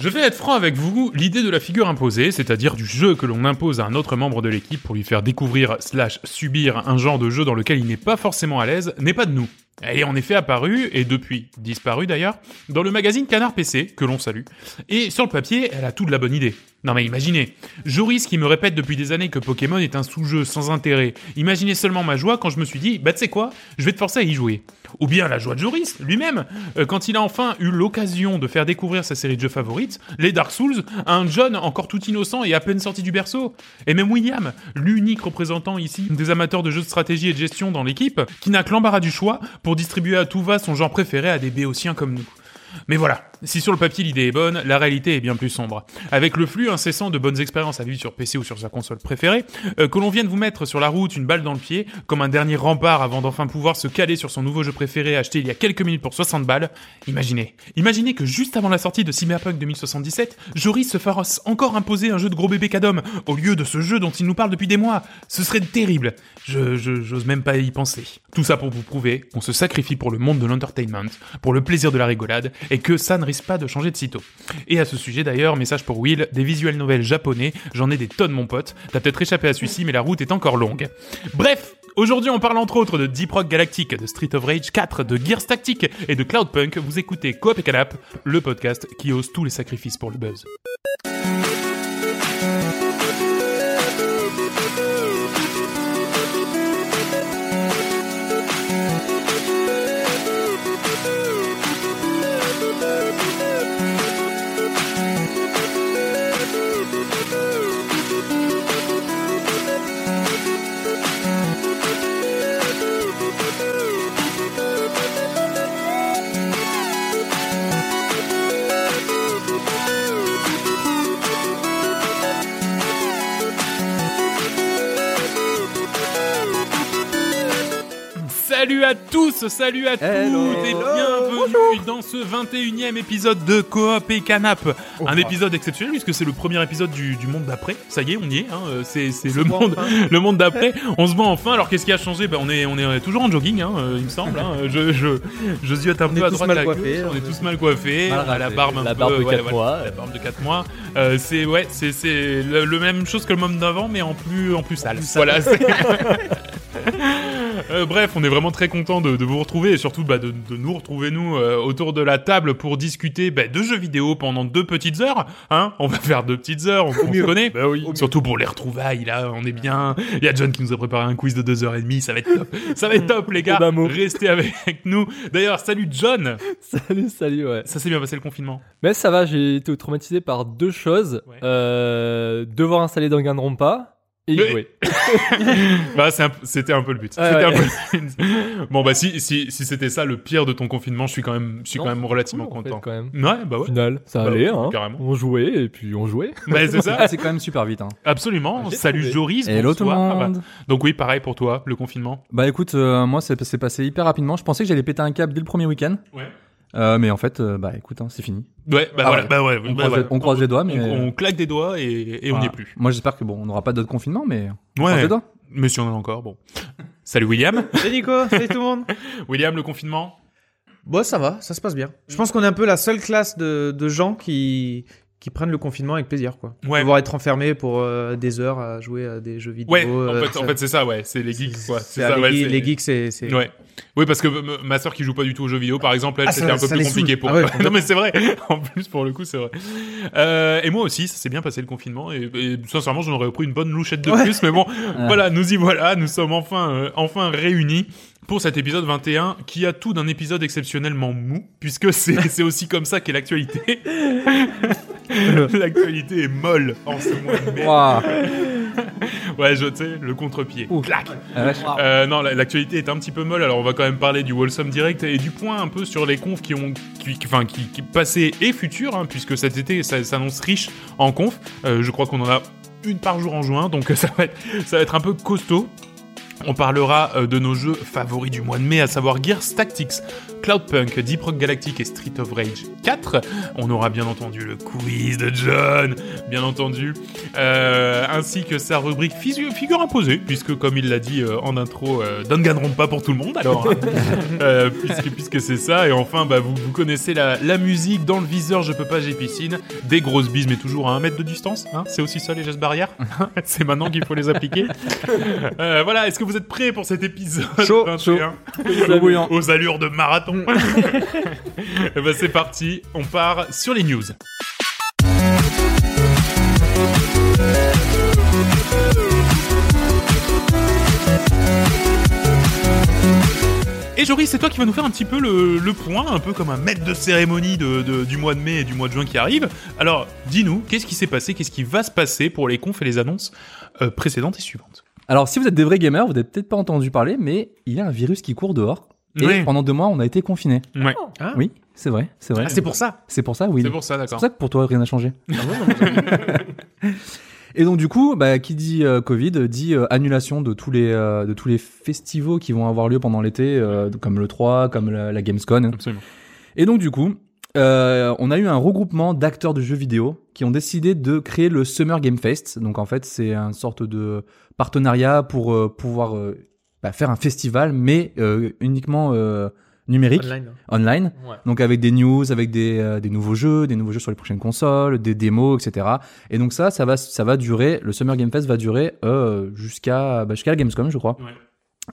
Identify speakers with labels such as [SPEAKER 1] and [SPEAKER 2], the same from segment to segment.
[SPEAKER 1] Je vais être franc avec vous, l'idée de la figure imposée, c'est-à-dire du jeu que l'on impose à un autre membre de l'équipe pour lui faire découvrir slash subir un genre de jeu dans lequel il n'est pas forcément à l'aise, n'est pas de nous. Elle est en effet apparue, et depuis disparue d'ailleurs, dans le magazine Canard PC, que l'on salue. Et sur le papier, elle a tout de la bonne idée. Non mais imaginez, Joris qui me répète depuis des années que Pokémon est un sous-jeu sans intérêt, imaginez seulement ma joie quand je me suis dit, bah tu sais quoi, je vais te forcer à y jouer. Ou bien la joie de Joris, lui-même, euh, quand il a enfin eu l'occasion de faire découvrir sa série de jeux favorites, les Dark Souls, à un John encore tout innocent et à peine sorti du berceau. Et même William, l'unique représentant ici des amateurs de jeux de stratégie et de gestion dans l'équipe, qui n'a que l'embarras du choix pour distribuer à tout va son genre préféré à des béotiens comme nous. Mais voilà, si sur le papier l'idée est bonne, la réalité est bien plus sombre. Avec le flux incessant de bonnes expériences à vivre sur PC ou sur sa console préférée, euh, que l'on vienne vous mettre sur la route une balle dans le pied, comme un dernier rempart avant d'enfin pouvoir se caler sur son nouveau jeu préféré acheté il y a quelques minutes pour 60 balles, imaginez. Imaginez que juste avant la sortie de Cyberpunk 2077, Joris se fasse encore imposer un jeu de gros bébé cadom, au lieu de ce jeu dont il nous parle depuis des mois. Ce serait terrible. Je, je, j'ose même pas y penser. Tout ça pour vous prouver qu'on se sacrifie pour le monde de l'entertainment, pour le plaisir de la rigolade, et que ça ne risque pas de changer de sitôt. Et à ce sujet d'ailleurs, message pour Will, des visuels nouvelles japonais, j'en ai des tonnes mon pote, t'as peut-être échappé à celui-ci mais la route est encore longue. Bref, aujourd'hui on parle entre autres de Deep Rock Galactic, de Street of Rage 4, de Gears Tactics et de Cloudpunk, vous écoutez Coop et Canap, le podcast qui ose tous les sacrifices pour le buzz. Salut à tous, salut à
[SPEAKER 2] Hello.
[SPEAKER 1] toutes et bienvenue dans ce 21e épisode de Coop et Canap.
[SPEAKER 2] Oh, ah.
[SPEAKER 1] un épisode exceptionnel puisque c'est le premier épisode du, du monde d'après. Ça y est, on y est. hein, euh, c'est c'est le
[SPEAKER 2] voit
[SPEAKER 1] monde,
[SPEAKER 2] enfin.
[SPEAKER 1] le monde d'après. On se voit enfin. Alors qu'est-ce qui a changé Ben, on, est, on est toujours en jogging, hein, euh, il me semble. hein. Je, je, je ziote un
[SPEAKER 2] est
[SPEAKER 1] peu à
[SPEAKER 2] tous
[SPEAKER 1] droite
[SPEAKER 2] mal
[SPEAKER 1] la
[SPEAKER 2] coiffés,
[SPEAKER 1] gauche. On
[SPEAKER 2] on
[SPEAKER 1] est
[SPEAKER 2] est
[SPEAKER 1] tous mal coiffés.
[SPEAKER 2] mal
[SPEAKER 1] on a la
[SPEAKER 2] rasés.
[SPEAKER 1] barbe un
[SPEAKER 3] Ah, La
[SPEAKER 1] peu-
[SPEAKER 3] barbe de
[SPEAKER 1] ouais,
[SPEAKER 3] 4
[SPEAKER 1] voilà,
[SPEAKER 3] mois.
[SPEAKER 1] Ah, La barbe de 4 mois. Euh, c'est ouais, c'est c'est le, le même chose que le monde d'avant, mais en plus en plus sale. Voilà. c'est- Euh, bref, on est vraiment très content de, de vous retrouver et surtout bah, de, de nous retrouver nous euh, autour de la table pour discuter bah, de jeux vidéo pendant deux petites heures. Hein on va faire deux petites heures, on, on se connaît. Surtout pour les retrouvailles, là, on est bien. Il y a John qui nous a préparé un quiz de deux heures et demie, ça va être top. Ça va être top, les gars.
[SPEAKER 3] Pas d'un mot.
[SPEAKER 1] Restez avec nous. D'ailleurs, salut John.
[SPEAKER 3] Salut, salut, ouais.
[SPEAKER 1] Ça s'est bien passé le confinement.
[SPEAKER 3] Mais ça va, j'ai été traumatisé par deux choses.
[SPEAKER 1] Ouais.
[SPEAKER 3] Euh, devoir installer Dangan Rompa et y
[SPEAKER 1] Mais-
[SPEAKER 3] jouer.
[SPEAKER 1] Bah, c'est un- c'était un peu le but.
[SPEAKER 3] Ouais,
[SPEAKER 1] c'était
[SPEAKER 3] ouais.
[SPEAKER 1] un peu le but. Bon, bah, si, si, si c'était ça le pire de ton confinement, je suis quand même, je suis quand
[SPEAKER 3] Non,
[SPEAKER 1] même relativement
[SPEAKER 3] cool, en fait,
[SPEAKER 1] content.
[SPEAKER 3] quand même.
[SPEAKER 1] Ouais, bah
[SPEAKER 3] Au
[SPEAKER 1] ouais.
[SPEAKER 3] final, ça
[SPEAKER 1] Bah
[SPEAKER 3] allait,
[SPEAKER 1] oui,
[SPEAKER 3] hein.
[SPEAKER 1] carrément.
[SPEAKER 3] On jouait et puis on jouait.
[SPEAKER 1] Bah, c'est ça.
[SPEAKER 2] Ah, c'est quand même super vite. Hein.
[SPEAKER 1] Absolument.
[SPEAKER 3] J'ai
[SPEAKER 1] Salut
[SPEAKER 3] trouvé.
[SPEAKER 1] Joris.
[SPEAKER 2] Hello tout le
[SPEAKER 1] bonsoir. Ah
[SPEAKER 2] monde.
[SPEAKER 1] bah,
[SPEAKER 2] bah.
[SPEAKER 1] donc oui, pareil pour toi, le confinement.
[SPEAKER 2] écoute, euh, moi c'est c'est passé hyper rapidement. Je pensais que j'allais péter un câble dès le premier week-end.
[SPEAKER 1] Ouais.
[SPEAKER 2] Euh, mais en fait, euh, bah écoute, hein, c'est fini.
[SPEAKER 1] Ouais, bah
[SPEAKER 2] Ah
[SPEAKER 1] voilà,
[SPEAKER 2] ouais.
[SPEAKER 1] bah ouais, bah
[SPEAKER 2] On, croise,
[SPEAKER 1] voilà.
[SPEAKER 2] les, on croise les doigts,
[SPEAKER 1] On-
[SPEAKER 2] mais
[SPEAKER 1] on claque des doigts et, et on n'y est plus.
[SPEAKER 2] Moi j'espère que bon, on n'aura pas d'autres confinements, mais on croise
[SPEAKER 1] Ouais.
[SPEAKER 2] les doigts.
[SPEAKER 1] Mais si on en a encore, bon. Salut William.
[SPEAKER 4] Salut Nico, salut tout le monde.
[SPEAKER 1] William, le confinement.
[SPEAKER 4] Bon, ça va, ça se passe bien. Je pense qu'on est un peu la seule classe de, de gens qui, qui prennent le confinement avec plaisir, quoi.
[SPEAKER 1] Ouais.
[SPEAKER 4] Devoir être enfermé pour euh, des heures à jouer à des jeux vidéo.
[SPEAKER 1] Ouais, en
[SPEAKER 4] euh,
[SPEAKER 1] fait, en
[SPEAKER 4] ça-
[SPEAKER 1] fait, c'est ça, ouais, c'est les geeks,
[SPEAKER 4] c'est-
[SPEAKER 1] quoi.
[SPEAKER 4] c'est
[SPEAKER 1] C'est ça,
[SPEAKER 4] les,
[SPEAKER 1] ouais,
[SPEAKER 4] geeks-
[SPEAKER 1] c'est-
[SPEAKER 4] les geeks, c'est. c'est-
[SPEAKER 1] Ouais. Oui, parce que m- ma soeur qui joue pas du tout aux jeux vidéo, par exemple, elle,
[SPEAKER 4] Ah,
[SPEAKER 1] c'était
[SPEAKER 4] ça-
[SPEAKER 1] un peu
[SPEAKER 4] ça
[SPEAKER 1] plus
[SPEAKER 4] les
[SPEAKER 1] compliqué
[SPEAKER 4] saoule.
[SPEAKER 1] pour
[SPEAKER 4] Ah ouais,
[SPEAKER 1] Non, mais c'est vrai. En plus, pour le coup, c'est vrai. Euh, et moi aussi, ça s'est bien passé le confinement. Et, et sincèrement, j'en aurais pris une bonne louchette de plus. Mais bon, voilà, nous y voilà. Nous sommes enfin, euh, enfin réunis. Pour cet épisode 21, qui a tout d'un épisode exceptionnellement mou, puisque c'est c'est aussi comme ça qu'est l'actualité. l'actualité est molle en ce mois de mai.
[SPEAKER 2] Ouah.
[SPEAKER 1] Ouais, je sais, le contre-pied.
[SPEAKER 2] Ouh.
[SPEAKER 1] Clac
[SPEAKER 2] Ah, vache.
[SPEAKER 1] euh, non, la- l'actualité est un petit peu molle, alors on va quand même parler du Wholesome Direct et du point un peu sur les confs qui ont, qui, qui- enfin, qui, qui passé et futur, hein, puisque cet été ça s'annonce riche en confs. Euh, je crois qu'on en a une par jour en juin, donc ça va être, ça va être un peu costaud. On parlera euh, de nos jeux favoris du mois de mai, à savoir Gears Tactics, Cloudpunk, Deep Rock Galactic et Street of Rage 4. On aura bien entendu le quiz de John, bien entendu, euh, ainsi que sa rubrique fisu- figure imposée, puisque comme il l'a dit euh, en intro, euh, pas pour tout le monde alors, hein. Euh, puisque, puisque c'est ça. Et enfin, bah, vous, vous connaissez la, la musique dans le viseur, je peux pas, j'ai piscine, des grosses bises, mais toujours à un mètre de distance. hein. c'est aussi ça les gestes barrières. c'est maintenant qu'il faut les appliquer. Euh, voilà, est-ce que vous êtes prêts pour cet épisode
[SPEAKER 4] Chaud,
[SPEAKER 1] 21
[SPEAKER 4] chaud.
[SPEAKER 3] bouillant.
[SPEAKER 1] Aux allures de marathon. Eh ben, c'est parti, on part sur les news. Et Joris, c'est toi qui vas nous faire un petit peu le, le point, un peu comme un maître de cérémonie de- de- du mois de mai et du mois de juin qui arrive. Alors, dis-nous, qu'est-ce qui s'est passé, qu'est-ce qui va se passer pour les confs et les annonces euh, précédentes et suivantes
[SPEAKER 2] Alors, si vous êtes des vrais gamers, vous n'avez peut-être pas entendu parler, mais il y a un virus qui court dehors. Et
[SPEAKER 1] Oui.
[SPEAKER 2] pendant deux mois, on a été confinés.
[SPEAKER 1] Ouais.
[SPEAKER 4] Ah.
[SPEAKER 2] Oui, c'est vrai, c'est vrai.
[SPEAKER 4] Ah, c'est pour ça.
[SPEAKER 2] c'est pour ça, oui.
[SPEAKER 1] C'est pour ça,
[SPEAKER 2] C'est
[SPEAKER 1] d'accord.
[SPEAKER 2] pour ça que pour toi, rien n'a changé. Et donc, du coup, bah, qui dit euh, Covid dit euh, annulation de tous, les, euh, de tous les festivals qui vont avoir lieu pendant l'été, euh, comme le 3, comme la, la Gamescon.
[SPEAKER 1] Absolument.
[SPEAKER 2] Et donc, du coup, euh, on a eu un regroupement d'acteurs de jeux vidéo qui ont décidé de créer le Summer Game Fest. Donc, en fait, c'est une sorte de partenariat pour euh, pouvoir euh, bah, faire un festival, mais euh, uniquement euh, numérique, online.
[SPEAKER 4] Online.
[SPEAKER 3] Ouais.
[SPEAKER 2] Donc, avec des news, avec des, euh, des nouveaux jeux, des nouveaux jeux sur les prochaines consoles, des démos, etc. Et donc, ça, ça va, ça va durer, le Summer Game Fest va durer euh, jusqu'à bah, jusqu'à la Gamescom, je crois.
[SPEAKER 1] Ouais.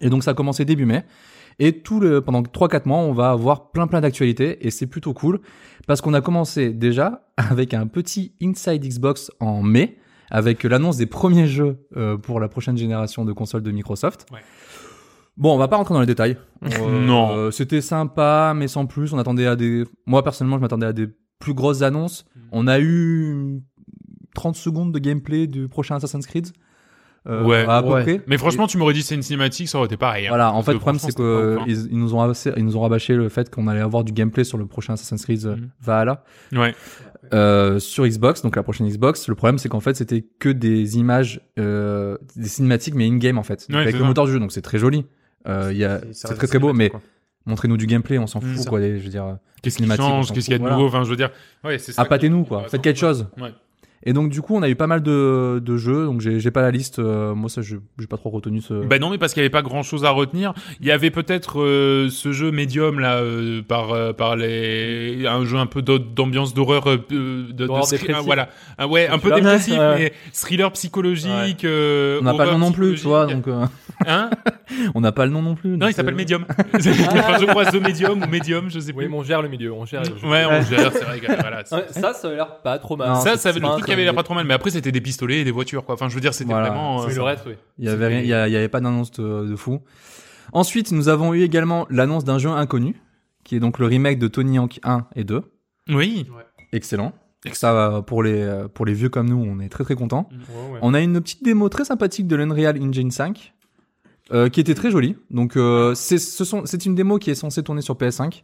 [SPEAKER 2] Et donc ça a commencé début mai. Et tout le, pendant 3-4 mois, on va avoir plein plein d'actualités et c'est plutôt cool parce qu'on a commencé déjà avec un petit Inside Xbox en mai avec l'annonce des premiers jeux euh, pour la prochaine génération de consoles de Microsoft.
[SPEAKER 1] Ouais.
[SPEAKER 2] Bon, on va pas rentrer dans les détails. Euh,
[SPEAKER 1] Non.
[SPEAKER 2] euh, C'était sympa, mais sans plus. On attendait à des. Moi personnellement, je m'attendais à des plus grosses annonces. On a eu 30 secondes de gameplay du prochain Assassin's Creed. Euh,
[SPEAKER 1] Ouais.
[SPEAKER 2] à peu
[SPEAKER 4] Ouais.
[SPEAKER 2] près.
[SPEAKER 1] Mais franchement, tu m'aurais dit c'est une cinématique, ça aurait été pareil. hein.
[SPEAKER 2] Voilà, en
[SPEAKER 1] Parce
[SPEAKER 2] fait,
[SPEAKER 1] que
[SPEAKER 2] le problème,
[SPEAKER 1] franchement,
[SPEAKER 2] c'est
[SPEAKER 1] c'était
[SPEAKER 2] que
[SPEAKER 1] pas ouf, hein.
[SPEAKER 2] ils, ils nous ont rabaissé- ils nous ont rabâché le fait qu'on allait avoir du gameplay sur le prochain Assassin's Creed euh,
[SPEAKER 1] Mhm.
[SPEAKER 2] Valhalla
[SPEAKER 1] hein. Ouais.
[SPEAKER 2] euh, sur Xbox, donc la prochaine Xbox. Le problème, c'est qu'en fait, c'était que des images, euh, des cinématiques, mais in-game en fait,
[SPEAKER 1] Ouais,
[SPEAKER 2] avec
[SPEAKER 1] c'est
[SPEAKER 2] le
[SPEAKER 1] ça.
[SPEAKER 2] moteur du jeu, donc c'est très joli. Euh, il y a-
[SPEAKER 4] C'est- ça
[SPEAKER 2] C'est
[SPEAKER 4] reste
[SPEAKER 2] très très beau, mais
[SPEAKER 4] cinématique, quoi.
[SPEAKER 2] montrez-nous du gameplay, on s'en
[SPEAKER 1] Mhm.
[SPEAKER 2] fout
[SPEAKER 4] Ça.
[SPEAKER 2] quoi. les- je veux dire,
[SPEAKER 1] Qu'est-ce qui
[SPEAKER 2] cinématique, on
[SPEAKER 1] change
[SPEAKER 2] s'en
[SPEAKER 1] Qu'est-ce qu'il y a de
[SPEAKER 2] fout,
[SPEAKER 1] nouveau Enfin, je veux dire, ouais, c'est ça.
[SPEAKER 2] appâtez-nous quoi, faites quelque chose.
[SPEAKER 1] Ouais.
[SPEAKER 2] Et donc du coup, on a eu pas mal de, de jeux, donc j'ai j'ai pas la liste. euh, moi, ça, je- j'ai pas trop retenu ce.
[SPEAKER 1] Ben non, mais parce qu'il n'y avait pas grand chose à retenir. Il y avait peut-être euh, ce jeu médium là, euh, par euh, par les un jeu un peu d'o- d'ambiance d'horreur, euh, de, de-
[SPEAKER 3] D'horreur
[SPEAKER 1] de-
[SPEAKER 3] dépressive.
[SPEAKER 1] ah, voilà, Ah ouais, un peu
[SPEAKER 3] Celui-là.
[SPEAKER 1] dépressif,
[SPEAKER 3] Ouais.
[SPEAKER 1] mais thriller psychologique. euh,
[SPEAKER 2] on n'a pas le
[SPEAKER 1] horreur
[SPEAKER 2] nom non plus, tu vois,
[SPEAKER 1] psychologique.
[SPEAKER 2] donc euh,
[SPEAKER 1] Hein
[SPEAKER 2] on n'a pas le nom non plus.
[SPEAKER 1] Non,
[SPEAKER 2] donc,
[SPEAKER 1] il s'appelle
[SPEAKER 2] euh,
[SPEAKER 1] Medium. Enfin, je crois The Medium ou Medium, je sais
[SPEAKER 3] Ah. Oui,
[SPEAKER 1] plus.
[SPEAKER 3] mais on gère le milieu, on gère le jeu.
[SPEAKER 1] Ouais, on gère, c'est vrai. que, Voilà, c'est-
[SPEAKER 3] Ouais, Ça, ça a l'air pas trop mal.
[SPEAKER 2] Non,
[SPEAKER 1] ça, ça,
[SPEAKER 2] c'est- c'est
[SPEAKER 1] le
[SPEAKER 2] pas
[SPEAKER 1] truc qui avait
[SPEAKER 2] un-
[SPEAKER 1] l'air pas trop mal, mais après c'était des pistolets et des voitures, quoi. Enfin, je veux dire, c'était
[SPEAKER 2] Voilà.
[SPEAKER 1] vraiment.
[SPEAKER 3] Mais
[SPEAKER 1] euh,
[SPEAKER 3] le reste, oui.
[SPEAKER 2] Il y avait rien- il y a- il y avait pas d'annonce de, de fou. Ensuite, nous avons eu également l'annonce d'un jeu inconnu, qui est donc le remake de Tony Hawk 1 et 2.
[SPEAKER 1] Oui.
[SPEAKER 2] Excellent. Ça, euh, pour les, euh, pour les vieux comme nous, on est très très contents.
[SPEAKER 3] Ouais, ouais.
[SPEAKER 2] On a une petite démo très sympathique de l'Unreal Engine 5, euh, qui était très jolie. Donc, euh, c'est ce sont- c'est une démo qui est censée tourner sur PS5.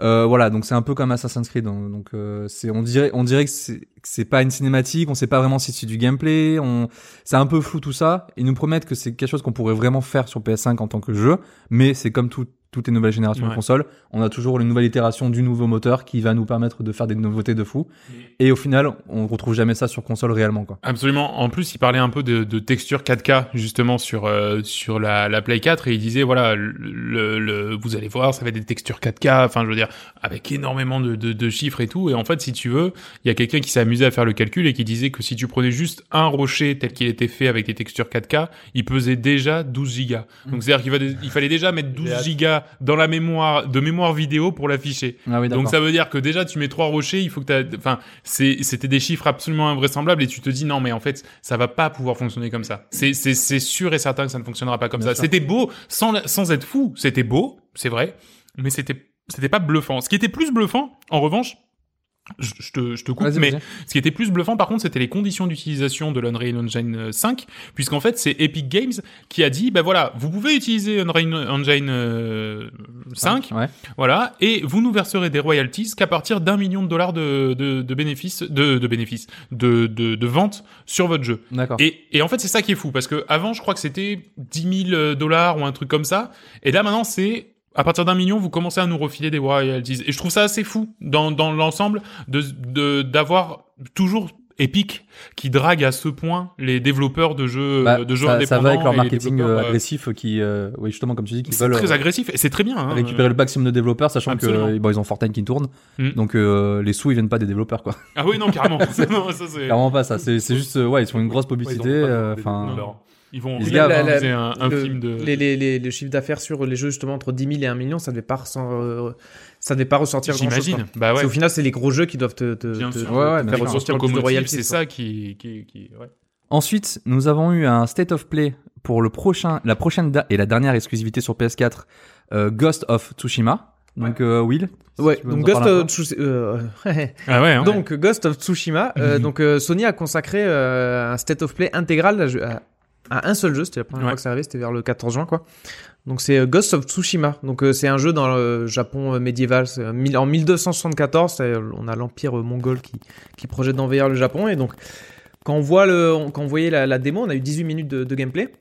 [SPEAKER 2] Euh, voilà, donc c'est un peu comme Assassin's Creed. hein. Donc, euh, c'est on dirait, on dirait que c'est que c'est pas une cinématique. On sait pas vraiment si c'est du gameplay. On, c'est un peu flou tout ça. Ils nous promettent que c'est quelque chose qu'on pourrait vraiment faire sur PS5 en tant que jeu, mais c'est comme tout- toutes les nouvelles générations
[SPEAKER 1] Ouais.
[SPEAKER 2] de consoles. On a toujours une nouvelle itération du nouveau moteur qui va nous permettre de faire des nouveautés de fou. Et au final, on retrouve jamais ça sur console réellement, quoi.
[SPEAKER 1] Absolument. En plus, il parlait un peu de, de texture 4K justement sur euh, sur la, la Play 4 et il disait voilà, le, le- le- vous allez voir, ça va être des textures 4K. Enfin, je veux dire, avec énormément de, de, de chiffres et tout. Et en fait, si tu veux, il y a quelqu'un qui s'est amusé à faire le calcul et qui disait que si tu prenais juste un rocher tel qu'il était fait avec des textures 4K, il pesait déjà 12 gigas. Donc c'est-à-dire qu'il va- il fallait déjà mettre
[SPEAKER 3] J'ai
[SPEAKER 1] 12
[SPEAKER 3] hâte.
[SPEAKER 1] gigas dans la mémoire de mémoire vidéo pour l'afficher.
[SPEAKER 2] Ah oui,
[SPEAKER 1] Donc ça veut dire que déjà tu mets trois rochers, il faut que tu enfin c'est c'était des chiffres absolument invraisemblables et tu te dis non mais en fait ça va pas pouvoir fonctionner comme ça. C'est c'est c'est sûr et certain que ça ne fonctionnera pas comme
[SPEAKER 2] Bien
[SPEAKER 1] ça.
[SPEAKER 2] sûr.
[SPEAKER 1] C'était beau sans la- sans être fou, c'était beau, c'est vrai, mais c'était c'était pas bluffant. Ce qui était plus bluffant en revanche Je, je te, je te coupe,
[SPEAKER 2] Vas-y,
[SPEAKER 1] mais
[SPEAKER 2] vas-y.
[SPEAKER 1] ce qui était plus bluffant par contre, c'était les conditions d'utilisation de l'Unreal Engine 5, puisqu'en fait c'est Epic Games qui a dit, ben voilà, vous pouvez utiliser Unreal Engine euh, 5,
[SPEAKER 2] Ouais.
[SPEAKER 1] voilà, et vous nous verserez des royalties qu'à partir d'un million de dollars de, de, de bénéfices, de, de bénéfices, de, de, de ventes sur votre jeu.
[SPEAKER 2] D'accord.
[SPEAKER 1] Et, et en fait, c'est ça qui est fou, parce que avant, je crois que c'était 10 000 dollars ou un truc comme ça. Et là, maintenant, c'est à partir d'un million, vous commencez à nous refiler des royalties. Et je trouve ça assez fou dans, dans l'ensemble de de- d'avoir toujours Epic qui drague à ce point les développeurs de jeux
[SPEAKER 2] Bah,
[SPEAKER 1] euh, de jeux
[SPEAKER 2] ça, ça
[SPEAKER 1] indépendants.
[SPEAKER 2] va avec leur
[SPEAKER 1] et les
[SPEAKER 2] marketing
[SPEAKER 1] développeurs,
[SPEAKER 2] euh,
[SPEAKER 1] euh,
[SPEAKER 2] agressif qui, euh, oui, justement, comme tu dis, qui
[SPEAKER 1] C'est
[SPEAKER 2] veulent
[SPEAKER 1] très
[SPEAKER 2] euh,
[SPEAKER 1] agressif et c'est très bien. hein.
[SPEAKER 2] récupérer le maximum de développeurs, sachant que euh,
[SPEAKER 1] Absolument.
[SPEAKER 2] bon, ils ont Fortnite qui tourne,
[SPEAKER 1] Mm.
[SPEAKER 2] donc euh, les sous ils viennent pas des développeurs quoi.
[SPEAKER 1] Ah oui, non, carrément. Non, ça, c'est-
[SPEAKER 2] Clairement pas ça. C'est c'est juste, euh, ouais, ils font une grosse
[SPEAKER 3] ils ont
[SPEAKER 2] publicité.
[SPEAKER 3] pas de-
[SPEAKER 2] euh,
[SPEAKER 3] des
[SPEAKER 2] Enfin,
[SPEAKER 3] développeurs.
[SPEAKER 1] Ils vont
[SPEAKER 2] Ils
[SPEAKER 1] ils
[SPEAKER 2] se gavent,
[SPEAKER 1] vont
[SPEAKER 2] hein.
[SPEAKER 1] réaliser un, un
[SPEAKER 4] le,
[SPEAKER 1] film de.
[SPEAKER 4] les, les, les- le chiffre d'affaires sur les jeux justement entre 10 000 et 1 million, ça devait pas, ressent- euh, ça devait pas ressortir grand chose.
[SPEAKER 1] J'imagine. Bah ouais.
[SPEAKER 4] Au final, c'est les gros jeux qui doivent te, te,
[SPEAKER 1] Bien
[SPEAKER 4] te-
[SPEAKER 1] sûr.
[SPEAKER 4] te
[SPEAKER 2] Ouais, ouais, bien
[SPEAKER 4] faire
[SPEAKER 2] sûr.
[SPEAKER 4] ressortir le plus de
[SPEAKER 1] Locomotive,
[SPEAKER 4] royalties.
[SPEAKER 1] c'est
[SPEAKER 4] quoi.
[SPEAKER 1] ça qui qui qui. ouais.
[SPEAKER 2] Ensuite, nous avons eu un state of play pour le prochain, la prochaine da- et la dernière exclusivité sur PS4, euh, Ghost of Tsushima. Donc euh, Will. si
[SPEAKER 4] Ouais,
[SPEAKER 2] tu veux nous en
[SPEAKER 4] donc Ghost
[SPEAKER 2] parler un
[SPEAKER 4] of
[SPEAKER 2] peu.
[SPEAKER 4] Tsushi- euh,
[SPEAKER 1] Ah ouais. hein.
[SPEAKER 4] donc Ghost of Tsushima, euh,
[SPEAKER 1] Mhm.
[SPEAKER 4] donc euh, Sony a consacré euh, un state of play intégral à, jeu- à- à un seul jeu, c'était la première
[SPEAKER 1] Ouais.
[SPEAKER 4] fois que ça arrivait, c'était vers le 14 juin quoi. Donc c'est euh, Ghost of Tsushima. Donc euh, c'est un jeu dans le Japon euh, médiéval, c'est, euh, mille- en 1274, c'est- on a l'empire euh, mongol qui qui projette d'envahir le Japon et donc quand on voit le on- quand on voyait la, la démo, on a eu 18 minutes de, de gameplay.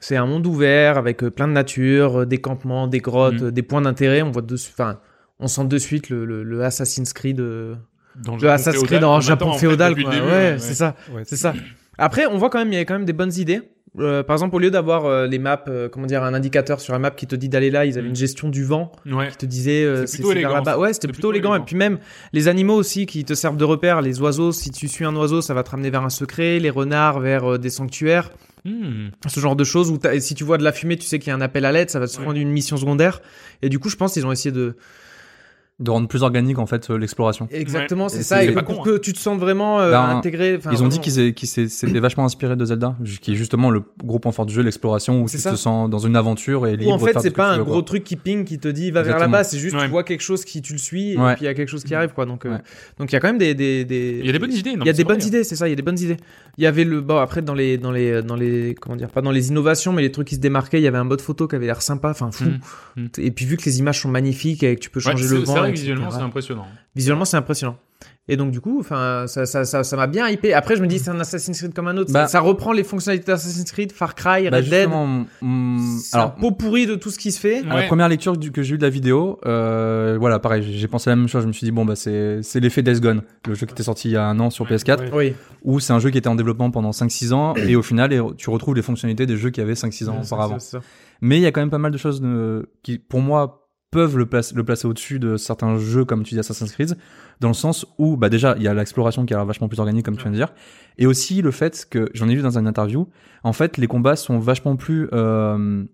[SPEAKER 4] C'est un monde ouvert avec euh, plein de nature, euh, des campements, des grottes,
[SPEAKER 1] Mhm.
[SPEAKER 4] euh, des points d'intérêt, on voit de su- enfin on sent de suite le, le- le Assassin's Creed euh,
[SPEAKER 1] dans
[SPEAKER 4] le Assassin's Creed en Japon féodal,
[SPEAKER 1] depuis
[SPEAKER 4] quoi.
[SPEAKER 1] le début,
[SPEAKER 4] ouais,
[SPEAKER 1] ouais.
[SPEAKER 4] c'est ça,
[SPEAKER 3] Ouais,
[SPEAKER 4] c'est ça. Après, on voit quand même, il y a quand même des bonnes idées. Euh, par exemple, au lieu d'avoir euh, les maps, euh, comment dire, un indicateur sur la map qui te dit d'aller là, ils avaient
[SPEAKER 1] Mm.
[SPEAKER 4] une gestion du vent
[SPEAKER 1] Ouais.
[SPEAKER 4] qui te disait euh,
[SPEAKER 1] C'est
[SPEAKER 4] c'est
[SPEAKER 1] plutôt
[SPEAKER 4] c'est vers
[SPEAKER 1] élégant,
[SPEAKER 4] là-bas.
[SPEAKER 1] ça.
[SPEAKER 4] Ouais, c'était
[SPEAKER 1] C'est
[SPEAKER 4] plutôt
[SPEAKER 1] plutôt
[SPEAKER 4] élégant.
[SPEAKER 1] élégant.
[SPEAKER 4] Et puis même les animaux aussi qui te servent de repères, les oiseaux, si tu suis un oiseau, ça va te ramener vers un secret, les renards vers euh, des sanctuaires,
[SPEAKER 1] Hmm.
[SPEAKER 4] ce genre de choses. Où t'as- et si tu vois de la fumée, tu sais qu'il y a un appel à l'aide, ça va souvent
[SPEAKER 1] Ouais.
[SPEAKER 4] une mission secondaire. Et du coup, je pense qu'ils ont essayé de,
[SPEAKER 2] De rendre plus organique en fait euh, l'exploration. Et
[SPEAKER 4] Exactement, c'est ça.
[SPEAKER 2] c'est
[SPEAKER 4] Et
[SPEAKER 1] pas con,
[SPEAKER 4] pour
[SPEAKER 1] hein.
[SPEAKER 4] que tu te sentes vraiment euh,
[SPEAKER 2] Ben,
[SPEAKER 4] intégré. enfin,
[SPEAKER 2] Ils ont dit
[SPEAKER 4] vraiment-
[SPEAKER 2] qu'ils aient- qu'ils s'é- s'étaient vachement inspirés de Zelda, ju- qui est justement le gros point fort du jeu, l'exploration, où tu
[SPEAKER 4] C'est ça.
[SPEAKER 2] te sens dans une aventure et libre
[SPEAKER 4] Ou en
[SPEAKER 2] de
[SPEAKER 4] fait,
[SPEAKER 2] faire
[SPEAKER 4] c'est
[SPEAKER 2] tout ce que
[SPEAKER 4] pas
[SPEAKER 2] tu
[SPEAKER 4] un
[SPEAKER 2] veux,
[SPEAKER 4] gros
[SPEAKER 2] quoi.
[SPEAKER 4] truc qui ping qui te dit va vers
[SPEAKER 2] Exactement.
[SPEAKER 4] là-bas, c'est juste
[SPEAKER 1] Ouais.
[SPEAKER 4] tu vois quelque chose qui tu le suis
[SPEAKER 2] Ouais.
[SPEAKER 4] et puis il y a quelque chose qui arrive quoi. Donc euh,
[SPEAKER 2] Ouais.
[SPEAKER 4] donc il y a quand même des des, des
[SPEAKER 1] Il y a des bonnes idées. non,
[SPEAKER 4] il y a
[SPEAKER 1] c'est
[SPEAKER 4] des
[SPEAKER 1] vrai,
[SPEAKER 4] bonnes
[SPEAKER 1] hein.
[SPEAKER 4] idées, c'est ça, il y a des bonnes idées. Il y avait le bon après dans les dans les euh, dans les comment dire pas dans les innovations mais les trucs qui se démarquaient, il y avait un mode photo qui avait l'air sympa, enfin fou.
[SPEAKER 1] Mhm. Mhm.
[SPEAKER 4] Et puis vu que les images sont magnifiques et que tu peux
[SPEAKER 1] Ouais,
[SPEAKER 4] changer
[SPEAKER 1] c'est-
[SPEAKER 4] le
[SPEAKER 1] c'est
[SPEAKER 4] vent
[SPEAKER 1] vrai,
[SPEAKER 4] etc.,
[SPEAKER 1] visuellement, c'est impressionnant.
[SPEAKER 4] visuellement c'est impressionnant. Et donc du coup, enfin ça ça ça ça m'a bien hypé. Après je me dis c'est un Assassin's Creed comme un autre,
[SPEAKER 2] Bah-
[SPEAKER 4] ça, ça reprend les fonctionnalités d'Assassin's Creed, Far Cry,
[SPEAKER 2] Bah,
[SPEAKER 4] Red Dead.
[SPEAKER 2] justement, mm,
[SPEAKER 4] C'est un
[SPEAKER 2] alors
[SPEAKER 4] pot pourri de tout ce qui se fait.
[SPEAKER 2] À
[SPEAKER 1] Ouais.
[SPEAKER 2] la première lecture du- que j'ai eu de la vidéo, euh, voilà, pareil, j'ai- j'ai pensé la même chose. Je me suis dit, bon, bah, c'est c'est l'effet Death Gone, le jeu qui était sorti il y a un an sur
[SPEAKER 1] Ouais,
[SPEAKER 2] PS4,
[SPEAKER 3] ouais.
[SPEAKER 4] Oui.
[SPEAKER 2] où c'est un jeu qui était en développement pendant 5-6 ans, et au final, et- tu retrouves les fonctionnalités des jeux qui avaient 5-6 ans auparavant. Mais il y a quand même pas mal de choses euh, qui, pour moi, peuvent le, place- le placer au-dessus de certains jeux, comme tu dis Assassin's Creed, dans le sens où, bah, déjà, il y a l'exploration qui a l'air vachement plus organique, comme tu viens de dire, et aussi le fait que, j'en ai vu dans une interview, en fait, les combats sont vachement plus, euh, euh,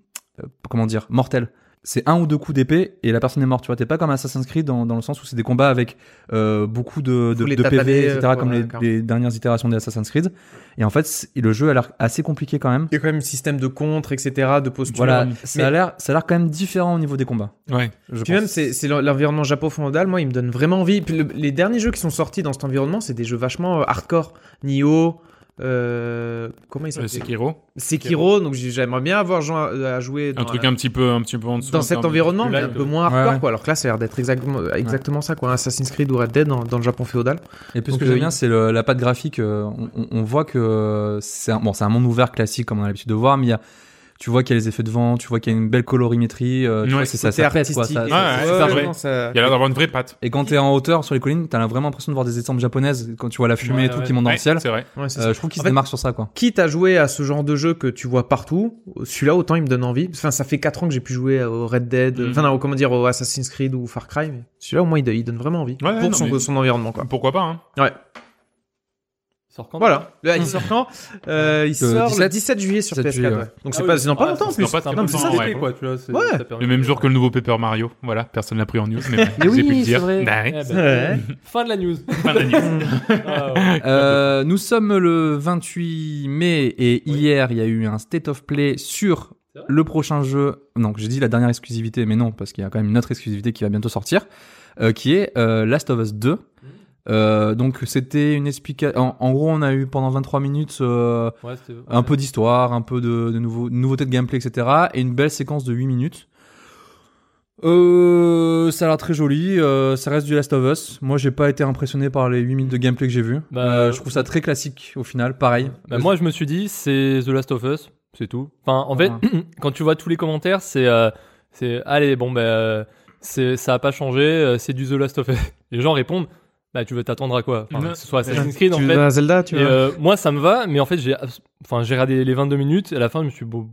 [SPEAKER 2] comment dire, mortels. C'est un ou deux coups d'épée et la personne est morte, tu vois. T'es pas comme Assassin's Creed dans, dans le sens où c'est des combats avec euh, beaucoup de, de,
[SPEAKER 4] Faut les
[SPEAKER 2] de
[SPEAKER 4] tataner,
[SPEAKER 2] PV, etc.,
[SPEAKER 4] quoi,
[SPEAKER 2] comme les,
[SPEAKER 4] d'accord.
[SPEAKER 2] les dernières itérations des Assassin's Creed. Et en fait, c'est- le jeu a l'air assez compliqué quand même.
[SPEAKER 4] Il y a quand même un système de contre, etc., de posture.
[SPEAKER 2] Voilà,
[SPEAKER 1] vois,
[SPEAKER 2] ça a l'air, ça a l'air quand même différent au niveau des combats.
[SPEAKER 1] Ouais.
[SPEAKER 2] Je
[SPEAKER 4] Puis
[SPEAKER 2] pense.
[SPEAKER 4] même, c'est c'est l'en- l'environnement japon féodal, moi, il me donne vraiment envie. Puis le- les derniers jeux qui sont sortis dans cet environnement, c'est des jeux vachement euh, hardcore. Nioh, euh, comment il
[SPEAKER 1] Euh,
[SPEAKER 4] s'appelle
[SPEAKER 1] Sekiro,
[SPEAKER 4] Sekiro, donc j'ai- j'aimerais bien avoir jou- à jouer dans,
[SPEAKER 1] un truc
[SPEAKER 4] euh,
[SPEAKER 1] un petit peu, un petit peu en dessous.
[SPEAKER 4] dans
[SPEAKER 1] un
[SPEAKER 4] cet
[SPEAKER 1] peu
[SPEAKER 4] environnement,
[SPEAKER 1] plus
[SPEAKER 4] mais un
[SPEAKER 1] light.
[SPEAKER 4] peu moins hardcore,
[SPEAKER 2] ouais.
[SPEAKER 4] quoi. Alors que là, ça a l'air d'être exactement, exactement ça, quoi. Assassin's Creed ou Red Dead dans, dans le Japon féodal.
[SPEAKER 2] Et puis ce
[SPEAKER 4] donc,
[SPEAKER 2] que j'aime
[SPEAKER 4] euh,
[SPEAKER 2] bien, c'est le- la patte graphique. euh, on, on- on voit que euh, c'est un, bon, c'est un monde ouvert classique comme on a l'habitude de voir, mais il y a, tu vois qu'il y a les effets de vent, tu vois qu'il y a une belle colorimétrie. euh, tu
[SPEAKER 1] Ouais,
[SPEAKER 2] vois, c'est ça,
[SPEAKER 4] Côté
[SPEAKER 2] ça pète, quoi,
[SPEAKER 4] artistique,
[SPEAKER 2] ça-
[SPEAKER 4] et-
[SPEAKER 2] ça-
[SPEAKER 1] ouais,
[SPEAKER 2] c'est
[SPEAKER 1] ouais,
[SPEAKER 2] super
[SPEAKER 1] ouais.
[SPEAKER 2] joli.
[SPEAKER 4] non, ça-
[SPEAKER 1] Il y a l'air d'avoir une vraie patte.
[SPEAKER 2] Et quand t'es en hauteur sur les collines, t'as vraiment l'impression de voir des étampes japonaises quand tu vois la fumée
[SPEAKER 3] Ouais,
[SPEAKER 2] et tout
[SPEAKER 3] ouais.
[SPEAKER 2] qui monte dans
[SPEAKER 1] Ouais,
[SPEAKER 2] le ciel.
[SPEAKER 1] C'est vrai.
[SPEAKER 4] ouais, c'est ça.
[SPEAKER 2] Euh, je trouve qu'ils
[SPEAKER 4] En
[SPEAKER 2] se
[SPEAKER 4] fait-
[SPEAKER 2] démarquent sur ça, quoi.
[SPEAKER 4] quitte à jouer à ce genre de jeu que tu vois partout, celui-là autant il me donne envie. Enfin, ça fait 4 ans que j'ai pu jouer au Red Dead,
[SPEAKER 1] Mhm.
[SPEAKER 4] enfin, non, comment dire, au Assassin's Creed ou Far Cry, mais celui-là au moins il, il donne vraiment envie
[SPEAKER 1] Ouais, ouais,
[SPEAKER 4] pour
[SPEAKER 1] non,
[SPEAKER 4] son,
[SPEAKER 1] mais-
[SPEAKER 4] son environnement quoi.
[SPEAKER 1] Pourquoi pas hein.
[SPEAKER 3] Sort quand
[SPEAKER 4] Voilà, Là, il sort quand Euh, Il
[SPEAKER 2] Le
[SPEAKER 4] sort
[SPEAKER 2] 17
[SPEAKER 4] le 17 juillet sur
[SPEAKER 2] 17
[SPEAKER 4] PS4.
[SPEAKER 2] juillet,
[SPEAKER 4] ouais.
[SPEAKER 2] ouais.
[SPEAKER 4] Donc
[SPEAKER 3] Ah
[SPEAKER 4] c'est
[SPEAKER 3] oui,
[SPEAKER 4] pas, c'est dans pas
[SPEAKER 3] ah,
[SPEAKER 4] longtemps en
[SPEAKER 1] c'est
[SPEAKER 4] plus.
[SPEAKER 1] dans pas très
[SPEAKER 4] Non, mais c'est
[SPEAKER 1] longtemps,
[SPEAKER 4] ça,
[SPEAKER 1] ouais.
[SPEAKER 4] l'été, quoi.
[SPEAKER 3] quoi, tu vois. c'est-
[SPEAKER 4] Ouais.
[SPEAKER 3] ça permet
[SPEAKER 1] Le même
[SPEAKER 3] de-
[SPEAKER 1] jour que le nouveau Paper Mario. Voilà, personne l'a pris en news, mais bon,
[SPEAKER 2] Mais
[SPEAKER 1] j'ai
[SPEAKER 2] Eh oui,
[SPEAKER 1] pu le
[SPEAKER 2] c'est
[SPEAKER 1] dire.
[SPEAKER 2] vrai.
[SPEAKER 1] Bah
[SPEAKER 3] Eh
[SPEAKER 1] ouais.
[SPEAKER 3] ben, Fin de la news.
[SPEAKER 1] Fin de la news.
[SPEAKER 3] Ah, ouais.
[SPEAKER 2] Euh, nous sommes le 28 mai et hier il y a eu un state of play sur
[SPEAKER 3] C'est vrai
[SPEAKER 2] le prochain jeu. Non, j'ai dit la dernière
[SPEAKER 3] Mmh.
[SPEAKER 2] exclusivité, mais non, parce qu'il y a quand même une autre exclusivité qui va bientôt sortir, euh, qui est euh, Last of Us 2. Euh, donc c'était une explication. En, en gros, on a eu pendant 23 minutes euh,
[SPEAKER 3] Ouais, c'était-
[SPEAKER 2] un peu d'histoire, un peu de, de nouveau, nouveautés de gameplay, etc. Et une belle séquence de 8 minutes. Euh, ça a l'air très joli, euh, ça reste du Last of Us. Moi j'ai pas été impressionné par les 8 minutes de gameplay que j'ai vu.
[SPEAKER 3] Bah,
[SPEAKER 2] Euh, je trouve ça très classique au final, pareil.
[SPEAKER 3] Bah, moi, je me suis dit, c'est The Last of Us, c'est tout. Enfin, en fait, quand tu vois tous les commentaires, c'est, euh, c'est, allez, bon, ben, euh, c'est, ça a pas changé, euh, c'est du The Last of Us. Les gens répondent, bah, tu veux t'attendre à quoi Enfin,
[SPEAKER 1] Non.
[SPEAKER 3] Que ce soit Assassin's Creed, en
[SPEAKER 4] tu
[SPEAKER 3] fait.
[SPEAKER 4] vas à Zelda, tu
[SPEAKER 3] Et,
[SPEAKER 4] vois.
[SPEAKER 3] euh, moi, ça me va, mais en fait, j'ai, abs- enfin, j'ai regardé les 22 minutes, et à la fin, je me suis, dit, bon,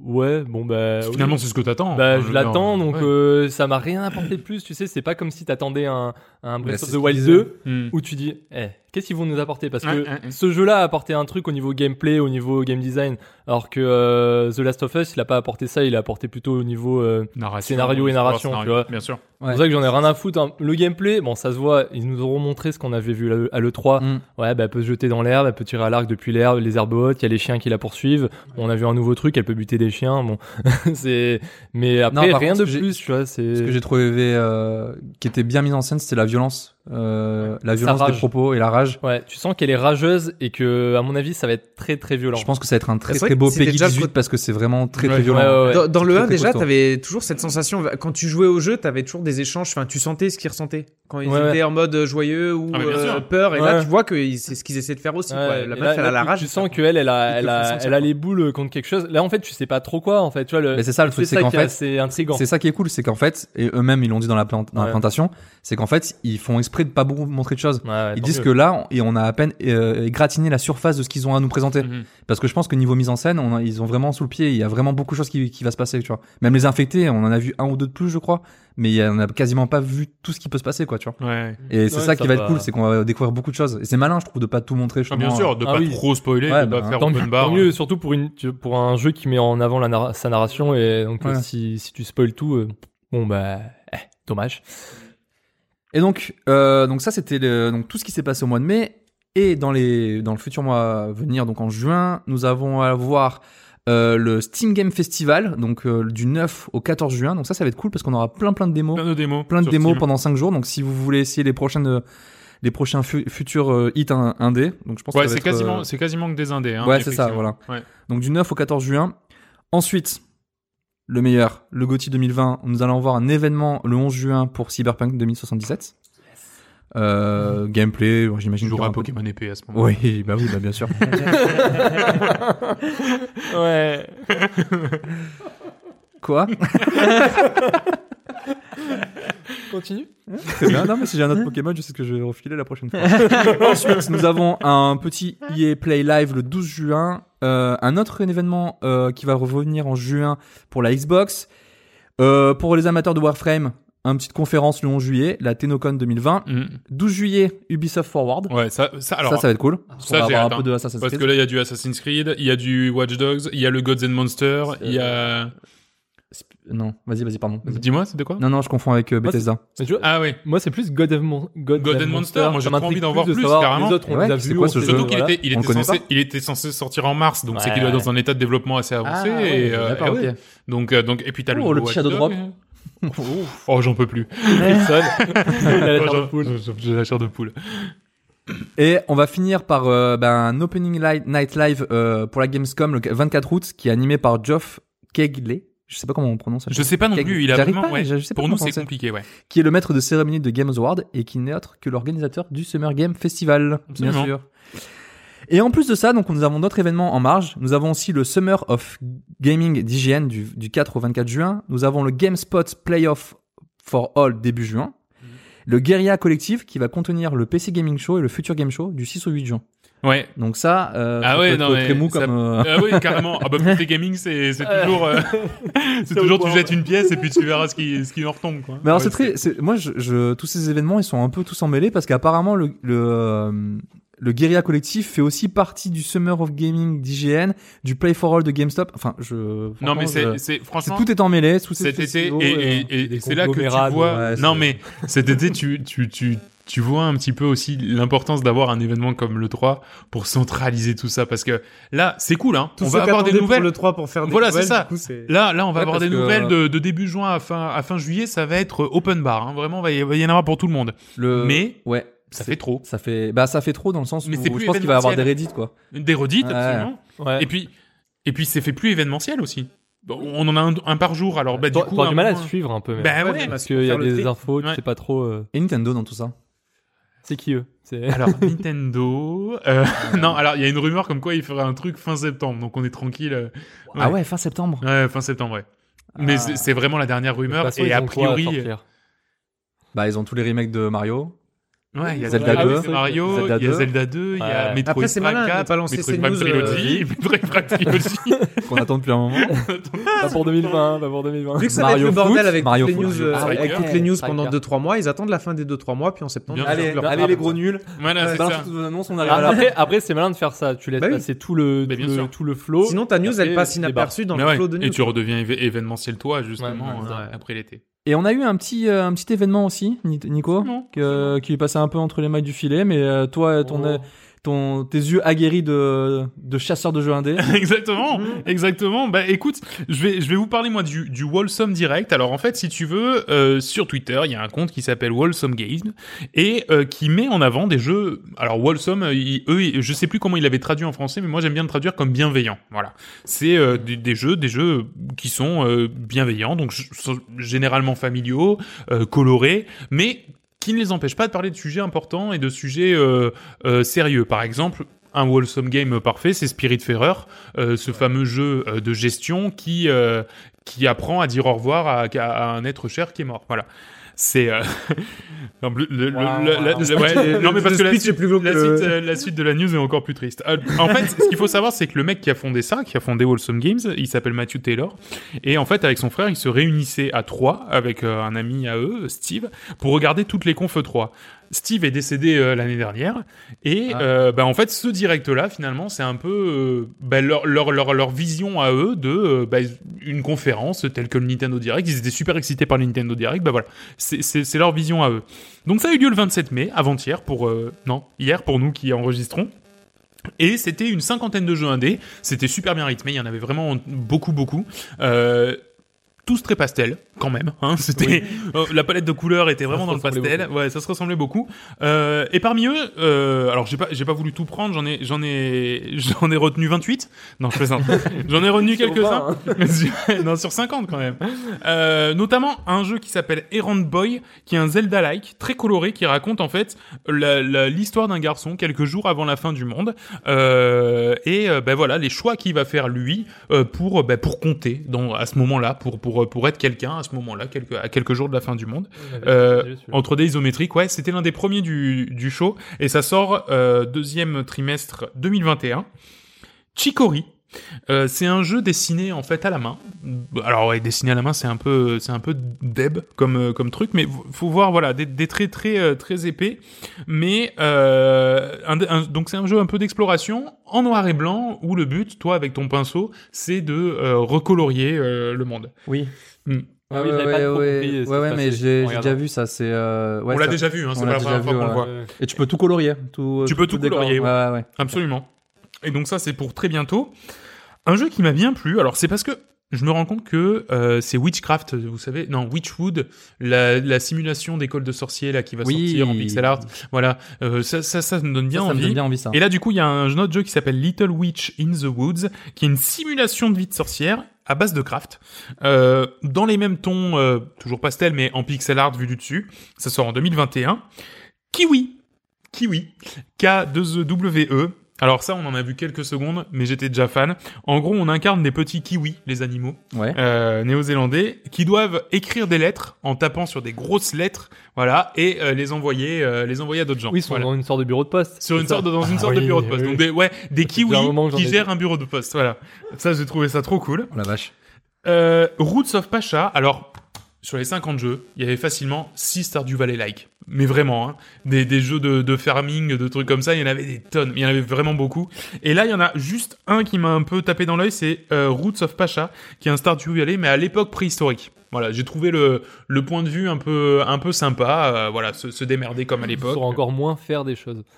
[SPEAKER 3] ouais, bon, ben. oui.
[SPEAKER 1] Finalement, c'est ce que t'attends.
[SPEAKER 3] Bah,
[SPEAKER 1] Enfin,
[SPEAKER 3] je
[SPEAKER 1] veux
[SPEAKER 3] l'attends,
[SPEAKER 1] dire,
[SPEAKER 3] donc
[SPEAKER 1] ouais.
[SPEAKER 3] euh, ça m'a rien apporté de plus, tu sais, c'est pas comme si t'attendais un, un Breath
[SPEAKER 2] Bah,
[SPEAKER 3] of
[SPEAKER 2] c'est
[SPEAKER 3] the
[SPEAKER 2] ce
[SPEAKER 3] Wild
[SPEAKER 2] qu'ils
[SPEAKER 3] 2
[SPEAKER 1] Hmm.
[SPEAKER 3] où tu dis, eh, qu'est-ce qu'ils vont nous apporter Parce que
[SPEAKER 1] Ouais, ouais, ouais.
[SPEAKER 3] ce jeu-là a apporté un truc au niveau gameplay, au niveau game design, alors que euh, The Last of Us, il a pas apporté ça, il a apporté plutôt au niveau... euh,
[SPEAKER 1] Narration,
[SPEAKER 3] Scénario et
[SPEAKER 1] histoire,
[SPEAKER 3] narration,
[SPEAKER 1] scénario,
[SPEAKER 3] tu vois.
[SPEAKER 1] Bien sûr.
[SPEAKER 2] Ouais.
[SPEAKER 3] C'est pour ça que j'en ai rien à foutre. hein. Le gameplay, bon, ça se voit, ils nous auront montré ce qu'on avait vu à l'E- à l'E3.
[SPEAKER 2] Mm.
[SPEAKER 3] Ouais, bah, elle peut se jeter dans l'herbe, elle peut tirer à l'arc depuis l'herbe, les herbes hautes, il y a les chiens qui la poursuivent. Bon, on a vu un nouveau truc, elle peut buter des chiens, bon. c'est... Mais après,
[SPEAKER 2] par
[SPEAKER 3] rien
[SPEAKER 2] contre,
[SPEAKER 3] de
[SPEAKER 2] ce que j'ai-
[SPEAKER 3] plus, tu vois,
[SPEAKER 2] Ce que
[SPEAKER 3] c'est...
[SPEAKER 2] j'ai trouvé euh, qui était bien mise en scène, c'était la violence, euh, la violence
[SPEAKER 3] rage.
[SPEAKER 2] des propos et la rage.
[SPEAKER 3] Ouais, tu sens qu'elle est rageuse et que, à mon avis, ça va être très très violent.
[SPEAKER 2] Je pense que ça va être un très
[SPEAKER 4] C'est vrai
[SPEAKER 2] très
[SPEAKER 4] que
[SPEAKER 2] beau
[SPEAKER 4] c'était
[SPEAKER 2] Peggy
[SPEAKER 4] déjà le
[SPEAKER 2] 18
[SPEAKER 4] côté-
[SPEAKER 2] parce que c'est vraiment très
[SPEAKER 1] Ouais,
[SPEAKER 2] très violent.
[SPEAKER 3] Ouais, ouais, ouais.
[SPEAKER 4] Dans, dans le
[SPEAKER 2] C'est
[SPEAKER 4] 1
[SPEAKER 2] très
[SPEAKER 4] déjà,
[SPEAKER 2] costaud.
[SPEAKER 4] t'avais toujours cette sensation. Quand tu jouais au jeu, t'avais toujours des échanges. Enfin, tu sentais ce qu'ils ressentaient quand ils
[SPEAKER 3] Ouais,
[SPEAKER 4] étaient
[SPEAKER 3] ouais.
[SPEAKER 4] en mode joyeux ou
[SPEAKER 1] Ah, mais bien
[SPEAKER 4] euh,
[SPEAKER 1] sûr.
[SPEAKER 4] peur. Et là,
[SPEAKER 3] Ouais.
[SPEAKER 4] tu vois que ils- c'est ce qu'ils essaient de faire aussi.
[SPEAKER 3] Ouais,
[SPEAKER 4] quoi.
[SPEAKER 3] et
[SPEAKER 4] La
[SPEAKER 3] là-
[SPEAKER 4] meuf, elle
[SPEAKER 3] là,
[SPEAKER 4] a la
[SPEAKER 3] tu-
[SPEAKER 4] rage.
[SPEAKER 3] Tu sens qu'elle, elle a,
[SPEAKER 4] Ils te
[SPEAKER 3] elle
[SPEAKER 4] le font
[SPEAKER 3] a,
[SPEAKER 4] sentir,
[SPEAKER 3] elle a
[SPEAKER 4] quoi.
[SPEAKER 3] les boules contre quelque chose. Là, en fait, tu sais pas trop quoi, en fait. Tu vois, le,
[SPEAKER 2] Mais c'est ça le
[SPEAKER 3] c'est
[SPEAKER 2] truc, c'est
[SPEAKER 3] ça
[SPEAKER 2] qu'en
[SPEAKER 3] qui est
[SPEAKER 2] fait,
[SPEAKER 3] assez intrigant.
[SPEAKER 2] C'est ça qui est cool, c'est qu'en fait, et eux-mêmes ils l'ont dit dans la, plante, dans
[SPEAKER 3] Ouais.
[SPEAKER 2] la plantation, c'est qu'en fait ils font exprès de pas beaucoup montrer de choses.
[SPEAKER 3] Ouais, ouais,
[SPEAKER 2] Ils
[SPEAKER 3] tant
[SPEAKER 2] disent
[SPEAKER 3] mieux.
[SPEAKER 2] que là, on- et on a à peine euh, gratiné la surface de ce qu'ils ont à nous présenter.
[SPEAKER 1] Mhm.
[SPEAKER 2] Parce que je pense que niveau mise en scène, on a- ils ont vraiment sous le pied, il y a vraiment beaucoup de choses qui, qui va se passer, tu vois. Même les infectés, on en a vu un ou deux de plus, je crois, mais il y a- on a quasiment pas vu tout ce qui peut se passer, quoi, tu vois.
[SPEAKER 1] Ouais.
[SPEAKER 2] Et c'est
[SPEAKER 3] Ouais,
[SPEAKER 2] ça qui va être cool,
[SPEAKER 3] va.
[SPEAKER 2] c'est qu'on va découvrir beaucoup de choses. Et c'est malin, je trouve, de pas tout montrer.
[SPEAKER 1] Ah, bien
[SPEAKER 2] justement.
[SPEAKER 1] sûr, de
[SPEAKER 3] Ah
[SPEAKER 1] pas
[SPEAKER 3] oui.
[SPEAKER 1] trop spoiler,
[SPEAKER 2] Ouais,
[SPEAKER 1] de pas
[SPEAKER 2] bah,
[SPEAKER 1] faire
[SPEAKER 3] Tant mieux,
[SPEAKER 1] open bar.
[SPEAKER 3] tant mieux, surtout pour, une, tu- pour un jeu qui met en avant la narra- sa narration. Et donc,
[SPEAKER 2] Ouais.
[SPEAKER 3] euh, si, si tu spoil tout, euh, bon, bah, eh, dommage.
[SPEAKER 2] Et donc, euh, donc ça, c'était le- donc tout ce qui s'est passé au mois de mai. Et dans, les, dans le futur mois à venir, donc en juin, nous avons à voir euh, le Steam Game Festival, donc euh, du 9 au 14 juin. Donc ça, ça va être cool parce qu'on aura plein plein de démos,
[SPEAKER 1] Plein de hein. démos.
[SPEAKER 2] plein de
[SPEAKER 1] sur
[SPEAKER 2] démos
[SPEAKER 1] Steam.
[SPEAKER 2] pendant 5 jours. Donc si vous voulez essayer les prochaines euh, les prochains fu- futurs euh, hits in- indés, donc je pense
[SPEAKER 1] Ouais,
[SPEAKER 2] que ça va
[SPEAKER 1] c'est
[SPEAKER 2] être, euh,
[SPEAKER 1] quasiment, c'est quasiment que des indés. Hein,
[SPEAKER 2] Ouais, c'est ça,
[SPEAKER 1] effectivement. Ouais.
[SPEAKER 2] donc du 9 au 14 juin. Ensuite, le meilleur, le GOTY 2020. Nous allons voir un événement le 11 juin pour Cyberpunk 2077. Euh, Gameplay, bon,
[SPEAKER 1] Tu
[SPEAKER 2] j'imagine. qu'il y
[SPEAKER 1] joueras
[SPEAKER 2] aura
[SPEAKER 1] à
[SPEAKER 2] un peu de-
[SPEAKER 1] Pokémon épée à ce moment.
[SPEAKER 2] Oui, bah oui, bah bien sûr.
[SPEAKER 3] Ouais.
[SPEAKER 2] Quoi
[SPEAKER 3] Continue.
[SPEAKER 2] Très bien. Non, mais si j'ai un autre Pokémon, je sais ce que je vais refiler la prochaine fois. Ensuite, nous avons un petit EA Play Live le 12 juin. euh, un autre événement euh, qui va revenir en juin pour la Xbox. Euh, pour les amateurs de Warframe, une petite conférence le 11 juillet, la Tenocon 2020.
[SPEAKER 1] Mhm.
[SPEAKER 2] 12 juillet, Ubisoft Forward.
[SPEAKER 1] Ouais, ça, ça, alors,
[SPEAKER 2] ça, ça va être cool.
[SPEAKER 1] ça,
[SPEAKER 2] on va
[SPEAKER 1] j'ai
[SPEAKER 2] avoir
[SPEAKER 1] hâte, hein.
[SPEAKER 2] un peu de Assassin's
[SPEAKER 1] Parce
[SPEAKER 2] Creed.
[SPEAKER 1] que là, il y a du Assassin's Creed, il y a du Watch Dogs, il y a le Gods and Monsters, il y a.
[SPEAKER 2] Sp- Non, vas-y, vas-y, pardon. Vas-y.
[SPEAKER 1] Dis-moi, c'était quoi
[SPEAKER 2] Non, non, je confonds avec euh,
[SPEAKER 3] Moi, c'est-
[SPEAKER 2] Bethesda.
[SPEAKER 3] Mais tu vois,
[SPEAKER 1] Ah oui.
[SPEAKER 3] moi, c'est plus God of Mon- God
[SPEAKER 1] God
[SPEAKER 3] of
[SPEAKER 1] and Monster, moi, j'ai
[SPEAKER 3] Ça
[SPEAKER 1] trop
[SPEAKER 3] m'intrigue
[SPEAKER 1] envie d'en voir
[SPEAKER 3] de
[SPEAKER 1] plus,
[SPEAKER 3] savoir,
[SPEAKER 1] carrément.
[SPEAKER 3] Les autres, on
[SPEAKER 2] Ouais,
[SPEAKER 3] les a
[SPEAKER 2] c'est
[SPEAKER 3] vus,
[SPEAKER 2] quoi
[SPEAKER 3] on
[SPEAKER 2] ce
[SPEAKER 3] sait-
[SPEAKER 2] jeu
[SPEAKER 1] Surtout qu'il
[SPEAKER 3] voilà.
[SPEAKER 1] était, il
[SPEAKER 2] On
[SPEAKER 1] était,
[SPEAKER 2] connaît
[SPEAKER 1] censé,
[SPEAKER 2] pas.
[SPEAKER 1] il était censé sortir en mars, donc c'est qu'il
[SPEAKER 3] Ouais.
[SPEAKER 1] doit être dans un état de développement assez
[SPEAKER 4] Ah,
[SPEAKER 1] avancé.
[SPEAKER 2] Ah,
[SPEAKER 1] et, euh,
[SPEAKER 2] d'accord,
[SPEAKER 1] et
[SPEAKER 2] ok.
[SPEAKER 1] ouais. donc, euh, donc, et puis t'as le,
[SPEAKER 2] Oh, le
[SPEAKER 1] nouveau
[SPEAKER 2] petit Shadow
[SPEAKER 1] Watch Dog. Oh, j'en peux plus.
[SPEAKER 3] Il a la
[SPEAKER 1] Oh,
[SPEAKER 3] chair de
[SPEAKER 1] j'en-
[SPEAKER 3] poule.
[SPEAKER 1] j'en- J'ai la chair de
[SPEAKER 2] Ah,
[SPEAKER 1] poule.
[SPEAKER 2] Et on va finir par euh, ben, un opening li- night live euh, pour la Gamescom le 24 août, qui est animé par Geoff Keighley. Je sais pas comment on prononce. ça.
[SPEAKER 1] Je sais pas non
[SPEAKER 2] Keg-
[SPEAKER 1] plus. Il a
[SPEAKER 2] J'arrive
[SPEAKER 1] vraiment.
[SPEAKER 2] pas,
[SPEAKER 1] ouais.
[SPEAKER 2] je- je sais pas
[SPEAKER 1] Pour nous,
[SPEAKER 2] comment
[SPEAKER 1] c'est
[SPEAKER 2] c'est.
[SPEAKER 1] compliqué, ouais.
[SPEAKER 2] Qui est le maître de cérémonie de Games Award et qui n'est autre que l'organisateur du Summer Game Festival, bien
[SPEAKER 1] Absolument.
[SPEAKER 2] sûr. Et en plus de ça, donc nous avons d'autres événements en marge. Nous avons aussi le Summer of Gaming d'IGN du, du 4 au 24 juin. Nous avons le GameSpot Playoff for All début juin.
[SPEAKER 1] Mm.
[SPEAKER 2] Le Guerilla Collective qui va contenir le PC Gaming Show et le Future Game Show du 6 au 8 juin.
[SPEAKER 1] Ouais.
[SPEAKER 2] Donc ça, euh,
[SPEAKER 1] Ah
[SPEAKER 2] ça
[SPEAKER 1] ouais,
[SPEAKER 2] peut être
[SPEAKER 1] non, mais
[SPEAKER 2] très mou
[SPEAKER 1] ça-
[SPEAKER 2] comme. euh,
[SPEAKER 1] Ah oui, carrément. Ah bah, PC Gaming, c'est c'est toujours. euh, c'est toujours, tu jettes une pièce et puis tu verras ce qui, ce qui en retombe, quoi.
[SPEAKER 2] Mais alors
[SPEAKER 1] Ouais,
[SPEAKER 2] c'est très, c'est- moi je, je- tous ces événements ils sont un peu tous emmêlés parce qu'apparemment le le, euh, le guérilla collectif fait aussi partie du Summer of Gaming d'IGN, du Play for All de GameStop. Enfin je.
[SPEAKER 1] Non, mais
[SPEAKER 2] franchement,
[SPEAKER 1] c'est
[SPEAKER 2] je-
[SPEAKER 1] c'est-
[SPEAKER 2] euh, c'est
[SPEAKER 1] franchement.
[SPEAKER 2] tout est emmêlé. Tout euh,
[SPEAKER 1] cet été et, et- et
[SPEAKER 3] des
[SPEAKER 1] c'est là que
[SPEAKER 3] conglomérats
[SPEAKER 1] tu
[SPEAKER 3] de-
[SPEAKER 1] vois
[SPEAKER 2] ouais,
[SPEAKER 1] non
[SPEAKER 2] c'est-
[SPEAKER 1] mais cet été tu tu tu tu vois un petit peu aussi l'importance d'avoir un événement comme le 3 pour centraliser tout ça parce que là c'est cool hein
[SPEAKER 4] Tout
[SPEAKER 1] on
[SPEAKER 4] ce
[SPEAKER 1] va avoir des nouvelles
[SPEAKER 4] le 3 pour faire des
[SPEAKER 1] Voilà, c'est
[SPEAKER 4] nouvelles,
[SPEAKER 1] ça.
[SPEAKER 4] du coup, c'est-
[SPEAKER 1] Là, là, on va
[SPEAKER 2] Ouais,
[SPEAKER 1] avoir des
[SPEAKER 2] parce que,
[SPEAKER 1] nouvelles
[SPEAKER 3] euh,
[SPEAKER 1] de, de début euh,
[SPEAKER 3] Euh,
[SPEAKER 1] juin à fin, à fin juillet. Ça va être open bar. hein. Vraiment, il va y, il va y en avoir pour tout le monde.
[SPEAKER 2] le.
[SPEAKER 1] Mais
[SPEAKER 2] ouais.
[SPEAKER 1] Ça
[SPEAKER 2] C'est-
[SPEAKER 1] fait trop.
[SPEAKER 2] Ça fait, bah, ça fait trop dans le sens
[SPEAKER 1] Mais
[SPEAKER 2] où
[SPEAKER 1] c'est plus
[SPEAKER 2] je pense qu'il va y avoir des
[SPEAKER 1] événementiel.
[SPEAKER 2] Reddit, quoi.
[SPEAKER 1] Des redites,
[SPEAKER 2] Ouais.
[SPEAKER 1] absolument.
[SPEAKER 3] Ouais.
[SPEAKER 1] Et puis, et puis c'est fait plus événementiel aussi. Bon, On en a un, un par jour, alors bah, du
[SPEAKER 3] T'auras-
[SPEAKER 1] coup.
[SPEAKER 3] t'auras
[SPEAKER 1] un
[SPEAKER 3] du mal à
[SPEAKER 1] moins-
[SPEAKER 3] suivre un peu, mais.
[SPEAKER 1] Bah ouais.
[SPEAKER 4] Ouais, mais-
[SPEAKER 3] parce qu'il y a
[SPEAKER 4] faire le
[SPEAKER 3] des
[SPEAKER 4] tri.
[SPEAKER 3] infos, tu
[SPEAKER 1] Ouais.
[SPEAKER 3] sais pas trop. euh,
[SPEAKER 2] Et Nintendo dans tout ça.
[SPEAKER 3] C'est qui eux C'est.
[SPEAKER 1] Alors Nintendo. euh, non, alors il y a une rumeur comme quoi il ferait un truc fin septembre, donc on est tranquille. euh,
[SPEAKER 2] Ah ouais, fin septembre.
[SPEAKER 1] Ouais, fin septembre, ouais. Mais
[SPEAKER 2] Ah.
[SPEAKER 1] c'est c'est vraiment la dernière
[SPEAKER 3] De toute
[SPEAKER 1] rumeur
[SPEAKER 3] façon,
[SPEAKER 1] et
[SPEAKER 3] ils
[SPEAKER 1] a
[SPEAKER 3] ont quoi à
[SPEAKER 1] priori.
[SPEAKER 3] sortir
[SPEAKER 2] Bah, ils ont tous les remakes de Mario.
[SPEAKER 1] Ouais, il y a
[SPEAKER 2] Zelda
[SPEAKER 1] ah oui,
[SPEAKER 2] 2,
[SPEAKER 1] c'est Mario,
[SPEAKER 2] Zelda
[SPEAKER 1] il y a
[SPEAKER 2] 2.
[SPEAKER 1] Zelda 2, il y a
[SPEAKER 3] Ouais.
[SPEAKER 1] Metroid
[SPEAKER 4] Après, c'est
[SPEAKER 1] Prime
[SPEAKER 4] malin de
[SPEAKER 1] 4,
[SPEAKER 4] pas lancer
[SPEAKER 1] Metroid
[SPEAKER 4] ces
[SPEAKER 1] Prime
[SPEAKER 4] news,
[SPEAKER 1] Trilogy, Metroid Prime Trilogy.
[SPEAKER 2] Qu'on attend depuis un moment.
[SPEAKER 1] euh,
[SPEAKER 3] Pas pour 2020, pas pour 2020.
[SPEAKER 4] Vu que ça
[SPEAKER 2] Mario
[SPEAKER 4] va être le bordel
[SPEAKER 2] Foot,
[SPEAKER 4] avec
[SPEAKER 2] Mario
[SPEAKER 4] toutes les
[SPEAKER 2] Foot.
[SPEAKER 4] news, euh,
[SPEAKER 1] Ah,
[SPEAKER 4] avec
[SPEAKER 3] ouais,
[SPEAKER 4] toutes les news
[SPEAKER 3] Striker.
[SPEAKER 4] pendant 2-3 mois, ils attendent la fin des 2-3 mois, puis en septembre,
[SPEAKER 1] Bien
[SPEAKER 4] ils sortent
[SPEAKER 2] allez,
[SPEAKER 4] leur
[SPEAKER 3] non,
[SPEAKER 4] rapport.
[SPEAKER 2] allez, les gros nuls.
[SPEAKER 1] voilà, c'est
[SPEAKER 2] Balance
[SPEAKER 1] ça.
[SPEAKER 2] toutes vos annonces, on arrive à
[SPEAKER 3] Ah,
[SPEAKER 2] la
[SPEAKER 3] Après, après c'est malin de faire ça. Tu laisses
[SPEAKER 4] Bah oui.
[SPEAKER 3] passer tout le,
[SPEAKER 1] Bah,
[SPEAKER 3] tout
[SPEAKER 1] bien
[SPEAKER 3] le,
[SPEAKER 1] sûr.
[SPEAKER 3] tout le flow.
[SPEAKER 4] Sinon, ta news,
[SPEAKER 3] Et
[SPEAKER 4] elle
[SPEAKER 3] après,
[SPEAKER 4] passe
[SPEAKER 3] tu débarques.
[SPEAKER 4] inaperçue dans
[SPEAKER 1] Mais
[SPEAKER 4] le
[SPEAKER 1] ouais,
[SPEAKER 4] flot de news.
[SPEAKER 1] Et tu redeviens éve- événementiel toi, justement,
[SPEAKER 3] Ouais,
[SPEAKER 4] ouais,
[SPEAKER 1] euh,
[SPEAKER 4] ouais.
[SPEAKER 1] après l'été.
[SPEAKER 2] Et on a eu un petit, euh, un petit événement aussi, Ni- Nico,
[SPEAKER 1] Non.
[SPEAKER 2] que- qui est passé un peu entre les mailles du filet, mais euh, toi, ton, euh, ton, tes yeux aguerris de, de chasseur de jeux
[SPEAKER 1] Ah
[SPEAKER 2] indé.
[SPEAKER 1] exactement, exactement. Bah écoute, je vais, je vais vous parler moi du, du Wholesome Direct. Alors en fait, si tu veux, euh, sur Twitter, il y a un compte qui s'appelle Wholesome Games et euh, qui met en avant des jeux. Alors Wholesome, euh, ils- eux, ils- je sais plus comment ils l'avaient traduit en français, mais moi j'aime bien le traduire comme bienveillant. Voilà, c'est euh, des, des jeux, des jeux qui sont euh, bienveillants, donc ch- sont généralement familiaux, euh, colorés, mais qui ne les empêchent pas de parler de sujets importants et de sujets euh, euh, sérieux. Par exemple, un wholesome game parfait, c'est Spiritfarer, euh, ce fameux jeu euh, de gestion qui euh, qui apprend à dire au revoir à, à un être cher qui est mort. Voilà. C'est euh, non, le- le- le- le- la- le- ouais, non mais parce que la
[SPEAKER 4] Le speech
[SPEAKER 1] suite,
[SPEAKER 4] est plus long que
[SPEAKER 1] la,
[SPEAKER 4] le-
[SPEAKER 1] suite, euh, la suite de la news est encore plus triste. Euh, en fait, ce qu'il faut savoir, c'est que le mec qui a fondé ça, qui a fondé Wholesome Games, il s'appelle Matthew Taylor, et en fait, avec son frère, ils se réunissaient à trois avec euh, un ami à eux, Steve, pour regarder toutes les confs 3. Steve est décédé euh, l'année dernière, et
[SPEAKER 2] Ah.
[SPEAKER 1] euh, bah, en fait, ce direct-là, finalement, c'est un peu euh, bah, leur, leur, leur, leur vision à eux de euh, bah, une conférence telle que le Nintendo Direct. Ils étaient super excités par le Nintendo Direct. Bah voilà, c'est- c'est c'est leur vision à eux. Donc ça a eu lieu le 27 mai, avant-hier, pour... euh, non, hier pour nous qui enregistrons. Et c'était une cinquantaine de jeux indés. C'était super bien rythmé. Il y en avait vraiment beaucoup, beaucoup. Euh, tous très pastel, quand même. hein. C'était euh, la palette de couleurs était vraiment
[SPEAKER 3] se
[SPEAKER 1] dans le
[SPEAKER 3] ressemblait
[SPEAKER 1] pastel. Ouais, ça se ressemblait beaucoup. Euh, et parmi eux, euh, alors j'ai pas, j'ai pas voulu tout prendre. J'en ai, j'en ai, j'en ai retenu 28. Non, je plaisante. J'en ai retenu quelques-uns. Sur- non, sur 50 quand même. Euh, notamment un jeu qui s'appelle Errand Boy, qui est un Zelda-like, très coloré, qui raconte en fait la- la- l'histoire d'un garçon quelques jours avant la fin du monde. Euh, et euh, ben voilà, les choix qu'il va faire lui euh, pour, euh, ben, pour compter dans, à ce moment-là, pour, pour, euh, pour être quelqu'un à ce moment-là, quelques, à quelques jours de la fin du monde. Euh, en 3D isométrique, ouais, c'était l'un des premiers du, du show, et ça sort euh, deuxième trimestre 2021. Chicory, euh, c'est un jeu dessiné en fait à la main. Alors ouais, dessiné à la main, c'est un peu, c'est un peu deb comme euh, comme truc, mais faut voir voilà des, des traits très euh, très épais. Mais euh, un- un- donc c'est un jeu un peu d'exploration en noir et blanc où le but, toi avec ton pinceau, c'est de euh, recolorier euh, le monde.
[SPEAKER 2] Oui.
[SPEAKER 1] Hmm.
[SPEAKER 3] Ah oui, j'avais pas trop compris ce qui
[SPEAKER 2] ouais,
[SPEAKER 3] se
[SPEAKER 2] ouais,
[SPEAKER 3] passait.
[SPEAKER 2] mais j'ai
[SPEAKER 3] En
[SPEAKER 2] j'ai
[SPEAKER 3] regardant.
[SPEAKER 2] déjà vu ça. C'est euh, ouais,
[SPEAKER 1] on l'a
[SPEAKER 2] ça-
[SPEAKER 1] déjà vu, hein, c'est
[SPEAKER 2] on l'a
[SPEAKER 1] pas la
[SPEAKER 2] déjà
[SPEAKER 1] première fois
[SPEAKER 2] vu,
[SPEAKER 1] qu'on le
[SPEAKER 2] ouais.
[SPEAKER 1] voit.
[SPEAKER 2] Et tu peux tout colorier. Tout,
[SPEAKER 1] Tu peux tout
[SPEAKER 2] décorer.
[SPEAKER 1] colorier,
[SPEAKER 2] Ouais, ouais, ouais.
[SPEAKER 1] Absolument. Et donc ça, c'est pour très bientôt. Un jeu qui m'a bien plu. Alors c'est parce que je me rends compte que euh, c'est Witchcraft, vous savez, non Witchwood, la, la simulation d'école de sorciers là qui va
[SPEAKER 2] Oui.
[SPEAKER 1] sortir en pixel art. Voilà, Euh, ça, ça, ça me donne bien
[SPEAKER 2] ça, ça me
[SPEAKER 1] envie.
[SPEAKER 2] donne bien envie ça.
[SPEAKER 1] Et là, du coup, il y a un autre jeu qui s'appelle Little Witch in the Woods, qui est une simulation de vie de sorcière à base de craft, euh, dans les mêmes tons, euh, toujours pastel, mais en pixel art vu du dessus. Ça sort en 2021. Kiwi, Kiwi, K2E. E. Alors ça, on en a vu quelques secondes, mais j'étais déjà fan. En gros, on incarne des petits kiwis, les animaux
[SPEAKER 2] Ouais.
[SPEAKER 1] euh, néo-zélandais qui doivent écrire des lettres en tapant sur des grosses lettres, voilà, et euh, les envoyer, euh, les envoyer à d'autres gens.
[SPEAKER 3] Oui, ils sont
[SPEAKER 1] Voilà.
[SPEAKER 3] dans une sorte de bureau de poste.
[SPEAKER 1] Sur
[SPEAKER 3] c'est
[SPEAKER 1] une
[SPEAKER 3] ça
[SPEAKER 1] sorte de- dans une
[SPEAKER 3] Ah
[SPEAKER 1] sorte de
[SPEAKER 3] oui,
[SPEAKER 1] bureau de poste.
[SPEAKER 3] oui.
[SPEAKER 1] Donc des, ouais, des
[SPEAKER 3] fait
[SPEAKER 1] kiwis
[SPEAKER 3] un moment que j'en
[SPEAKER 1] qui
[SPEAKER 3] ai
[SPEAKER 1] gèrent un bureau de poste. Voilà. Ça, j'ai trouvé ça trop cool.
[SPEAKER 2] Oh la vache.
[SPEAKER 1] Euh, Roots of Pacha. Alors, sur les 50 jeux, il y avait facilement 6 Star du Valley like. Mais vraiment, hein. des, des jeux de, de farming, de trucs comme ça, il y en avait des tonnes. Il y en avait vraiment beaucoup. Et là, il y en a juste un qui m'a un peu tapé dans l'œil, c'est euh, Roots of Pacha, qui est un Stardew Valley, mais à l'époque préhistorique. Voilà, j'ai trouvé le, le point de vue un peu, un peu sympa. euh, voilà, se, se démerder comme à
[SPEAKER 3] Ils
[SPEAKER 1] l'époque.
[SPEAKER 3] sauront encore moins faire des choses.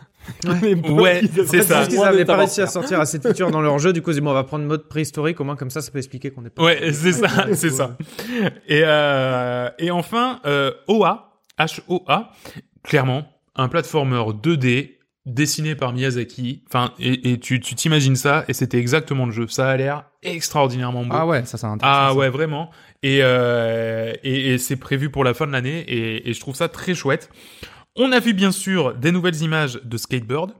[SPEAKER 1] Ouais, c'est
[SPEAKER 4] C'est
[SPEAKER 1] ça.
[SPEAKER 4] juste qu'ils n'avaient pas réussi à sortir assez de features dans leur jeu, du coup, ils disent, bon, on va prendre mode préhistorique, au moins comme ça, ça peut expliquer qu'on est pas.
[SPEAKER 1] Ouais, c'est ça, c'est ça. Et, euh, et enfin, euh, OA, H-O-A, clairement, un platformer 2D dessiné par Miyazaki. Enfin, et, et tu tu t'imagines ça, et c'était exactement le jeu. Ça a l'air extraordinairement beau.
[SPEAKER 2] Ah ouais, ça c'est intéressant.
[SPEAKER 1] Ah
[SPEAKER 2] ça.
[SPEAKER 1] ouais, vraiment. Et, euh, et, et c'est prévu pour la fin de l'année et, et je trouve ça très chouette. On a vu bien sûr des nouvelles images de Skatebird,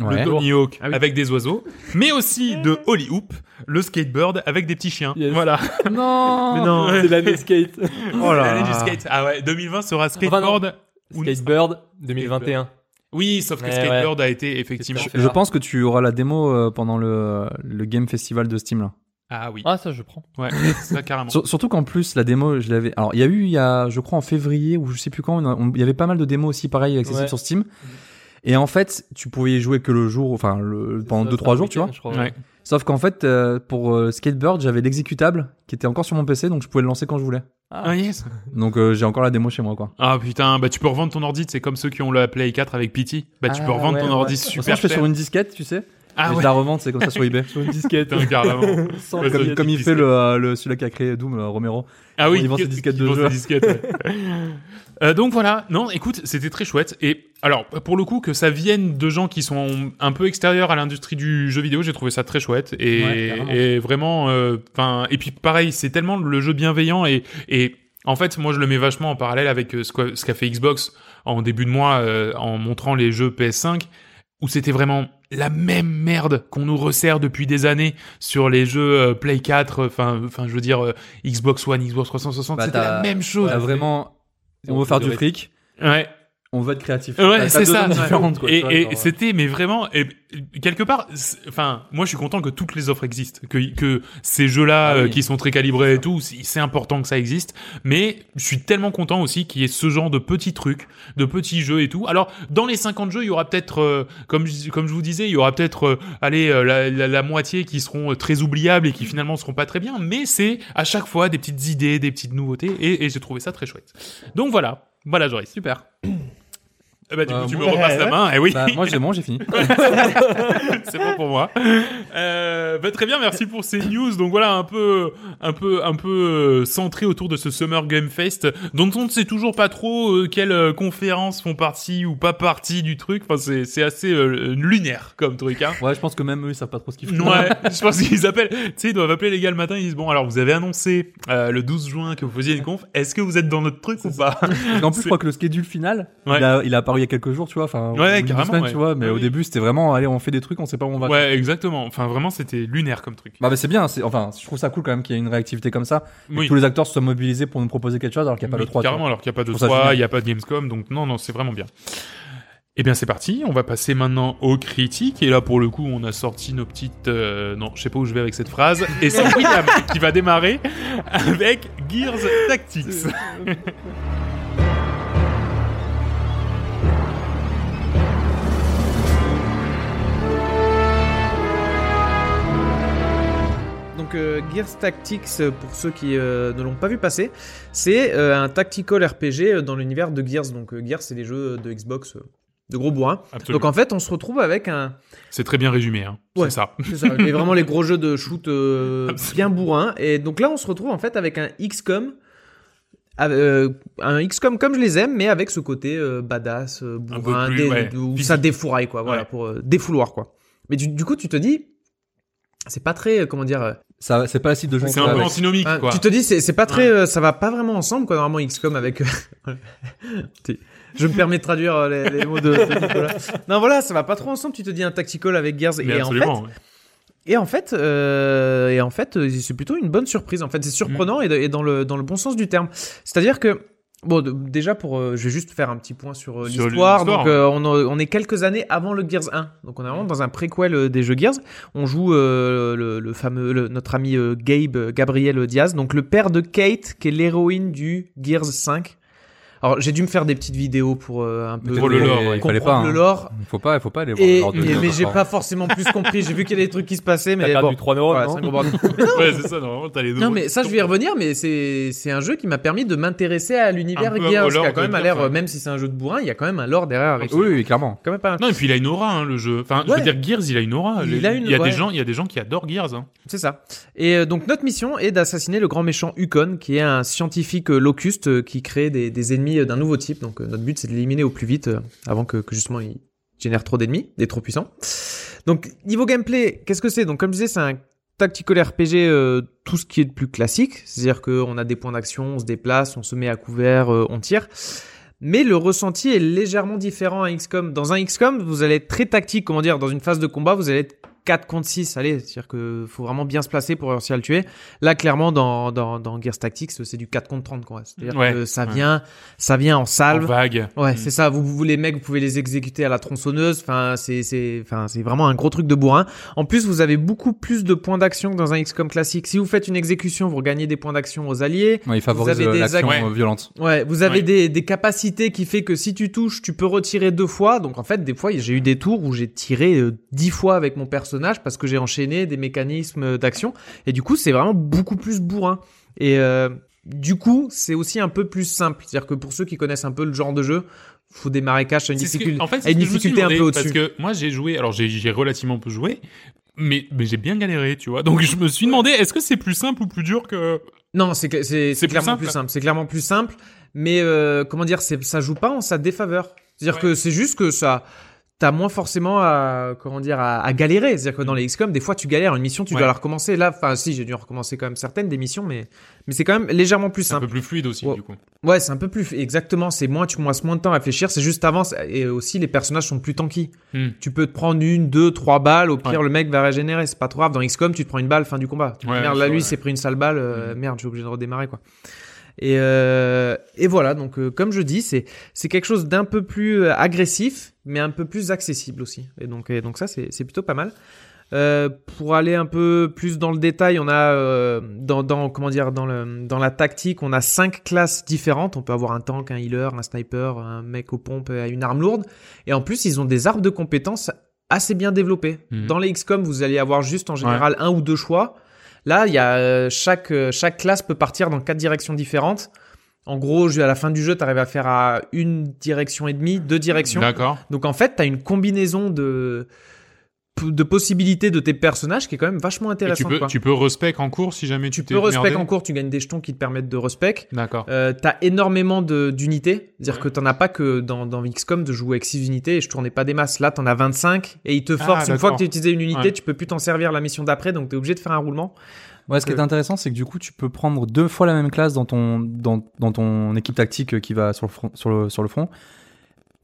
[SPEAKER 2] Ouais.
[SPEAKER 1] le Tony Hawk
[SPEAKER 4] Ah oui.
[SPEAKER 1] avec des oiseaux, mais aussi de Holly Hoop, le Skatebird avec des petits chiens.
[SPEAKER 3] Yes.
[SPEAKER 1] Voilà.
[SPEAKER 2] Non.
[SPEAKER 4] Mais non.
[SPEAKER 3] C'est l'année skate.
[SPEAKER 4] Oh là
[SPEAKER 1] L'année
[SPEAKER 4] là.
[SPEAKER 1] du skate. Ah ouais, 2020 sera
[SPEAKER 2] bah
[SPEAKER 1] Skateboard. ou-
[SPEAKER 3] Skatebird 2021.
[SPEAKER 1] Oui,
[SPEAKER 2] Eh
[SPEAKER 1] sauf que
[SPEAKER 3] Ouais,
[SPEAKER 1] Skateboard a été effectivement.
[SPEAKER 3] C'est ça.
[SPEAKER 2] Je pense que tu auras la démo euh, pendant le, le Game Festival de Steam là.
[SPEAKER 1] Ah oui,
[SPEAKER 3] Ah, ça, je prends.
[SPEAKER 1] ouais, ça carrément.
[SPEAKER 2] Sur- surtout qu'en plus la démo, je l'avais. Alors il y a eu il y a je crois en février ou je sais plus quand, une- on- il y avait pas mal de démos aussi pareil accessibles
[SPEAKER 3] Ouais. Mhm.
[SPEAKER 2] sur Steam. Et en fait, tu pouvais y jouer que le jour, enfin le, pendant
[SPEAKER 3] Ça,
[SPEAKER 2] 2-3
[SPEAKER 3] c'est
[SPEAKER 2] jours,
[SPEAKER 3] un
[SPEAKER 2] tu vois.
[SPEAKER 3] week-end, je crois.
[SPEAKER 1] Ouais.
[SPEAKER 2] Sauf qu'en fait, euh, pour euh, Skatebird, j'avais l'exécutable qui était encore sur mon PC, donc je pouvais le lancer quand je voulais.
[SPEAKER 1] Ah yes.
[SPEAKER 2] Donc euh, j'ai encore la démo chez moi, quoi.
[SPEAKER 1] Ah putain, bah tu peux revendre ton ordi, c'est comme ceux qui ont la Play 4 avec Pity. Bah tu
[SPEAKER 2] Ah,
[SPEAKER 1] peux revendre
[SPEAKER 2] ouais,
[SPEAKER 1] ton
[SPEAKER 2] ouais.
[SPEAKER 1] ordi
[SPEAKER 2] De toute
[SPEAKER 1] super
[SPEAKER 2] façon, je fais
[SPEAKER 1] cher.
[SPEAKER 2] sur une disquette, tu sais.
[SPEAKER 1] Ah
[SPEAKER 2] et
[SPEAKER 1] ouais.
[SPEAKER 2] Je la revends, c'est comme ça sur eBay.
[SPEAKER 3] Sur une disquette. hein.
[SPEAKER 1] Putain, carrément.
[SPEAKER 3] Sans
[SPEAKER 1] Ouais,
[SPEAKER 2] comme,
[SPEAKER 1] sur
[SPEAKER 3] papier.
[SPEAKER 1] une
[SPEAKER 2] comme il
[SPEAKER 1] disquette.
[SPEAKER 2] fait le, euh, le- celui-là qui a créé Doom, euh, Romero.
[SPEAKER 1] Ah oui,
[SPEAKER 2] Ils vendent
[SPEAKER 1] que-
[SPEAKER 2] ses disquettes de
[SPEAKER 1] ils vendent
[SPEAKER 2] jeu.
[SPEAKER 1] ses disquettes, ouais. Euh, donc voilà, non, écoute, c'était très chouette. Et alors, pour le coup, que ça vienne de gens qui sont un peu extérieurs à l'industrie du jeu vidéo, j'ai trouvé ça très chouette. Et,
[SPEAKER 2] Ouais, carrément.
[SPEAKER 1] et vraiment, euh, enfin, et puis pareil, c'est tellement le jeu bienveillant et, et en fait, moi, je le mets vachement en parallèle avec euh, ce qu'a ce qu'a fait Xbox en début de mois euh, en montrant les jeux PS5 où c'était vraiment la même merde qu'on nous resserre depuis des années sur les jeux euh, Play 4, enfin, enfin, je veux dire euh, Xbox One, Xbox 360,
[SPEAKER 2] Bah,
[SPEAKER 1] c'était la
[SPEAKER 2] t'as-
[SPEAKER 1] même chose.
[SPEAKER 2] T'as vraiment, on veut faire du fric,
[SPEAKER 1] Ouais,
[SPEAKER 2] on veut être créatif.
[SPEAKER 1] Ouais,
[SPEAKER 2] T'as- t'as
[SPEAKER 1] c'est
[SPEAKER 2] deux
[SPEAKER 1] ça.
[SPEAKER 2] zones différentes, quoi,
[SPEAKER 1] et,
[SPEAKER 2] tu vois,
[SPEAKER 1] et
[SPEAKER 2] genre, euh,
[SPEAKER 1] c'était, mais vraiment, et, quelque part, c'est- enfin, moi je suis content que toutes les offres existent, que, que ces jeux-là
[SPEAKER 3] Ah oui.
[SPEAKER 1] euh, qui sont très calibrés et tout, c'est c'est important que ça existe, mais je suis tellement content aussi qu'il y ait ce genre de petits trucs, de petits jeux et tout. Alors, dans les 50 jeux, il y aura peut-être, euh, comme, je- comme je vous disais, il y aura peut-être, euh, allez, euh, la, la- la moitié qui seront euh, très oubliables et qui finalement seront pas très bien, mais c'est à chaque fois des petites idées, des petites nouveautés, et, et j'ai trouvé ça très chouette. Donc voilà. Voilà, Joris. Super. bah, du
[SPEAKER 2] Euh,
[SPEAKER 1] coup, tu me
[SPEAKER 2] moi-
[SPEAKER 1] repasses la main. Et oui.
[SPEAKER 2] Bah, moi, j'ai bon, j'ai fini.
[SPEAKER 1] c'est bon pour moi. Euh, bah, très bien, merci pour ces news. Donc voilà, un peu, un peu, un peu euh, centré autour de ce Summer Game Fest, dont on ne sait toujours pas trop euh, quelles euh, conférences font partie ou pas partie du truc. Enfin, c'est, c'est assez euh, lunaire comme truc. Hein.
[SPEAKER 2] Ouais, je pense que même eux, ils savent pas trop ce qu'ils font.
[SPEAKER 1] Ouais, je pense qu'ils appellent, tu sais, ils doivent appeler les gars le matin, ils disent, bon, alors vous avez annoncé euh, le 12 juin que vous faisiez une conf, est-ce que vous êtes dans notre truc ou pas
[SPEAKER 2] En plus,
[SPEAKER 1] C'est-
[SPEAKER 2] je crois que le schedule final,
[SPEAKER 1] Ouais.
[SPEAKER 2] il, a, il a apparu il y a quelques jours, tu vois. Enfin,
[SPEAKER 1] Ouais,
[SPEAKER 2] ou une
[SPEAKER 1] carrément,
[SPEAKER 2] semaine,
[SPEAKER 1] ouais.
[SPEAKER 2] tu vois. Mais
[SPEAKER 1] Ouais,
[SPEAKER 2] au
[SPEAKER 1] oui.
[SPEAKER 2] début, c'était vraiment, allez, on fait des trucs, on sait pas où on va.
[SPEAKER 1] Ouais, exactement. Enfin, vraiment, c'était lunaire comme truc.
[SPEAKER 2] Bah, bah, c'est bien, c'est, enfin, je trouve ça cool quand même qu'il y ait une réactivité comme ça. et que
[SPEAKER 1] Oui.
[SPEAKER 2] tous les acteurs se soient mobilisés pour nous proposer quelque chose alors qu'il n'y a pas
[SPEAKER 1] Oui,
[SPEAKER 2] le 3. tu vois.
[SPEAKER 1] Carrément, alors qu'il n'y a pas de
[SPEAKER 2] trouve ça
[SPEAKER 1] 3,
[SPEAKER 2] génial.
[SPEAKER 1] il n'y a pas de Gamescom, donc non, non, c'est vraiment bien. Eh bien, c'est parti, on va passer maintenant aux critiques, et là, pour le coup, on a sorti nos petites... euh, non, je sais pas où je vais avec cette phrase, et c'est William qui va démarrer avec Gears Tactics.
[SPEAKER 4] Donc euh, Gears Tactics, euh, pour ceux qui euh, ne l'ont pas vu passer, c'est euh, un tactical RPG euh, dans l'univers de Gears. Donc euh, Gears, c'est les jeux de Xbox euh, de gros bourrin. Donc
[SPEAKER 1] Absolument.
[SPEAKER 4] en fait, on se retrouve avec un...
[SPEAKER 1] C'est très bien résumé, hein.
[SPEAKER 4] Ouais.
[SPEAKER 1] c'est ça.
[SPEAKER 4] C'est ça, les- vraiment les gros jeux de shoot euh,
[SPEAKER 1] Absolument.
[SPEAKER 4] bien bourrin. Et donc là, on se retrouve en fait avec un XCOM. euh, un XCOM comme je les aime, mais avec ce côté euh, badass, euh,
[SPEAKER 1] peu
[SPEAKER 4] bourrin,
[SPEAKER 1] plus,
[SPEAKER 4] dé-
[SPEAKER 1] ouais,
[SPEAKER 4] où
[SPEAKER 1] physique.
[SPEAKER 4] ça défouraille, quoi. Voilà,
[SPEAKER 1] Ouais.
[SPEAKER 4] pour euh, défouloir, quoi. Mais du, du coup, tu te dis, c'est pas très, euh, comment dire, euh,
[SPEAKER 2] Ça, c'est pas la cible de jeu.
[SPEAKER 1] C'est un peu antinomique,
[SPEAKER 4] Hein,
[SPEAKER 1] quoi.
[SPEAKER 4] Tu te dis, c'est c'est pas très, euh, ça va pas vraiment ensemble, quoi. Normalement, XCOM avec. T'es- Je me permets de traduire euh, les, les mots de, de Nicolas. Non, voilà, ça va pas trop ensemble. Tu te dis un tactical avec Gears.
[SPEAKER 1] Mais
[SPEAKER 4] et, en fait,
[SPEAKER 1] absolument. ouais.
[SPEAKER 4] et en fait, euh, et en fait, euh, c'est plutôt une bonne surprise. En fait, c'est surprenant
[SPEAKER 1] Mm.
[SPEAKER 4] et, de- et dans le dans le bon sens du terme. C'est-à-dire que bon, de- déjà pour, euh, je vais juste faire un petit point sur euh,
[SPEAKER 1] Sur
[SPEAKER 4] l'histoire.
[SPEAKER 1] l'histoire.
[SPEAKER 4] Donc euh, on, a- on est quelques années avant le Gears 1. Donc on est vraiment dans un préquel euh, des jeux Gears. On joue euh, le, le fameux le- notre ami euh, Gabe euh, Gabriel Diaz, donc le père de Kate, qui est l'héroïne du Gears 5. Alors j'ai dû me faire des petites vidéos pour euh, un peu
[SPEAKER 1] Pour le lore, ouais.
[SPEAKER 2] Il fallait pas.
[SPEAKER 4] comprendre le
[SPEAKER 2] hein.
[SPEAKER 4] lore.
[SPEAKER 2] Faut pas, faut pas aller voir.
[SPEAKER 4] Et,
[SPEAKER 2] le lore de
[SPEAKER 4] mais-
[SPEAKER 2] jeu,
[SPEAKER 4] mais j'ai
[SPEAKER 2] quoi.
[SPEAKER 4] pas forcément plus compris. J'ai vu qu'il y a des trucs qui se passaient,
[SPEAKER 3] T'as
[SPEAKER 4] mais bon.
[SPEAKER 3] perdu 3 neurones,
[SPEAKER 4] Voilà,
[SPEAKER 3] non
[SPEAKER 4] c'est un gros bordel.
[SPEAKER 1] Ouais, c'est ça, normalement, t'as les deux.
[SPEAKER 4] Non, mais ça, je vais y revenir, mais c'est c'est un jeu qui m'a permis de m'intéresser à l'univers
[SPEAKER 1] Un peu au
[SPEAKER 4] Gears, qui
[SPEAKER 1] lore
[SPEAKER 4] a quand
[SPEAKER 1] de
[SPEAKER 4] même à
[SPEAKER 1] Gears,
[SPEAKER 4] l'air,
[SPEAKER 1] ouais.
[SPEAKER 4] euh, même si c'est un jeu de bourrin, il y a quand même un lore derrière avec
[SPEAKER 2] Oui, oui, clairement.
[SPEAKER 4] quand même pas.
[SPEAKER 1] Non, et puis il a une aura, hein, le jeu. Enfin, je
[SPEAKER 4] Ouais.
[SPEAKER 1] veux dire, Gears, il a une aura.
[SPEAKER 4] Il
[SPEAKER 1] Les-
[SPEAKER 4] a une-
[SPEAKER 1] y a des
[SPEAKER 4] ouais.
[SPEAKER 1] gens, Il y a des gens qui adorent Gears. Hein.
[SPEAKER 4] C'est ça. Et euh, donc, notre mission est d'assassiner le grand méchant Ukon, qui est un scientifique euh, locuste euh, qui crée des, des ennemis ennemis euh, d'un nouveau type. Donc euh, notre but c'est de l'éliminer au plus vite euh, avant que, que justement il génère trop d'ennemis, des trop puissants. Donc niveau gameplay, qu'est-ce que c'est Donc comme je disais, c'est un tactical RPG, euh, tout ce qui est de plus classique, c'est-à-dire qu'on a des points d'action, on se déplace, on se met à couvert, euh, on tire. Mais le ressenti est légèrement différent à XCOM. Dans un XCOM, vous allez être très tactique, comment dire, dans une phase de combat, vous allez être 4 contre 6, allez, c'est-à-dire que faut vraiment bien se placer pour réussir à le tuer. Là, clairement, dans, dans, dans Gears Tactics, c'est du 4 contre 30, quoi. C'est-à-dire
[SPEAKER 1] Ouais,
[SPEAKER 4] que ça
[SPEAKER 1] ouais.
[SPEAKER 4] vient, ça vient en
[SPEAKER 1] En
[SPEAKER 4] salve.
[SPEAKER 1] vague.
[SPEAKER 4] Ouais,
[SPEAKER 1] Mm.
[SPEAKER 4] c'est ça. Vous, vous les mecs, vous pouvez les exécuter à la tronçonneuse. Enfin, c'est c'est enfin c'est vraiment un gros truc de bourrin. En plus, vous avez beaucoup plus de points d'action que dans un XCOM classique. Si vous faites une exécution, vous regagnez des points d'action aux alliés.
[SPEAKER 2] Ouais, il favorise
[SPEAKER 4] avez
[SPEAKER 2] euh,
[SPEAKER 4] des
[SPEAKER 2] l'action
[SPEAKER 1] actes-
[SPEAKER 2] euh, violente.
[SPEAKER 4] Ouais, vous avez
[SPEAKER 1] Ouais.
[SPEAKER 4] des, des capacités qui fait que si tu touches, tu peux retirer deux fois. Donc en fait, des fois, j'ai eu des tours où j'ai tiré euh, dix fois avec mon personnage parce que j'ai enchaîné des mécanismes euh, d'action. Et du coup, c'est vraiment beaucoup plus bourrin. Et euh, du coup, c'est aussi un peu plus simple. C'est-à-dire que pour ceux qui connaissent un peu le genre de jeu, faut démarrer cash à une
[SPEAKER 1] C'est ce que-
[SPEAKER 4] difficulté,
[SPEAKER 1] en fait, c'est
[SPEAKER 4] à
[SPEAKER 1] ce
[SPEAKER 4] une
[SPEAKER 1] que je me suis
[SPEAKER 4] difficulté un peu
[SPEAKER 1] demandé,
[SPEAKER 4] au-dessus.
[SPEAKER 1] Parce que moi, j'ai joué, alors j'ai- j'ai relativement peu joué, mais, mais j'ai bien galéré, tu vois. Donc je me suis demandé, est-ce que c'est plus simple ou plus dur que.
[SPEAKER 4] Non, c'est que-
[SPEAKER 1] C'est
[SPEAKER 4] c'est c'est
[SPEAKER 1] plus
[SPEAKER 4] clairement
[SPEAKER 1] simple.
[SPEAKER 4] plus simple. C'est clairement plus simple, mais euh, comment dire, c'est ça joue pas en sa défaveur. C'est-à-dire
[SPEAKER 1] Ouais.
[SPEAKER 4] que c'est juste que ça t'as moins forcément à comment dire à, à galérer. C'est-à-dire que dans les XCOM, des fois tu galères une mission,
[SPEAKER 1] Mm.
[SPEAKER 4] tu
[SPEAKER 1] Ouais.
[SPEAKER 4] dois la recommencer. Là, enfin si, j'ai dû recommencer quand même certaines des missions, mais mais c'est quand même légèrement plus
[SPEAKER 1] C'est un
[SPEAKER 4] simple.
[SPEAKER 1] peu plus fluide aussi,
[SPEAKER 4] Ouais.
[SPEAKER 1] du coup.
[SPEAKER 4] Ouais, c'est un peu plus exactement. C'est moins, tu passes moins de temps à réfléchir. C'est juste avance et aussi les personnages sont plus tanky.
[SPEAKER 1] Hmm.
[SPEAKER 4] Tu peux te prendre une, deux, trois balles. Au pire,
[SPEAKER 1] Ouais.
[SPEAKER 4] le mec va régénérer. C'est pas trop grave. Dans XCOM, tu te prends une balle fin du combat. Tu te dis,
[SPEAKER 1] Ouais,
[SPEAKER 4] merde,
[SPEAKER 1] c'est
[SPEAKER 4] là lui, il
[SPEAKER 1] vrai.
[SPEAKER 4] s'est pris une sale balle. euh,
[SPEAKER 1] Mhm.
[SPEAKER 4] Merde, je suis obligé de redémarrer quoi. Et euh, et voilà. Donc euh, comme je dis, c'est c'est quelque chose d'un peu plus euh, agressif, mais un peu plus accessible aussi. Et donc et donc ça, c'est c'est plutôt pas mal. Euh, pour aller un peu plus dans le détail, on a euh, dans, dans comment dire dans le dans la tactique, on a cinq classes différentes. On peut avoir un tank, un healer, un sniper, un mec aux pompes, euh, une arme lourde. Et en plus, ils ont des arbres de compétences assez bien développés.
[SPEAKER 1] Mhm.
[SPEAKER 4] Dans les XCOM, vous allez avoir juste en général un ou deux choix. Là, il y a euh, chaque euh, chaque classe peut partir dans quatre directions différentes. En gros, ju- à la fin du jeu, t'arrives à faire à une direction et demie, deux directions.
[SPEAKER 1] D'accord.
[SPEAKER 4] Donc en fait, t'as une combinaison de de possibilités de tes personnages qui est quand même vachement
[SPEAKER 1] Et tu
[SPEAKER 4] intéressante.
[SPEAKER 1] peux,
[SPEAKER 4] quoi.
[SPEAKER 1] tu peux respect en cours si jamais tu
[SPEAKER 4] Tu
[SPEAKER 1] t'es
[SPEAKER 4] peux respec
[SPEAKER 1] merdé
[SPEAKER 4] en cours, tu gagnes des jetons qui te permettent de respec.
[SPEAKER 1] D'accord.
[SPEAKER 4] Euh, t'as énormément de- d'unités, c'est-à-dire que t'en as pas que dans, dans XCOM de jouer avec 6 unités et je tournais pas des masses. Là, t'en as 25 et il te
[SPEAKER 1] Ah,
[SPEAKER 4] force, une fois
[SPEAKER 1] d'accord.
[SPEAKER 4] que tu as utilisé une unité,
[SPEAKER 1] Ouais.
[SPEAKER 4] tu peux plus t'en servir la mission d'après, donc t'es obligé de faire un roulement.
[SPEAKER 2] Ouais, ce qui
[SPEAKER 4] que-
[SPEAKER 2] est intéressant, c'est que du coup, tu peux prendre deux fois la même classe dans ton, dans, dans ton équipe tactique euh, qui va sur le front, sur le, sur le front.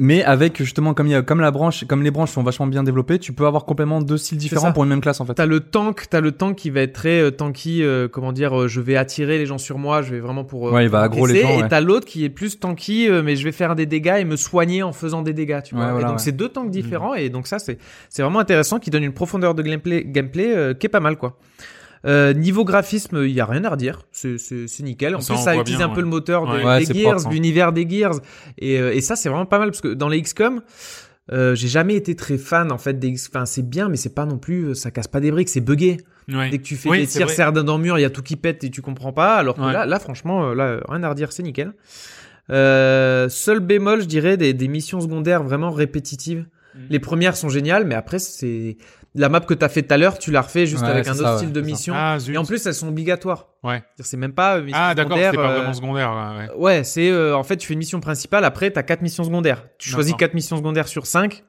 [SPEAKER 2] Mais avec justement, comme, il y a, comme, la branche, comme les branches sont vachement bien développées, tu peux avoir complètement deux styles différents
[SPEAKER 4] ça.
[SPEAKER 2] pour une même classe en fait.
[SPEAKER 4] T'as le tank, t'as le tank qui va être très euh, tanky, euh, comment dire, euh, je vais attirer les gens sur moi, je vais vraiment pour. euh,
[SPEAKER 2] Ouais, il va aggro les
[SPEAKER 4] blessé,
[SPEAKER 2] gens.
[SPEAKER 4] et
[SPEAKER 2] ouais.
[SPEAKER 4] t'as l'autre qui est plus tanky euh, mais je vais faire des dégâts et me soigner en faisant des dégâts tu vois
[SPEAKER 2] Ouais, voilà,
[SPEAKER 4] et donc
[SPEAKER 2] ouais. Mm.
[SPEAKER 4] c'est deux tanks différents et donc ça c'est c'est vraiment intéressant qui donne une profondeur de gameplay gameplay euh, qui est pas mal quoi euh, niveau graphisme, il y a rien à redire, c'est c'est- c'est nickel. En
[SPEAKER 1] Ça,
[SPEAKER 4] plus,
[SPEAKER 1] on
[SPEAKER 4] ça
[SPEAKER 1] voit
[SPEAKER 4] utilise
[SPEAKER 1] bien,
[SPEAKER 4] un peu
[SPEAKER 1] ouais.
[SPEAKER 4] le moteur de-
[SPEAKER 1] Ouais.
[SPEAKER 4] des,
[SPEAKER 2] Ouais, c'est
[SPEAKER 4] Gears,
[SPEAKER 2] propre, hein.
[SPEAKER 4] l'univers des Gears, et, euh, et ça c'est vraiment pas mal parce que dans les XCOM, euh, j'ai jamais été très fan en fait des. X- Enfin, c'est bien, mais c'est pas non plus, euh, ça casse pas des briques, c'est buggé.
[SPEAKER 1] Ouais.
[SPEAKER 4] Dès que tu fais
[SPEAKER 1] Oui,
[SPEAKER 4] des
[SPEAKER 1] c'est
[SPEAKER 4] tirs
[SPEAKER 1] vrai.
[SPEAKER 4] serres dans le mur, il y a tout qui pète et tu comprends pas. Alors que
[SPEAKER 1] Ouais.
[SPEAKER 4] là, là, franchement, euh, là, euh, rien à redire, c'est nickel. Euh, seul bémol, je dirais, des, des missions secondaires vraiment répétitives.
[SPEAKER 1] Mm.
[SPEAKER 4] Les premières sont géniales, mais après, c'est la map que t'as fait tout à l'heure, tu la refais juste
[SPEAKER 2] Ouais,
[SPEAKER 4] avec
[SPEAKER 2] c'est
[SPEAKER 4] un autre
[SPEAKER 2] ça, ouais,
[SPEAKER 4] style de
[SPEAKER 2] c'est ça.
[SPEAKER 4] mission.
[SPEAKER 1] Ah, zut.
[SPEAKER 4] et en plus, elles sont obligatoires.
[SPEAKER 1] Ouais.
[SPEAKER 4] C'est-à-dire, C'est même pas euh, mission
[SPEAKER 1] Ah, d'accord, c'est
[SPEAKER 4] secondaire,
[SPEAKER 1] pas
[SPEAKER 4] euh,
[SPEAKER 1] vraiment secondaire. ouais, ouais.
[SPEAKER 4] Ouais, c'est euh, en fait tu fais une mission principale, après t'as quatre missions secondaires. Tu choisis
[SPEAKER 1] D'accord.
[SPEAKER 4] quatre missions secondaires sur 5.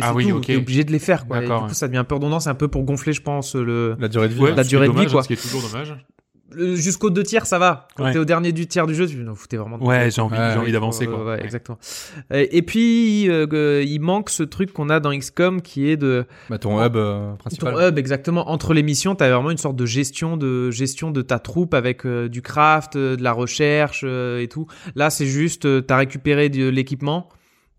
[SPEAKER 1] Ah oui, ok.
[SPEAKER 4] T'es obligé de les faire quoi. Et du
[SPEAKER 1] D'accord,
[SPEAKER 4] coup,
[SPEAKER 1] ouais.
[SPEAKER 4] ça devient un peu redondant, c'est un peu pour gonfler je pense le
[SPEAKER 2] La durée de vie.
[SPEAKER 1] Ouais,
[SPEAKER 2] ouais.
[SPEAKER 1] ce qui est
[SPEAKER 4] durée de vie,
[SPEAKER 1] dommage, hein,
[SPEAKER 4] quoi.
[SPEAKER 1] Ce qui est toujours dommage.
[SPEAKER 4] Le- jusqu'aux deux tiers, ça va. Quand
[SPEAKER 1] Ouais.
[SPEAKER 4] t'es au dernier du tiers du jeu, tu vous foutez vraiment. de-
[SPEAKER 1] Ouais, j'ai envie,
[SPEAKER 2] Ouais,
[SPEAKER 1] j'ai
[SPEAKER 2] j'ai
[SPEAKER 1] envie d'avancer,
[SPEAKER 4] Euh,
[SPEAKER 1] quoi.
[SPEAKER 4] ouais, exactement. Euh, Et puis, euh, que- il manque ce truc qu'on a dans XCOM qui est de
[SPEAKER 2] Bah, ton hub euh, principal.
[SPEAKER 4] ton hub exactement entre les missions. T'as vraiment une sorte de gestion de gestion de ta troupe avec euh, du craft, euh, de la recherche euh, et tout. Là, c'est juste, euh, t'as récupéré de l'équipement.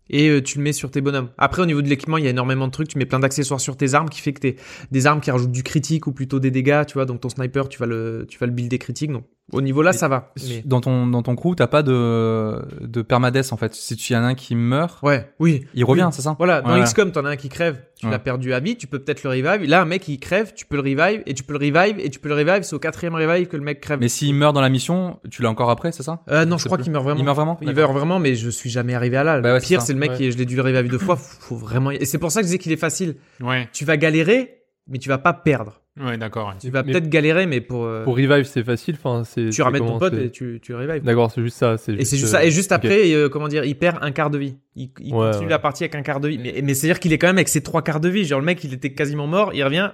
[SPEAKER 4] Et euh, tu le mets sur tes bonhommes. Après, au niveau de l'équipement, il y a énormément de trucs. Tu mets plein d'accessoires sur tes armes qui fait que t'es des armes qui rajoutent du critique ou plutôt des dégâts. Tu vois, donc ton sniper, tu vas le, tu vas le builder critique. Donc, au niveau là,
[SPEAKER 2] Mais-
[SPEAKER 4] ça va. Mais-
[SPEAKER 2] Dans ton dans ton crew, t'as pas de de permadeath en fait. Si tu y en a un qui meurt,
[SPEAKER 4] Ouais, oui.
[SPEAKER 2] il revient, c'est ça
[SPEAKER 4] Voilà, dans
[SPEAKER 2] Ouais, ouais.
[SPEAKER 4] XCOM, t'en as un qui crève, tu
[SPEAKER 2] Ouais.
[SPEAKER 4] l'as perdu à vie, tu peux peut-être le revive. Là, un mec, il crève, tu peux le revive, et tu peux le revive, et tu peux le revive, c'est au quatrième revive que le mec crève.
[SPEAKER 2] Mais s'il meurt dans la mission, tu l'as encore après, c'est ça
[SPEAKER 4] Euh, non, je
[SPEAKER 2] sais
[SPEAKER 4] crois
[SPEAKER 2] plus.
[SPEAKER 4] qu'il meurt vraiment.
[SPEAKER 2] Il meurt vraiment
[SPEAKER 4] Il meurt vraiment, mais je suis jamais arrivé à là.
[SPEAKER 2] Bah
[SPEAKER 4] le
[SPEAKER 2] ouais, c'est
[SPEAKER 4] pire,
[SPEAKER 2] ça.
[SPEAKER 4] c'est le mec,
[SPEAKER 3] Ouais.
[SPEAKER 4] qui, je l'ai dû le revive deux fois, faut, faut vraiment. y- Et c'est pour ça que je disais qu'il est facile.
[SPEAKER 1] Ouais.
[SPEAKER 4] Tu vas galérer, mais tu vas pas perdre.
[SPEAKER 1] Ouais, d'accord. ouais.
[SPEAKER 4] Tu vas
[SPEAKER 3] Mais-
[SPEAKER 4] peut-être galérer, mais pour, euh,
[SPEAKER 3] Pour revive, c'est facile. Enfin, c'est.
[SPEAKER 4] tu
[SPEAKER 3] c'est
[SPEAKER 4] ramènes ton
[SPEAKER 3] comment
[SPEAKER 4] pote
[SPEAKER 3] c'est-
[SPEAKER 4] et tu, tu le revives.
[SPEAKER 3] D'accord, c'est juste ça.
[SPEAKER 4] Et c'est juste ça. Et juste
[SPEAKER 3] ok.
[SPEAKER 4] après, euh, comment dire, il perd un quart de vie. Il, il
[SPEAKER 3] Ouais,
[SPEAKER 4] continue
[SPEAKER 3] ouais.
[SPEAKER 4] la partie avec un quart de vie. Mais, mais c'est-à-dire qu'il est quand même avec ses trois quarts de vie. Genre, le mec, il était quasiment mort, il revient.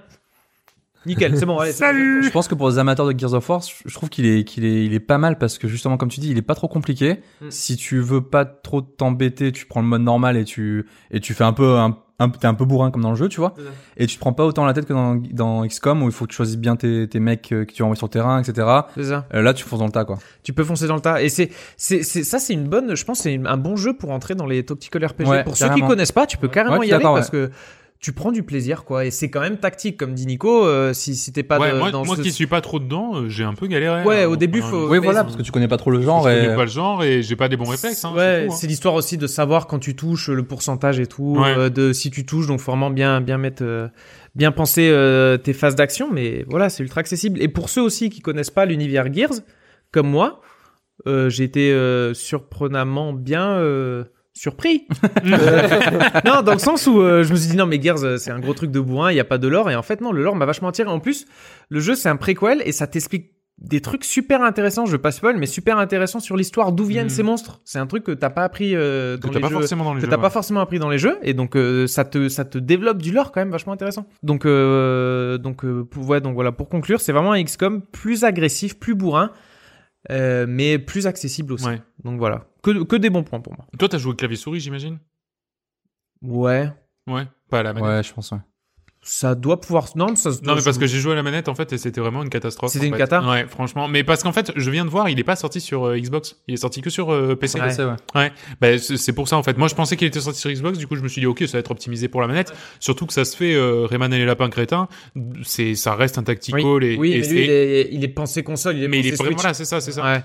[SPEAKER 4] Nickel, c'est bon, allez.
[SPEAKER 2] Je pense que pour les amateurs de Gears of War, je- je trouve qu'il est, qu'il est, il est pas mal parce que justement, comme tu dis, il est pas trop compliqué.
[SPEAKER 4] Mm.
[SPEAKER 2] Si tu veux pas trop t'embêter, tu prends le mode normal et tu, et tu fais un peu, un, un- t'es un peu bourrin comme dans le jeu, tu vois.
[SPEAKER 4] C'est ça.
[SPEAKER 2] Et tu te prends pas autant la tête que dans, dans XCOM où il faut que tu choisisses bien tes, tes mecs euh, que tu envoies sur le terrain, etc.
[SPEAKER 4] C'est ça.
[SPEAKER 2] Euh, Là, tu fonces dans le tas, quoi.
[SPEAKER 4] Tu peux foncer dans le tas. Et c'est, c'est, c'est- ça, c'est une bonne, je pense, c'est une- un bon jeu pour entrer dans les tactical RPG.
[SPEAKER 2] Ouais,
[SPEAKER 4] pour ceux qui
[SPEAKER 2] carrément.
[SPEAKER 4] connaissent pas, tu peux carrément
[SPEAKER 2] Ouais,
[SPEAKER 4] y aller
[SPEAKER 2] d'accord,
[SPEAKER 4] parce que tu prends du plaisir, quoi. Et c'est quand même tactique, comme dit Nico, euh, si, si t'es pas
[SPEAKER 1] Ouais,
[SPEAKER 4] de-
[SPEAKER 1] moi,
[SPEAKER 4] dans
[SPEAKER 1] moi
[SPEAKER 4] ce-
[SPEAKER 1] qui suis pas trop dedans, euh, j'ai un peu galéré.
[SPEAKER 4] Ouais,
[SPEAKER 1] hein,
[SPEAKER 4] au
[SPEAKER 1] donc,
[SPEAKER 4] début,
[SPEAKER 1] euh,
[SPEAKER 4] faut-
[SPEAKER 2] Oui,
[SPEAKER 4] mais-
[SPEAKER 2] voilà, parce que tu connais pas trop le genre
[SPEAKER 1] je
[SPEAKER 2] et.
[SPEAKER 1] connais pas le genre et j'ai pas des bons réflexes. Hein,
[SPEAKER 4] ouais,
[SPEAKER 1] c'est
[SPEAKER 4] c'est
[SPEAKER 1] tout, hein.
[SPEAKER 4] l'histoire aussi de savoir quand tu touches le pourcentage et tout,
[SPEAKER 1] Ouais.
[SPEAKER 4] euh, de si tu touches, donc faut vraiment bien bien mettre, euh, bien penser euh, tes phases d'action, mais voilà, c'est ultra accessible. Et pour ceux aussi qui connaissent pas l'univers Gears, comme moi, euh, j'ai été euh, surprenamment bien euh, surpris. Euh, non, dans le sens où euh, je me suis dit non mais Gears euh, c'est un gros truc de bourrin, il y a pas de lore et en fait non, le lore m'a vachement attiré. En plus, le jeu c'est un préquel et ça t'explique des trucs super intéressants, je veux pas spoil, mais super intéressants sur l'histoire d'où viennent
[SPEAKER 1] Mm.
[SPEAKER 4] ces monstres. C'est un truc que t'as pas appris euh,
[SPEAKER 1] que
[SPEAKER 4] dans
[SPEAKER 1] t'as
[SPEAKER 4] les
[SPEAKER 1] pas
[SPEAKER 4] jeux-
[SPEAKER 1] forcément dans les
[SPEAKER 4] que
[SPEAKER 1] jeux.
[SPEAKER 4] t'as pas
[SPEAKER 1] ouais.
[SPEAKER 4] forcément appris dans les jeux et donc euh, ça te ça te développe du lore quand même vachement intéressant. Donc euh, donc euh, pour, ouais, donc voilà pour conclure, c'est vraiment un XCOM plus agressif, plus bourrin euh, mais plus accessible aussi.
[SPEAKER 1] Ouais.
[SPEAKER 4] Donc voilà, que, que des bons points pour moi.
[SPEAKER 1] Toi, t'as joué clavier souris, j'imagine
[SPEAKER 4] Ouais,
[SPEAKER 1] Ouais, pas à la manette.
[SPEAKER 2] Ouais, je pense, ouais.
[SPEAKER 4] ça doit pouvoir non, mais ça se
[SPEAKER 1] Non, mais
[SPEAKER 4] doit-
[SPEAKER 1] parce que j'ai joué à la manette en fait et c'était vraiment une catastrophe.
[SPEAKER 4] C'était
[SPEAKER 1] en
[SPEAKER 4] une
[SPEAKER 1] fait.
[SPEAKER 4] cata
[SPEAKER 1] Ouais, franchement. Mais parce qu'en fait, je viens de voir, il est pas sorti sur euh, Xbox. Il est sorti que sur euh, PC.
[SPEAKER 4] Ouais.
[SPEAKER 2] C'est, ouais.
[SPEAKER 1] Bah, c'est c'est pour ça en fait. Moi, je pensais qu'il était sorti sur Xbox. Du coup, je me suis dit, ok, ça va être optimisé pour la manette. Surtout que ça se fait euh, Rayman et les lapins crétins. C'est, ça reste un tactical et,
[SPEAKER 4] Oui,
[SPEAKER 1] et
[SPEAKER 4] mais
[SPEAKER 1] c'est-
[SPEAKER 4] lui, il est, il est pensé console, il est
[SPEAKER 1] mais il
[SPEAKER 4] pensé
[SPEAKER 1] est vraiment
[SPEAKER 4] Switch.
[SPEAKER 1] voilà, c'est ça, c'est ça.
[SPEAKER 4] Ouais.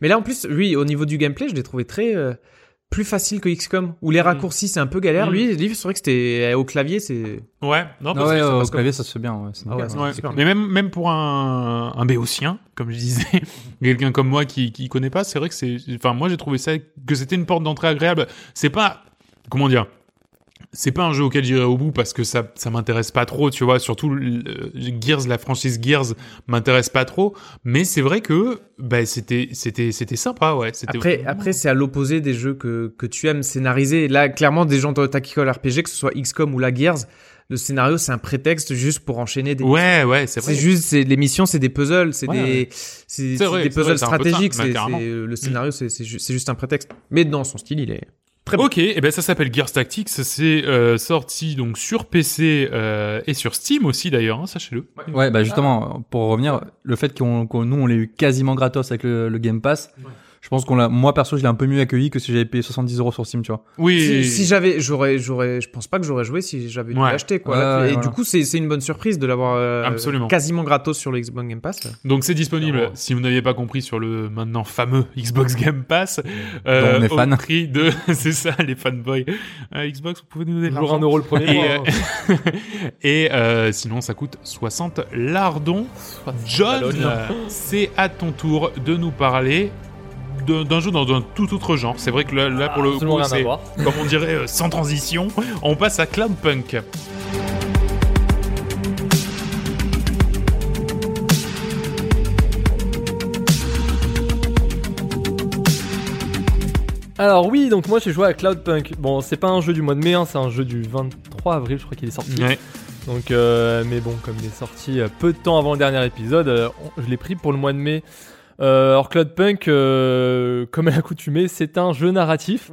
[SPEAKER 4] Mais là, en plus, lui, au niveau du gameplay, je l'ai trouvé très euh, plus facile que XCOM, où les raccourcis, c'est un peu galère.
[SPEAKER 1] Mm.
[SPEAKER 4] Lui, lui, c'est vrai que c'était euh, au clavier, c'est.
[SPEAKER 1] Ouais, non,
[SPEAKER 2] Ah
[SPEAKER 1] parce
[SPEAKER 2] ouais,
[SPEAKER 1] que ça
[SPEAKER 2] euh, au
[SPEAKER 1] passe comme-
[SPEAKER 2] clavier, ça se fait bien, ouais. c'est
[SPEAKER 4] Ah
[SPEAKER 2] nickel,
[SPEAKER 4] ouais,
[SPEAKER 2] ouais.
[SPEAKER 1] Ouais,
[SPEAKER 4] c'est clair.
[SPEAKER 1] mais même, même pour un, un béotien, comme je disais, quelqu'un comme moi qui, qui connaît pas, c'est vrai que c'est, enfin, moi j'ai trouvé ça, que c'était une porte d'entrée agréable. C'est pas, comment dire, c'est pas un jeu auquel j'irai au bout parce que ça, ça m'intéresse pas trop, tu vois, surtout le- le- Gears, la franchise Gears m'intéresse pas trop, mais c'est vrai que, bah, c'était, c'était, c'était sympa, ouais. C'était
[SPEAKER 4] Après, après c'est à l'opposé des jeux que, que tu aimes scénariser. Là, clairement, des gens de Tactical RPG, que ce soit XCOM ou la Gears, le scénario, c'est un prétexte juste pour enchaîner des.
[SPEAKER 1] ouais, ouais, c'est vrai.
[SPEAKER 4] C'est juste, c'est les missions, c'est des puzzles, c'est
[SPEAKER 2] Ouais,
[SPEAKER 4] des, c'est- c'est
[SPEAKER 1] vrai,
[SPEAKER 4] des
[SPEAKER 1] c'est vrai,
[SPEAKER 4] puzzles
[SPEAKER 1] c'est un peu ça,
[SPEAKER 4] stratégiques.
[SPEAKER 1] bah,
[SPEAKER 4] c'est-
[SPEAKER 1] carrément.
[SPEAKER 4] c'est- le scénario, c'est c'est ju- c'est juste un prétexte. Mais non, son style, il est. Très bien.
[SPEAKER 1] Ok, et ben ça s'appelle Gears Tactics, c'est euh, sorti donc sur PC euh, et sur Steam aussi d'ailleurs, hein, sachez-le.
[SPEAKER 2] Ouais, bah justement, pour revenir, le fait qu'on, qu'on- nous, on l'ait eu quasiment gratos avec le, le Game Pass, je pense qu'on l'a, moi perso, je l'ai un peu mieux accueilli que si j'avais payé 70 euros sur Steam, tu vois.
[SPEAKER 1] Oui.
[SPEAKER 4] Si, si j'avais, j'aurais, j'aurais, je pense pas que j'aurais joué si j'avais dû
[SPEAKER 1] Ouais.
[SPEAKER 4] l'acheter quoi.
[SPEAKER 2] Ouais,
[SPEAKER 4] Là, tu-
[SPEAKER 2] ouais,
[SPEAKER 4] et
[SPEAKER 2] voilà.
[SPEAKER 4] du coup, c'est, c'est une bonne surprise de l'avoir euh,
[SPEAKER 1] Absolument. Ah
[SPEAKER 4] quasiment gratos sur le Xbox Game Pass.
[SPEAKER 1] Donc c'est disponible,
[SPEAKER 4] Clairement.
[SPEAKER 1] si vous n'aviez pas compris, sur le maintenant fameux Xbox Game Pass. Euh,
[SPEAKER 2] Dont on est
[SPEAKER 1] au
[SPEAKER 2] fan.
[SPEAKER 1] prix de, c'est ça, les fanboys. Euh, Xbox, vous pouvez nous donner de
[SPEAKER 3] Toujours
[SPEAKER 1] l'argent.
[SPEAKER 3] un euro le premier.
[SPEAKER 1] Et,
[SPEAKER 3] mois,
[SPEAKER 1] euh, Et euh, sinon, ça coûte 60 lardons.
[SPEAKER 3] hein.
[SPEAKER 1] John,
[SPEAKER 3] Lardons.
[SPEAKER 1] c'est à ton tour de nous parler d'un d'un jeu dans un tout autre genre. C'est vrai que là, là, pour le
[SPEAKER 3] Ah, Absolument
[SPEAKER 1] coup,
[SPEAKER 3] rien à
[SPEAKER 1] c'est,
[SPEAKER 3] voir.
[SPEAKER 1] comme on dirait, euh, sans transition. On passe à Clown Punk.
[SPEAKER 3] Alors oui, donc moi j'ai joué à Cloudpunk. Bon, c'est pas un jeu du mois de mai, hein, c'est un jeu du 23 avril, je crois qu'il est sorti. Donc, euh, mais bon, comme il est sorti euh, peu de temps avant le dernier épisode, euh, on- je l'ai pris pour le mois de mai. Euh, alors Cloudpunk, euh, comme à l'accoutumée, c'est un jeu narratif.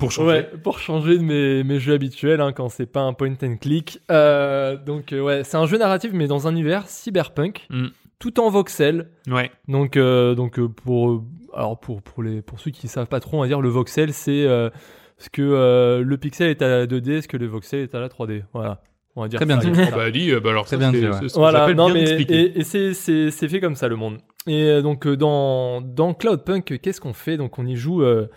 [SPEAKER 1] Pour changer.
[SPEAKER 3] Ouais, pour changer de mes, mes jeux habituels hein, quand c'est pas un point and click. Euh, donc euh, ouais, c'est un jeu narratif mais dans un univers cyberpunk,
[SPEAKER 1] Mm.
[SPEAKER 3] tout en voxel.
[SPEAKER 1] Ouais.
[SPEAKER 3] Donc, euh, donc euh, pour, euh, alors pour, pour, les, pour ceux qui ne savent pas trop, on va dire le voxel, c'est euh, ce que euh, le pixel est à la 2D, ce que le voxel est à la 3D. Voilà, on va dire
[SPEAKER 2] Très bien
[SPEAKER 3] ça
[SPEAKER 2] dit.
[SPEAKER 3] comme ça.
[SPEAKER 1] Oh, bah, dis, euh, bah, alors,
[SPEAKER 2] Très
[SPEAKER 1] ça,
[SPEAKER 2] bien
[SPEAKER 1] c'est-
[SPEAKER 2] dit, ouais.
[SPEAKER 1] c'est ce que
[SPEAKER 3] Voilà,
[SPEAKER 1] j'appelle
[SPEAKER 3] non
[SPEAKER 1] bien
[SPEAKER 3] mais
[SPEAKER 1] expliqué.
[SPEAKER 3] et, et c'est c'est c'est fait comme ça le monde. Et euh, donc euh, dans dans Cloudpunk, euh, qu'est-ce qu'on fait Donc on y joue euh,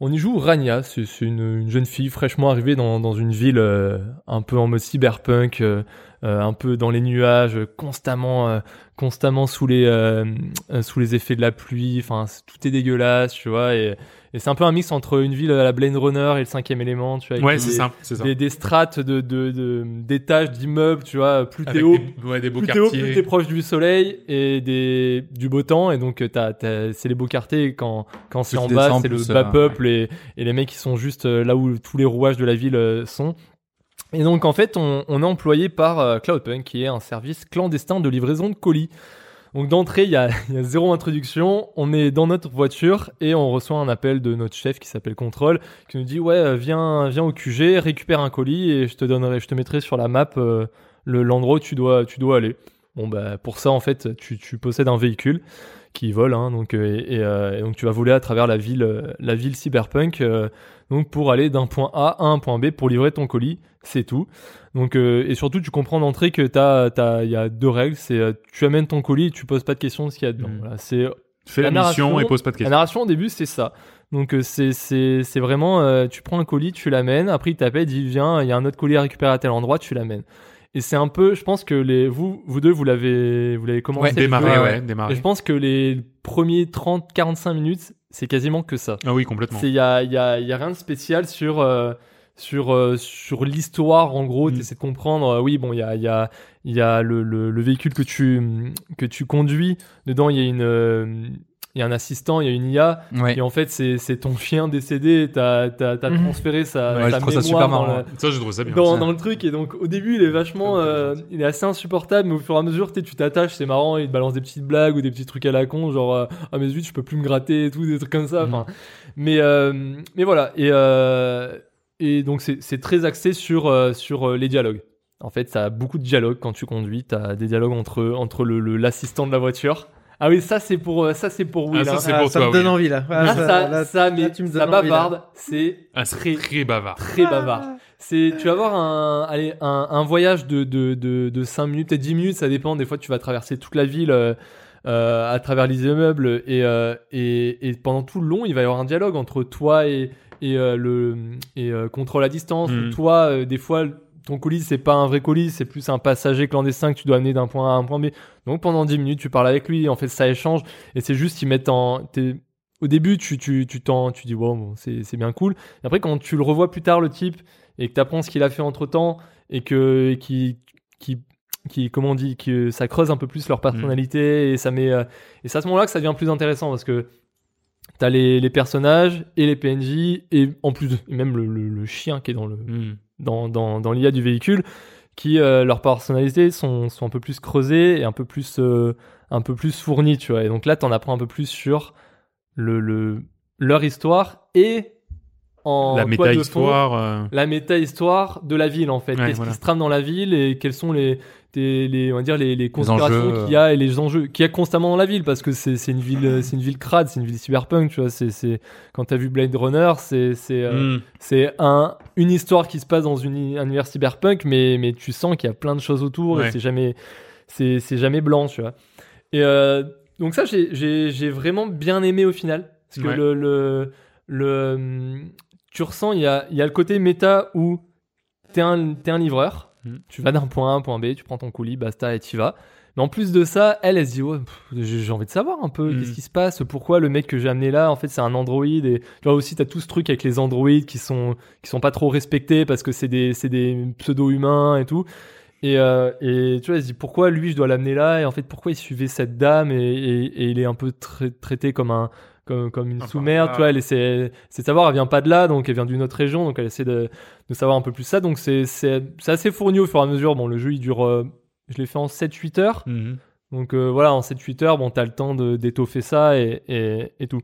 [SPEAKER 3] on y joue Rania, c'est c'est une, une jeune fille fraîchement arrivée dans dans une ville euh, un peu en mode cyberpunk, euh, euh, un peu dans les nuages, euh, constamment euh, constamment sous les euh, euh, sous les effets de la pluie. Enfin, c'est- tout est dégueulasse, tu vois. Et, et c'est un peu un mix entre une ville à la Blade Runner et le Cinquième Élément, tu vois. avec
[SPEAKER 1] Ouais,
[SPEAKER 3] des-
[SPEAKER 1] c'est ça, c'est ça.
[SPEAKER 3] Des, des strates de, de, de d'étages d'immeubles, tu vois. Plus t'es
[SPEAKER 1] Avec
[SPEAKER 3] haut,
[SPEAKER 1] des, ouais, des beaux
[SPEAKER 3] plus t'es haut,
[SPEAKER 1] quartiers.
[SPEAKER 3] plus t'es proche du soleil et des, du beau temps. Et donc, euh, t'as, t'as- c'est les beaux quartiers. Et quand, quand c'est
[SPEAKER 2] Plus
[SPEAKER 3] en
[SPEAKER 2] tu
[SPEAKER 3] bas,
[SPEAKER 2] descends,
[SPEAKER 3] c'est le
[SPEAKER 2] plus,
[SPEAKER 3] bas
[SPEAKER 2] euh,
[SPEAKER 3] peuple et, et les mecs qui sont juste euh, là où tous les rouages de la ville euh, sont. Et donc, en fait, on, on est employé par euh, Cloudpunk, qui est un service clandestin de livraison de colis. Donc, d'entrée, il y a, il y a zéro introduction. On est dans notre voiture et on reçoit un appel de notre chef qui s'appelle Control, qui nous dit Ouais, euh, viens, viens au QG, récupère un colis et je te donnerai, je te mettrai sur la map. euh, le l'endroit où tu dois, tu dois aller. Bon, bah, pour ça, en fait, tu, tu possèdes un véhicule qui vole, hein, donc, euh, et, et, euh, et donc tu vas voler à travers la ville, euh, la ville cyberpunk, euh, donc pour aller d'un point A à un point B pour livrer ton colis, c'est tout. Donc, euh, et surtout, tu comprends d'entrée que t'as, t'as, il y a deux règles, c'est euh, tu amènes ton colis, tu poses pas de questions de ce qu'il y a dedans.
[SPEAKER 1] Mhm.
[SPEAKER 3] Voilà, c'est
[SPEAKER 1] Fais la,
[SPEAKER 3] la
[SPEAKER 1] mission et
[SPEAKER 3] narration-
[SPEAKER 1] pose pas de
[SPEAKER 3] la
[SPEAKER 1] questions.
[SPEAKER 3] narration au début, c'est ça. Donc euh, c'est c'est c'est vraiment euh, tu prends un colis, tu l'amènes, après il t'appelle, il dit viens, il y a un autre colis à récupérer à tel endroit, tu l'amènes. Et c'est un peu je pense que les vous vous deux vous l'avez vous l'avez commencé le
[SPEAKER 1] démarrer,
[SPEAKER 3] jeu.
[SPEAKER 1] ouais,
[SPEAKER 3] Et
[SPEAKER 2] Ah
[SPEAKER 1] démarrer.
[SPEAKER 3] je pense que les premiers 30 45 minutes, c'est quasiment que ça.
[SPEAKER 1] Ah oui, complètement.
[SPEAKER 3] C'est il y a il y a il y a rien de spécial sur euh, sur euh, sur l'histoire en gros,
[SPEAKER 1] Mm.
[SPEAKER 3] t'essaies de comprendre euh, oui, bon, il y a il y a il y a le, le, le véhicule que tu que tu conduis, dedans il y a une euh, il y a un assistant, il y a une IA
[SPEAKER 2] Ouais.
[SPEAKER 3] et en fait, c'est c'est ton chien décédé, t'as t'as- t'as
[SPEAKER 4] Mhm.
[SPEAKER 3] transféré sa,
[SPEAKER 2] Ouais,
[SPEAKER 3] sa
[SPEAKER 2] je trouve ça
[SPEAKER 3] mémoire
[SPEAKER 2] super
[SPEAKER 3] dans,
[SPEAKER 2] marrant,
[SPEAKER 3] le-
[SPEAKER 2] ouais.
[SPEAKER 1] Ça, je trouve ça bien.
[SPEAKER 3] dans,
[SPEAKER 2] ça.
[SPEAKER 3] dans le truc. Et donc, au début, il est vachement, euh, il est assez insupportable, mais au fur et à mesure, t'es- tu t'attaches, c'est marrant, il te balance des petites blagues ou des petits trucs à la con, genre euh, ah mais zut, je peux plus me gratter et tout, des trucs comme ça.
[SPEAKER 4] Mhm.
[SPEAKER 3] Enfin, mais euh, mais voilà. Et euh, et donc c'est c'est très axé sur euh, sur euh, les dialogues. En fait, ça a beaucoup de dialogues quand tu conduis. T'as des dialogues entre entre le- le l'assistant de la voiture. Ah oui, ça c'est pour euh, ça c'est pour Will.
[SPEAKER 1] Ah, ça,
[SPEAKER 3] hein.
[SPEAKER 1] C'est pour
[SPEAKER 4] ça
[SPEAKER 1] toi,
[SPEAKER 4] me donne
[SPEAKER 1] oui.
[SPEAKER 4] envie là. Ah,
[SPEAKER 3] Ah, ça,
[SPEAKER 4] là,
[SPEAKER 3] ça, mais
[SPEAKER 4] tu me
[SPEAKER 3] ça
[SPEAKER 4] donnes envie, là.
[SPEAKER 3] bavarde, c'est
[SPEAKER 1] Ah, c'est très, bavard.
[SPEAKER 3] très bavard. C'est, tu vas avoir un, allez, un, un voyage de, de, de, 5 minutes, peut-être 10 minutes, ça dépend. Des fois, tu vas traverser toute la ville euh, euh, à travers les immeubles et, euh, et, et pendant tout le long, il va y avoir un dialogue entre toi et, et, euh, le et, euh, contrôle à distance.
[SPEAKER 1] Mhm.
[SPEAKER 3] Toi, euh, des fois, ton colis, c'est pas un vrai colis, c'est plus un passager clandestin que tu dois amener d'un point A à un point B. Donc pendant 10 minutes, tu parles avec lui, en fait, ça échange et c'est juste qu'ils mettent en. t'es- Au début, tu tu tu t'en tu dis wow, bon, c'est c'est bien cool. Et après, quand tu le revois plus tard, le type, et que t'apprends ce qu'il a fait entre temps et que et qui qui qui comment on dit que ça creuse un peu plus leur personnalité
[SPEAKER 1] Mm.
[SPEAKER 3] et ça met euh, et c'est à ce moment-là que ça devient plus intéressant parce que t'as les les personnages et les PNJ et en plus même le, le, le chien qui est dans le
[SPEAKER 1] Mm.
[SPEAKER 3] dans, dans, dans l'IA du véhicule, qui euh, leurs personnalités sont, sont un peu plus creusées et un peu plus, euh, un peu plus fournies, tu vois. Et donc là, t'en apprends un peu plus sur le, le, leur histoire et en
[SPEAKER 1] La
[SPEAKER 3] toile de fond,
[SPEAKER 1] méta-histoire. euh,
[SPEAKER 3] la méta-histoire de la ville en fait.
[SPEAKER 1] Ouais,
[SPEAKER 3] Qu'est-ce
[SPEAKER 1] voilà.
[SPEAKER 3] qui se trame dans la ville et quels sont les, les, les- on va dire les, les considérations
[SPEAKER 2] enjeux,
[SPEAKER 3] qu'il y a et les enjeux qu'il y a constamment dans la ville parce que c'est c'est une ville euh, c'est une ville crade, c'est une ville cyberpunk, tu vois. C'est c'est quand t'as vu Blade Runner, c'est c'est euh,
[SPEAKER 1] hmm.
[SPEAKER 3] c'est un une histoire qui se passe dans une, un univers cyberpunk, mais mais tu sens qu'il y a plein de choses autour
[SPEAKER 1] Ouais.
[SPEAKER 3] et c'est jamais c'est c'est jamais blanc, tu vois. Et euh, donc ça, j'ai j'ai j'ai vraiment bien aimé au final, parce que
[SPEAKER 1] Ouais.
[SPEAKER 3] le le le hum, tu ressens il y a il y a le côté méta où t'es un t'es un livreur,
[SPEAKER 1] Mhm.
[SPEAKER 3] tu vas d'un point A à un point B, tu prends ton colis, basta et t'y vas. Mais en plus de ça, elle, elle se dit, ouais, pff, j'ai j'ai envie de savoir un peu
[SPEAKER 1] Mhm.
[SPEAKER 3] qu'est-ce qui se passe, pourquoi le mec que j'ai amené là, en fait, c'est un androïde. Et tu vois aussi, t'as tout ce truc avec les androïdes qui sont, qui sont pas trop respectés parce que c'est des, c'est des pseudo-humains et tout. Et, euh, et tu vois, elle se dit, pourquoi lui, je dois l'amener là Et en fait, pourquoi il suivait cette dame et, et, et il est un peu tra- traité comme un. Comme, comme une
[SPEAKER 1] Enfin,
[SPEAKER 3] sous-mère,
[SPEAKER 1] ah.
[SPEAKER 3] tu vois, elle essaie, c'est de savoir, elle vient pas de là, donc elle vient d'une autre région, donc elle essaie de, de savoir un peu plus ça. Donc c'est c'est- c'est assez fourni au fur et à mesure. Bon, le jeu, il dure, euh, je l'ai fait en 7-8 heures.
[SPEAKER 1] Mhm.
[SPEAKER 3] Donc euh, voilà, en 7-8 heures, bon, t'as le temps de- d'étoffer ça et, et, et tout.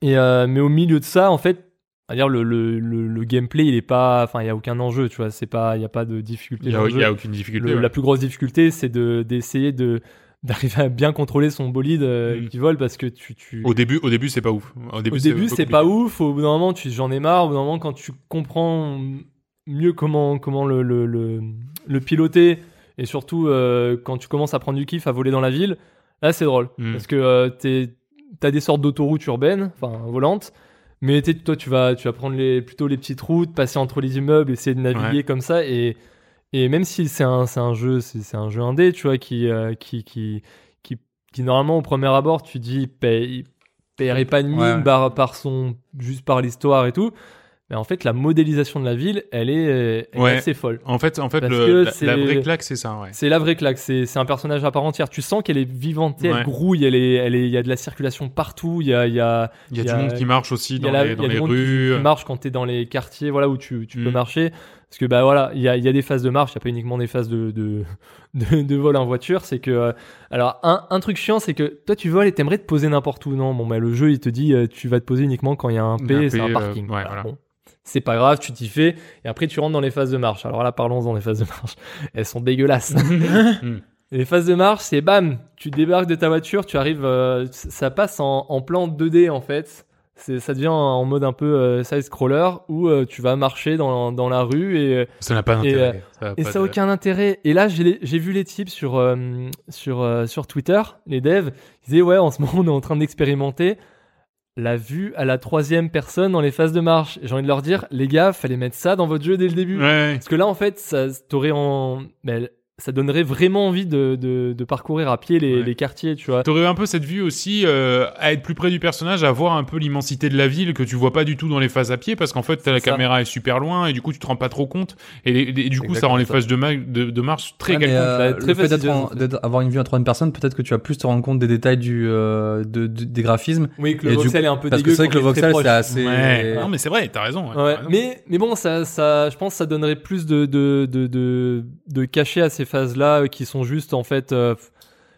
[SPEAKER 3] Et, euh, mais au milieu de ça, en fait, à dire le, le, le, le gameplay, il est pas, enfin, il y a aucun enjeu, tu vois. C'est pas, il y a pas de difficulté.
[SPEAKER 1] Il y
[SPEAKER 3] dans
[SPEAKER 1] a,
[SPEAKER 3] le
[SPEAKER 1] il
[SPEAKER 3] jeu.
[SPEAKER 1] y a aucune difficulté.
[SPEAKER 3] Le-
[SPEAKER 1] ouais.
[SPEAKER 3] La plus grosse difficulté, c'est de d'essayer de d'arriver à bien contrôler son bolide euh,
[SPEAKER 1] Mm.
[SPEAKER 3] qui vole parce que tu tu
[SPEAKER 1] Au début, au début, c'est pas ouf. Au début,
[SPEAKER 3] au début,
[SPEAKER 1] un peu
[SPEAKER 3] c'est pas ouf. Au bout d'un moment, tu j'en ai marre. Au bout d'un moment, quand tu comprends mieux comment comment le le, le, le piloter et surtout euh, quand tu commences à prendre du kiff à voler dans la ville, là c'est drôle
[SPEAKER 1] Mm.
[SPEAKER 3] parce que euh, t'es- t'as des sortes d'autoroutes urbaines, enfin volantes. Mais t'es- toi, tu vas, tu vas prendre les, plutôt les petites routes, passer entre les immeubles, essayer de naviguer comme ça, et, Et même si c'est un, c'est un jeu, c'est, c'est un jeu indé, tu vois, qui, euh, qui, qui, qui, qui, normalement au premier abord, tu dis, paye, paierait pas de mine
[SPEAKER 2] Ouais, ouais.
[SPEAKER 3] par, par son, juste par l'histoire et tout. Mais en fait, la modélisation de la ville, elle est, elle est
[SPEAKER 1] Ouais.
[SPEAKER 3] assez folle.
[SPEAKER 1] En fait, en fait,
[SPEAKER 3] Parce
[SPEAKER 1] le-
[SPEAKER 3] que
[SPEAKER 1] la-
[SPEAKER 3] c'est-
[SPEAKER 1] la, vraie claque, c'est ça, ouais.
[SPEAKER 3] C'est la vraie claque, c'est c'est un personnage à part entière. Tu sens qu'elle est vivante, elle
[SPEAKER 1] Ouais.
[SPEAKER 3] grouille, elle est, elle est, il y a de la circulation partout, il y a, il y a,
[SPEAKER 1] Il y a,
[SPEAKER 3] il y a-
[SPEAKER 1] du monde qui marche aussi
[SPEAKER 3] il y a
[SPEAKER 1] dans
[SPEAKER 3] la- il y
[SPEAKER 1] les,
[SPEAKER 3] a
[SPEAKER 1] dans
[SPEAKER 3] du
[SPEAKER 1] les
[SPEAKER 3] monde qui-
[SPEAKER 1] rues.
[SPEAKER 3] tu marches quand t'es dans les quartiers, voilà où tu, tu peux
[SPEAKER 1] Mm.
[SPEAKER 3] marcher, parce que bah voilà, il y a, il y a des phases de marche, il y a pas uniquement des phases de de, de, de vol en voiture, c'est que euh, alors un, un truc chiant, c'est que toi tu voles et t'aimerais te poser n'importe où, non Bon bah le jeu il te dit euh, tu vas te poser uniquement quand il y a un
[SPEAKER 1] Il y
[SPEAKER 3] P,
[SPEAKER 1] a un
[SPEAKER 3] c'est
[SPEAKER 1] P,
[SPEAKER 3] un
[SPEAKER 1] euh,
[SPEAKER 3] parking.
[SPEAKER 1] ouais, voilà.
[SPEAKER 3] Bah, bon. C'est pas grave, tu t'y fais, et après tu rentres dans les phases de marche. Alors là, parlons dans les phases de marche. Elles sont dégueulasses. Hmm.
[SPEAKER 1] Mm.
[SPEAKER 3] Les phases de marche, c'est bam, tu débarques de ta voiture, tu arrives, euh, ça passe en, en plan 2D en fait. C'est, ça devient en mode un peu euh, side scroller où euh, tu vas marcher dans, dans la rue et, euh,
[SPEAKER 1] Ça n'a pas d'intérêt. a
[SPEAKER 3] et
[SPEAKER 1] pas
[SPEAKER 3] ça a
[SPEAKER 1] de-
[SPEAKER 3] aucun intérêt. Et là, j'ai, les- j'ai vu les types sur euh, sur euh, sur Twitter, les devs, ils disaient ouais, en ce moment on est en train d'expérimenter la vue à la troisième personne dans les phases de marche. Et j'ai envie de leur dire, les gars, fallait mettre ça dans votre jeu dès le début.
[SPEAKER 1] Ouais.
[SPEAKER 3] Parce que là, en fait, ça, t'aurais en... ben, ça donnerait vraiment envie de, de, de parcourir à pied les,
[SPEAKER 1] Ouais.
[SPEAKER 3] les quartiers, tu vois.
[SPEAKER 1] T'aurais un peu cette vue aussi euh, à être plus près du personnage, à voir un peu l'immensité de la ville que tu vois pas du tout dans les phases à pied parce qu'en fait t'as la
[SPEAKER 3] ça.
[SPEAKER 1] caméra est super loin et du coup tu te rends pas trop compte et, les- les- du coup ça
[SPEAKER 3] Exactement
[SPEAKER 1] rend les
[SPEAKER 3] ça.
[SPEAKER 1] phases de, ma- de, de marche très
[SPEAKER 2] Ouais, mais,
[SPEAKER 1] galvantes.
[SPEAKER 2] euh,
[SPEAKER 3] très
[SPEAKER 2] le fait
[SPEAKER 3] facile,
[SPEAKER 2] d'être en-
[SPEAKER 3] en fait.
[SPEAKER 2] d'être- avoir une vue à troisième personne, peut-être que tu vas plus te rendre compte des détails du, euh, de- de- des graphismes.
[SPEAKER 3] Oui, que
[SPEAKER 2] le Et du voxel
[SPEAKER 3] est un peu
[SPEAKER 2] Parce que c'est vrai que le voxel, c'est assez.
[SPEAKER 1] Ouais. Non mais c'est vrai, t'as raison. ouais, t'as raison.
[SPEAKER 3] mais, mais bon, ça, ça, je pense que ça donnerait plus de, de, de, de, de cachet à ces phases-là euh, qui sont juste, en fait, euh, f-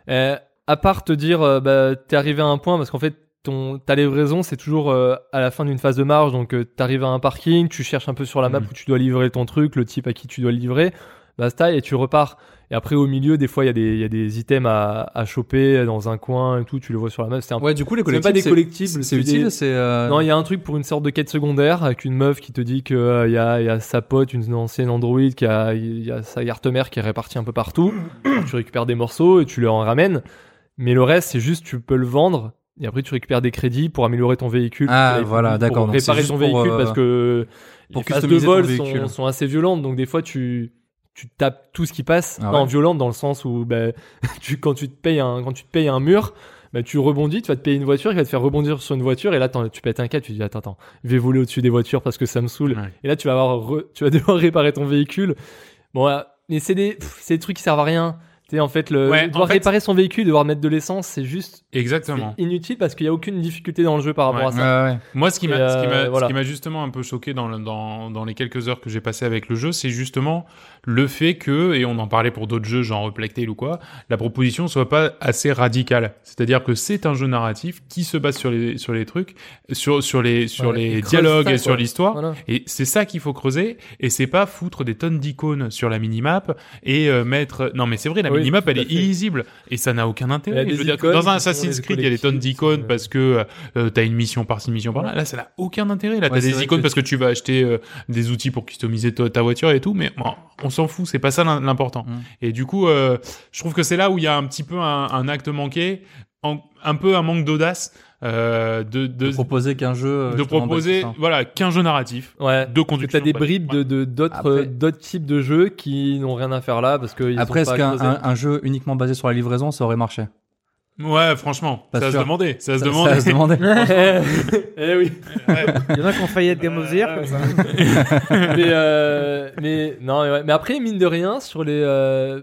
[SPEAKER 3] euh, à part te dire, euh, bah, t'es arrivé à un point, parce qu'en fait, ton, ta livraison, c'est toujours euh, à la fin d'une phase de marge, donc euh, t'arrives à un parking, tu cherches un peu sur la map
[SPEAKER 1] Mhm.
[SPEAKER 3] où tu dois livrer ton truc, le type à qui tu dois le livrer, basta, et tu repars. Et après, au milieu, des fois, il y, a des- il y a des items à, à choper dans un coin et tout, tu le vois sur la map, c'est un peu
[SPEAKER 2] Ouais, du coup, les
[SPEAKER 3] C'est même
[SPEAKER 2] collectibles.
[SPEAKER 3] pas des collectibles,
[SPEAKER 2] C'est
[SPEAKER 3] c'est
[SPEAKER 2] c'est utile,
[SPEAKER 3] des-
[SPEAKER 2] c'est. euh,
[SPEAKER 3] non, il y a un truc pour une sorte de quête secondaire avec une meuf qui te dit que euh, il y, a, il y a sa pote, une ancienne androïde, qui a, il y a sa carte-mère qui est répartie un peu partout. Alors, tu récupères des morceaux et tu leur en ramènes. Mais le reste, c'est juste tu peux le vendre et après tu récupères des crédits pour améliorer ton véhicule.
[SPEAKER 2] Ah,
[SPEAKER 3] pour-
[SPEAKER 2] voilà,
[SPEAKER 3] pour
[SPEAKER 2] d'accord, donc c'est
[SPEAKER 3] réparer
[SPEAKER 2] juste
[SPEAKER 3] ton
[SPEAKER 2] pour,
[SPEAKER 3] véhicule
[SPEAKER 2] euh,
[SPEAKER 3] parce que
[SPEAKER 2] pour
[SPEAKER 3] les phases de
[SPEAKER 2] customiser ton
[SPEAKER 3] vol
[SPEAKER 2] véhicule.
[SPEAKER 3] sont, sont assez violentes. Donc des fois tu tu tapes tout ce qui passe
[SPEAKER 2] Ah
[SPEAKER 3] en
[SPEAKER 2] ouais.
[SPEAKER 3] violente dans le sens où ben, tu, quand tu te payes un quand tu te payes un mur bah, tu rebondis, tu vas te payer une voiture, il va te faire rebondir sur une voiture, et là, t'en- tu pètes un câble, tu te dis, attends, attends, je vais voler au-dessus des voitures parce que ça me saoule.
[SPEAKER 1] Ouais.
[SPEAKER 3] Et là, tu vas, avoir re- tu vas devoir réparer ton véhicule. Bon, voilà. mais c'est des, pff, c'est des trucs qui servent à rien. Tu sais, en fait, le,
[SPEAKER 1] Ouais,
[SPEAKER 3] devoir
[SPEAKER 1] en fait-
[SPEAKER 3] réparer son véhicule, devoir mettre de l'essence, c'est juste c'est
[SPEAKER 1] Exactement.
[SPEAKER 3] inutile parce qu'il n'y a aucune difficulté dans le jeu par rapport
[SPEAKER 1] Ouais.
[SPEAKER 3] à
[SPEAKER 2] Ouais,
[SPEAKER 3] ça.
[SPEAKER 2] ouais.
[SPEAKER 1] Moi, ce qui m'a
[SPEAKER 3] Et, euh,
[SPEAKER 1] ce qui m'a- ce
[SPEAKER 3] voilà.
[SPEAKER 1] qui m'a justement un peu choqué dans, le- dans, dans les quelques heures que j'ai passées avec le jeu, c'est justement le fait que, et on en parlait pour d'autres jeux, genre Plague Tale ou quoi, la proposition soit pas assez radicale. C'est-à-dire que c'est un jeu narratif qui se base sur les, sur les trucs, sur, sur les, sur
[SPEAKER 3] Ouais, il
[SPEAKER 1] les
[SPEAKER 3] creuse
[SPEAKER 1] dialogues
[SPEAKER 3] ça,
[SPEAKER 1] et
[SPEAKER 3] quoi.
[SPEAKER 1] sur l'histoire.
[SPEAKER 3] Voilà.
[SPEAKER 1] Et c'est ça qu'il faut creuser, et c'est pas foutre des tonnes d'icônes sur la minimap et euh, mettre. Non, mais c'est vrai, la
[SPEAKER 3] Oui,
[SPEAKER 1] minimap
[SPEAKER 3] tout
[SPEAKER 1] elle
[SPEAKER 3] à
[SPEAKER 1] est
[SPEAKER 3] fait.
[SPEAKER 1] illisible et ça n'a aucun
[SPEAKER 3] Elle a
[SPEAKER 1] intérêt.
[SPEAKER 3] des
[SPEAKER 1] Je veux dire que
[SPEAKER 3] icônes
[SPEAKER 1] dans un
[SPEAKER 3] qui sont
[SPEAKER 1] Assassin's
[SPEAKER 3] des
[SPEAKER 1] Creed, il y a des tonnes
[SPEAKER 3] collectifs,
[SPEAKER 1] d'icônes
[SPEAKER 3] euh.
[SPEAKER 1] parce que euh, t'as une mission par-ci, mission par-là. Là, ça n'a aucun intérêt. Là,
[SPEAKER 2] Ouais,
[SPEAKER 1] t'as
[SPEAKER 2] c'est
[SPEAKER 1] des
[SPEAKER 2] vrai
[SPEAKER 1] icônes
[SPEAKER 2] que-
[SPEAKER 1] parce que tu vas acheter euh, des outils pour customiser ta, ta voiture et tout, mais bon, on s'en fout, c'est pas ça l'im- l'important.
[SPEAKER 2] Mm.
[SPEAKER 1] Et du coup, euh, je trouve que c'est là où il y a un petit peu un, un acte manqué, en- un peu un manque d'audace euh, de, de,
[SPEAKER 2] De proposer qu'un jeu. euh,
[SPEAKER 1] de
[SPEAKER 2] justement,
[SPEAKER 1] proposer
[SPEAKER 2] bah, c'est ça.
[SPEAKER 1] voilà qu'un jeu narratif
[SPEAKER 3] Ouais.
[SPEAKER 1] de
[SPEAKER 3] Parce que
[SPEAKER 1] conduction.
[SPEAKER 3] t'as des
[SPEAKER 1] bah,
[SPEAKER 3] bribes
[SPEAKER 1] ouais.
[SPEAKER 3] de de- d'autres
[SPEAKER 2] Après-
[SPEAKER 3] euh, d'autres types de jeux qui n'ont rien à faire là parce que ils ont
[SPEAKER 2] Après,
[SPEAKER 3] pas
[SPEAKER 2] est-ce qu'un
[SPEAKER 3] creusé.
[SPEAKER 2] un- un jeu uniquement basé sur la livraison, ça aurait marché
[SPEAKER 1] Ouais, franchement,
[SPEAKER 2] Pas
[SPEAKER 1] ça se
[SPEAKER 2] sûr.
[SPEAKER 1] demandait, ça se
[SPEAKER 2] Ça- ça
[SPEAKER 1] demandait.
[SPEAKER 2] se demandait.
[SPEAKER 3] Eh oui.
[SPEAKER 4] Il y en a qui ont failli être Game of the Year comme ça.
[SPEAKER 3] mais, euh, mais non, mais ouais. Mais après, mine de rien, sur les, euh,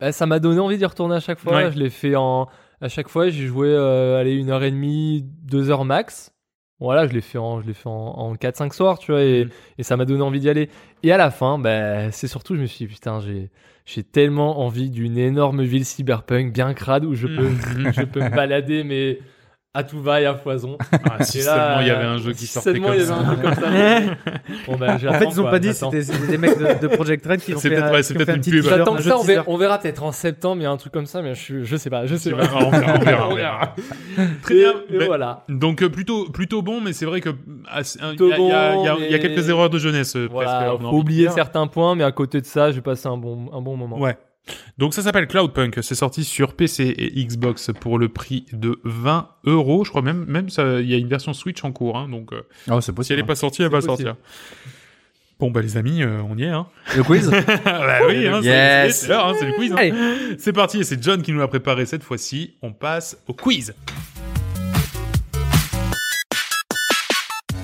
[SPEAKER 3] bah, ça m'a donné envie d'y retourner à chaque fois.
[SPEAKER 1] Ouais.
[SPEAKER 3] Je l'ai fait en, à chaque fois, j'ai joué, euh, allez, une heure et demie, deux heures max. Voilà, je l'ai fait en, je l'ai fait en, en 4-5 soirs, tu vois, et,
[SPEAKER 1] Mhm.
[SPEAKER 3] et ça m'a donné envie d'y aller. Et à la fin, bah, c'est surtout, je me suis dit, putain, j'ai, j'ai tellement envie d'une énorme ville cyberpunk bien crade où
[SPEAKER 1] Mm.
[SPEAKER 3] je peux, je peux me balader, mais à tout va et à foison.
[SPEAKER 1] Ah, si
[SPEAKER 3] Et là,
[SPEAKER 1] seulement il y
[SPEAKER 3] euh,
[SPEAKER 1] avait un jeu qui
[SPEAKER 3] si
[SPEAKER 1] sortait
[SPEAKER 3] seulement
[SPEAKER 1] comme
[SPEAKER 3] il y avait
[SPEAKER 1] ça.
[SPEAKER 3] un jeu comme ça. Bon, bah,
[SPEAKER 4] En
[SPEAKER 3] j'attends,
[SPEAKER 4] fait, ils ont
[SPEAKER 3] quoi,
[SPEAKER 4] pas dit,
[SPEAKER 3] j'attends.
[SPEAKER 4] c'était c'était des mecs de, de Project Red qui ont
[SPEAKER 1] C'est
[SPEAKER 4] fait, euh.
[SPEAKER 1] peut-être-
[SPEAKER 4] un-
[SPEAKER 1] ouais, c'est
[SPEAKER 4] qui
[SPEAKER 1] peut-être
[SPEAKER 4] ont fait un
[SPEAKER 1] une
[SPEAKER 4] petit
[SPEAKER 1] pub.
[SPEAKER 4] teaser,
[SPEAKER 3] J'attends
[SPEAKER 4] un
[SPEAKER 3] que
[SPEAKER 4] jeu
[SPEAKER 3] ça, on verra,
[SPEAKER 4] teaser.
[SPEAKER 3] on verra peut-être en septembre, il y a un truc comme ça, mais je, je sais pas, je sais
[SPEAKER 1] Tu
[SPEAKER 3] pas.
[SPEAKER 1] vas- on verra, on verra, on verra. Très bien.
[SPEAKER 3] Et- et
[SPEAKER 1] Ben,
[SPEAKER 3] voilà.
[SPEAKER 1] Donc euh, plutôt plutôt bon, mais c'est vrai que ah, c'est un- il
[SPEAKER 3] Plutôt
[SPEAKER 1] y, a- il y a- il y a-
[SPEAKER 3] bon,
[SPEAKER 1] il y a
[SPEAKER 3] mais-
[SPEAKER 1] quelques erreurs de jeunesse. euh, presque,
[SPEAKER 3] Voilà,
[SPEAKER 1] on a
[SPEAKER 3] faut
[SPEAKER 1] envie de
[SPEAKER 3] oublier
[SPEAKER 1] dire.
[SPEAKER 3] certains points, mais à côté de ça, j'ai passé un bon, un bon moment.
[SPEAKER 1] Ouais. Donc ça s'appelle Cloudpunk, c'est sorti sur PC et Xbox pour le prix de 20 euros. Je crois même même ça, il y a une version Switch en cours, hein, donc euh,
[SPEAKER 2] Oh, c'est
[SPEAKER 1] si elle
[SPEAKER 2] possible.
[SPEAKER 1] n'est pas sortie, elle va
[SPEAKER 3] Ah, possible.
[SPEAKER 1] sortir. Bon bah les amis, euh, on y est. Hein.
[SPEAKER 2] Le quiz
[SPEAKER 1] bah oui, hein, c'est-
[SPEAKER 2] Yes.
[SPEAKER 1] c'est l'heure, hein, c'est le quiz. hein.
[SPEAKER 4] Allez.
[SPEAKER 1] C'est parti, et c'est John qui nous l'a préparé cette fois-ci. On passe au quiz.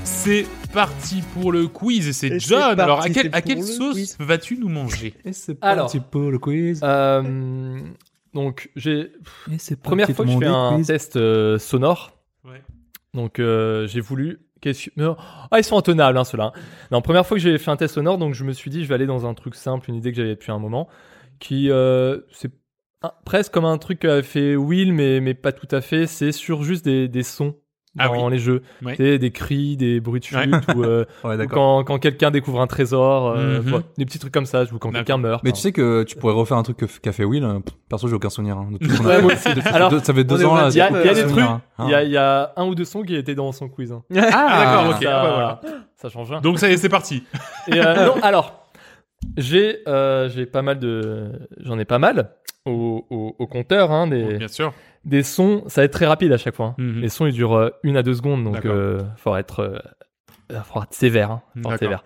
[SPEAKER 1] C'est parti pour le quiz et c'est
[SPEAKER 4] Et c'est
[SPEAKER 1] John.
[SPEAKER 4] parti,
[SPEAKER 1] Alors à, quel-
[SPEAKER 4] c'est
[SPEAKER 1] à quelle
[SPEAKER 4] pour le
[SPEAKER 1] sauce
[SPEAKER 4] quiz.
[SPEAKER 1] vas-tu nous manger
[SPEAKER 2] Et c'est
[SPEAKER 3] Alors.
[SPEAKER 2] parti pour le quiz.
[SPEAKER 3] Euh, donc, j'ai
[SPEAKER 2] Et c'est
[SPEAKER 3] première
[SPEAKER 2] parti
[SPEAKER 3] fois que je
[SPEAKER 2] pour
[SPEAKER 3] fais
[SPEAKER 2] mon
[SPEAKER 3] un
[SPEAKER 2] quiz.
[SPEAKER 3] test euh, sonore.
[SPEAKER 1] Ouais.
[SPEAKER 3] Donc, euh, j'ai voulu. qu'est-ce que- Non. Ah, ils sont intenables, hein, ceux-là. Non, première fois que j'ai fait un test sonore, donc je me suis dit, je vais aller dans un truc simple, une idée que j'avais depuis un moment, qui euh, c'est un- presque comme un truc qu'avait fait Will, mais, mais pas tout à fait. C'est sur juste des, des sons
[SPEAKER 1] Ah
[SPEAKER 3] dans les jeux.
[SPEAKER 1] Ouais.
[SPEAKER 3] Tu sais, Des cris, des bruits de chute,
[SPEAKER 1] Ouais.
[SPEAKER 3] ou, euh,
[SPEAKER 2] Ouais,
[SPEAKER 3] ou
[SPEAKER 2] d'accord.
[SPEAKER 3] quand, quand quelqu'un découvre un trésor, euh,
[SPEAKER 1] Mhm.
[SPEAKER 3] voilà, des petits trucs comme ça, ou quand
[SPEAKER 1] D'accord.
[SPEAKER 3] quelqu'un meurt.
[SPEAKER 2] Mais
[SPEAKER 3] enfin.
[SPEAKER 2] tu sais que tu pourrais refaire un truc que f- qu'a fait Will. euh, pff, Perso, j'ai aucun souvenir. hein, depuis qu'on a-
[SPEAKER 3] Ouais, moi aussi.
[SPEAKER 2] depuis-
[SPEAKER 3] Alors,
[SPEAKER 2] deux- ça fait deux
[SPEAKER 4] est
[SPEAKER 2] ans là.
[SPEAKER 4] vingt-
[SPEAKER 3] Il y a,
[SPEAKER 2] j'ai
[SPEAKER 3] il y a
[SPEAKER 2] aucun
[SPEAKER 3] des
[SPEAKER 2] souvenir,
[SPEAKER 3] trucs.
[SPEAKER 2] hein.
[SPEAKER 3] Il y, a- il y a un ou deux sons qui étaient dans son quiz. hein.
[SPEAKER 1] Ah,
[SPEAKER 2] Ah.
[SPEAKER 1] d'accord, ok.
[SPEAKER 3] Ça-
[SPEAKER 1] ah, bah, voilà.
[SPEAKER 3] ça change rien.
[SPEAKER 1] Donc ça y est, c'est parti.
[SPEAKER 3] Et, euh, non, alors, j'ai euh, j'ai pas mal de. J'en ai pas mal au, au- au compteur. hein, des,
[SPEAKER 1] Bien sûr.
[SPEAKER 3] des sons, ça va être très rapide à chaque fois. hein.
[SPEAKER 1] Mhm.
[SPEAKER 3] Les sons, ils durent euh, une à deux secondes, donc
[SPEAKER 1] D'accord.
[SPEAKER 3] euh, faut être, euh, faut être sévère. hein, faut être
[SPEAKER 1] D'accord.
[SPEAKER 3] sévère.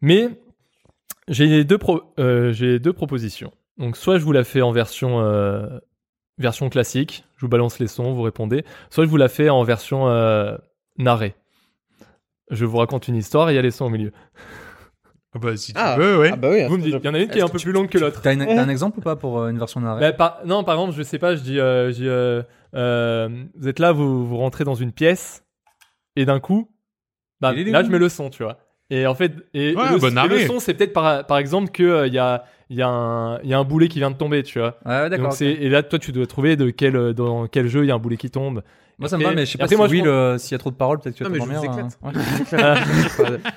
[SPEAKER 3] Mais j'ai deux, pro- euh, j'ai deux propositions. Donc soit je vous la fais en version, euh, version classique, je vous balance les sons, vous répondez. Soit je vous la fais en version euh, narrée. Je vous raconte une histoire et il y a les sons au milieu.
[SPEAKER 1] Ah Bah si tu
[SPEAKER 4] Ah.
[SPEAKER 1] veux, ouais.
[SPEAKER 4] Ah bah oui.
[SPEAKER 3] Vous me dites, il y en a une qui est un peu plus longue que l'autre.
[SPEAKER 2] T'as une- t'as un exemple ou pas pour euh, une version narrée
[SPEAKER 3] Bah, par- non, par exemple, je sais pas, je dis, euh, je dis, euh, euh, vous êtes là, vous, vous rentrez dans une pièce, et d'un coup, bah,
[SPEAKER 2] Il est
[SPEAKER 3] là,
[SPEAKER 2] où
[SPEAKER 3] je mets le son, tu vois. Et en fait, et, et
[SPEAKER 1] Ouais,
[SPEAKER 3] le,
[SPEAKER 1] bonne
[SPEAKER 3] et le
[SPEAKER 1] armée.
[SPEAKER 3] son, c'est peut-être par, par exemple que euh, il y, a, il y, a un- il y a un boulet qui vient de tomber, tu vois.
[SPEAKER 2] Ouais, ouais,
[SPEAKER 3] Donc
[SPEAKER 2] d'accord.
[SPEAKER 3] c'est- et là, toi, tu dois trouver de quel, euh, dans quel jeu il y a un boulet qui tombe.
[SPEAKER 2] Moi, ça me
[SPEAKER 3] Après-
[SPEAKER 2] va, mais je sais pas
[SPEAKER 3] après,
[SPEAKER 2] si
[SPEAKER 3] moi, je
[SPEAKER 2] Will,
[SPEAKER 3] pense-
[SPEAKER 2] euh, s'il y a trop de paroles, peut-être que
[SPEAKER 4] Non,
[SPEAKER 2] tu
[SPEAKER 4] mais
[SPEAKER 2] vas
[SPEAKER 4] je vous
[SPEAKER 2] dormir,
[SPEAKER 4] éclate.
[SPEAKER 2] hein. Ouais.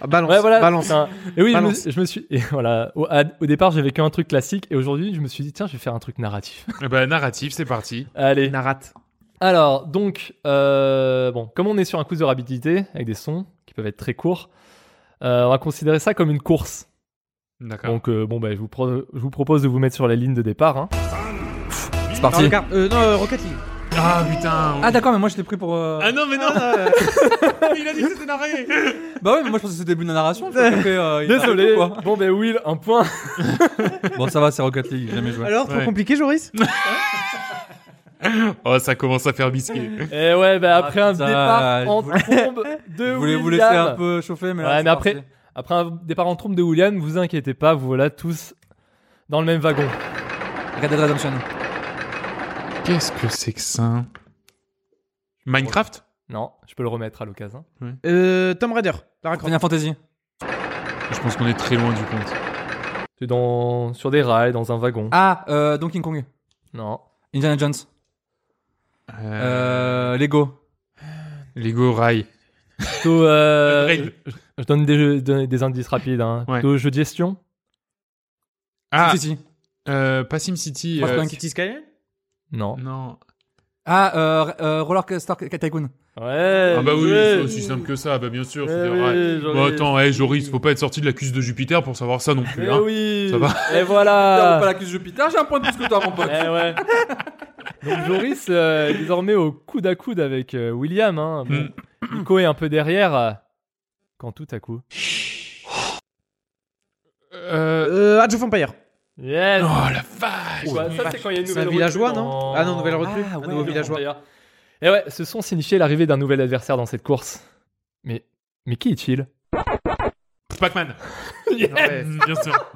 [SPEAKER 4] Ah, balance.
[SPEAKER 3] Ouais, voilà.
[SPEAKER 4] Balance.
[SPEAKER 3] c'est un- Et oui, je me,
[SPEAKER 4] Balance.
[SPEAKER 3] je me suis. Et voilà. Au, à- au départ, j'avais qu'un truc classique, et aujourd'hui, je me suis dit, tiens, je vais faire un truc narratif.
[SPEAKER 1] Eh Bah narratif, c'est parti.
[SPEAKER 3] Allez.
[SPEAKER 4] Narrate.
[SPEAKER 3] Alors, donc, euh, bon, comme on est sur un quiz de rapidité, avec des sons qui peuvent être très courts, euh, on va considérer ça comme une course.
[SPEAKER 1] D'accord.
[SPEAKER 3] Donc, euh, bon, bah, je, vous pro- je vous propose de vous mettre sur la ligne de départ. hein.
[SPEAKER 2] C'est
[SPEAKER 4] Non,
[SPEAKER 2] parti.
[SPEAKER 4] regarde, euh, non, euh, Rocket League.
[SPEAKER 1] Ah putain.
[SPEAKER 2] Ah, d'accord, mais moi, je l'ai pris pour. euh,
[SPEAKER 1] Ah non mais non. Il a dit que c'était narré.
[SPEAKER 2] Bah ouais, mais moi, je pensais que c'était le début de la narration. je crois que t'as fait, euh, une
[SPEAKER 3] Désolé.
[SPEAKER 2] narration,
[SPEAKER 3] Bon, ben, Will, un point.
[SPEAKER 2] quoi. Bon, ça va, c'est Rocket League, j'ai jamais joué.
[SPEAKER 4] Alors, trop
[SPEAKER 1] Ouais.
[SPEAKER 4] compliqué, Joris
[SPEAKER 1] Oh ça commence à faire bisquer.
[SPEAKER 3] Et ouais, bah, après
[SPEAKER 2] Ah,
[SPEAKER 3] un
[SPEAKER 2] putain,
[SPEAKER 3] départ
[SPEAKER 2] je
[SPEAKER 3] en
[SPEAKER 2] voulais-
[SPEAKER 3] trombe de
[SPEAKER 2] Je voulais vous laisser
[SPEAKER 3] William.
[SPEAKER 2] un peu chauffer, mais là,
[SPEAKER 3] Ouais,
[SPEAKER 2] c'est
[SPEAKER 3] mais après-
[SPEAKER 2] parti.
[SPEAKER 3] Après un départ en trombe de William, vous inquiétez pas, vous voilà tous dans le même wagon.
[SPEAKER 2] Red Dead Redemption.
[SPEAKER 1] Qu'est-ce que c'est que ça Minecraft
[SPEAKER 3] Non, je peux le remettre à l'occasion.
[SPEAKER 4] euh, Tom Raider. Lara Croft.
[SPEAKER 2] Final Fantasy.
[SPEAKER 1] Je pense qu'on est très loin du compte.
[SPEAKER 3] Tu es dans... sur des rails, dans un wagon.
[SPEAKER 2] Ah, euh, Donkey Kong.
[SPEAKER 3] Non.
[SPEAKER 2] Indiana Jones. Euh, Lego.
[SPEAKER 1] Lego Rail.
[SPEAKER 3] Plutôt, euh,
[SPEAKER 1] Rail.
[SPEAKER 3] Je donne des, jeux- des- des indices rapides. Hein.
[SPEAKER 1] Ouais.
[SPEAKER 3] Plutôt jeu de gestion.
[SPEAKER 1] Ah,
[SPEAKER 2] City.
[SPEAKER 1] euh, pas SimCity.
[SPEAKER 2] Frostpunk.
[SPEAKER 1] euh,
[SPEAKER 4] City Skyline
[SPEAKER 3] Non.
[SPEAKER 1] Non.
[SPEAKER 2] Ah, euh, euh, Roller Star Tycoon.
[SPEAKER 3] Ouais.
[SPEAKER 1] Ah bah oui,
[SPEAKER 3] ouais.
[SPEAKER 1] c'est aussi simple que ça, bah bien sûr. c'est des
[SPEAKER 3] Eh oui,
[SPEAKER 1] rails.
[SPEAKER 3] Joris.
[SPEAKER 1] Bon, attends, eh, Joris, faut pas être sorti de la cuisse de Jupiter pour savoir ça non plus.
[SPEAKER 3] Eh
[SPEAKER 1] hein.
[SPEAKER 3] oui.
[SPEAKER 1] Ça va
[SPEAKER 3] Et voilà.
[SPEAKER 2] la cuisse Jupiter, j'ai un point de plus que toi, mon pote.
[SPEAKER 3] Eh ouais. Donc Joris euh, est désormais au coude à coude avec euh, William. Hein. Bon,
[SPEAKER 1] Mm.
[SPEAKER 3] Nico est un peu derrière. euh, quand tout à coup.
[SPEAKER 1] Euh,
[SPEAKER 4] Euh, Age of Empire.
[SPEAKER 1] Oh
[SPEAKER 3] Yes.
[SPEAKER 1] la vache
[SPEAKER 3] Quoi, ça c'est quand il y a une
[SPEAKER 4] C'est
[SPEAKER 3] nouvelle
[SPEAKER 4] un villageois,
[SPEAKER 3] recrue
[SPEAKER 4] non
[SPEAKER 3] dans-
[SPEAKER 4] Ah non, nouvelle recrue.
[SPEAKER 2] Ah
[SPEAKER 4] Un
[SPEAKER 2] ouais,
[SPEAKER 4] nouveau
[SPEAKER 2] nouvelle
[SPEAKER 4] villageois.
[SPEAKER 3] Et Eh ouais, ce son signifiait l'arrivée d'un nouvel adversaire dans cette course. Mais mais qui est-il
[SPEAKER 1] Pac-Man
[SPEAKER 4] Ouais.
[SPEAKER 1] Mm, Bien sûr.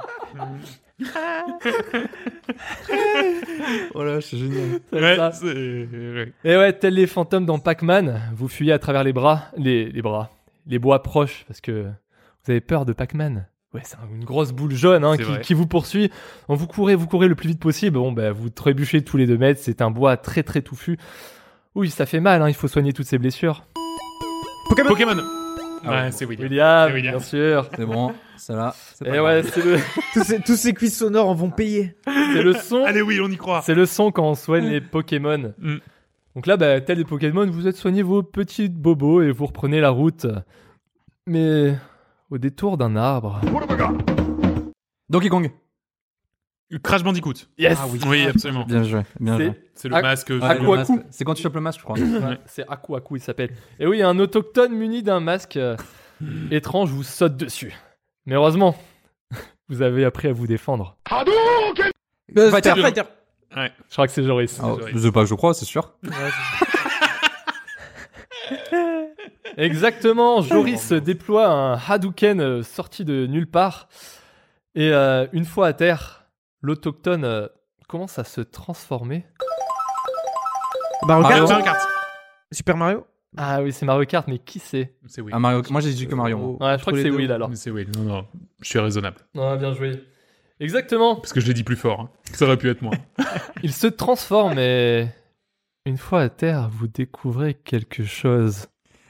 [SPEAKER 2] Oh là, c'est génial.
[SPEAKER 1] Ouais,
[SPEAKER 3] ça.
[SPEAKER 1] c'est... ouais.
[SPEAKER 3] Et ouais, tels les fantômes dans Pac-Man, vous fuyez à travers les bras, les, les bras, les bois proches, parce que vous avez peur de Pac-Man. Ouais, c'est un- une grosse boule jaune hein,
[SPEAKER 1] C'est
[SPEAKER 3] qui,
[SPEAKER 1] vrai.
[SPEAKER 3] qui vous poursuit. Donc vous courez, vous courez le plus vite possible. Bon, bah, vous trébuchez tous les deux mètres. C'est un bois très très touffu. Oui, ça fait mal. hein, il faut soigner toutes ces blessures.
[SPEAKER 4] Pokémon.
[SPEAKER 1] Pokémon
[SPEAKER 2] Ah
[SPEAKER 1] Ouais,
[SPEAKER 2] ouais.
[SPEAKER 1] c'est William.
[SPEAKER 3] William,
[SPEAKER 1] c'est William.
[SPEAKER 3] bien sûr.
[SPEAKER 2] C'est bon, c'est là. c'est pas
[SPEAKER 3] Et
[SPEAKER 2] grave.
[SPEAKER 3] ouais, c'est le,
[SPEAKER 4] tous, ces, tous ces quiz sonores en vont payer.
[SPEAKER 3] c'est le son.
[SPEAKER 1] Allez, oui, on y croit.
[SPEAKER 3] C'est le son quand on soigne les Pokémon.
[SPEAKER 1] Ah. Mm.
[SPEAKER 3] Donc là, bah, tel les Pokémon, vous êtes soigné vos petits bobos et vous reprenez la route. Mais au détour d'un arbre.
[SPEAKER 2] Donkey Kong.
[SPEAKER 1] Crash Bandicoot.
[SPEAKER 3] Yes
[SPEAKER 2] Ah oui.
[SPEAKER 1] Oui, absolument.
[SPEAKER 2] Bien joué, bien joué.
[SPEAKER 3] C'est
[SPEAKER 1] C'est le
[SPEAKER 3] Ah,
[SPEAKER 1] masque.
[SPEAKER 2] Ouais, le
[SPEAKER 1] sur-
[SPEAKER 3] quoi
[SPEAKER 2] masque,
[SPEAKER 3] coup
[SPEAKER 2] C'est quand tu chopes le masque, je crois.
[SPEAKER 3] ouais, c'est Aku Aku, il s'appelle. Et oui, un autochtone muni d'un masque euh, étrange vous saute dessus. Mais heureusement, vous avez appris à vous défendre.
[SPEAKER 4] Fighter,
[SPEAKER 1] Fighter.
[SPEAKER 4] Euh, Fighter.
[SPEAKER 1] Ouais.
[SPEAKER 3] Je crois que c'est Joris.
[SPEAKER 2] Ah, c'est pas que je crois, c'est sûr.
[SPEAKER 3] Exactement, Joris se déploie un Hadouken euh, sorti de nulle part. Et euh, une fois à terre, l'autochtone euh, commence à se transformer.
[SPEAKER 4] Bah
[SPEAKER 1] Mario
[SPEAKER 4] regarde,
[SPEAKER 1] Kart.
[SPEAKER 4] Super Mario.
[SPEAKER 3] Ah oui, c'est Mario Kart, mais qui c'est
[SPEAKER 1] C'est Will.
[SPEAKER 2] Ah, Mario, moi j'ai dit que Mario. moi.
[SPEAKER 3] Ouais, je crois que c'est Will alors.
[SPEAKER 1] Mais C'est Will. Non, non. Je suis raisonnable.
[SPEAKER 3] Ouais, bien joué. Exactement,
[SPEAKER 1] Parce que je l'ai dit plus fort. hein. Ça aurait pu être moi.
[SPEAKER 3] il se transforme et une fois à terre, vous découvrez quelque chose.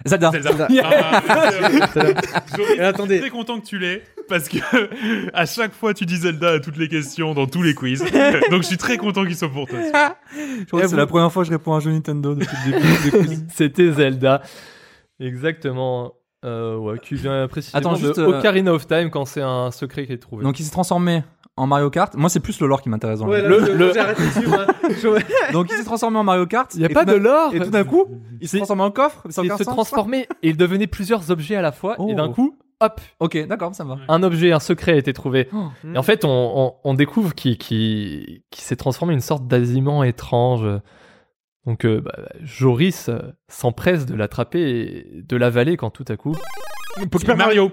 [SPEAKER 2] Zelda.
[SPEAKER 1] Zelda.
[SPEAKER 4] Zelda.
[SPEAKER 1] Ah, Joris,
[SPEAKER 4] Et attendez.
[SPEAKER 1] très content que tu l'aies parce que à chaque fois tu dis Zelda à toutes les questions dans tous les quiz. Donc je suis très content qu'il soit pour toi.
[SPEAKER 2] Je crois que c'est
[SPEAKER 3] vous-
[SPEAKER 2] la première fois que je réponds à un jeu Nintendo depuis le début. des quiz.
[SPEAKER 3] C'était Zelda. Exactement. Euh, ouais, qui vient précisément
[SPEAKER 2] Attends, juste,
[SPEAKER 3] de
[SPEAKER 2] euh,
[SPEAKER 3] Ocarina of Time quand c'est un secret qui est trouvé.
[SPEAKER 2] Donc il s'est transformé en Mario Kart. Moi c'est plus le lore qui m'intéresse. dans le jeu.
[SPEAKER 3] là, je- le-
[SPEAKER 4] j'arrête de suivre, hein. Je-
[SPEAKER 2] Donc il s'est transformé en Mario Kart.
[SPEAKER 3] Il n'y a
[SPEAKER 2] et
[SPEAKER 3] pas
[SPEAKER 2] tout
[SPEAKER 3] de
[SPEAKER 2] d'un-
[SPEAKER 3] lore
[SPEAKER 2] Et tout d'un coup, il s'est
[SPEAKER 3] C'est-
[SPEAKER 2] transformé en coffre. sans
[SPEAKER 3] Il
[SPEAKER 2] aucun
[SPEAKER 3] se
[SPEAKER 2] sens.
[SPEAKER 3] transformait et il devenait plusieurs objets à la fois.
[SPEAKER 2] Oh.
[SPEAKER 3] Et d'un coup, hop,
[SPEAKER 2] Ok, d'accord, ça me va.
[SPEAKER 3] un objet, un secret a été trouvé.
[SPEAKER 2] Oh.
[SPEAKER 3] Et en fait, on, on- on découvre qu'il qu'il- qu'il s'est transformé en une sorte d'asiment étrange. Donc, euh, bah, Joris euh, s'empresse de l'attraper et de l'avaler quand tout à coup.
[SPEAKER 1] Super Mario.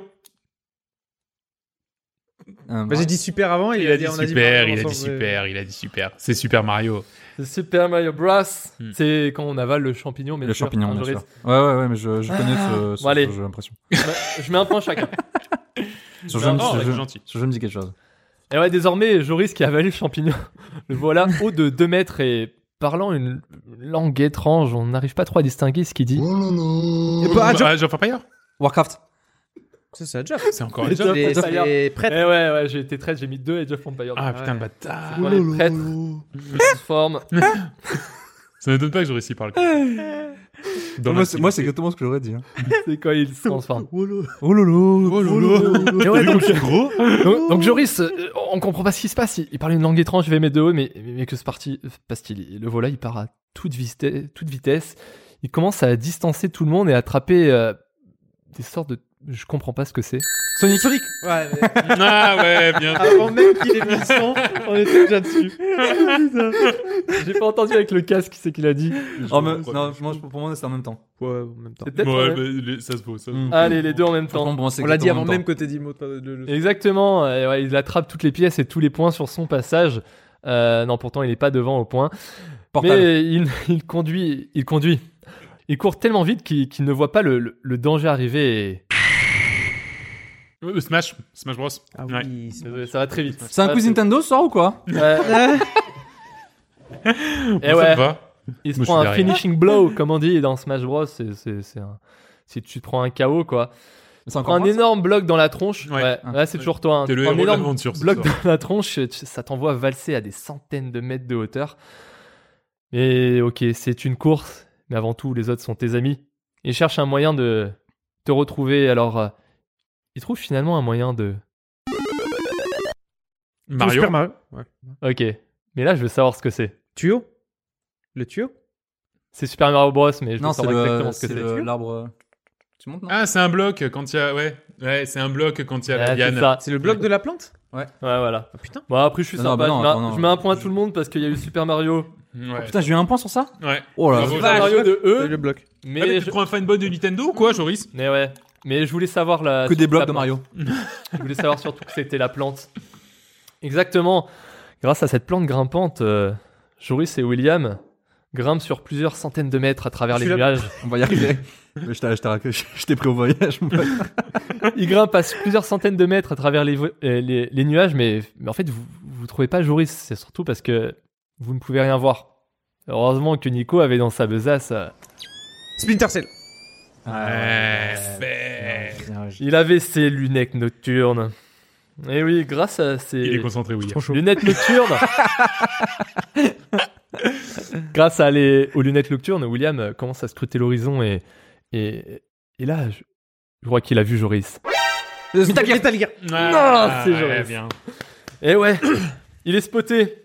[SPEAKER 2] Euh,
[SPEAKER 4] Bah, j'ai dit super avant et
[SPEAKER 1] Il a dit
[SPEAKER 4] on a dit
[SPEAKER 1] super.
[SPEAKER 4] Mario
[SPEAKER 1] Il a dit
[SPEAKER 4] ensemble, ouais.
[SPEAKER 1] super. Il a dit super. C'est Super Mario.
[SPEAKER 3] C'est Super Mario Bros.
[SPEAKER 1] Hmm.
[SPEAKER 3] C'est quand on avale le champignon. Mais
[SPEAKER 2] Mm. le champignon, bien sûr. Ouais, ouais, ouais, mais je, je connais ce, ce-
[SPEAKER 3] Bon, allez.
[SPEAKER 2] ce jeu, j'ai l'impression.
[SPEAKER 3] Je mets un point chacun.
[SPEAKER 2] Ce jeu, me-
[SPEAKER 1] Oh,
[SPEAKER 2] ce
[SPEAKER 1] c'est
[SPEAKER 2] jeu-
[SPEAKER 1] gentil.
[SPEAKER 2] ce jeu me dit quelque chose.
[SPEAKER 3] Et ouais, désormais, Joris qui a avalé le champignon, le voilà haut de 2 mètres et parlant une langue étrange, on n'arrive pas trop à distinguer ce qu'il dit.
[SPEAKER 4] Et bah, Jeff-
[SPEAKER 1] Ah, Jeff Empire
[SPEAKER 2] Warcraft.
[SPEAKER 4] C'est ça, Jeff.
[SPEAKER 1] C'est encore
[SPEAKER 3] Et
[SPEAKER 1] Jeff.
[SPEAKER 3] Jeff
[SPEAKER 4] Les-
[SPEAKER 3] Empire.
[SPEAKER 4] les
[SPEAKER 3] Eh
[SPEAKER 4] prêtres.
[SPEAKER 3] ouais, ouais, j'ai été traître, j'ai mis 2 et Jeff Empire.
[SPEAKER 1] Ah putain,
[SPEAKER 4] Ouais.
[SPEAKER 1] le bâtard.
[SPEAKER 3] C'est quand les prêtres se transforment.
[SPEAKER 1] Ça m'étonne pas que j'aurais si parlé. Dans
[SPEAKER 2] moi,
[SPEAKER 1] ma-
[SPEAKER 2] c'est, moi, c'est exactement ce que j'aurais dit. hein.
[SPEAKER 3] C'est quand ils se transforment.
[SPEAKER 2] Oh lolo.
[SPEAKER 1] Oh lolo.
[SPEAKER 3] Et ouais, donc,
[SPEAKER 1] gros.
[SPEAKER 3] donc- donc Joris, euh, on comprend pas ce qui se passe. Il, il parle une langue étrange, il fait mes deux hauts, mais, mais, mais que se parti- se passe-t-il Et Le voilà, il part à toute, viste- toute vitesse. Il commence à distancer tout le monde et à attraper euh, des sortes de. Je comprends pas ce que c'est.
[SPEAKER 2] Sonic. Sonic.
[SPEAKER 4] Ouais, mais
[SPEAKER 1] Ah ouais, bien.
[SPEAKER 4] avant même qu'il ait mis le son, on était déjà dessus.
[SPEAKER 3] J'ai pas entendu avec le casque qui c'est qu'il a dit.
[SPEAKER 2] Oh, mais- non, moi, je- pour moi, c'est en même temps.
[SPEAKER 4] Ouais, en même temps.
[SPEAKER 3] C'est peut-être.
[SPEAKER 1] Ouais,
[SPEAKER 3] en même-
[SPEAKER 1] mais les- ça se vaut, ça se
[SPEAKER 2] Mm.
[SPEAKER 1] vaut.
[SPEAKER 3] Allez, les deux en même
[SPEAKER 2] Franchement,
[SPEAKER 3] temps.
[SPEAKER 2] pour moi, c'est
[SPEAKER 4] On l'a dit
[SPEAKER 2] exactement
[SPEAKER 4] avant
[SPEAKER 2] en
[SPEAKER 4] même
[SPEAKER 2] temps.
[SPEAKER 4] que t'aies dit le mot de le- le-
[SPEAKER 3] Exactement, euh, ouais, il attrape toutes les pièces et tous les points sur son passage. Euh, non, pourtant, il n'est pas devant au point.
[SPEAKER 2] Portal.
[SPEAKER 3] Mais il, il conduit, il conduit. Il court tellement vite qu'il qu'il ne voit pas le, le- le danger arriver. et-
[SPEAKER 1] Euh, Smash, Smash Bros.
[SPEAKER 4] Ah
[SPEAKER 1] Ouais.
[SPEAKER 4] oui, c'est-
[SPEAKER 3] Désolé, Ça va très vite.
[SPEAKER 2] C'est un quiz Nintendo, ce soir ou quoi
[SPEAKER 3] Ouais. Et
[SPEAKER 1] Ça
[SPEAKER 3] Eh ouais,
[SPEAKER 1] va.
[SPEAKER 3] il se
[SPEAKER 1] Moi, je
[SPEAKER 3] prend
[SPEAKER 1] suis
[SPEAKER 3] un
[SPEAKER 1] derrière.
[SPEAKER 3] finishing blow, comme on dit dans Smash Bros. c'est c'est- c'est un- Si tu te prends un KO, quoi.
[SPEAKER 2] C'est encore
[SPEAKER 3] Un
[SPEAKER 2] moi, ça
[SPEAKER 3] énorme bloc dans la tronche.
[SPEAKER 1] Ouais.
[SPEAKER 3] Ouais, ouais, c'est toujours toi. hein.
[SPEAKER 1] T'es le
[SPEAKER 3] Un
[SPEAKER 1] héros de
[SPEAKER 3] énorme
[SPEAKER 1] l'aventure. ce
[SPEAKER 3] bloc
[SPEAKER 1] soir.
[SPEAKER 3] dans la tronche, tu- ça t'envoie valser à des centaines de mètres de hauteur. Mais ok, c'est une course, mais avant tout, les autres sont tes amis. Ils cherchent un moyen de te retrouver, alors euh, ils trouvent finalement un moyen de...
[SPEAKER 1] Mario.
[SPEAKER 4] Super Mario. Ouais.
[SPEAKER 3] Ok, mais là je veux savoir ce que c'est.
[SPEAKER 4] Tuyau. Le tuyau.
[SPEAKER 3] C'est Super Mario Bros, mais je veux
[SPEAKER 2] Non, c'est
[SPEAKER 3] savoir exactement
[SPEAKER 2] le-
[SPEAKER 3] ce que
[SPEAKER 2] c'est
[SPEAKER 3] c'est.
[SPEAKER 2] le- l'arbre. euh, Tu montes, non
[SPEAKER 1] Ah, c'est un bloc quand il y a. Ouais, ouais c'est un bloc quand il y a
[SPEAKER 3] Ah,
[SPEAKER 1] la
[SPEAKER 3] c'est
[SPEAKER 1] liane.
[SPEAKER 3] ça.
[SPEAKER 4] C'est le bloc de la plante.
[SPEAKER 3] Ouais, voilà.
[SPEAKER 4] Ah putain.
[SPEAKER 3] Bon, après je suis
[SPEAKER 2] Non,
[SPEAKER 3] sympa,
[SPEAKER 2] bah non,
[SPEAKER 3] je, mets,
[SPEAKER 2] attends, non. Ah,
[SPEAKER 3] je mets un point à tout le monde parce qu'il y a eu Super Mario.
[SPEAKER 1] Ouais.
[SPEAKER 2] Oh, Putain, j'ai eu un point sur ça
[SPEAKER 1] ouais.
[SPEAKER 2] Oh là
[SPEAKER 1] Bravo.
[SPEAKER 2] là.
[SPEAKER 3] Super
[SPEAKER 1] Ah,
[SPEAKER 3] Mario de
[SPEAKER 4] C'est
[SPEAKER 3] E,
[SPEAKER 4] le bloc.
[SPEAKER 1] Ah,
[SPEAKER 3] mais...
[SPEAKER 1] mais tu
[SPEAKER 3] je-
[SPEAKER 1] prends un fanboy de Nintendo ou quoi, Joris
[SPEAKER 3] Mais ouais, mais je voulais savoir la...
[SPEAKER 2] Que des blocs de
[SPEAKER 3] la-
[SPEAKER 2] Mario.
[SPEAKER 3] Je voulais savoir surtout que c'était la plante. Exactement. Grâce à cette plante grimpante, euh, Joris et William grimpent sur plusieurs centaines de mètres à travers les
[SPEAKER 4] Je suis
[SPEAKER 3] nuages.
[SPEAKER 2] On va y arriver. Mais je t'ai- je t'ai rac- je t'ai pris au voyage. mon pote.
[SPEAKER 3] Ils grimpent à plusieurs centaines de mètres à travers les, vo- euh, les- les nuages, mais, mais en fait, vous ne trouvez pas Joris. C'est surtout parce que vous ne pouvez rien voir. Heureusement que Nico avait dans sa besace. euh,
[SPEAKER 4] Splinter Cell.
[SPEAKER 2] Ah,
[SPEAKER 1] Ouais,
[SPEAKER 2] Bien,
[SPEAKER 1] Eh, c'est-
[SPEAKER 2] bien, bien.
[SPEAKER 3] il avait ses lunettes nocturnes. Et oui, grâce à ces.
[SPEAKER 1] Il est concentré, William.
[SPEAKER 3] Lunettes nocturnes. Grâce à les, aux lunettes nocturnes, William euh, commence à scruter l'horizon et, et, et là, je, je crois qu'il a vu Joris.
[SPEAKER 4] Metal Gear. Metal Gear.
[SPEAKER 1] Ah,
[SPEAKER 3] c'est
[SPEAKER 1] ouais,
[SPEAKER 3] Joris.
[SPEAKER 1] bien.
[SPEAKER 3] Et Eh ouais, il est spoté.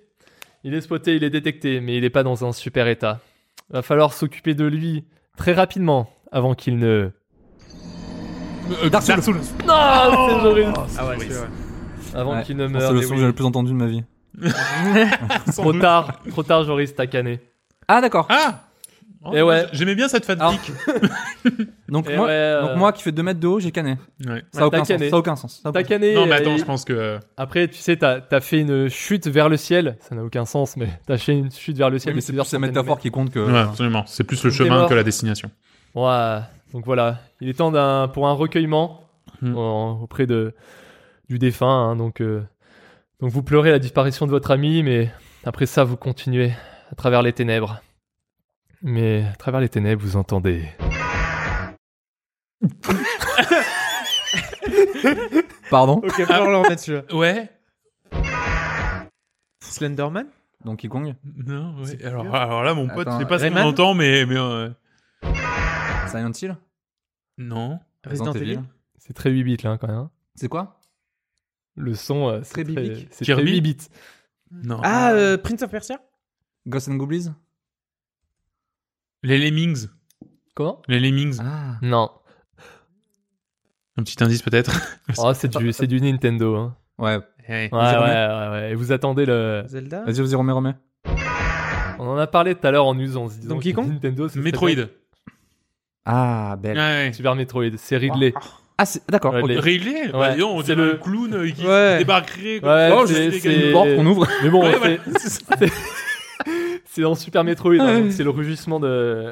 [SPEAKER 3] Il est spoté, il est détecté, mais il n'est pas dans un super état. Va falloir s'occuper de lui très rapidement avant qu'il ne...
[SPEAKER 1] Euh, Dark Souls.
[SPEAKER 3] Non, c'est horrible.
[SPEAKER 1] Ah ouais, c'est vrai.
[SPEAKER 3] Avant
[SPEAKER 2] Ouais. Ah,
[SPEAKER 3] qu'il ne
[SPEAKER 2] C'est
[SPEAKER 3] meure.
[SPEAKER 2] le
[SPEAKER 3] mais
[SPEAKER 2] son que
[SPEAKER 3] oui.
[SPEAKER 2] j'ai le plus entendu de ma vie.
[SPEAKER 3] Trop tard, trop tard, Joris, t'as canné.
[SPEAKER 2] Ah d'accord.
[SPEAKER 1] Ah Oh,
[SPEAKER 3] Eh ouais.
[SPEAKER 1] J'aimais bien cette
[SPEAKER 2] Alors,
[SPEAKER 1] fanfic.
[SPEAKER 2] Donc
[SPEAKER 3] Eh
[SPEAKER 2] moi,
[SPEAKER 3] ouais, euh,
[SPEAKER 2] donc moi qui fais 2 mètres de haut, j'ai cané.
[SPEAKER 1] Ouais.
[SPEAKER 2] Ça a
[SPEAKER 3] Ouais, t'as
[SPEAKER 2] aucun sens.
[SPEAKER 3] canné.
[SPEAKER 2] Ça a aucun sens. Ça a aucun
[SPEAKER 3] t'as canné.
[SPEAKER 1] Non, mais attends,
[SPEAKER 3] euh,
[SPEAKER 1] je pense que.
[SPEAKER 3] Après, tu sais, t'as t'as fait une chute vers le ciel. Ça n'a aucun sens, mais t'as fait une chute vers le
[SPEAKER 2] sens.
[SPEAKER 3] ciel. de
[SPEAKER 2] Mais c'est
[SPEAKER 3] plusieurs
[SPEAKER 2] plus la
[SPEAKER 3] centaines de
[SPEAKER 2] métaphore qui compte que.
[SPEAKER 1] Ouais, absolument. C'est plus le
[SPEAKER 3] T'es
[SPEAKER 1] chemin
[SPEAKER 3] mort.
[SPEAKER 1] que la destination.
[SPEAKER 3] Ouais, donc voilà, il est temps d'un pour un recueillement
[SPEAKER 1] Hmm.
[SPEAKER 3] en- auprès de du défunt. hein, donc, euh, donc vous pleurez la disparition de votre ami, mais après ça vous continuez à travers les ténèbres. Mais à travers les ténèbres, vous entendez.
[SPEAKER 2] Pardon.
[SPEAKER 4] Ok, faut leur mettre celui-là.
[SPEAKER 1] Ouais.
[SPEAKER 4] Slenderman
[SPEAKER 2] Donkey Kong,
[SPEAKER 1] Non, ouais.
[SPEAKER 4] C'est
[SPEAKER 1] Alors,
[SPEAKER 4] dur.
[SPEAKER 1] alors là, mon pote,
[SPEAKER 2] Attends,
[SPEAKER 1] je sais pas ce qu'on
[SPEAKER 4] Rayman
[SPEAKER 1] entend, mais. mais euh,
[SPEAKER 2] Silent Hill,
[SPEAKER 1] Non.
[SPEAKER 2] Resident Evil.
[SPEAKER 3] C'est très 8 bits là quand même. hein.
[SPEAKER 2] C'est quoi
[SPEAKER 3] Le son, euh, c'est
[SPEAKER 4] Très
[SPEAKER 3] très,
[SPEAKER 4] biblique.
[SPEAKER 3] c'est très
[SPEAKER 1] Kirby
[SPEAKER 3] 8 bits.
[SPEAKER 1] Non.
[SPEAKER 4] Ah, euh, Prince of Persia
[SPEAKER 2] Ghost and Goblins
[SPEAKER 1] Les Lemmings.
[SPEAKER 3] Comment
[SPEAKER 1] Les Lemmings.
[SPEAKER 2] Ah.
[SPEAKER 3] Non.
[SPEAKER 1] Un petit indice peut-être.
[SPEAKER 3] Oh, c'est du c'est du Nintendo. hein.
[SPEAKER 2] Ouais.
[SPEAKER 1] Ouais.
[SPEAKER 3] Ouais,
[SPEAKER 2] Vas-y,
[SPEAKER 3] ouais,
[SPEAKER 2] remets.
[SPEAKER 3] ouais, ouais. Et vous attendez le.
[SPEAKER 4] Zelda
[SPEAKER 2] Vas-y, vas-y, remets, remets.
[SPEAKER 3] On en a parlé tout à l'heure en usant. en se disant
[SPEAKER 4] Donkey
[SPEAKER 3] que
[SPEAKER 4] Kong
[SPEAKER 3] Nintendo. ce serait
[SPEAKER 1] Metroid.
[SPEAKER 3] bien.
[SPEAKER 2] Ah,
[SPEAKER 1] Ouais,
[SPEAKER 2] belle.
[SPEAKER 1] ouais.
[SPEAKER 3] Super Metroid. C'est Ridley.
[SPEAKER 2] Ah, c'est d'accord.
[SPEAKER 3] Ouais,
[SPEAKER 2] ok.
[SPEAKER 3] les-
[SPEAKER 1] Réglé Bah,
[SPEAKER 3] Ouais,
[SPEAKER 1] dis donc, on
[SPEAKER 3] c'est
[SPEAKER 1] dirait
[SPEAKER 3] le-
[SPEAKER 1] le clown euh, qui
[SPEAKER 4] Ouais.
[SPEAKER 1] débarquerait. Oh, comme
[SPEAKER 3] Ouais,
[SPEAKER 1] ça,
[SPEAKER 3] c'est-
[SPEAKER 1] les gars.
[SPEAKER 3] c'est-
[SPEAKER 2] Une porte qu'on ouvre.
[SPEAKER 3] Mais bon,
[SPEAKER 1] Ouais,
[SPEAKER 3] c'est-
[SPEAKER 1] voilà.
[SPEAKER 3] c'est en Super Metroid, hein,
[SPEAKER 2] Ouais.
[SPEAKER 3] donc c'est le rugissement de,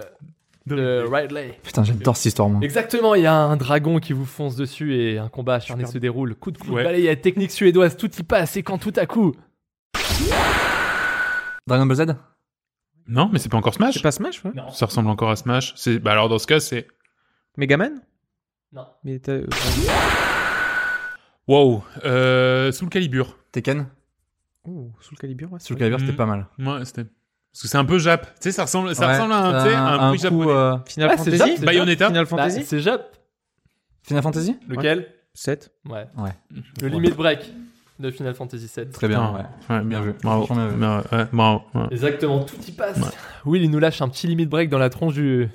[SPEAKER 3] de Ridley.
[SPEAKER 2] Putain, j'adore cette histoire, moi.
[SPEAKER 3] Exactement, il y a un dragon qui vous fonce dessus et un combat acharné
[SPEAKER 4] Super.
[SPEAKER 3] se déroule. Coup de coup,
[SPEAKER 1] Ouais.
[SPEAKER 3] de balayette, technique suédoise, tout y passe et quand tout à coup.
[SPEAKER 2] Dragon Ball Z
[SPEAKER 1] Non, mais c'est pas encore Smash.
[SPEAKER 4] C'est pas Smash, ouais
[SPEAKER 1] Ça ressemble encore à Smash. C'est... Bah, alors, dans ce cas, c'est.
[SPEAKER 4] Megaman
[SPEAKER 3] Non.
[SPEAKER 4] Mais t'as- euh,
[SPEAKER 1] Wow. Euh, Soul Calibur.
[SPEAKER 2] Tekken
[SPEAKER 4] Oh, sous le calibre, ouais. c'est
[SPEAKER 2] Sur le
[SPEAKER 4] vrai.
[SPEAKER 2] Calibur, c'était
[SPEAKER 1] Mhm.
[SPEAKER 2] pas mal.
[SPEAKER 1] Ouais, c'était. Parce que c'est un peu Jap. Tu sais, ça ressemble, ça
[SPEAKER 2] Ouais.
[SPEAKER 1] ressemble à un, tu sais, à un
[SPEAKER 2] coup,
[SPEAKER 1] truc japonais.
[SPEAKER 2] euh,
[SPEAKER 4] Final
[SPEAKER 3] Ah, c'est
[SPEAKER 4] Fantasy
[SPEAKER 3] Jap, c'est
[SPEAKER 1] Bayonetta.
[SPEAKER 4] Final
[SPEAKER 3] Bah,
[SPEAKER 4] Fantasy
[SPEAKER 3] c'est Jap.
[SPEAKER 2] Final Fantasy
[SPEAKER 3] Lequel
[SPEAKER 4] 7.
[SPEAKER 3] Ouais.
[SPEAKER 2] Ouais.
[SPEAKER 3] Le limit break de Final Fantasy VII.
[SPEAKER 2] Très bien, ouais.
[SPEAKER 1] Putain. Ouais, bien vu. Bravo.
[SPEAKER 2] Franchement, bien vu.
[SPEAKER 1] Ouais, ouais, bravo. Ouais.
[SPEAKER 3] Exactement, tout y passe.
[SPEAKER 1] Ouais.
[SPEAKER 3] Will, il nous lâche un petit limit break dans la tronche du,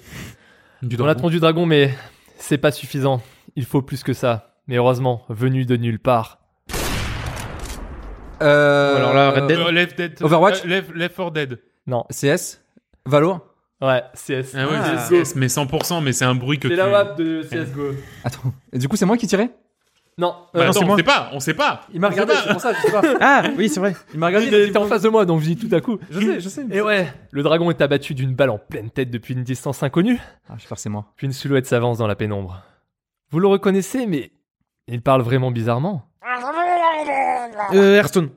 [SPEAKER 1] Du
[SPEAKER 3] dans la tronche du dragon, mais c'est pas suffisant. Il faut plus que ça. Mais heureusement, venu de nulle part.
[SPEAKER 2] Euh,
[SPEAKER 4] Alors là, Red Dead.
[SPEAKER 1] Euh, Left Dead.
[SPEAKER 2] Overwatch
[SPEAKER 1] Euh, Left, Left 4 Dead.
[SPEAKER 3] Non.
[SPEAKER 2] CS Valo
[SPEAKER 3] Ouais, CS.
[SPEAKER 1] Ah ouais,
[SPEAKER 4] Ah.
[SPEAKER 1] c'est- c'est- mais 100%, mais c'est un bruit que
[SPEAKER 3] C'est
[SPEAKER 1] tu... Bah,
[SPEAKER 3] la WAP de CSGO.
[SPEAKER 2] Attends. Et du coup, c'est moi qui tirais
[SPEAKER 3] Non,
[SPEAKER 1] Bah,
[SPEAKER 3] euh,
[SPEAKER 1] attends,
[SPEAKER 4] c'est
[SPEAKER 1] on
[SPEAKER 4] moi.
[SPEAKER 1] sait pas, on sait pas.
[SPEAKER 2] Il m'a regardé, Ah, c'est pour ça, je sais pas.
[SPEAKER 4] Ah, oui, c'est vrai. euh,
[SPEAKER 2] Il m'a
[SPEAKER 3] il
[SPEAKER 2] regardé, il a dit-
[SPEAKER 3] était en face de moi, donc je dis tout à coup.
[SPEAKER 2] Je sais, je sais.
[SPEAKER 3] Et ouais, le dragon est abattu d'une balle en pleine tête depuis une distance inconnue,
[SPEAKER 2] Ah, j'espère que c'est moi.
[SPEAKER 3] puis une silhouette s'avance dans la pénombre. Vous le reconnaissez, mais il parle vraiment bizarrement.
[SPEAKER 4] Euh, Hearthstone.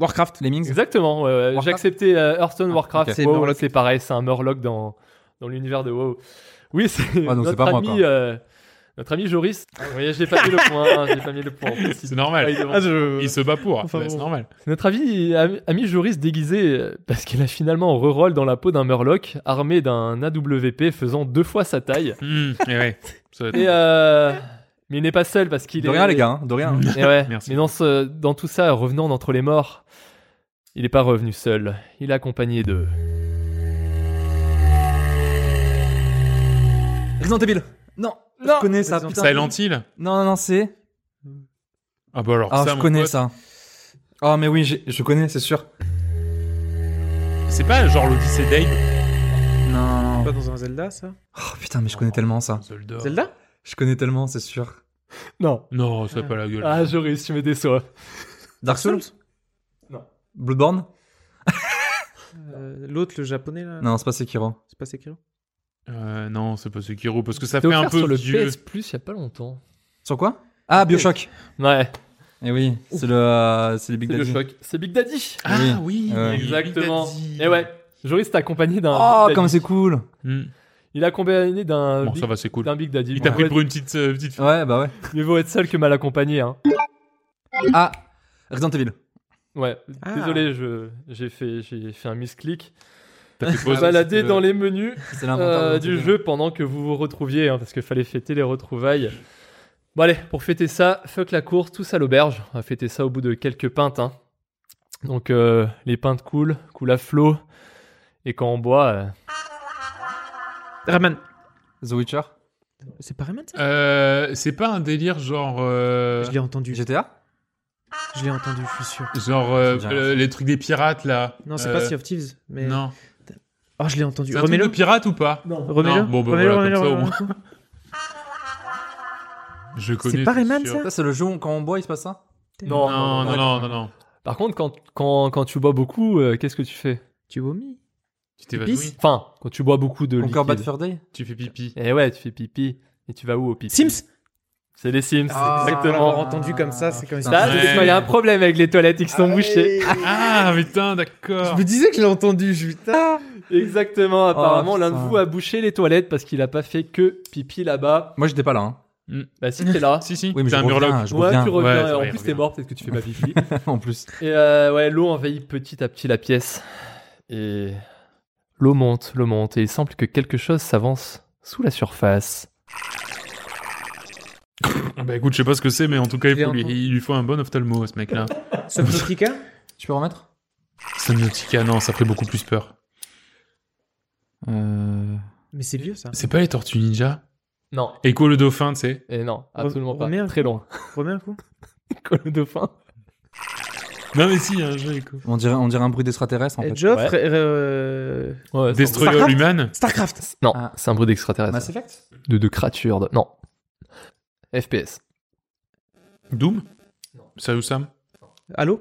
[SPEAKER 4] Warcraft.
[SPEAKER 2] Lemmings
[SPEAKER 3] Exactement, ouais, ouais,
[SPEAKER 2] Warcraft
[SPEAKER 3] j'ai accepté euh, Hearthstone, Warcraft,
[SPEAKER 2] ok.
[SPEAKER 3] c'est
[SPEAKER 4] C'est Murloc.
[SPEAKER 3] c'est pareil, c'est un Murloc dans, dans l'univers de WoW. Oui, c'est
[SPEAKER 2] Ah, donc c'est
[SPEAKER 3] notre,
[SPEAKER 2] pas moi,
[SPEAKER 3] ami,
[SPEAKER 2] quoi.
[SPEAKER 3] euh, notre ami Joris. Ah, Vous voyez, j'ai pas mis le point, hein, j'ai pas mis le point.
[SPEAKER 1] C'est normal.
[SPEAKER 4] Ah, je-
[SPEAKER 1] Il se bat pour,
[SPEAKER 4] Enfin,
[SPEAKER 1] ouais,
[SPEAKER 4] bon.
[SPEAKER 1] c'est normal.
[SPEAKER 3] C'est notre ami, ami- ami Joris déguisé euh, parce qu'elle a finalement un reroll dans la peau d'un Murloc armé d'un AWP faisant deux fois sa taille.
[SPEAKER 1] Hmm, et ouais. Ça va être-
[SPEAKER 3] Et euh, mais il n'est pas seul parce qu'il
[SPEAKER 2] De
[SPEAKER 3] est.
[SPEAKER 2] rien, les gars, hein, de rien. hein.
[SPEAKER 3] Et ouais,
[SPEAKER 1] Merci.
[SPEAKER 3] Mais dans, ce- dans tout ça, revenant d'entre les morts, il n'est pas revenu seul. Il est accompagné de.
[SPEAKER 2] Resident Evil Non,
[SPEAKER 3] Non.
[SPEAKER 2] je connais ça,
[SPEAKER 4] Resident
[SPEAKER 1] Silent
[SPEAKER 2] putain.
[SPEAKER 1] Hill
[SPEAKER 2] Non, non, non, c'est.
[SPEAKER 1] Ah bah alors,
[SPEAKER 2] Ah,
[SPEAKER 1] ça,
[SPEAKER 2] je
[SPEAKER 1] mon
[SPEAKER 2] connais
[SPEAKER 1] pote,
[SPEAKER 2] ça. Ah, mais oui, j'ai- je connais, c'est sûr.
[SPEAKER 1] C'est pas genre l'Odyssée Dave
[SPEAKER 2] Non.
[SPEAKER 4] Pas dans un Zelda, ça
[SPEAKER 2] Oh putain, mais je connais tellement ça.
[SPEAKER 1] Zelda.
[SPEAKER 4] Zelda
[SPEAKER 2] Je connais tellement, c'est sûr.
[SPEAKER 3] Non.
[SPEAKER 1] Non, ça a pas la gueule.
[SPEAKER 3] Ah, Joris, tu me déçois.
[SPEAKER 2] Dark Souls
[SPEAKER 3] Non.
[SPEAKER 2] Bloodborne
[SPEAKER 4] Euh, L'autre, le japonais, là
[SPEAKER 2] Non, c'est pas Sekiro.
[SPEAKER 4] C'est pas Sekiro
[SPEAKER 1] Euh, non, c'est pas Sekiro, parce que ça
[SPEAKER 3] C'était
[SPEAKER 1] fait un
[SPEAKER 3] offert
[SPEAKER 1] peu
[SPEAKER 3] sur le
[SPEAKER 1] vieux.
[SPEAKER 3] PS Plus il y a pas longtemps.
[SPEAKER 2] Sur quoi Ah, Bioshock
[SPEAKER 3] Ouais,
[SPEAKER 2] Eh oui, c'est le, euh, c'est les Big
[SPEAKER 3] c'est le
[SPEAKER 2] Daddy.
[SPEAKER 3] choc. C'est Big Daddy.
[SPEAKER 1] Ah oui,
[SPEAKER 2] Euh,
[SPEAKER 1] il a dit.
[SPEAKER 3] Exactement. Et ouais, Joris t'a accompagné d'un.
[SPEAKER 2] Oh,
[SPEAKER 3] Big Daddy.
[SPEAKER 2] comme c'est cool
[SPEAKER 1] Hmm.
[SPEAKER 3] Il a accompagné d'un.
[SPEAKER 1] Bon,
[SPEAKER 3] Big-
[SPEAKER 1] ça va, c'est cool.
[SPEAKER 3] D'un Big Daddy.
[SPEAKER 1] Il t'a
[SPEAKER 3] Ah, Ouais.
[SPEAKER 1] pris pour une petite... euh, petite...
[SPEAKER 2] Ouais, bah ouais.
[SPEAKER 3] Mieux vaut être seul que mal accompagné. Hein.
[SPEAKER 2] Ah, Resident Evil.
[SPEAKER 3] Ouais,
[SPEAKER 4] Ah.
[SPEAKER 3] désolé, je, j'ai, fait, j'ai fait un misclick.
[SPEAKER 1] T'as fait pause.
[SPEAKER 3] Baladé
[SPEAKER 1] Euh,
[SPEAKER 3] dans les menus
[SPEAKER 2] C'est l'inventeur
[SPEAKER 3] euh,
[SPEAKER 2] de Resident
[SPEAKER 3] du
[SPEAKER 2] Evil.
[SPEAKER 3] jeu pendant que vous vous retrouviez, hein, parce qu'il fallait fêter les retrouvailles. Bon allez, pour fêter ça, fuck la course, tous à l'auberge. On va fêter ça au bout de quelques pintes. hein. Donc euh, les pintes coulent, coulent à flot. Et quand on boit, euh,
[SPEAKER 4] Rayman.
[SPEAKER 2] The Witcher
[SPEAKER 4] Ah. C'est pas Rayman ça
[SPEAKER 1] Euh, c'est pas un délire genre. euh,
[SPEAKER 4] Je l'ai entendu.
[SPEAKER 2] GTA
[SPEAKER 4] Je l'ai entendu, je suis sûr.
[SPEAKER 1] Genre euh,
[SPEAKER 2] C'est bien.
[SPEAKER 1] euh, les trucs des pirates là.
[SPEAKER 4] Non, c'est
[SPEAKER 1] Euh,
[SPEAKER 4] pas Sea of Thieves, mais.
[SPEAKER 1] Non.
[SPEAKER 4] Oh, je l'ai entendu.
[SPEAKER 1] C'est un truc de
[SPEAKER 4] Remets-le.
[SPEAKER 1] pirate ou pas
[SPEAKER 4] Remets-le.
[SPEAKER 1] Non, bon, bah, voilà,
[SPEAKER 4] remets-le,
[SPEAKER 1] comme
[SPEAKER 4] remets-le,
[SPEAKER 1] ça, au moins.
[SPEAKER 4] remets-le.
[SPEAKER 1] Je connais.
[SPEAKER 4] pas
[SPEAKER 1] c'est
[SPEAKER 4] Rayman,
[SPEAKER 1] sûr.
[SPEAKER 4] ça Oh,
[SPEAKER 2] Ça, c'est le jeu où quand on boit, il se passe ça
[SPEAKER 3] Non,
[SPEAKER 1] Non, non, non, non, non.
[SPEAKER 3] Par contre, quand, quand, quand tu bois beaucoup, euh, qu'est-ce que tu fais
[SPEAKER 4] Tu vomis.
[SPEAKER 1] Tu t'évanouis.
[SPEAKER 4] pisses
[SPEAKER 3] Enfin, quand tu bois beaucoup de
[SPEAKER 2] Encore Bad
[SPEAKER 3] liquide.
[SPEAKER 2] Fur Day
[SPEAKER 1] Tu fais pipi.
[SPEAKER 3] Et ouais, tu fais pipi. Et tu vas où au pipi
[SPEAKER 4] Sims
[SPEAKER 3] C'est les Sims,
[SPEAKER 4] Ah,
[SPEAKER 3] exactement.
[SPEAKER 4] l'avoir entendu comme ça, Ah, c'est comme
[SPEAKER 2] Putain.
[SPEAKER 3] Ça,
[SPEAKER 1] Ouais.
[SPEAKER 3] c'est quand il y a un problème avec les toilettes qui sont bouchées.
[SPEAKER 1] Ah putain,
[SPEAKER 4] Je
[SPEAKER 1] d'accord.
[SPEAKER 4] me disais que je l'ai entendu, je putain.
[SPEAKER 3] Exactement, apparemment, l'un de
[SPEAKER 2] putain.
[SPEAKER 3] vous a bouché les toilettes parce qu'il a pas fait que pipi là-bas.
[SPEAKER 2] Moi, j'étais pas là. hein.
[SPEAKER 3] Bah si, t'es là.
[SPEAKER 1] Si si.
[SPEAKER 2] Oui, mais
[SPEAKER 1] T'es
[SPEAKER 2] je
[SPEAKER 1] un murloc.
[SPEAKER 2] reviens, je
[SPEAKER 3] ouais,
[SPEAKER 2] reviens.
[SPEAKER 3] tu reviens,
[SPEAKER 1] Ouais,
[SPEAKER 3] et en
[SPEAKER 1] ouais,
[SPEAKER 3] plus
[SPEAKER 1] reviens.
[SPEAKER 3] t'es mort, peut-être que tu fais pas pipi.
[SPEAKER 2] en plus.
[SPEAKER 3] et euh, ouais, l'eau envahit petit à petit la pièce. Et l'eau monte, l'eau monte, et il semble que quelque chose s'avance sous la surface.
[SPEAKER 1] Bah écoute, je sais pas ce que c'est, mais en tout cas, il,
[SPEAKER 4] Je l'ai
[SPEAKER 1] faut lui,
[SPEAKER 4] entendu.
[SPEAKER 1] il lui faut un bon ophtalmo, ce mec-là.
[SPEAKER 4] Subnautica
[SPEAKER 2] Tu peux remettre
[SPEAKER 1] Subnautica, non, ça ferait beaucoup plus peur.
[SPEAKER 2] euh...
[SPEAKER 4] Mais c'est vieux ça.
[SPEAKER 1] C'est pas les Tortues Ninja
[SPEAKER 3] Non,
[SPEAKER 1] Echo le dauphin, tu sais
[SPEAKER 3] et non, absolument pas.
[SPEAKER 4] remets un
[SPEAKER 3] Très loin.
[SPEAKER 4] Remets un coup.
[SPEAKER 3] Comme le dauphin.
[SPEAKER 1] Non mais si, il y a un jeu Echo.
[SPEAKER 2] on, dirait, on dirait un bruit d'extraterrestre en fait.
[SPEAKER 4] Edge of.
[SPEAKER 3] Ouais.
[SPEAKER 4] euh,
[SPEAKER 3] Ouais, c'est un bruit-
[SPEAKER 1] Destroy All
[SPEAKER 4] Starcraft
[SPEAKER 1] Human
[SPEAKER 4] Starcraft
[SPEAKER 3] Non,
[SPEAKER 2] Ah.
[SPEAKER 3] c'est un bruit d'extraterrestre.
[SPEAKER 2] Mass Effect
[SPEAKER 3] De, de créature. de- Non. FPS.
[SPEAKER 1] Doom
[SPEAKER 3] Non.
[SPEAKER 1] Ça ou Sam
[SPEAKER 4] Allô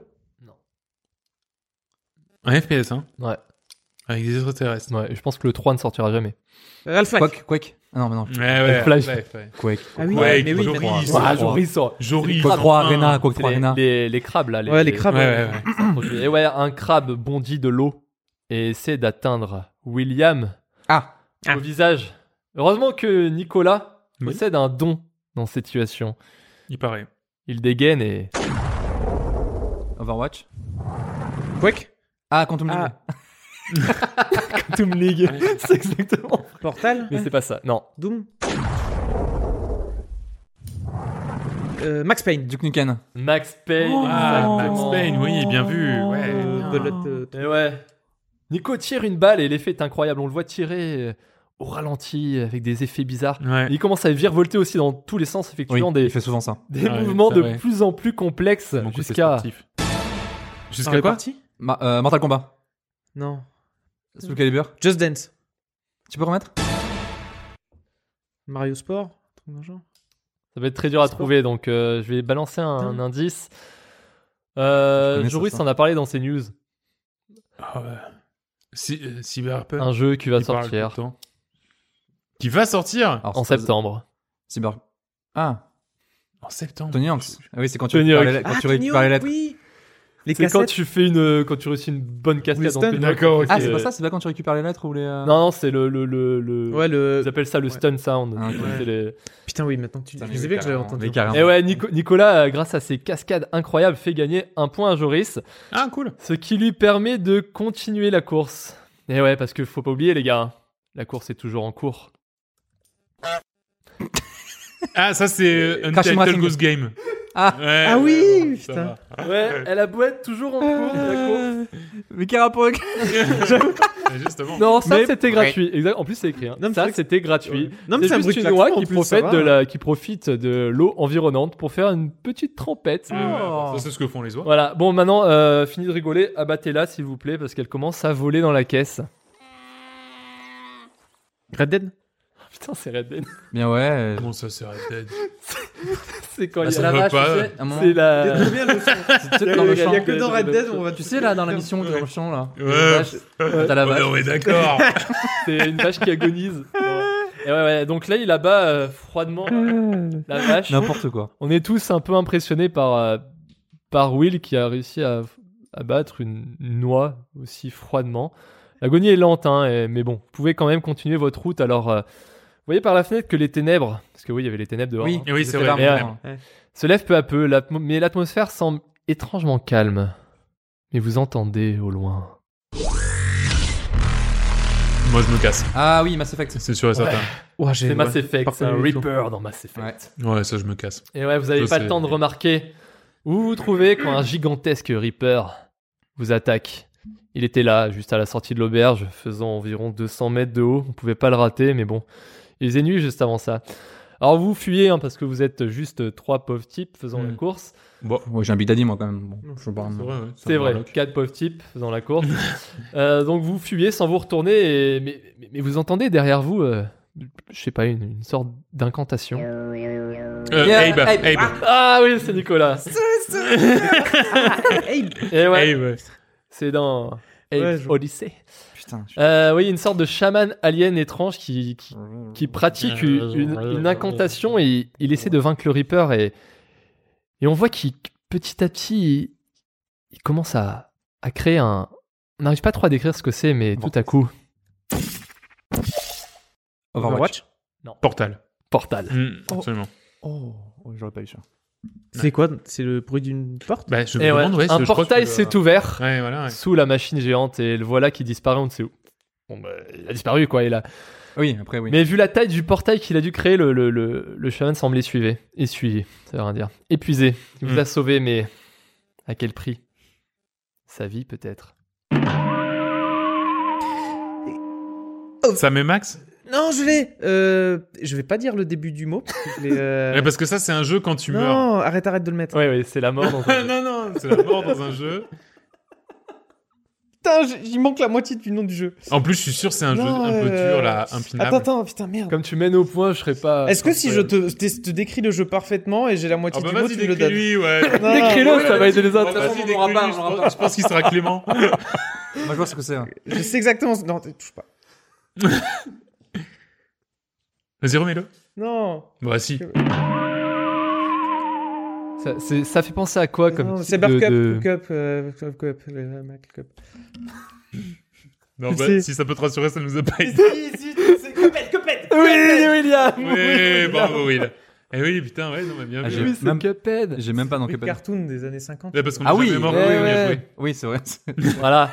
[SPEAKER 1] Un FPS, hein
[SPEAKER 3] Ouais.
[SPEAKER 1] Avec des extraterrestres.
[SPEAKER 3] Ouais, je pense que le 3 ne sortira jamais.
[SPEAKER 4] Ralphac
[SPEAKER 2] Quake Quake Ah non, mais non.
[SPEAKER 1] Ouais, ouais,
[SPEAKER 3] Flash.
[SPEAKER 1] bref, ouais.
[SPEAKER 2] Quake.
[SPEAKER 4] Ah oui,
[SPEAKER 1] Ouais,
[SPEAKER 4] mais oui,
[SPEAKER 1] Joris,
[SPEAKER 4] mais oui.
[SPEAKER 1] Joris,
[SPEAKER 2] Ah,
[SPEAKER 1] Joris,
[SPEAKER 2] Joris,
[SPEAKER 3] sort.
[SPEAKER 1] Joris,
[SPEAKER 2] Quake 3
[SPEAKER 1] Joris,
[SPEAKER 2] Arena, Quake 3
[SPEAKER 3] Les,
[SPEAKER 2] Arena.
[SPEAKER 3] les, les crabes là. Les,
[SPEAKER 4] Ouais, les crabes.
[SPEAKER 1] Ouais, ouais, ouais.
[SPEAKER 3] Et ouais, un crabe bondit de l'eau et essaie d'atteindre William
[SPEAKER 2] Ah
[SPEAKER 4] Ah.
[SPEAKER 3] au visage. Heureusement que Nicolas
[SPEAKER 1] Oui.
[SPEAKER 3] possède un don dans cette situation.
[SPEAKER 1] Il paraît.
[SPEAKER 3] Il dégaine et.
[SPEAKER 2] Overwatch
[SPEAKER 4] Quake
[SPEAKER 2] Ah, Quantum League.
[SPEAKER 4] Ah.
[SPEAKER 3] Tomb League. c'est exactement.
[SPEAKER 4] Portal
[SPEAKER 3] Mais c'est pas ça. Non.
[SPEAKER 4] Doom Euh, Max Payne.
[SPEAKER 2] Duke Nukem.
[SPEAKER 3] Max Payne.
[SPEAKER 1] Ah,
[SPEAKER 3] exactement.
[SPEAKER 1] Max Payne, oui, bien vu. Ouais.
[SPEAKER 4] Euh, Bullet, euh,
[SPEAKER 3] Et ouais. Nico tire une balle et l'effet est incroyable. On le voit tirer euh, au ralenti avec des effets bizarres.
[SPEAKER 1] Ouais.
[SPEAKER 3] Il commence à virevolter aussi dans tous les sens,
[SPEAKER 2] Oui,
[SPEAKER 3] effectuant
[SPEAKER 2] il
[SPEAKER 3] des,
[SPEAKER 2] fait souvent ça.
[SPEAKER 3] des
[SPEAKER 1] Ouais,
[SPEAKER 3] mouvements
[SPEAKER 1] ça,
[SPEAKER 3] de
[SPEAKER 1] ouais.
[SPEAKER 3] plus en plus complexes
[SPEAKER 1] Mon côté
[SPEAKER 3] jusqu'à.
[SPEAKER 1] sportif.
[SPEAKER 4] T'en
[SPEAKER 1] Jusqu'à
[SPEAKER 4] es
[SPEAKER 1] quoi
[SPEAKER 4] parti
[SPEAKER 2] Ma- euh, Mortal Kombat.
[SPEAKER 4] Non.
[SPEAKER 2] Soul Calibur.
[SPEAKER 4] Just Dance.
[SPEAKER 2] Tu peux remettre
[SPEAKER 4] Mario Sport. un truc dans le genre.
[SPEAKER 3] Ça va être très dur à
[SPEAKER 4] C'est
[SPEAKER 3] trouver, donc euh, je vais balancer un,
[SPEAKER 4] Putain.
[SPEAKER 3] indice. Euh,
[SPEAKER 2] Je connais ça,
[SPEAKER 3] Joris
[SPEAKER 2] ça.
[SPEAKER 3] en a parlé dans ses news.
[SPEAKER 1] Ah ouais. Cy- euh, Cyberpunk.
[SPEAKER 3] Un jeu qui va
[SPEAKER 1] Il parle tout
[SPEAKER 3] sortir Ah.
[SPEAKER 1] le temps. Qui va sortir
[SPEAKER 2] Alors,
[SPEAKER 3] en
[SPEAKER 2] c'est pas-
[SPEAKER 3] septembre.
[SPEAKER 2] Cyber. Ah,
[SPEAKER 1] En septembre.
[SPEAKER 2] Tony Hanks. Ah oui, c'est quand tu
[SPEAKER 3] Tony
[SPEAKER 2] récupères
[SPEAKER 3] Hawk.
[SPEAKER 2] les, quand
[SPEAKER 4] Ah,
[SPEAKER 2] tu
[SPEAKER 4] Tony
[SPEAKER 2] récupères les
[SPEAKER 4] Hawk,
[SPEAKER 2] lettres.
[SPEAKER 4] Oui. Les
[SPEAKER 3] C'est quand
[SPEAKER 4] cassettes.
[SPEAKER 3] tu fais une, quand tu réussis une bonne cascade. en
[SPEAKER 4] Winston.
[SPEAKER 3] tennis.
[SPEAKER 1] D'accord, ok.
[SPEAKER 2] Ah, c'est
[SPEAKER 3] Euh,
[SPEAKER 2] pas ça, c'est pas quand tu récupères les lettres ou les. euh,
[SPEAKER 3] Non, non, c'est le, le, le, le-
[SPEAKER 4] Ouais, le.
[SPEAKER 3] Ils appellent ça le
[SPEAKER 4] Ouais.
[SPEAKER 3] stun sound.
[SPEAKER 2] Ah, ok.
[SPEAKER 3] C'est les-
[SPEAKER 4] Putain, oui, maintenant que tu dis.
[SPEAKER 2] Putain,
[SPEAKER 4] Je
[SPEAKER 2] mais
[SPEAKER 4] savais
[SPEAKER 2] oui,
[SPEAKER 4] que j'avais
[SPEAKER 2] carrément.
[SPEAKER 4] entendu.
[SPEAKER 2] Mais carrément.
[SPEAKER 3] Et Eh ouais, Nico- Nicolas, euh, grâce à ses cascades incroyables, fait gagner un point à Joris,
[SPEAKER 1] Ah, cool.
[SPEAKER 3] ce qui lui permet de continuer la course. Et ouais, parce que faut pas oublier, les gars, hein, la course est toujours en cours.
[SPEAKER 1] Ah, ça, c'est euh,
[SPEAKER 2] Crash
[SPEAKER 1] Untitled
[SPEAKER 2] Team Racing.
[SPEAKER 1] Goose Game.
[SPEAKER 2] Ah.
[SPEAKER 1] Ouais,
[SPEAKER 4] Ah oui,
[SPEAKER 1] ouais, bon, ça
[SPEAKER 4] putain.
[SPEAKER 1] va.
[SPEAKER 3] Ouais, elle a beau être toujours en cours, la course.
[SPEAKER 2] Mais quel rapport avec-
[SPEAKER 1] Mais Justement.
[SPEAKER 3] Non, ça
[SPEAKER 4] Mais-
[SPEAKER 3] c'était gratuit. Exact. En plus, c'est écrit. hein.
[SPEAKER 4] Non, mais c'est
[SPEAKER 3] ça
[SPEAKER 4] vrai que-
[SPEAKER 3] c'était gratuit. C'est
[SPEAKER 4] Non, mais c'est un
[SPEAKER 3] juste
[SPEAKER 4] bruit
[SPEAKER 3] une
[SPEAKER 4] de
[SPEAKER 3] oie
[SPEAKER 4] klaxon, en
[SPEAKER 3] qui
[SPEAKER 4] plus, ça
[SPEAKER 3] profite
[SPEAKER 4] va.
[SPEAKER 3] de la, qui profite de l'eau environnante pour faire une petite trempette.
[SPEAKER 1] Ouais, ouais, ouais. Ça, c'est ce que font les oies.
[SPEAKER 3] Voilà. Bon, maintenant, euh, fini de rigoler. Abattez-la, s'il vous plaît, parce qu'elle commence à voler dans la caisse.
[SPEAKER 4] Red Dead
[SPEAKER 3] Putain, c'est Red Dead.
[SPEAKER 2] Bien ouais.
[SPEAKER 1] Comment ça, c'est Red Dead
[SPEAKER 3] c'est quand
[SPEAKER 4] Bah,
[SPEAKER 2] Ah,
[SPEAKER 3] il
[SPEAKER 1] Bah, ça
[SPEAKER 3] y a la
[SPEAKER 1] veut
[SPEAKER 3] vache.
[SPEAKER 1] pas.
[SPEAKER 3] tu sais,
[SPEAKER 2] À un moment.
[SPEAKER 3] C'est la.
[SPEAKER 2] Tu sais,
[SPEAKER 4] Il
[SPEAKER 2] dans le
[SPEAKER 4] y a
[SPEAKER 2] champ.
[SPEAKER 4] que dans Red Dead, on va
[SPEAKER 2] Tu sais, là, dans la mission, dans le champ, là.
[SPEAKER 1] Ouais.
[SPEAKER 2] la vache, T'as la
[SPEAKER 1] Ouais,
[SPEAKER 2] vache.
[SPEAKER 1] on est Oh, d'accord.
[SPEAKER 3] C'est une vache qui agonise. Et ouais, ouais. Donc là, il abat euh, froidement la vache.
[SPEAKER 2] N'importe quoi.
[SPEAKER 3] On est tous un peu impressionnés par, euh, par Will qui a réussi à, à battre une une noix aussi froidement. L'agonie est lente, hein, et- mais bon, vous pouvez quand même continuer votre route. Alors, euh, vous voyez par la fenêtre que les ténèbres, parce que oui, il y avait les ténèbres dehors,
[SPEAKER 2] Oui,
[SPEAKER 3] hein,
[SPEAKER 1] Et oui,
[SPEAKER 2] j'étais
[SPEAKER 1] c'est vrai,
[SPEAKER 2] là,
[SPEAKER 1] mais
[SPEAKER 2] moi.
[SPEAKER 1] ouais.
[SPEAKER 3] se lèvent peu à peu, l'atmo- mais l'atmosphère semble étrangement calme. Mais vous entendez au loin.
[SPEAKER 1] Moi, je me casse.
[SPEAKER 2] Ah oui, Mass Effect.
[SPEAKER 1] C'est sûr et certain.
[SPEAKER 4] Ouah, j'ai-
[SPEAKER 3] C'est Mass
[SPEAKER 4] ouais.
[SPEAKER 3] Effect,
[SPEAKER 4] Par
[SPEAKER 3] c'est un
[SPEAKER 4] contre,
[SPEAKER 3] Reaper dans Mass Effect.
[SPEAKER 1] Ouais, ça, je me casse.
[SPEAKER 3] Et ouais, vous n'avez
[SPEAKER 1] Ça,
[SPEAKER 3] pas
[SPEAKER 1] c'est-
[SPEAKER 3] le temps de remarquer où vous trouvez quand un gigantesque Reaper vous attaque. Il était là, juste à la sortie de l'auberge, faisant environ 200 mètres de haut. On pouvait pas le rater, mais bon, Il faisait nuit juste avant ça. Alors vous fuyez hein, parce que vous êtes juste trois pauvres types faisant la
[SPEAKER 1] Mm.
[SPEAKER 3] course.
[SPEAKER 1] Bon,
[SPEAKER 2] Ouais, j'ai un bidadi, moi, quand même. Bon, je sais pas.
[SPEAKER 3] C'est vrai, quatre pauvres types faisant la course. Euh, donc vous fuyez sans vous retourner, et- mais, mais- mais vous entendez derrière vous, euh, je sais pas, une, une sorte d'incantation.
[SPEAKER 1] Euh,
[SPEAKER 2] Yeah,
[SPEAKER 1] Abe,
[SPEAKER 2] Abe.
[SPEAKER 1] Abe,
[SPEAKER 3] Ah oui, c'est Nicolas. Et Ah, ouais,
[SPEAKER 1] Abe.
[SPEAKER 3] c'est dans
[SPEAKER 4] Ouais,
[SPEAKER 3] Abe's
[SPEAKER 4] je-
[SPEAKER 3] Odyssey.
[SPEAKER 2] Putain. je-
[SPEAKER 3] Euh, oui, une sorte de chaman alien étrange qui, qui, qui pratique
[SPEAKER 1] Euh,
[SPEAKER 3] une, une- une incantation et il, il essaie de vaincre le Reaper et, et on voit qu'il petit à petit il, il commence à, à créer un... On n'arrive pas trop à décrire ce que c'est, mais tout à coup,
[SPEAKER 2] Overwatch.
[SPEAKER 1] Portal.
[SPEAKER 3] portal.
[SPEAKER 1] Mm, absolument.
[SPEAKER 2] Oh, ouais, j'aurais pas eu ça.
[SPEAKER 4] C'est quoi C'est le bruit d'une porte
[SPEAKER 1] Bah, je me
[SPEAKER 3] Et ouais,
[SPEAKER 1] demande, ouais,
[SPEAKER 3] un
[SPEAKER 1] je crois que-
[SPEAKER 3] portail s'est ouvert
[SPEAKER 1] Ouais, voilà. ouais.
[SPEAKER 3] sous la machine géante et le voilà qui disparaît on ne sait où. Bon, bah, il a disparu quoi, il a...
[SPEAKER 2] Oui, après, oui.
[SPEAKER 3] Mais vu la taille du portail qu'il a dû créer, le, le, le, le shaman semblait suivi. Essuyé, ça veut rien dire. Épuisé. Il vous
[SPEAKER 1] Mm.
[SPEAKER 3] a sauvé, mais à quel prix Sa vie peut-être.
[SPEAKER 1] Ça met Max
[SPEAKER 4] Non, je l'ai. Euh, je vais pas dire le début du mot. parce que je l'ai, euh,
[SPEAKER 1] Ouais, Parce que ça, c'est un jeu quand tu meurs.
[SPEAKER 4] non, arrête, arrête de le mettre.
[SPEAKER 3] Oui, oui, c'est la mort. Dans un jeu.
[SPEAKER 1] non, non, c'est la mort dans un jeu.
[SPEAKER 4] Putain, j- il manque la moitié du nom du jeu.
[SPEAKER 1] En plus, je suis sûr que c'est un jeu
[SPEAKER 4] Non,
[SPEAKER 1] un peu
[SPEAKER 4] euh,
[SPEAKER 1] dur, là, impinable.
[SPEAKER 4] Attends, attends, putain, merde.
[SPEAKER 3] Comme tu mènes au point, je serais pas.
[SPEAKER 4] Est-ce que si je te, te- te décris le jeu parfaitement et j'ai la
[SPEAKER 1] Ah
[SPEAKER 4] moitié
[SPEAKER 1] bah
[SPEAKER 4] du mot,
[SPEAKER 1] vas-y,
[SPEAKER 4] tu me le donnes
[SPEAKER 1] décris-lui, ouais.
[SPEAKER 4] Non, non,
[SPEAKER 3] Décris-le,
[SPEAKER 1] ouais,
[SPEAKER 3] ça va
[SPEAKER 1] vas-y.
[SPEAKER 3] aider les
[SPEAKER 1] Bon,
[SPEAKER 3] autres.
[SPEAKER 1] vas-y,
[SPEAKER 2] De toute façon, on m'en
[SPEAKER 1] décris-lui,
[SPEAKER 2] rappelle,
[SPEAKER 1] je
[SPEAKER 2] on m'en
[SPEAKER 1] pense-
[SPEAKER 2] rappelle.
[SPEAKER 1] Je pense qu'il sera Clément.
[SPEAKER 2] Moi, je vois ce que c'est. hein.
[SPEAKER 4] Je sais exactement. ce- Non, touche pas.
[SPEAKER 1] Vas-y, remets-le.
[SPEAKER 4] Non.
[SPEAKER 1] Bah si.
[SPEAKER 3] Ça, c'est- ça fait penser à quoi comme
[SPEAKER 4] Non,
[SPEAKER 3] type
[SPEAKER 4] c'est
[SPEAKER 3] de-
[SPEAKER 4] Barcup,
[SPEAKER 3] de-
[SPEAKER 4] Cup, euh, Cup, Cup, le Mac Cup.
[SPEAKER 1] Non, bah,
[SPEAKER 4] Si.
[SPEAKER 1] si ça peut te rassurer, ça nous a pas aidé.
[SPEAKER 3] Oui, William.
[SPEAKER 1] Oui, bravo Will. Eh oui, putain, ouais, non, mais bien
[SPEAKER 2] Ah,
[SPEAKER 1] vu.
[SPEAKER 2] j'ai-
[SPEAKER 3] Oui, c'est
[SPEAKER 2] Même-
[SPEAKER 3] Cuphead.
[SPEAKER 2] J'ai même pas dans
[SPEAKER 4] Les
[SPEAKER 2] Cuphead.
[SPEAKER 4] cartoons des années 50.
[SPEAKER 1] Ouais, parce qu'on
[SPEAKER 2] Ah
[SPEAKER 1] est
[SPEAKER 2] oui,
[SPEAKER 1] jamais mort,
[SPEAKER 3] ouais,
[SPEAKER 1] oui, on y a
[SPEAKER 3] ouais.
[SPEAKER 1] joué.
[SPEAKER 2] Oui, c'est vrai.
[SPEAKER 3] Voilà.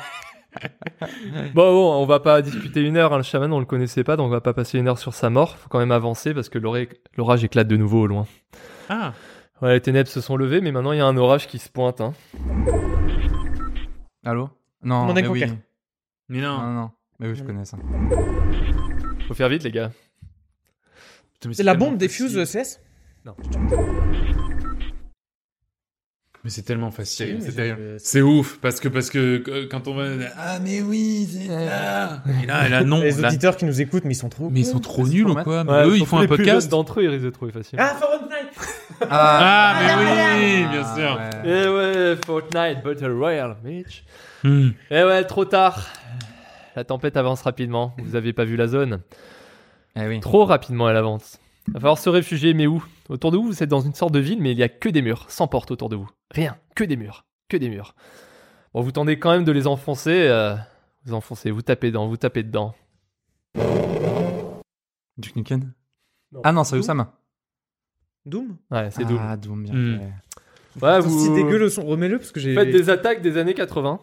[SPEAKER 3] bon, bon, on va pas discuter une heure. hein, Le chaman, on le connaissait pas, donc on va pas passer une heure sur sa mort. Faut quand même avancer parce que l'ora- l'orage éclate de nouveau au loin.
[SPEAKER 1] Ah,
[SPEAKER 3] Ouais, les ténèbres se sont levées, mais maintenant il y a un orage qui se pointe. Hein.
[SPEAKER 2] Allô Non,
[SPEAKER 4] Commandant
[SPEAKER 2] mais oui.
[SPEAKER 4] Conquer.
[SPEAKER 1] mais
[SPEAKER 2] Non,
[SPEAKER 1] non.
[SPEAKER 2] non, non. Mais oui, je connais ça.
[SPEAKER 3] Faut faire vite, les gars.
[SPEAKER 1] Putain, mais
[SPEAKER 4] C'est la
[SPEAKER 1] tellement
[SPEAKER 4] bombe des
[SPEAKER 1] facile.
[SPEAKER 4] fuses CS
[SPEAKER 1] Mais c'est tellement facile,
[SPEAKER 4] Oui,
[SPEAKER 1] c'est
[SPEAKER 4] mais
[SPEAKER 1] terrible.
[SPEAKER 4] je-
[SPEAKER 1] C'est ouf, parce que, parce que euh, quand on va. Ah, mais oui, c'est là. Et là, et là, non.
[SPEAKER 4] Les
[SPEAKER 1] là-
[SPEAKER 4] auditeurs qui nous écoutent, mais ils sont trop.
[SPEAKER 1] Mais ils sont trop nuls ou
[SPEAKER 2] format.
[SPEAKER 1] quoi Mais
[SPEAKER 3] Ouais,
[SPEAKER 1] Eux, ils
[SPEAKER 3] surtout
[SPEAKER 1] font un
[SPEAKER 3] les plus jeunes
[SPEAKER 1] podcast.
[SPEAKER 3] D'entre eux, ils risquent de trouver facile.
[SPEAKER 4] Ah, Fortnite
[SPEAKER 2] bah,
[SPEAKER 1] Ah, mais oui, bien
[SPEAKER 2] Ah,
[SPEAKER 1] sûr.
[SPEAKER 2] ouais.
[SPEAKER 3] Eh ouais, Fortnite Battle Royale, Mitch.
[SPEAKER 1] Hmm.
[SPEAKER 3] Eh ouais, trop tard. La tempête avance rapidement. Vous avez pas vu la zone.
[SPEAKER 2] Eh oui.
[SPEAKER 3] Trop rapidement, elle avance. Va falloir se réfugier, mais où Autour de vous, vous êtes dans une sorte de ville, mais il y a que des murs, sans porte autour de vous. Rien, que des murs, que des murs. Bon, vous tentez quand même de les enfoncer. euh, vous enfoncez, vous tapez dedans, vous tapez dedans.
[SPEAKER 2] Du Nukem
[SPEAKER 3] Non.
[SPEAKER 2] Ah non, c'est Usama.
[SPEAKER 4] Doom
[SPEAKER 3] Ouais, c'est doux.
[SPEAKER 2] Ah, Doom, bien.
[SPEAKER 1] Hmm.
[SPEAKER 2] joué.
[SPEAKER 3] Ouais,
[SPEAKER 4] Attends, Si
[SPEAKER 3] vous
[SPEAKER 4] dégueu le son, remets-le parce que j'ai.
[SPEAKER 3] faites des attaques des années 80.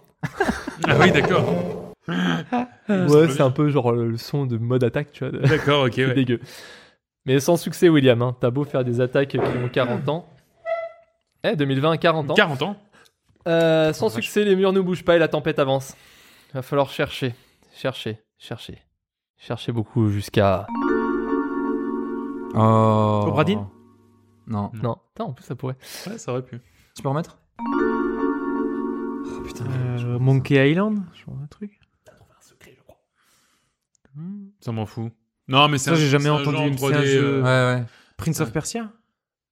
[SPEAKER 1] Ah oui, d'accord.
[SPEAKER 3] Ouais, c'est un peu genre euh, le son de mode attaque, tu vois. de-
[SPEAKER 1] D'accord, ok,
[SPEAKER 3] C'est
[SPEAKER 1] ouais.
[SPEAKER 3] dégueu. Mais sans succès, William. hein. T'as beau faire des attaques qui ont 40 ans. Eh, 2020, 40 ans.
[SPEAKER 1] 40 ans
[SPEAKER 3] Euh, sans
[SPEAKER 2] Oh, vache.
[SPEAKER 3] succès, les murs ne bougent pas et la tempête avance. Il va falloir chercher, chercher, chercher. Chercher beaucoup jusqu'à.
[SPEAKER 2] Oh.
[SPEAKER 4] Cobra Dean
[SPEAKER 2] Non.
[SPEAKER 3] Non, putain, en plus ça pourrait.
[SPEAKER 1] Ouais, ça aurait pu.
[SPEAKER 2] Tu peux remettre Oh putain.
[SPEAKER 4] Euh, Monkey Island Je vois un truc. Hmm.
[SPEAKER 1] Ça m'en fout. Non, mais c'est
[SPEAKER 4] Ça,
[SPEAKER 1] un-
[SPEAKER 4] j'ai jamais
[SPEAKER 1] c'est un
[SPEAKER 4] entendu,
[SPEAKER 1] genre
[SPEAKER 4] c'est un
[SPEAKER 1] 3D,
[SPEAKER 4] jeu-
[SPEAKER 1] euh,
[SPEAKER 2] Ouais, ouais.
[SPEAKER 4] Prince of Persia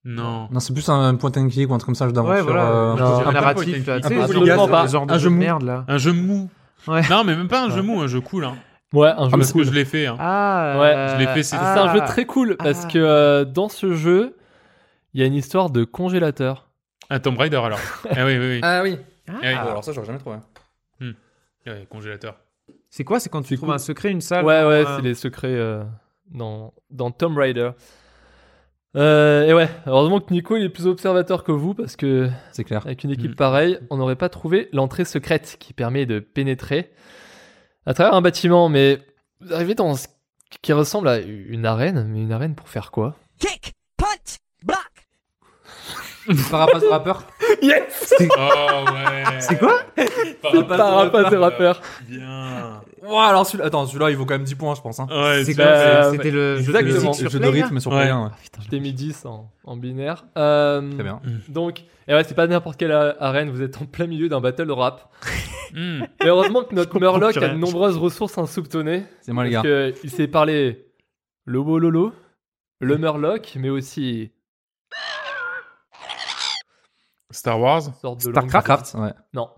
[SPEAKER 1] Non.
[SPEAKER 2] Non, c'est plus un point and click ou un truc comme ça, je d'aventure.
[SPEAKER 4] Ouais, voilà.
[SPEAKER 2] euh,
[SPEAKER 1] Non.
[SPEAKER 4] Un peu
[SPEAKER 1] Un
[SPEAKER 4] narratif, là.
[SPEAKER 1] point
[SPEAKER 4] Tu
[SPEAKER 1] and
[SPEAKER 4] sais,
[SPEAKER 1] click.
[SPEAKER 3] Absolument pas.
[SPEAKER 4] le genre de
[SPEAKER 2] Un
[SPEAKER 4] jeu
[SPEAKER 2] jeu
[SPEAKER 4] de
[SPEAKER 2] mou.
[SPEAKER 4] merde, là.
[SPEAKER 1] Un jeu mou.
[SPEAKER 4] Ouais.
[SPEAKER 1] Non, mais même pas un
[SPEAKER 4] Ouais.
[SPEAKER 1] jeu mou, un jeu cool. Hein.
[SPEAKER 3] Ouais, un jeu
[SPEAKER 1] Parce
[SPEAKER 3] cool.
[SPEAKER 1] que je l'ai fait. hein.
[SPEAKER 4] Ah
[SPEAKER 3] Ouais.
[SPEAKER 1] Je l'ai fait, c'est-
[SPEAKER 3] C'est un jeu très cool parce que euh, dans ce jeu, il y a une histoire de congélateur.
[SPEAKER 1] Un Tomb Raider alors. ah oui, oui, oui.
[SPEAKER 2] Ah oui.
[SPEAKER 1] Ah oui.
[SPEAKER 2] Ah, alors ça, j'aurais jamais trouvé.
[SPEAKER 1] Ouais, congélateur.
[SPEAKER 4] C'est quoi C'est quand tu trouves un secret, une salle
[SPEAKER 3] Ouais, ouais,
[SPEAKER 4] euh,
[SPEAKER 3] c'est les secrets euh, dans, dans Tomb Raider. Euh, et ouais, heureusement que Nico il est plus observateur que vous parce que
[SPEAKER 2] C'est clair.
[SPEAKER 3] Avec une équipe
[SPEAKER 1] Mm.
[SPEAKER 3] pareille, on n'aurait pas trouvé l'entrée secrète qui permet de pénétrer à travers un bâtiment, mais vous arrivez dans ce qui ressemble à une arène, mais une arène pour faire quoi
[SPEAKER 5] Kick, punch, block.
[SPEAKER 2] Parapaz rappeur.
[SPEAKER 3] Yes
[SPEAKER 1] Oh ouais.
[SPEAKER 4] C'est quoi
[SPEAKER 1] Parapaz
[SPEAKER 2] Par
[SPEAKER 1] Ah, de
[SPEAKER 2] rapport
[SPEAKER 3] à ces
[SPEAKER 1] rappeur.
[SPEAKER 3] rappeurs.
[SPEAKER 1] Bien.
[SPEAKER 2] Ouah, alors celui-là, attends, celui-là, il vaut quand même 10 points, je pense. Hein.
[SPEAKER 1] Ouais,
[SPEAKER 4] C'est
[SPEAKER 1] c'est
[SPEAKER 3] quoi
[SPEAKER 4] quoi
[SPEAKER 3] euh,
[SPEAKER 4] C'était le jeu
[SPEAKER 3] exactement.
[SPEAKER 4] musique
[SPEAKER 2] Jeu
[SPEAKER 4] sur
[SPEAKER 2] de
[SPEAKER 4] Play, là
[SPEAKER 2] rythme sur
[SPEAKER 1] Ouais.
[SPEAKER 2] Play 1, ouais.
[SPEAKER 3] Je t'ai mis 10 en, en binaire. Euh,
[SPEAKER 2] Très bien.
[SPEAKER 3] Donc, et ouais, c'est pas n'importe quelle euh, arène, vous êtes en plein milieu d'un battle de rap.
[SPEAKER 1] Hmm.
[SPEAKER 3] Et heureusement que notre
[SPEAKER 1] comprends
[SPEAKER 3] Murloc
[SPEAKER 1] plus
[SPEAKER 3] a de
[SPEAKER 1] rien.
[SPEAKER 3] nombreuses ressources insoupçonnées.
[SPEAKER 2] C'est moi, les gars.
[SPEAKER 3] Parce que il s'est parlé le Wololo, le Murloc, mais aussi
[SPEAKER 1] Star Wars,
[SPEAKER 3] sorte de langue-
[SPEAKER 2] Starcraft, ouais.
[SPEAKER 3] Non.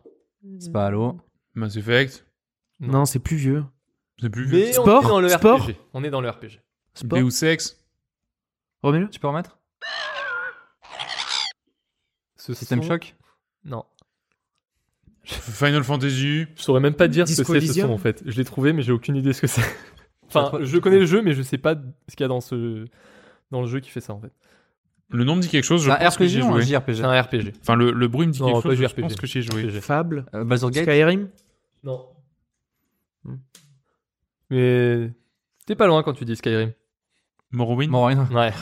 [SPEAKER 2] C'est pas Halo.
[SPEAKER 1] Mass Effect,
[SPEAKER 4] Non, c'est plus vieux.
[SPEAKER 1] c'est plus vieux.
[SPEAKER 3] Mais
[SPEAKER 4] Sport,
[SPEAKER 3] on est dans le
[SPEAKER 4] sport.
[SPEAKER 3] RPG. On est dans le RPG.
[SPEAKER 4] Sport.
[SPEAKER 1] Deus Ex,
[SPEAKER 4] Remets-le.
[SPEAKER 2] Tu peux remettre
[SPEAKER 3] Ce
[SPEAKER 2] System
[SPEAKER 3] sont-
[SPEAKER 2] Shock
[SPEAKER 3] Non.
[SPEAKER 1] Final Fantasy.
[SPEAKER 3] Je saurais même pas dire ce
[SPEAKER 4] Disco
[SPEAKER 3] que c'est ce
[SPEAKER 4] Elysium
[SPEAKER 3] son en fait. Je l'ai trouvé mais j'ai aucune idée ce que c'est. enfin,
[SPEAKER 2] Toi-
[SPEAKER 3] je connais le jeu mais je sais pas ce qu'il y a dans ce dans le jeu qui fait ça en fait.
[SPEAKER 1] Le nom me dit quelque chose. Je
[SPEAKER 2] C'est un
[SPEAKER 1] pense que j'y ai
[SPEAKER 2] RPG ou un
[SPEAKER 1] joué.
[SPEAKER 3] C'est
[SPEAKER 2] JRPG
[SPEAKER 3] un RPG.
[SPEAKER 1] Enfin, le, le bruit me dit
[SPEAKER 3] Non,
[SPEAKER 1] quelque
[SPEAKER 3] pas
[SPEAKER 1] chose.
[SPEAKER 3] du
[SPEAKER 1] Je pense
[SPEAKER 3] RPG.
[SPEAKER 1] que j'y ai joué.
[SPEAKER 3] RPG.
[SPEAKER 4] Fable.
[SPEAKER 2] Euh, Baldur's Gate
[SPEAKER 4] Skyrim.
[SPEAKER 3] Non.
[SPEAKER 4] Hmm.
[SPEAKER 3] Mais t'es pas loin quand tu dis Skyrim.
[SPEAKER 1] Morrowind.
[SPEAKER 2] Morrowind.
[SPEAKER 3] Ouais.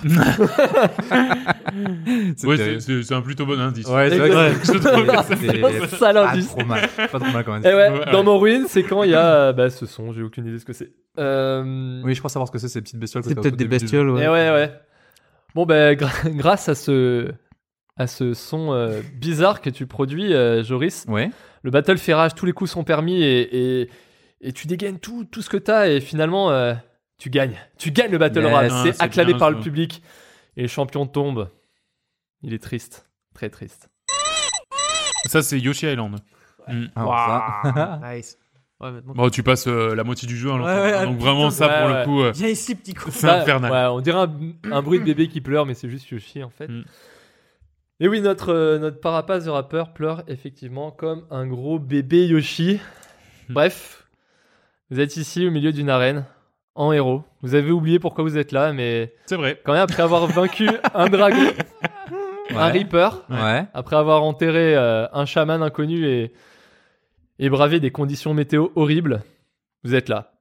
[SPEAKER 1] Ouais,
[SPEAKER 2] C'était-
[SPEAKER 1] c'est- c'est c'est un plutôt bon indice.
[SPEAKER 2] Ouais, c'est
[SPEAKER 3] Exact.
[SPEAKER 2] vrai
[SPEAKER 1] Je trouve que ça-
[SPEAKER 2] que c'est
[SPEAKER 3] Sale
[SPEAKER 2] pas
[SPEAKER 3] indice.
[SPEAKER 2] trop mal. Pas trop mal quand
[SPEAKER 3] Eh
[SPEAKER 2] même.
[SPEAKER 3] ouais,
[SPEAKER 1] Ouais,
[SPEAKER 3] dans
[SPEAKER 1] ouais.
[SPEAKER 3] Morrowind, c'est quand il y a euh, bah, ce son, j'ai aucune idée ce que c'est. Euh...
[SPEAKER 2] Oui, je crois savoir ce que c'est ces petites bestioles. que
[SPEAKER 4] C'est
[SPEAKER 2] t'as au
[SPEAKER 4] peut-être
[SPEAKER 2] tout
[SPEAKER 4] des
[SPEAKER 2] début du
[SPEAKER 4] bestioles,
[SPEAKER 3] Eh
[SPEAKER 4] ouais.
[SPEAKER 3] ouais, ouais. Bon, ben, gra- grâce à ce, à ce son euh, bizarre que tu produis, euh, Joris,
[SPEAKER 2] jeu. Ouais.
[SPEAKER 3] le battle fait rage, tous les coups sont permis et, et, et tu dégaines tout, tout ce que t'as et finalement, euh, tu gagnes. Tu gagnes le battle
[SPEAKER 2] Yes.
[SPEAKER 3] royale.
[SPEAKER 1] Ah,
[SPEAKER 3] C'est
[SPEAKER 1] c'est
[SPEAKER 3] acclamé
[SPEAKER 1] bien,
[SPEAKER 3] par
[SPEAKER 1] ça.
[SPEAKER 3] le public et le champion tombe. Il est triste, très triste.
[SPEAKER 1] Ça, c'est Yoshi Island. Hmm.
[SPEAKER 2] Alors, ça.
[SPEAKER 4] Nice. Ouais, maintenant.
[SPEAKER 1] Bon, tu passes euh, la moitié du jeu à l'enfant.
[SPEAKER 4] Ouais, ouais,
[SPEAKER 1] hein,
[SPEAKER 4] ah,
[SPEAKER 1] donc vraiment, ça,
[SPEAKER 3] ouais,
[SPEAKER 1] pour le
[SPEAKER 3] ouais.
[SPEAKER 1] coup, euh,
[SPEAKER 4] Viens ici, petit con.
[SPEAKER 1] c'est
[SPEAKER 3] Bah,
[SPEAKER 1] infernal.
[SPEAKER 3] ouais, on dirait un, un bruit de bébé qui pleure, mais c'est juste Yoshi en fait.
[SPEAKER 1] Mm.
[SPEAKER 3] Et oui, notre, euh, notre Parapaz de rappeur pleure effectivement comme un gros bébé Yoshi.
[SPEAKER 1] Mm.
[SPEAKER 3] Bref, vous êtes ici au milieu d'une arène, en héros. Vous avez oublié pourquoi vous êtes là, mais
[SPEAKER 1] C'est vrai.
[SPEAKER 3] quand même, après avoir vaincu un dragon, un
[SPEAKER 2] Ouais.
[SPEAKER 3] Reaper,
[SPEAKER 2] Ouais.
[SPEAKER 3] après avoir enterré euh, un chaman inconnu et, et bravé des conditions météo horribles, vous êtes là,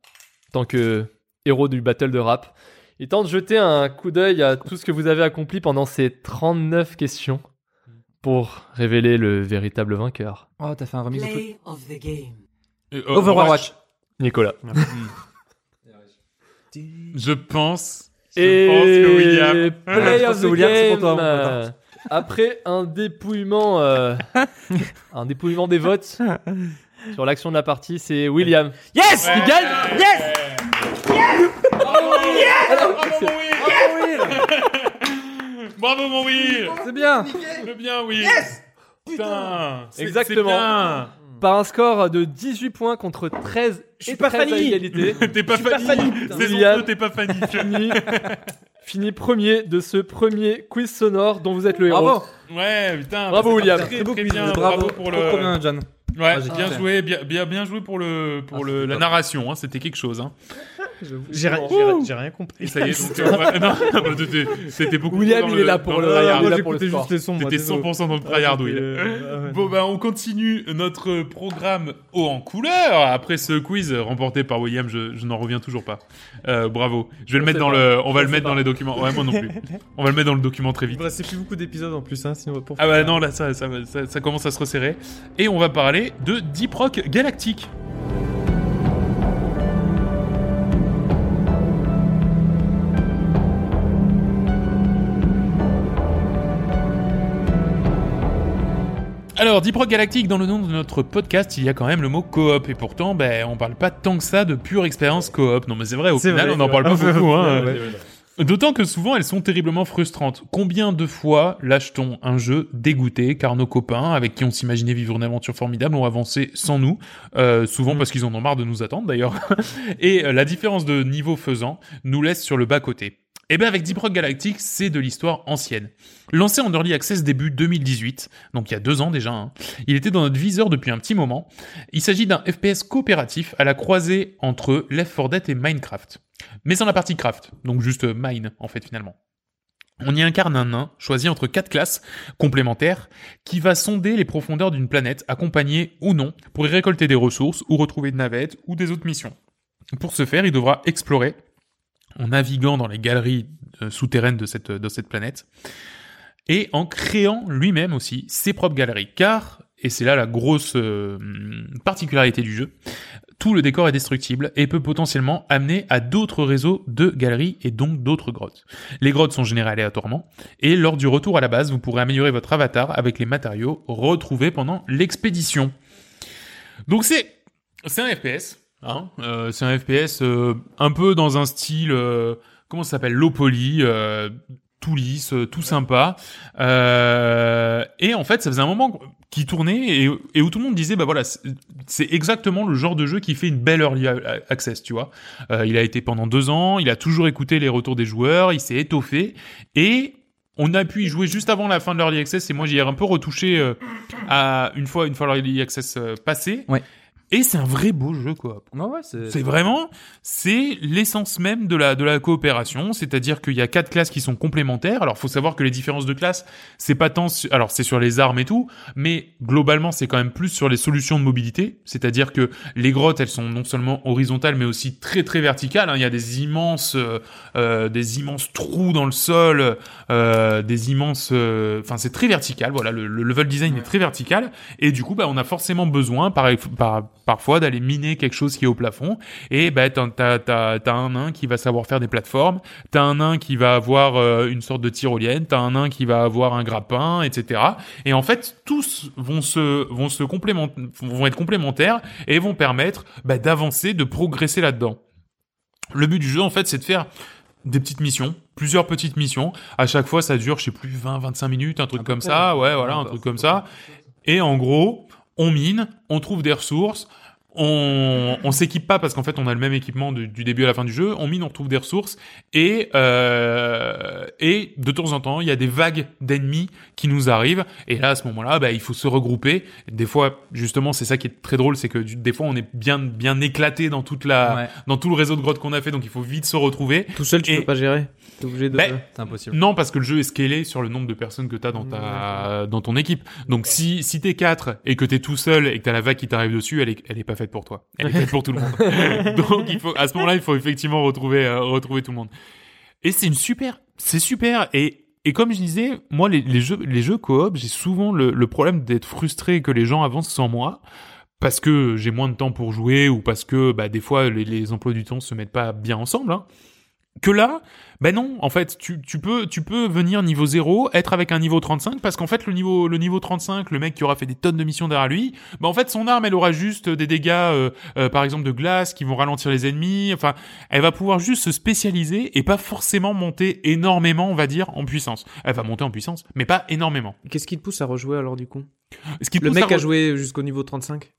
[SPEAKER 3] tant que héros du battle de rap. Il tente de jeter un coup d'œil à tout ce que vous avez accompli pendant ces 39 questions pour révéler le véritable vainqueur.
[SPEAKER 2] Oh, t'as fait un remix de truc.
[SPEAKER 5] Play of the game.
[SPEAKER 1] Euh,
[SPEAKER 2] Overwatch.
[SPEAKER 3] Nicolas.
[SPEAKER 1] Je pense. Je
[SPEAKER 3] et
[SPEAKER 1] pense que hein. William.
[SPEAKER 3] Play
[SPEAKER 2] Je
[SPEAKER 3] of the
[SPEAKER 2] pense que William, c'est
[SPEAKER 3] game.
[SPEAKER 2] pour toi, mon
[SPEAKER 3] euh, après un dépouillement, euh, un dépouillement des votes sur l'action de la partie, c'est William.
[SPEAKER 4] Yes
[SPEAKER 1] Ouais.
[SPEAKER 4] Il gagne Yes
[SPEAKER 1] Bravo, mon Will Bravo, mon Will
[SPEAKER 2] C'est bien.
[SPEAKER 1] Le bien, Will Yes Putain c'est-
[SPEAKER 3] Exactement.
[SPEAKER 1] c'est
[SPEAKER 3] Par un score de 18 points contre 13
[SPEAKER 4] Je suis
[SPEAKER 3] et
[SPEAKER 4] pas
[SPEAKER 3] 13 à
[SPEAKER 4] Fanny.
[SPEAKER 3] égalité.
[SPEAKER 1] bien. T'es pas Fanny Saison
[SPEAKER 3] William.
[SPEAKER 1] 2, t'es pas Fanny
[SPEAKER 3] fini, fini premier de ce premier quiz sonore dont vous êtes le héros.
[SPEAKER 2] Bravo.
[SPEAKER 1] Ouais, putain
[SPEAKER 3] Bravo,
[SPEAKER 1] c'est
[SPEAKER 3] William.
[SPEAKER 1] très,
[SPEAKER 2] Très beau
[SPEAKER 1] très
[SPEAKER 2] quiz.
[SPEAKER 1] bien, bravo,
[SPEAKER 2] Bravo.
[SPEAKER 1] pour
[SPEAKER 2] Trop, trop
[SPEAKER 1] le...
[SPEAKER 2] bien, John.
[SPEAKER 1] Ouais,
[SPEAKER 2] Ah, j'ai
[SPEAKER 1] bien
[SPEAKER 2] kiffé.
[SPEAKER 1] joué, bien, bien, bien joué pour le pour
[SPEAKER 2] Ah,
[SPEAKER 1] le,
[SPEAKER 2] c'était
[SPEAKER 1] la
[SPEAKER 2] top.
[SPEAKER 1] narration, hein, c'était quelque chose. Hein.
[SPEAKER 4] J'ai rien- j'ai rien- j'ai rien compris.
[SPEAKER 1] Et ça y est, donc, euh, ouais, non, non, bah, t'étais- c'était beaucoup.
[SPEAKER 3] William,
[SPEAKER 1] dans
[SPEAKER 3] il est là pour
[SPEAKER 1] dans
[SPEAKER 3] le- Ah,
[SPEAKER 1] tryhard.
[SPEAKER 3] il est là pour le sport.
[SPEAKER 4] les sons.
[SPEAKER 1] T'étais 100% dans le tryhard, Will.
[SPEAKER 3] euh, ah,
[SPEAKER 1] Bon bah on continue notre programme haut en couleur après ce quiz remporté par William. Je, je n'en reviens toujours pas. Euh, bravo. Je vais le
[SPEAKER 3] On
[SPEAKER 1] mettre
[SPEAKER 3] sait
[SPEAKER 1] dans
[SPEAKER 3] pas.
[SPEAKER 1] le. On va
[SPEAKER 3] On
[SPEAKER 1] le
[SPEAKER 3] sait
[SPEAKER 1] mettre dans
[SPEAKER 3] pas.
[SPEAKER 1] les documents. Ouais moi non plus. On va le mettre dans le document très
[SPEAKER 4] Il
[SPEAKER 1] vite.
[SPEAKER 4] me restait plus beaucoup d'épisodes en plus, hein, sinon pour.
[SPEAKER 1] Ah bah non là ça ça, ça- ça commence à se resserrer et on va parler de Deep Rock Galactique. Alors, Deep Rock Galactique, dans le nom de notre podcast, il y a quand même le mot coop. Et pourtant, ben, on parle pas tant que ça de pure expérience coop. Non, mais c'est vrai, au
[SPEAKER 4] C'est
[SPEAKER 1] final,
[SPEAKER 4] vrai,
[SPEAKER 1] on n'en
[SPEAKER 4] c'est
[SPEAKER 1] parle pas
[SPEAKER 4] vrai.
[SPEAKER 1] beaucoup. Hein.
[SPEAKER 4] Ouais,
[SPEAKER 1] D'autant que souvent, elles sont terriblement frustrantes. Combien de fois lâche-t-on un jeu dégoûté car nos copains, avec qui on s'imaginait vivre une aventure formidable, ont avancé sans nous, euh, souvent parce qu'ils en ont marre de nous attendre d'ailleurs. Et euh, la différence de niveau faisant nous laisse sur le bas-côté. Eh bien, avec Deep Rock Galactic, c'est de l'histoire ancienne. Lancé en Early Access début 2018, donc il y a deux ans déjà, hein, il était dans notre viseur depuis un petit moment. Il s'agit d'un FPS coopératif à la croisée entre Left 4 Dead et Minecraft. Mais sans la partie craft, donc juste euh, mine en fait finalement. On y incarne un nain choisi entre quatre classes complémentaires qui va sonder les profondeurs d'une planète, accompagné ou non, pour y récolter des ressources ou retrouver des navettes ou des autres missions. Pour ce faire, il devra explorer en naviguant dans les galeries euh, souterraines de cette, de cette planète et en créant lui-même aussi ses propres galeries. Car, et c'est là la grosse euh, particularité du jeu, tout le décor est destructible et peut potentiellement amener à d'autres réseaux de galeries et donc d'autres grottes. Les grottes sont générées aléatoirement et lors du retour à la base, vous pourrez améliorer votre avatar avec les matériaux retrouvés pendant l'expédition. Donc c'est c'est un FPS, hein, euh, c'est un FPS euh, un peu dans un style euh, comment ça s'appelle low poly, euh, tout lisse, euh, tout sympa. Euh, et en fait, ça faisait un moment qui tournait et, et où tout le monde disait bah voilà, c'est- c'est exactement le genre de jeu qui fait une belle early a- access, tu vois. Euh, il a été pendant deux ans, il a toujours écouté les retours des joueurs, il s'est étoffé et on a pu y jouer juste avant la fin de l'early access et moi j'y ai un peu retouché euh, à une fois une fois l'early access euh, passé.
[SPEAKER 2] Ouais.
[SPEAKER 1] Et c'est un vrai beau jeu quoi.
[SPEAKER 2] Ouais, ouais, c'est.
[SPEAKER 1] C'est vraiment, c'est l'essence même de la de la coopération, c'est-à-dire qu'il y a quatre classes qui sont complémentaires. Alors, faut savoir que les différences de classes, c'est pas tant, su- alors c'est sur les armes et tout, mais globalement, c'est quand même plus sur les solutions de mobilité. C'est-à-dire que les grottes, elles sont non seulement horizontales, mais aussi très très verticales. hein. Il y a des immenses, euh, euh, des immenses trous dans le sol, euh, des immenses, euh, enfin c'est très vertical. Voilà, le, le level design est très vertical. Et du coup, bah, on a forcément besoin, par, par- parfois, d'aller miner quelque chose qui est au plafond. Et bah, t'as, t'as, t'as, t'as un nain qui va savoir faire des plateformes, t'as un nain qui va avoir euh, une sorte de tyrolienne, t'as un nain qui va avoir un grappin, etc. Et en fait, tous vont se, vont se complément- vont être complémentaires et vont permettre bah, d'avancer, de progresser là-dedans. Le but du jeu, en fait, c'est de faire des petites missions, plusieurs petites missions. À chaque fois, ça dure, je sais plus, 20, 25 minutes, un truc
[SPEAKER 2] À peu
[SPEAKER 1] comme
[SPEAKER 2] près,
[SPEAKER 1] ça. Ouais, voilà, un
[SPEAKER 2] Ouais,
[SPEAKER 1] truc
[SPEAKER 2] bah,
[SPEAKER 1] comme
[SPEAKER 2] c'est
[SPEAKER 1] ça. Et en gros, on mine, on trouve des ressources, on, on s'équipe pas parce qu'en fait on a le même équipement du, du début à la fin du jeu. On mine, on trouve des ressources et euh, et de temps en temps il y a des vagues d'ennemis qui nous arrivent. Et là à ce moment-là, bah, il faut se regrouper. Des fois justement c'est ça qui est très drôle, c'est que du- des fois on est bien bien éclaté dans toute la
[SPEAKER 2] Ouais,
[SPEAKER 1] dans tout le réseau de grottes qu'on a fait, donc il faut vite se retrouver.
[SPEAKER 4] Tout seul, tu
[SPEAKER 1] Et-
[SPEAKER 4] peux pas gérer. T'es obligé de.
[SPEAKER 1] Ben,
[SPEAKER 2] c'est impossible.
[SPEAKER 1] Non, parce que le jeu est scalé sur le nombre de personnes que t'as dans ta dans ton équipe. Donc si si t'es quatre et que t'es tout seul et que t'as la vague qui t'arrive dessus, elle est elle est pas faite pour toi. Elle est faite pour tout le monde. Donc il faut à ce moment-là, il faut effectivement retrouver euh, retrouver tout le monde. Et c'est une super, c'est super. Et et comme je disais, moi les, les jeux les jeux coop, j'ai souvent le, le problème d'être frustré que les gens avancent sans moi. Parce que j'ai moins de temps pour jouer ou parce que bah, des fois les, les emplois du temps se mettent pas bien ensemble. hein. Que là, ben non, en fait, tu, tu peux tu peux venir niveau 0, être avec un niveau 35 parce qu'en fait le niveau le niveau 35, le mec qui aura fait des tonnes de missions derrière lui, ben en fait son arme elle aura juste des dégâts euh, euh, par exemple de glace qui vont ralentir les ennemis, enfin, elle va pouvoir juste se spécialiser et pas forcément monter énormément, on va dire, en puissance. Elle va monter en puissance, mais pas énormément.
[SPEAKER 4] Qu'est-ce qui te pousse à rejouer alors du coup
[SPEAKER 1] Ce qui te
[SPEAKER 4] Le
[SPEAKER 1] pousse
[SPEAKER 4] mec
[SPEAKER 1] à
[SPEAKER 4] a
[SPEAKER 1] re-
[SPEAKER 4] joué jusqu'au niveau 35.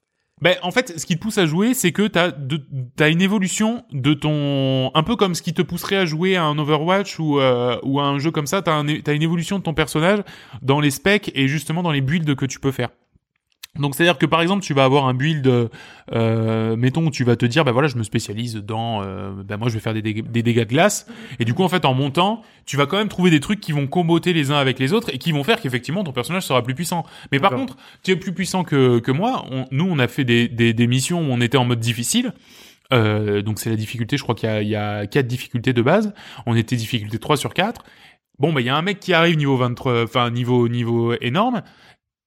[SPEAKER 1] Ben, en fait, ce qui te pousse à jouer, c'est que t'as de- t'as une évolution de ton, un peu comme ce qui te pousserait à jouer à un Overwatch ou euh, ou à un jeu comme ça. T'as un, t'as une évolution de ton personnage dans les specs et justement dans les builds que tu peux faire. Donc c'est à dire que par exemple tu vas avoir un build, euh, euh, mettons tu vas te dire bah voilà je me spécialise dans, euh, bah moi je vais faire des, dég- des dégâts de glace et du coup en fait en montant tu vas quand même trouver des trucs qui vont comboter les uns avec les autres et qui vont faire qu'effectivement ton personnage sera plus puissant. Mais par
[SPEAKER 4] D'accord.
[SPEAKER 1] contre tu es plus puissant que, que moi. On- nous, on a fait des, des, des missions où on était en mode difficile. Euh, donc c'est la difficulté, je crois qu'il y a, il y a 4 difficultés de base. On était difficulté 3 sur 4. Bon, bah il y a un mec qui arrive niveau 23, enfin niveau, niveau énorme.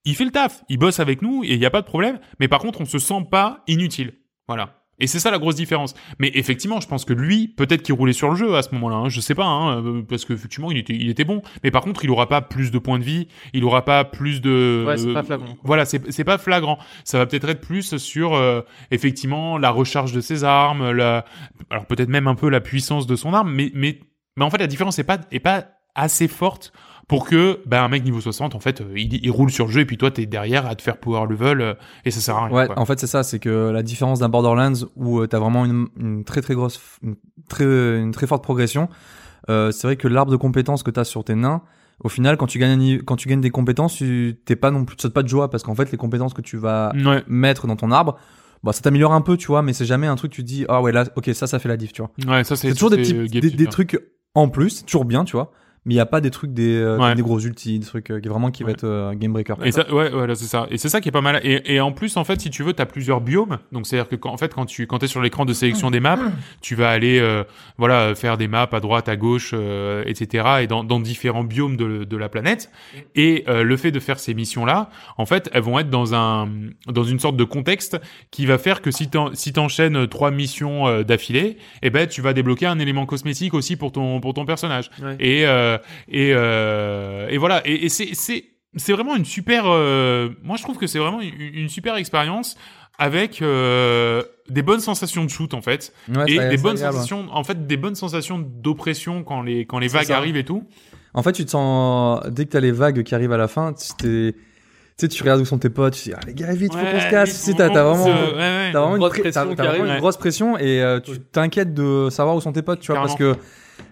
[SPEAKER 1] Il fait le taf, il bosse avec nous et il n'y a pas de problème. Mais par contre, on se sent pas inutile. Voilà. Et c'est ça la grosse différence. Mais effectivement, je pense que lui, peut-être qu'il roulait sur le jeu à ce moment-là. hein, je sais pas, hein, euh, parce que effectivement, il était, il était bon. Mais par contre, il aura pas plus de points de vie, il aura pas plus de.
[SPEAKER 4] Ouais, c'est
[SPEAKER 1] euh,
[SPEAKER 4] pas flagrant.
[SPEAKER 1] Voilà, c'est c'est pas flagrant. Ça va peut-être être plus sur euh, effectivement la recharge de ses armes, la... alors peut-être même un peu la puissance de son arme. Mais mais mais en fait, la différence est pas est pas assez forte pour que bah, un mec niveau 60 en fait euh, il, il roule sur le jeu et puis toi t'es derrière à te faire power level euh, et ça sert à rien
[SPEAKER 2] Ouais,
[SPEAKER 1] quoi.
[SPEAKER 2] en fait, c'est ça, c'est que la différence d'un Borderlands où euh, t'as vraiment une, une très très grosse, une très, une très forte progression, euh, c'est vrai que l'arbre de compétences que t'as sur tes nains, au final, quand tu gagnes, un ni- quand tu gagnes des compétences, tu t'es pas non plus, tu sautes pas de joie parce qu'en fait, les compétences que tu vas
[SPEAKER 1] Ouais.
[SPEAKER 2] mettre dans ton arbre, bah, ça t'améliore un peu, tu vois, mais c'est jamais un truc, tu te dis, ah ouais, là, ok, ça, ça fait la diff, tu vois.
[SPEAKER 1] Ouais, ça c'est
[SPEAKER 2] C'est toujours des
[SPEAKER 1] c'est,
[SPEAKER 2] petits,
[SPEAKER 1] euh, game
[SPEAKER 2] des,
[SPEAKER 1] changer.
[SPEAKER 2] des trucs en plus, c'est toujours bien, tu vois. mais il n'y a pas des trucs des, euh,
[SPEAKER 1] Ouais.
[SPEAKER 2] des gros ultis, des trucs euh, qui vraiment qui va
[SPEAKER 1] Ouais.
[SPEAKER 2] être euh, game breaker.
[SPEAKER 1] Et ça, ouais, voilà, c'est ça. Et c'est ça qui est pas mal. Et, et en plus, en fait, si tu veux, t'as plusieurs biomes. Donc, c'est-à-dire que quand, en fait, quand tu quand t'es sur l'écran de sélection des maps, tu vas aller, euh, voilà, faire des maps à droite, à gauche, euh, etc. Et dans, dans différents biomes de, de la planète. Et euh, le fait de faire ces missions-là, en fait, elles vont être dans un dans une sorte de contexte qui va faire que si t'en, si t'enchaînes trois missions euh, d'affilée, eh ben, tu vas débloquer un élément cosmétique aussi pour ton pour ton personnage.
[SPEAKER 4] Ouais.
[SPEAKER 1] Et euh, et euh, et voilà. Et, et c'est c'est c'est vraiment une super. euh, moi, je trouve que c'est vraiment une, une super expérience avec euh, des bonnes sensations de shoot en fait
[SPEAKER 2] Ouais,
[SPEAKER 1] et
[SPEAKER 2] ça-
[SPEAKER 1] des
[SPEAKER 2] ça
[SPEAKER 1] bonnes
[SPEAKER 2] agréable.
[SPEAKER 1] sensations en fait des bonnes sensations d'oppression quand les quand les
[SPEAKER 4] C'est
[SPEAKER 1] vagues
[SPEAKER 4] ça.
[SPEAKER 1] arrivent et tout
[SPEAKER 2] En fait, tu te sens dès que t'as les vagues qui arrivent à la fin, tu t'es- tu sais, tu regardes où sont tes potes, tu dis ah les gars vite, faut qu'on se casse. Tu sais, t'as t'as vraiment
[SPEAKER 1] Euh, ouais, ouais.
[SPEAKER 2] T'as vraiment une,
[SPEAKER 3] grosse
[SPEAKER 2] pré-
[SPEAKER 3] pression
[SPEAKER 2] t'as-
[SPEAKER 3] qui
[SPEAKER 2] t'as vraiment
[SPEAKER 3] arrive,
[SPEAKER 2] une
[SPEAKER 1] ouais.
[SPEAKER 2] grosse pression et euh, tu
[SPEAKER 3] Oui.
[SPEAKER 2] t'inquiètes de savoir où sont tes potes, tu vois,
[SPEAKER 1] Carrément.
[SPEAKER 2] parce que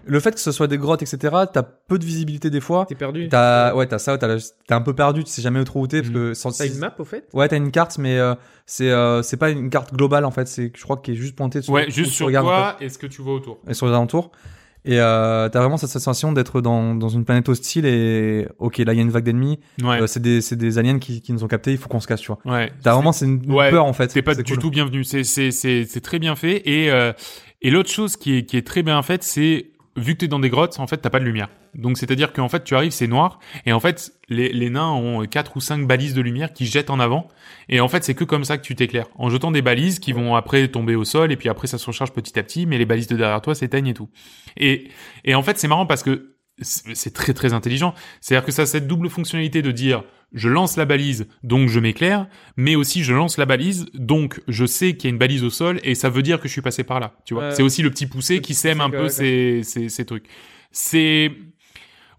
[SPEAKER 2] le fait que ce soit des grottes, etc., t'as peu de visibilité des fois.
[SPEAKER 4] T'es perdu.
[SPEAKER 2] T'as, ouais, t'as ça, t'as la- t'es un peu perdu, tu sais jamais où te router parce
[SPEAKER 1] Mhm.
[SPEAKER 2] que sans-
[SPEAKER 4] T'as une map au fait
[SPEAKER 2] Ouais, t'as une carte, mais euh, c'est euh, c'est pas une carte globale en fait. C'est je crois qu'elle est juste pointée.
[SPEAKER 1] Ouais,
[SPEAKER 2] où
[SPEAKER 1] juste
[SPEAKER 2] tu
[SPEAKER 1] sur
[SPEAKER 2] regardes, en
[SPEAKER 1] toi et ce que tu vois autour
[SPEAKER 2] fait, et sur les alentours. Et euh, t'as vraiment cette sensation d'être dans, dans une planète hostile et ok là il y a une vague d'ennemis.
[SPEAKER 1] ouais
[SPEAKER 2] Euh, c'est des c'est des aliens qui, qui nous ont captés. Il faut qu'on se casse, tu vois.
[SPEAKER 1] ouais
[SPEAKER 2] T'as vraiment c'est une une
[SPEAKER 1] Ouais,
[SPEAKER 2] peur en fait.
[SPEAKER 1] C'est pas
[SPEAKER 2] C'est
[SPEAKER 1] du
[SPEAKER 2] cool.
[SPEAKER 1] tout bienvenu. C'est c'est c'est c'est très bien fait. Et euh, et l'autre chose qui est qui est très bien faite, c'est vu que t'es dans des grottes, en fait t'as pas de lumière. Donc c'est à dire qu'en fait tu arrives, c'est noir. Et en fait les les nains ont quatre ou cinq balises de lumière qui jettent en avant. Et en fait c'est que comme ça que tu t'éclaires, en jetant des balises qui vont après tomber au sol et puis après ça se recharge petit à petit. Mais les balises de derrière toi s'éteignent et tout. Et et en fait c'est marrant parce que c'est c'est très très intelligent. C'est-à-dire que ça a cette double fonctionnalité de dire je lance la balise, donc je m'éclaire, mais aussi je lance la balise, donc je sais qu'il y a une balise au sol et ça veut dire que je suis passé par là. Tu vois,
[SPEAKER 4] Ouais.
[SPEAKER 1] c'est aussi le petit poussé
[SPEAKER 4] Le
[SPEAKER 1] qui
[SPEAKER 4] petit
[SPEAKER 1] sème
[SPEAKER 4] poussé,
[SPEAKER 1] un peu
[SPEAKER 4] ouais,
[SPEAKER 1] ces, ces, ces trucs. C'est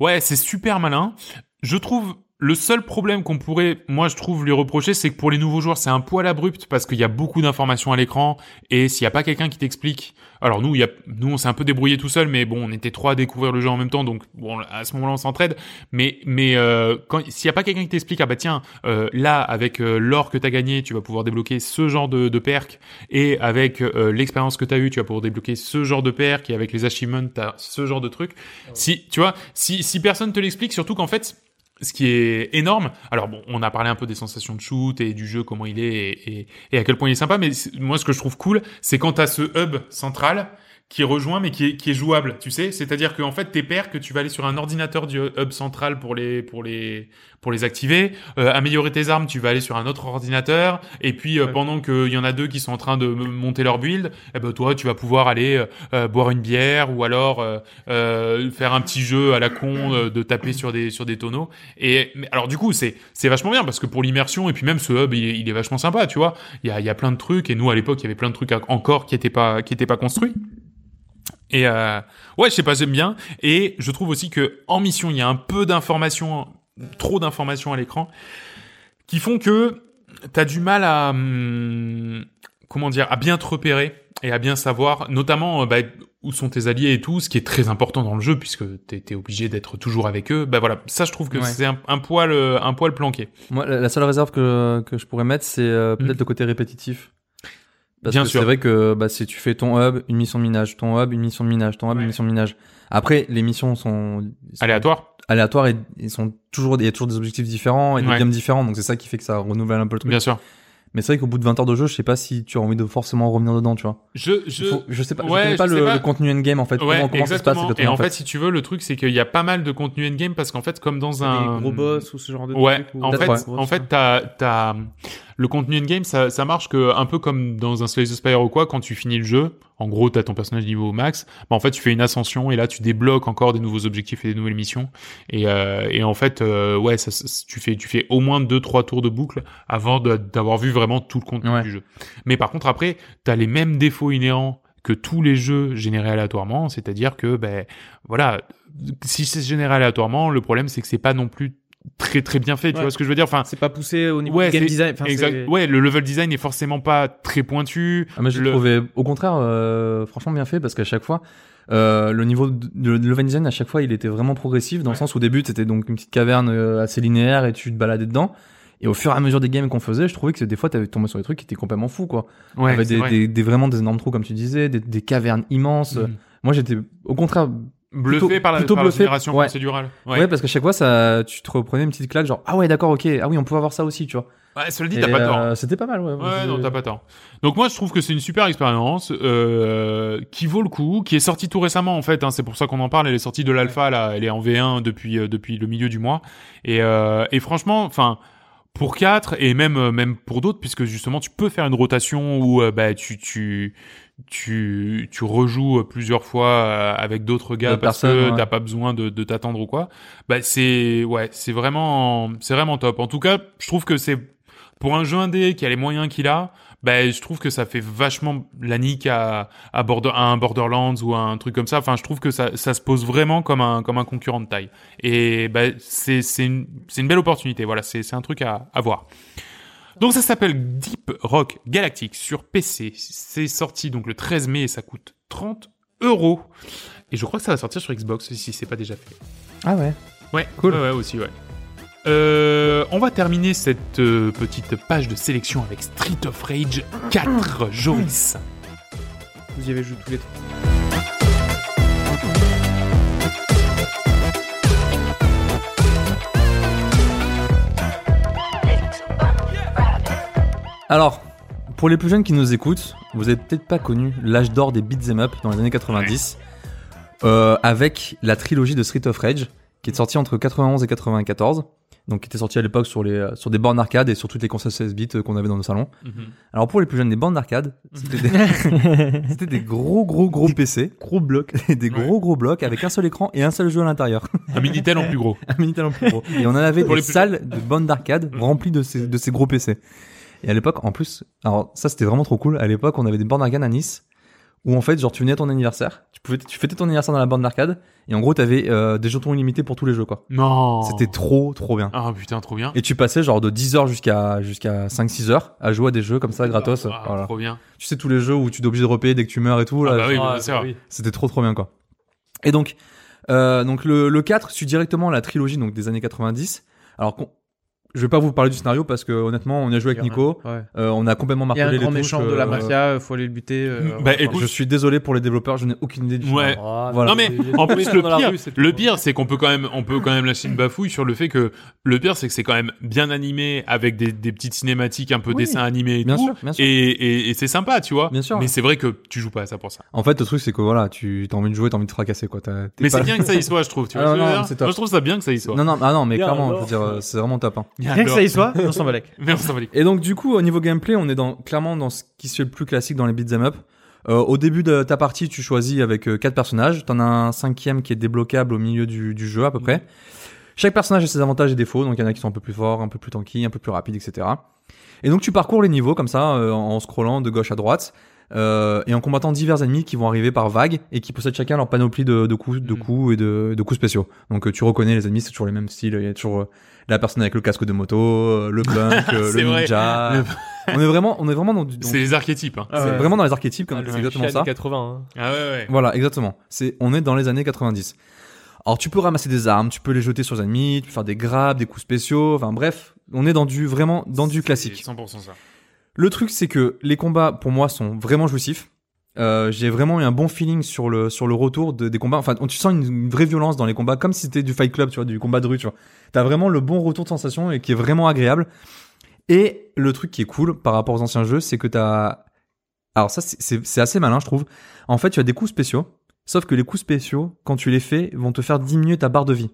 [SPEAKER 1] ouais, c'est super malin. Je trouve le seul problème qu'on pourrait, moi je trouve, lui reprocher, c'est que pour les nouveaux joueurs, c'est un poil abrupt parce qu'il y a beaucoup d'informations à l'écran et s'il n'y a pas quelqu'un qui t'explique alors nous, il y a, nous, on s'est un peu débrouillé tout seul, mais bon, on était trois à découvrir le jeu en même temps, donc bon, à ce moment-là, on s'entraide. Mais, mais euh, quand s'il y a pas quelqu'un qui t'explique, ah bah tiens, euh, là, avec euh, l'or que t'as gagné, tu vas pouvoir débloquer ce genre de, de perk, et avec euh, l'expérience que t'as eue, tu vas pouvoir débloquer ce genre de perk, et avec les achievements, t'as ce genre de truc. Si, tu vois, si, si personne te l'explique, surtout qu'en fait. Ce qui est énorme. Alors bon, on a parlé un peu des sensations de shoot et du jeu, comment il est et, et- et à quel point il est sympa. Mais c'est- moi, ce que je trouve cool, c'est quand t'as ce hub central qui rejoint mais qui est, qui est jouable, tu sais. C'est-à-dire qu'en fait, tes pairs que tu vas aller sur un ordinateur du hub central pour les pour les pour les activer, euh, améliorer tes armes, tu vas aller sur un autre ordinateur. Et puis euh,
[SPEAKER 4] Ouais.
[SPEAKER 1] pendant qu'il y en a deux qui sont en train de m- monter leur build, eh ben toi, tu vas pouvoir aller euh, euh, boire une bière ou alors euh, euh, faire un petit jeu à la con euh, de taper sur des sur des tonneaux. Et mais alors du coup, c'est c'est vachement bien parce que pour l'immersion et puis même ce hub, il est, il est vachement sympa, tu vois. Il y a il y a plein de trucs et nous à l'époque, il y avait plein de trucs à- encore qui étaient pas qui étaient pas construits. Et euh, ouais, je sais pas, j'aime bien. Et je trouve aussi que en mission, il y a un peu d'informations, trop d'informations à l'écran, qui font que t'as du mal à hum, comment dire, à bien te repérer et à bien savoir, notamment euh, bah, où sont tes alliés et tout, ce qui est très important dans le jeu puisque t'es t'es obligé d'être toujours avec eux. Bah voilà, ça je trouve que
[SPEAKER 2] Ouais.
[SPEAKER 1] c'est un, un poil, euh, un poil planqué.
[SPEAKER 2] Moi, la la seule réserve que, que je pourrais mettre, c'est euh, peut-être
[SPEAKER 1] Mhm.
[SPEAKER 2] le côté répétitif. Parce
[SPEAKER 1] Bien
[SPEAKER 2] que
[SPEAKER 1] sûr.
[SPEAKER 2] c'est vrai que bah, si tu fais ton hub, une mission de minage, ton hub, une mission de minage, ton hub,
[SPEAKER 1] Ouais.
[SPEAKER 2] une mission de minage. Après, les missions sont, sont
[SPEAKER 1] Aléatoire,
[SPEAKER 2] aléatoires et ils sont toujours, il y a toujours des objectifs différents et des
[SPEAKER 1] Ouais.
[SPEAKER 2] games différents. Donc c'est ça qui fait que ça renouvelle un peu le truc.
[SPEAKER 1] bien sûr.
[SPEAKER 2] Mais c'est vrai qu'au bout de 20 heures de jeu, je sais pas si tu as envie de forcément revenir dedans, tu vois.
[SPEAKER 1] Je, je,
[SPEAKER 2] Il faut- je sais pas, je
[SPEAKER 1] ouais,
[SPEAKER 2] connais pas,
[SPEAKER 1] je sais
[SPEAKER 2] le,
[SPEAKER 1] pas.
[SPEAKER 2] le contenu endgame en fait.
[SPEAKER 1] Ouais,
[SPEAKER 2] comment comment ça se passe
[SPEAKER 1] exactement.
[SPEAKER 2] exactement,
[SPEAKER 1] Et en fait, si tu veux, le truc, c'est qu'il y a pas mal de contenu endgame parce qu'en fait, comme dans un
[SPEAKER 4] Des gros boss ou ce genre de
[SPEAKER 1] Ouais,
[SPEAKER 4] truc ou-
[SPEAKER 1] en fait,
[SPEAKER 2] Peut-être,
[SPEAKER 1] en fait, t'as, t'as, le contenu endgame, ça, ça marche que un peu comme dans un Slay the Spire ou quoi, quand tu finis le jeu, en gros, t'as ton personnage niveau au max, bah en fait, tu fais une ascension et là, tu débloques encore des nouveaux objectifs et des nouvelles missions. Et, euh, et en fait, euh, ouais, ça, ça- tu fais, tu fais au moins deux, trois tours de boucle avant de- d'avoir vu vraiment tout le contenu
[SPEAKER 2] Ouais.
[SPEAKER 1] du jeu. Mais par contre, après, t'as les mêmes défauts inhérents que tous les jeux générés aléatoirement, c'est-à-dire que, ben, voilà, si c'est généré aléatoirement, le problème c'est que c'est pas non plus très très bien fait. Tu
[SPEAKER 4] Ouais.
[SPEAKER 1] vois ce que je veux dire Enfin,
[SPEAKER 4] c'est pas poussé au niveau
[SPEAKER 1] Ouais,
[SPEAKER 4] du game
[SPEAKER 1] c'est-
[SPEAKER 4] design. Enfin,
[SPEAKER 1] exact-
[SPEAKER 4] c'est-
[SPEAKER 1] ouais, le level design est forcément pas très pointu.
[SPEAKER 2] Ah, mais je le
[SPEAKER 1] Le-
[SPEAKER 2] trouvais au contraire euh, franchement bien fait parce qu'à chaque fois euh, le niveau de le level design à chaque fois il était vraiment progressif dans le sens où au début c'était donc une petite caverne euh, assez linéaire et tu te baladais dedans et au fur et à mesure des games qu'on faisait je trouvais que des fois t'avais tombé sur des trucs qui étaient complètement fous quoi
[SPEAKER 1] Ouais,
[SPEAKER 2] Avec
[SPEAKER 1] c'est
[SPEAKER 2] des,
[SPEAKER 1] vrai.
[SPEAKER 2] des- des- vraiment des énormes trous comme tu disais des, des cavernes immenses
[SPEAKER 1] Mhm.
[SPEAKER 2] moi j'étais au contraire
[SPEAKER 1] Bluffé
[SPEAKER 2] Plutôt-
[SPEAKER 1] par la,
[SPEAKER 2] plutôt
[SPEAKER 1] par la
[SPEAKER 2] bluffé,
[SPEAKER 1] génération
[SPEAKER 2] ouais.
[SPEAKER 1] procédurale.
[SPEAKER 2] Ouais,
[SPEAKER 1] Ouais.
[SPEAKER 2] parce qu'à chaque fois, ça, tu te reprenais une petite claque, genre ah ouais, d'accord, ok, ah oui, on peut avoir ça aussi, tu vois.
[SPEAKER 1] Ouais, cela dit,
[SPEAKER 2] Et,
[SPEAKER 1] t'as pas tort.
[SPEAKER 2] euh, C'était pas mal, ouais.
[SPEAKER 1] Ouais,
[SPEAKER 2] C'est-
[SPEAKER 1] non, t'as pas tort. Donc moi, je trouve que c'est une super expérience euh, qui vaut le coup, qui est sortie tout récemment en fait. hein, c'est pour ça qu'on en parle. Elle est sortie de l'alpha là. Elle est en V1 depuis euh, depuis le milieu du mois. Et, euh, et franchement, enfin. Pour 4 et même euh, même pour d'autres puisque justement tu peux faire une rotation où euh, bah tu tu tu tu rejoues plusieurs fois euh, avec d'autres gars
[SPEAKER 2] D'autres
[SPEAKER 1] parce que
[SPEAKER 2] personnes, ouais.
[SPEAKER 1] t'as pas besoin de, de t'attendre ou quoi. Bah c'est ouais, c'est vraiment c'est vraiment top. En tout cas, je trouve que c'est pour un jeu indé qui a les moyens qu'il a, ben, je trouve que ça fait vachement la nique à, à, Border- à un Borderlands ou à un truc comme ça. Enfin, je trouve que ça, ça se pose vraiment comme un, comme un concurrent de taille. Et ben, c'est c'est une, c'est une belle opportunité. Voilà, c'est c'est un truc à, à voir. Donc ça s'appelle Deep Rock Galactic sur PC. C'est sorti donc le 13 mai et ça coûte 30 euros. Et je crois que ça va sortir sur Xbox si c'est pas déjà fait.
[SPEAKER 2] Ah ouais.
[SPEAKER 1] Ouais,
[SPEAKER 2] Cool.
[SPEAKER 1] Ouais, ouais, aussi, ouais. Euh, on va terminer cette euh, petite page de sélection avec Street of Rage
[SPEAKER 2] Mm.
[SPEAKER 1] 4, Joris.
[SPEAKER 4] Vous y avez joué tous les trois.
[SPEAKER 2] Alors, pour les plus jeunes qui nous écoutent, vous avez peut-être pas connu l'âge d'or des beat'em up dans les années 90, euh, avec la trilogie de Street of Rage, qui est sortie entre 91 et 94, donc qui était sortie à l'époque sur, les, sur des bornes arcade et sur toutes les consoles 16 bits euh, qu'on avait dans nos salons.
[SPEAKER 1] Mhm.
[SPEAKER 2] Alors pour les plus jeunes, les bornes d'arcade, c'était des... c'était des gros gros gros PC, gros blocs, des gros gros blocs avec un seul écran et un seul jeu à l'intérieur,
[SPEAKER 1] Un Minitel en plus gros.
[SPEAKER 2] un Minitel en plus gros. Et on en avait
[SPEAKER 1] Pour
[SPEAKER 2] des
[SPEAKER 1] les plus-
[SPEAKER 2] salles de bornes d'arcade remplies de ces, de ces gros PC. Et à l'époque, en plus, alors ça c'était vraiment trop cool. À l'époque, on avait des bornes d'arcade à Nice où en fait, genre tu venais à ton anniversaire, tu pouvais tu fêtais ton anniversaire dans la borne d'arcade et en gros t'avais euh, des jetons illimités pour tous les jeux quoi.
[SPEAKER 1] Non.
[SPEAKER 2] C'était trop trop bien.
[SPEAKER 1] Ah putain, trop bien.
[SPEAKER 2] Et tu passais genre de 10h jusqu'à jusqu'à 5-6 heures à jouer à des jeux comme ça gratos.
[SPEAKER 1] Ah,
[SPEAKER 2] Voilà.
[SPEAKER 1] Trop bien.
[SPEAKER 2] Tu sais, tous les jeux où tu es obligé de repayer dès que tu meurs et tout.
[SPEAKER 1] Ah
[SPEAKER 2] là,
[SPEAKER 1] bah oui,
[SPEAKER 3] Ah,
[SPEAKER 1] bah, c'est vrai.
[SPEAKER 2] C'était trop trop bien, quoi. Et donc, euh, donc le, le 4 suit directement la trilogie donc des années 90. Alors, qu'on- je vais pas vous parler du scénario parce que honnêtement, on y a joué avec Nico.
[SPEAKER 4] Ouais.
[SPEAKER 2] euh, on a complètement
[SPEAKER 4] Il
[SPEAKER 2] marqué
[SPEAKER 4] y a un
[SPEAKER 2] les
[SPEAKER 4] grand
[SPEAKER 2] touches,
[SPEAKER 4] méchant de la
[SPEAKER 2] euh,
[SPEAKER 4] mafia, euh, faut aller le buter. euh,
[SPEAKER 1] Bah,
[SPEAKER 4] enfin,
[SPEAKER 1] écoute,
[SPEAKER 2] Je suis désolé pour les développeurs, je n'ai aucune idée du
[SPEAKER 1] Ouais.
[SPEAKER 2] scénario.
[SPEAKER 3] Ah,
[SPEAKER 2] Voilà.
[SPEAKER 1] Non mais
[SPEAKER 3] il y a des
[SPEAKER 1] en plus
[SPEAKER 3] policiers
[SPEAKER 1] le
[SPEAKER 3] dans la
[SPEAKER 1] pire,
[SPEAKER 3] rue, c'est tout.
[SPEAKER 1] le pire c'est qu'on peut quand même, on peut quand même lâcher une bafouille sur le fait que le pire c'est que c'est quand même bien animé avec des, des petites cinématiques un peu
[SPEAKER 2] Oui.
[SPEAKER 1] dessin animé et
[SPEAKER 2] Bien
[SPEAKER 1] tout.
[SPEAKER 2] sûr, bien sûr.
[SPEAKER 1] Et, et, et c'est sympa, tu vois.
[SPEAKER 2] Bien sûr.
[SPEAKER 1] Mais c'est vrai que tu joues pas à ça pour ça.
[SPEAKER 2] En fait, le truc, c'est que voilà, tu as envie de jouer, t'as envie de fracasser, quoi. T'as- t'es
[SPEAKER 1] Mais
[SPEAKER 2] pas-
[SPEAKER 1] c'est bien que ça y soit, je trouve. Tu vois
[SPEAKER 2] Ah,
[SPEAKER 1] ce que je
[SPEAKER 2] non,
[SPEAKER 1] veux
[SPEAKER 2] non,
[SPEAKER 1] dire
[SPEAKER 2] c'est top.
[SPEAKER 1] Moi, je trouve ça bien que ça y soit.
[SPEAKER 2] Non, non, ah non, mais
[SPEAKER 3] Bien,
[SPEAKER 2] clairement, je veux
[SPEAKER 3] alors.
[SPEAKER 2] dire, euh, c'est vraiment top. hein.
[SPEAKER 1] Il y a
[SPEAKER 4] Rien que
[SPEAKER 1] alors-
[SPEAKER 4] ça y soit, on s'en va avec.
[SPEAKER 1] Mais on s'en bat les couilles.
[SPEAKER 2] Et donc du coup au niveau gameplay on est dans clairement dans ce qui se fait le plus classique dans les beat'em up. Euh, au début de ta partie tu choisis avec euh, quatre personnages, t'en as un cinquième qui est débloquable au milieu du, du jeu à
[SPEAKER 1] Mhm.
[SPEAKER 2] peu près. Chaque personnage a ses avantages et défauts, donc il y en a qui sont un peu plus forts, un peu plus tanky, un peu plus rapides, etc. Et donc tu parcours les niveaux comme ça euh, en scrollant de gauche à droite euh, et en combattant divers ennemis qui vont arriver par vagues et qui possèdent chacun leur panoplie de, de coups, de
[SPEAKER 1] Mhm.
[SPEAKER 2] coups et de, de coups spéciaux. Donc euh, tu reconnais les ennemis, c'est toujours les mêmes styles, il y a toujours euh, la personne avec le casque de moto, euh, le punk, euh,
[SPEAKER 1] C'est
[SPEAKER 2] le
[SPEAKER 1] vrai.
[SPEAKER 2] ninja.
[SPEAKER 1] Le-
[SPEAKER 2] on est vraiment on est vraiment dans, du- dans-
[SPEAKER 1] C'est les archétypes. Hein.
[SPEAKER 4] Ah
[SPEAKER 2] c'est
[SPEAKER 4] ouais.
[SPEAKER 2] vraiment dans les archétypes comme
[SPEAKER 3] Ah, le
[SPEAKER 2] c'est exactement
[SPEAKER 3] Chien
[SPEAKER 2] ça.
[SPEAKER 3] des 80. hein.
[SPEAKER 1] Ah ouais, ouais.
[SPEAKER 2] Voilà, exactement. C'est, on est dans les années 90. Alors, tu peux ramasser des armes, tu peux les jeter sur les ennemis, tu peux faire des grabs, des coups spéciaux, enfin bref, on est dans du, vraiment, dans du
[SPEAKER 1] C'est
[SPEAKER 2] classique.
[SPEAKER 1] 100% ça.
[SPEAKER 2] Le truc, c'est que les combats, pour moi, sont vraiment jouissifs. Euh, j'ai vraiment eu un bon feeling sur le, sur le retour de- des combats. Enfin, tu sens une, une vraie violence dans les combats, comme si c'était du Fight Club, tu vois, du combat de rue, tu vois. T'as vraiment le bon retour de sensation et qui est vraiment agréable. Et le truc qui est cool par rapport aux anciens jeux, c'est que t'as, alors ça, c'est- c'est c'est assez malin, je trouve. En fait, tu as des coups spéciaux, sauf que les coups spéciaux, quand tu les fais, vont te faire diminuer ta barre de vie.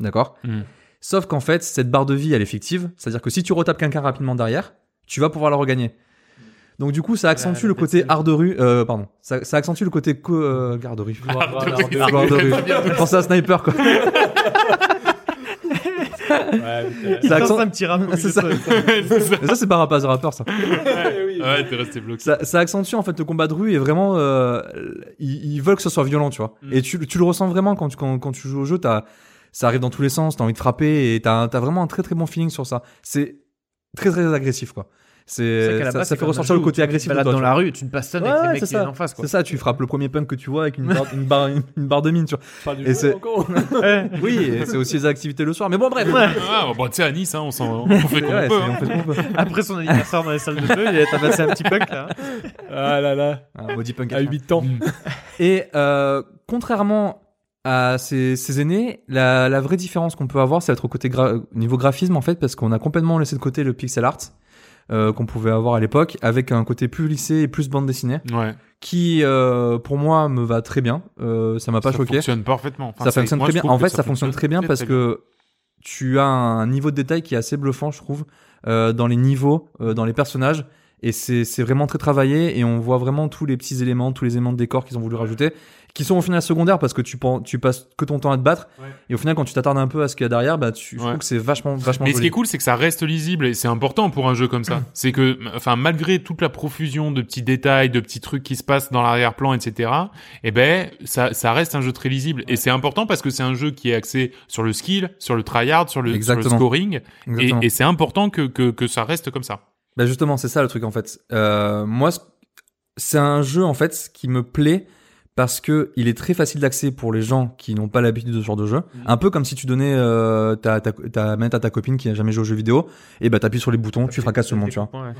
[SPEAKER 2] D'accord
[SPEAKER 1] Mm.
[SPEAKER 2] Sauf qu'en fait, cette barre de vie, elle est fictive. C'est-à-dire que si tu retapes quelqu'un rapidement derrière, tu vas pouvoir la regagner. Donc du coup, ça accentue
[SPEAKER 4] la
[SPEAKER 2] le côté
[SPEAKER 4] petite-
[SPEAKER 2] art de rue. euh, pardon. Ça, ça accentue le côté co- euh, garderie.
[SPEAKER 3] Joueur
[SPEAKER 1] de
[SPEAKER 3] radar
[SPEAKER 1] rue.
[SPEAKER 3] de-
[SPEAKER 1] Ah,
[SPEAKER 2] Joueur de rue.
[SPEAKER 1] c'est bien.
[SPEAKER 2] Pensez à sniper quoi.
[SPEAKER 3] Ouais,
[SPEAKER 4] Il
[SPEAKER 2] Ça
[SPEAKER 4] lance
[SPEAKER 2] accent-
[SPEAKER 4] un petit rap. au milieu
[SPEAKER 2] C'est
[SPEAKER 4] de
[SPEAKER 2] ça.
[SPEAKER 4] toi.
[SPEAKER 1] C'est ça.
[SPEAKER 2] Mais ça c'est pas rapace de rappeur ça.
[SPEAKER 1] Ouais, t'es resté bloqué.
[SPEAKER 2] ça, ça accentue en fait le combat de rue et vraiment euh, ils, ils veulent que ce soit violent tu vois
[SPEAKER 1] Mm.
[SPEAKER 2] et tu, tu le ressens vraiment quand tu, quand, quand tu joues au jeu t'as, ça arrive dans tous les sens t'as envie de frapper et t'as, t'as vraiment un très très bon feeling sur ça c'est très très agressif quoi
[SPEAKER 4] C'est vrai
[SPEAKER 2] c'est,
[SPEAKER 4] qu'à la
[SPEAKER 2] ça,
[SPEAKER 4] base,
[SPEAKER 2] ça
[SPEAKER 4] c'est
[SPEAKER 2] fait
[SPEAKER 4] quand
[SPEAKER 2] ressortir
[SPEAKER 4] même
[SPEAKER 2] le
[SPEAKER 4] un
[SPEAKER 2] côté
[SPEAKER 4] jeu où tu te
[SPEAKER 2] agressif de
[SPEAKER 4] balades
[SPEAKER 2] toi,
[SPEAKER 4] dans
[SPEAKER 2] tu
[SPEAKER 4] la
[SPEAKER 2] vois.
[SPEAKER 4] rue, tu te bastonnes
[SPEAKER 2] Ouais,
[SPEAKER 4] avec les
[SPEAKER 2] c'est
[SPEAKER 4] mecs qui
[SPEAKER 2] ça.
[SPEAKER 4] viennent en face. Quoi.
[SPEAKER 2] c'est ça tu frappes le premier punk que tu vois avec une barre, une barre, une barre de mine tu vois
[SPEAKER 3] je parle du
[SPEAKER 2] Et
[SPEAKER 3] jeu,
[SPEAKER 2] c'est-
[SPEAKER 3] encore.
[SPEAKER 4] Ouais.
[SPEAKER 2] oui et c'est aussi les activités le soir mais bon bref
[SPEAKER 1] Ah, bah, tu sais, à Nice, hein, on, s'en- on fait
[SPEAKER 2] C'est-
[SPEAKER 1] comme
[SPEAKER 2] ouais,
[SPEAKER 1] on peut.
[SPEAKER 2] c'est-
[SPEAKER 1] hein.
[SPEAKER 2] on fait ce qu'on peut.
[SPEAKER 4] Après son anniversaire dans les salles de jeu, il a tabassé un petit punk là.
[SPEAKER 3] Ah là là,
[SPEAKER 2] Ah, maudit punk
[SPEAKER 3] à 8 ans.
[SPEAKER 2] Et euh, contrairement à ses, ses aînés, la, la vraie différence qu'on peut avoir, c'est être au côté gra- niveau graphisme en fait, parce qu'on a complètement laissé de côté le pixel art euh, qu'on pouvait avoir à l'époque, avec un côté plus lissé et plus bande dessinée,
[SPEAKER 1] hein. Ouais.
[SPEAKER 2] qui euh, pour moi me va très bien. Euh, ça m'a pas
[SPEAKER 1] ça
[SPEAKER 2] choqué.
[SPEAKER 1] fonctionne parfaitement. Enfin,
[SPEAKER 2] ça
[SPEAKER 1] c'est-
[SPEAKER 2] fonctionne
[SPEAKER 1] moi,
[SPEAKER 2] très
[SPEAKER 1] je
[SPEAKER 2] bien.
[SPEAKER 1] trouve
[SPEAKER 2] En
[SPEAKER 1] que
[SPEAKER 2] fait, ça, fonctionne très bien parce
[SPEAKER 1] très
[SPEAKER 2] que tu as un niveau de détail qui est assez bluffant, je trouve, euh, dans les niveaux, euh, dans les personnages. Et c'est c'est vraiment très travaillé et on voit vraiment tous les petits éléments, tous les éléments de décor qu'ils ont voulu rajouter, qui sont au final secondaires parce que tu, pen- tu passes que ton temps à te battre.
[SPEAKER 1] Ouais.
[SPEAKER 2] Et au final, quand tu t'attardes un peu à ce qu'il y a derrière, bah, tu, je
[SPEAKER 1] Ouais.
[SPEAKER 2] trouve que c'est vachement, vachement
[SPEAKER 1] Mais ce qui
[SPEAKER 2] joli.
[SPEAKER 1] est cool, c'est que ça reste lisible et c'est important pour un jeu comme ça. c'est que, enfin, malgré toute la profusion de petits détails, de petits trucs qui se passent dans l'arrière-plan, etc. Eh ben, ça, ça reste un jeu très lisible et c'est important parce que c'est un jeu qui est axé sur le skill, sur le tryhard, sur le, sur le
[SPEAKER 2] Exactement.
[SPEAKER 1] scoring et,
[SPEAKER 2] Exactement.
[SPEAKER 1] et c'est important que, que que ça reste comme ça.
[SPEAKER 2] Bah justement, c'est ça le truc en fait. Euh, moi, ce- c'est un jeu en fait qui me plaît parce que il est très facile d'accès pour les gens qui n'ont pas l'habitude de ce genre de jeu. Un peu comme si tu donnais euh, ta, ta, ta manette à ta copine qui n'a jamais joué aux jeux vidéo, et bah t'appuies sur les boutons, tu fracasses le monde, tu vois.
[SPEAKER 4] Ouais.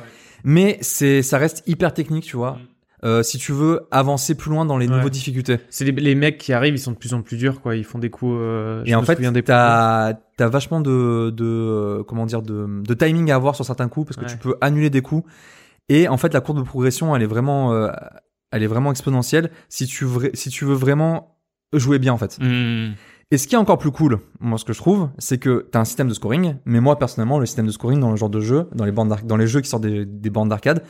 [SPEAKER 2] Mais c'est, ça reste hyper technique, tu vois.
[SPEAKER 1] Mm.
[SPEAKER 2] Euh, si tu veux avancer plus loin dans les
[SPEAKER 4] Ouais.
[SPEAKER 2] niveaux de difficulté.
[SPEAKER 4] C'est les, les mecs qui arrivent, ils sont de plus en plus durs, quoi. Ils font des coups. euh, je
[SPEAKER 2] Et en
[SPEAKER 4] me
[SPEAKER 2] fait,
[SPEAKER 4] souviens des
[SPEAKER 2] t'as as vachement de, de euh, comment dire de, de timing à avoir sur certains coups parce que
[SPEAKER 4] Ouais.
[SPEAKER 2] tu peux annuler des coups. Et en fait, la courbe de progression, elle est vraiment, euh, elle est vraiment exponentielle si tu vra- si tu veux vraiment jouer bien en fait. Et ce qui est encore plus cool, moi ce que je trouve, c'est que t'as un système de scoring. Mais moi personnellement, le système de scoring dans le genre de jeu, dans les bandes d'arc- dans les jeux qui sortent des, des bandes d'arcade,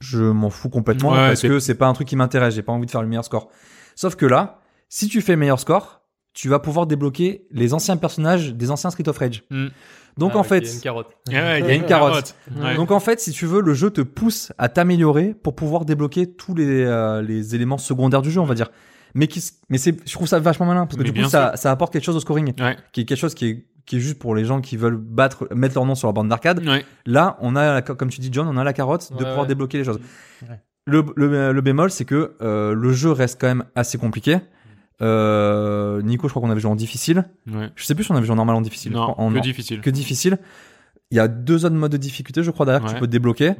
[SPEAKER 2] je m'en fous complètement
[SPEAKER 1] Ouais,
[SPEAKER 2] parce
[SPEAKER 1] c'est-
[SPEAKER 2] que c'est pas un truc qui m'intéresse. J'ai pas envie de faire le meilleur score. Sauf que là, si tu fais meilleur score, tu vas pouvoir débloquer les anciens personnages des anciens Street of Rage.
[SPEAKER 1] Mm.
[SPEAKER 2] Donc
[SPEAKER 3] Ah
[SPEAKER 2] en
[SPEAKER 3] ouais,
[SPEAKER 2] fait,
[SPEAKER 3] il y a une carotte.
[SPEAKER 1] Eh ouais,
[SPEAKER 2] Il y a une carotte.
[SPEAKER 1] Ouais.
[SPEAKER 2] donc en fait, si tu veux, le jeu te pousse à t'améliorer pour pouvoir débloquer tous les, euh, les éléments secondaires du jeu, on va dire. Mais, qui, s- mais c'est, je trouve ça vachement malin parce que
[SPEAKER 1] Mais
[SPEAKER 2] du coup,
[SPEAKER 1] bien
[SPEAKER 2] ça, ça apporte quelque chose au scoring,
[SPEAKER 1] Ouais.
[SPEAKER 2] qui est quelque chose qui est, qui est juste pour les gens qui veulent battre, mettre leur nom sur la bande d'arcade.
[SPEAKER 1] Ouais.
[SPEAKER 2] Là, on a, la- comme tu dis, John, on a la carotte de
[SPEAKER 3] Ouais,
[SPEAKER 2] pouvoir
[SPEAKER 3] ouais.
[SPEAKER 2] débloquer les choses.
[SPEAKER 4] Ouais.
[SPEAKER 2] Le, le, le bémol, c'est que euh, le jeu reste quand même assez compliqué. Euh, Nico, je crois qu'on avait joué en difficile.
[SPEAKER 1] Ouais.
[SPEAKER 2] Je sais plus si on avait joué en normal ou en difficile. Je
[SPEAKER 1] Non,
[SPEAKER 2] crois en-
[SPEAKER 1] que
[SPEAKER 2] en-
[SPEAKER 1] difficile.
[SPEAKER 2] que difficile. Il y a deux autres modes de difficulté, je crois, derrière que tu
[SPEAKER 1] Ouais.
[SPEAKER 2] peux débloquer,
[SPEAKER 1] Ouais.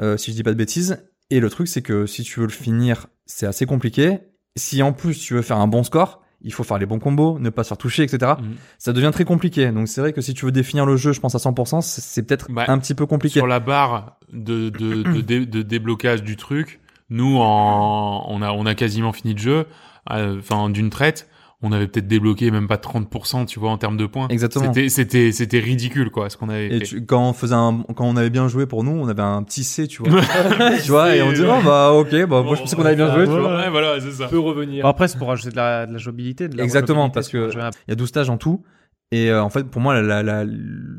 [SPEAKER 2] euh, si je dis pas de bêtises. Et le truc, c'est que si tu veux le finir, c'est assez compliqué. Si en plus tu veux faire un bon score, il faut faire les bons combos, ne pas se faire toucher, etc.
[SPEAKER 1] Mhm.
[SPEAKER 2] Ça devient très compliqué. Donc c'est vrai que si tu veux définir le jeu, je pense à 100%, c'est- c'est peut-être
[SPEAKER 1] Ouais.
[SPEAKER 2] un petit peu compliqué.
[SPEAKER 1] Sur la barre de, de, de, dé- de déblocage du truc, nous, en, on, a, on a quasiment fini le jeu, euh, enfin, d'une traite, on avait peut-être débloqué même pas 30%, tu vois, en termes de points.
[SPEAKER 2] Exactement.
[SPEAKER 1] C'était, c'était, c'était ridicule, quoi, ce qu'on avait
[SPEAKER 2] Et
[SPEAKER 1] fait.
[SPEAKER 2] tu- quand on faisait un- quand on avait bien joué pour nous, on avait un petit C, tu vois. tu vois, et on disait, oh, bah, ok, bah, moi, je pensais qu'on avait bien joué, tu vois.
[SPEAKER 1] Ouais, voilà, c'est ça.
[SPEAKER 3] peut
[SPEAKER 4] premiers.
[SPEAKER 3] revenir.
[SPEAKER 4] Bon, après, c'est pour ajouter de la, de la jouabilité. De la
[SPEAKER 2] Exactement,
[SPEAKER 4] rejouabilité,
[SPEAKER 2] parce que-
[SPEAKER 4] c'est pour ajouter
[SPEAKER 2] Il y a 12 stages en tout. Et euh, en fait, pour moi, la- la- la-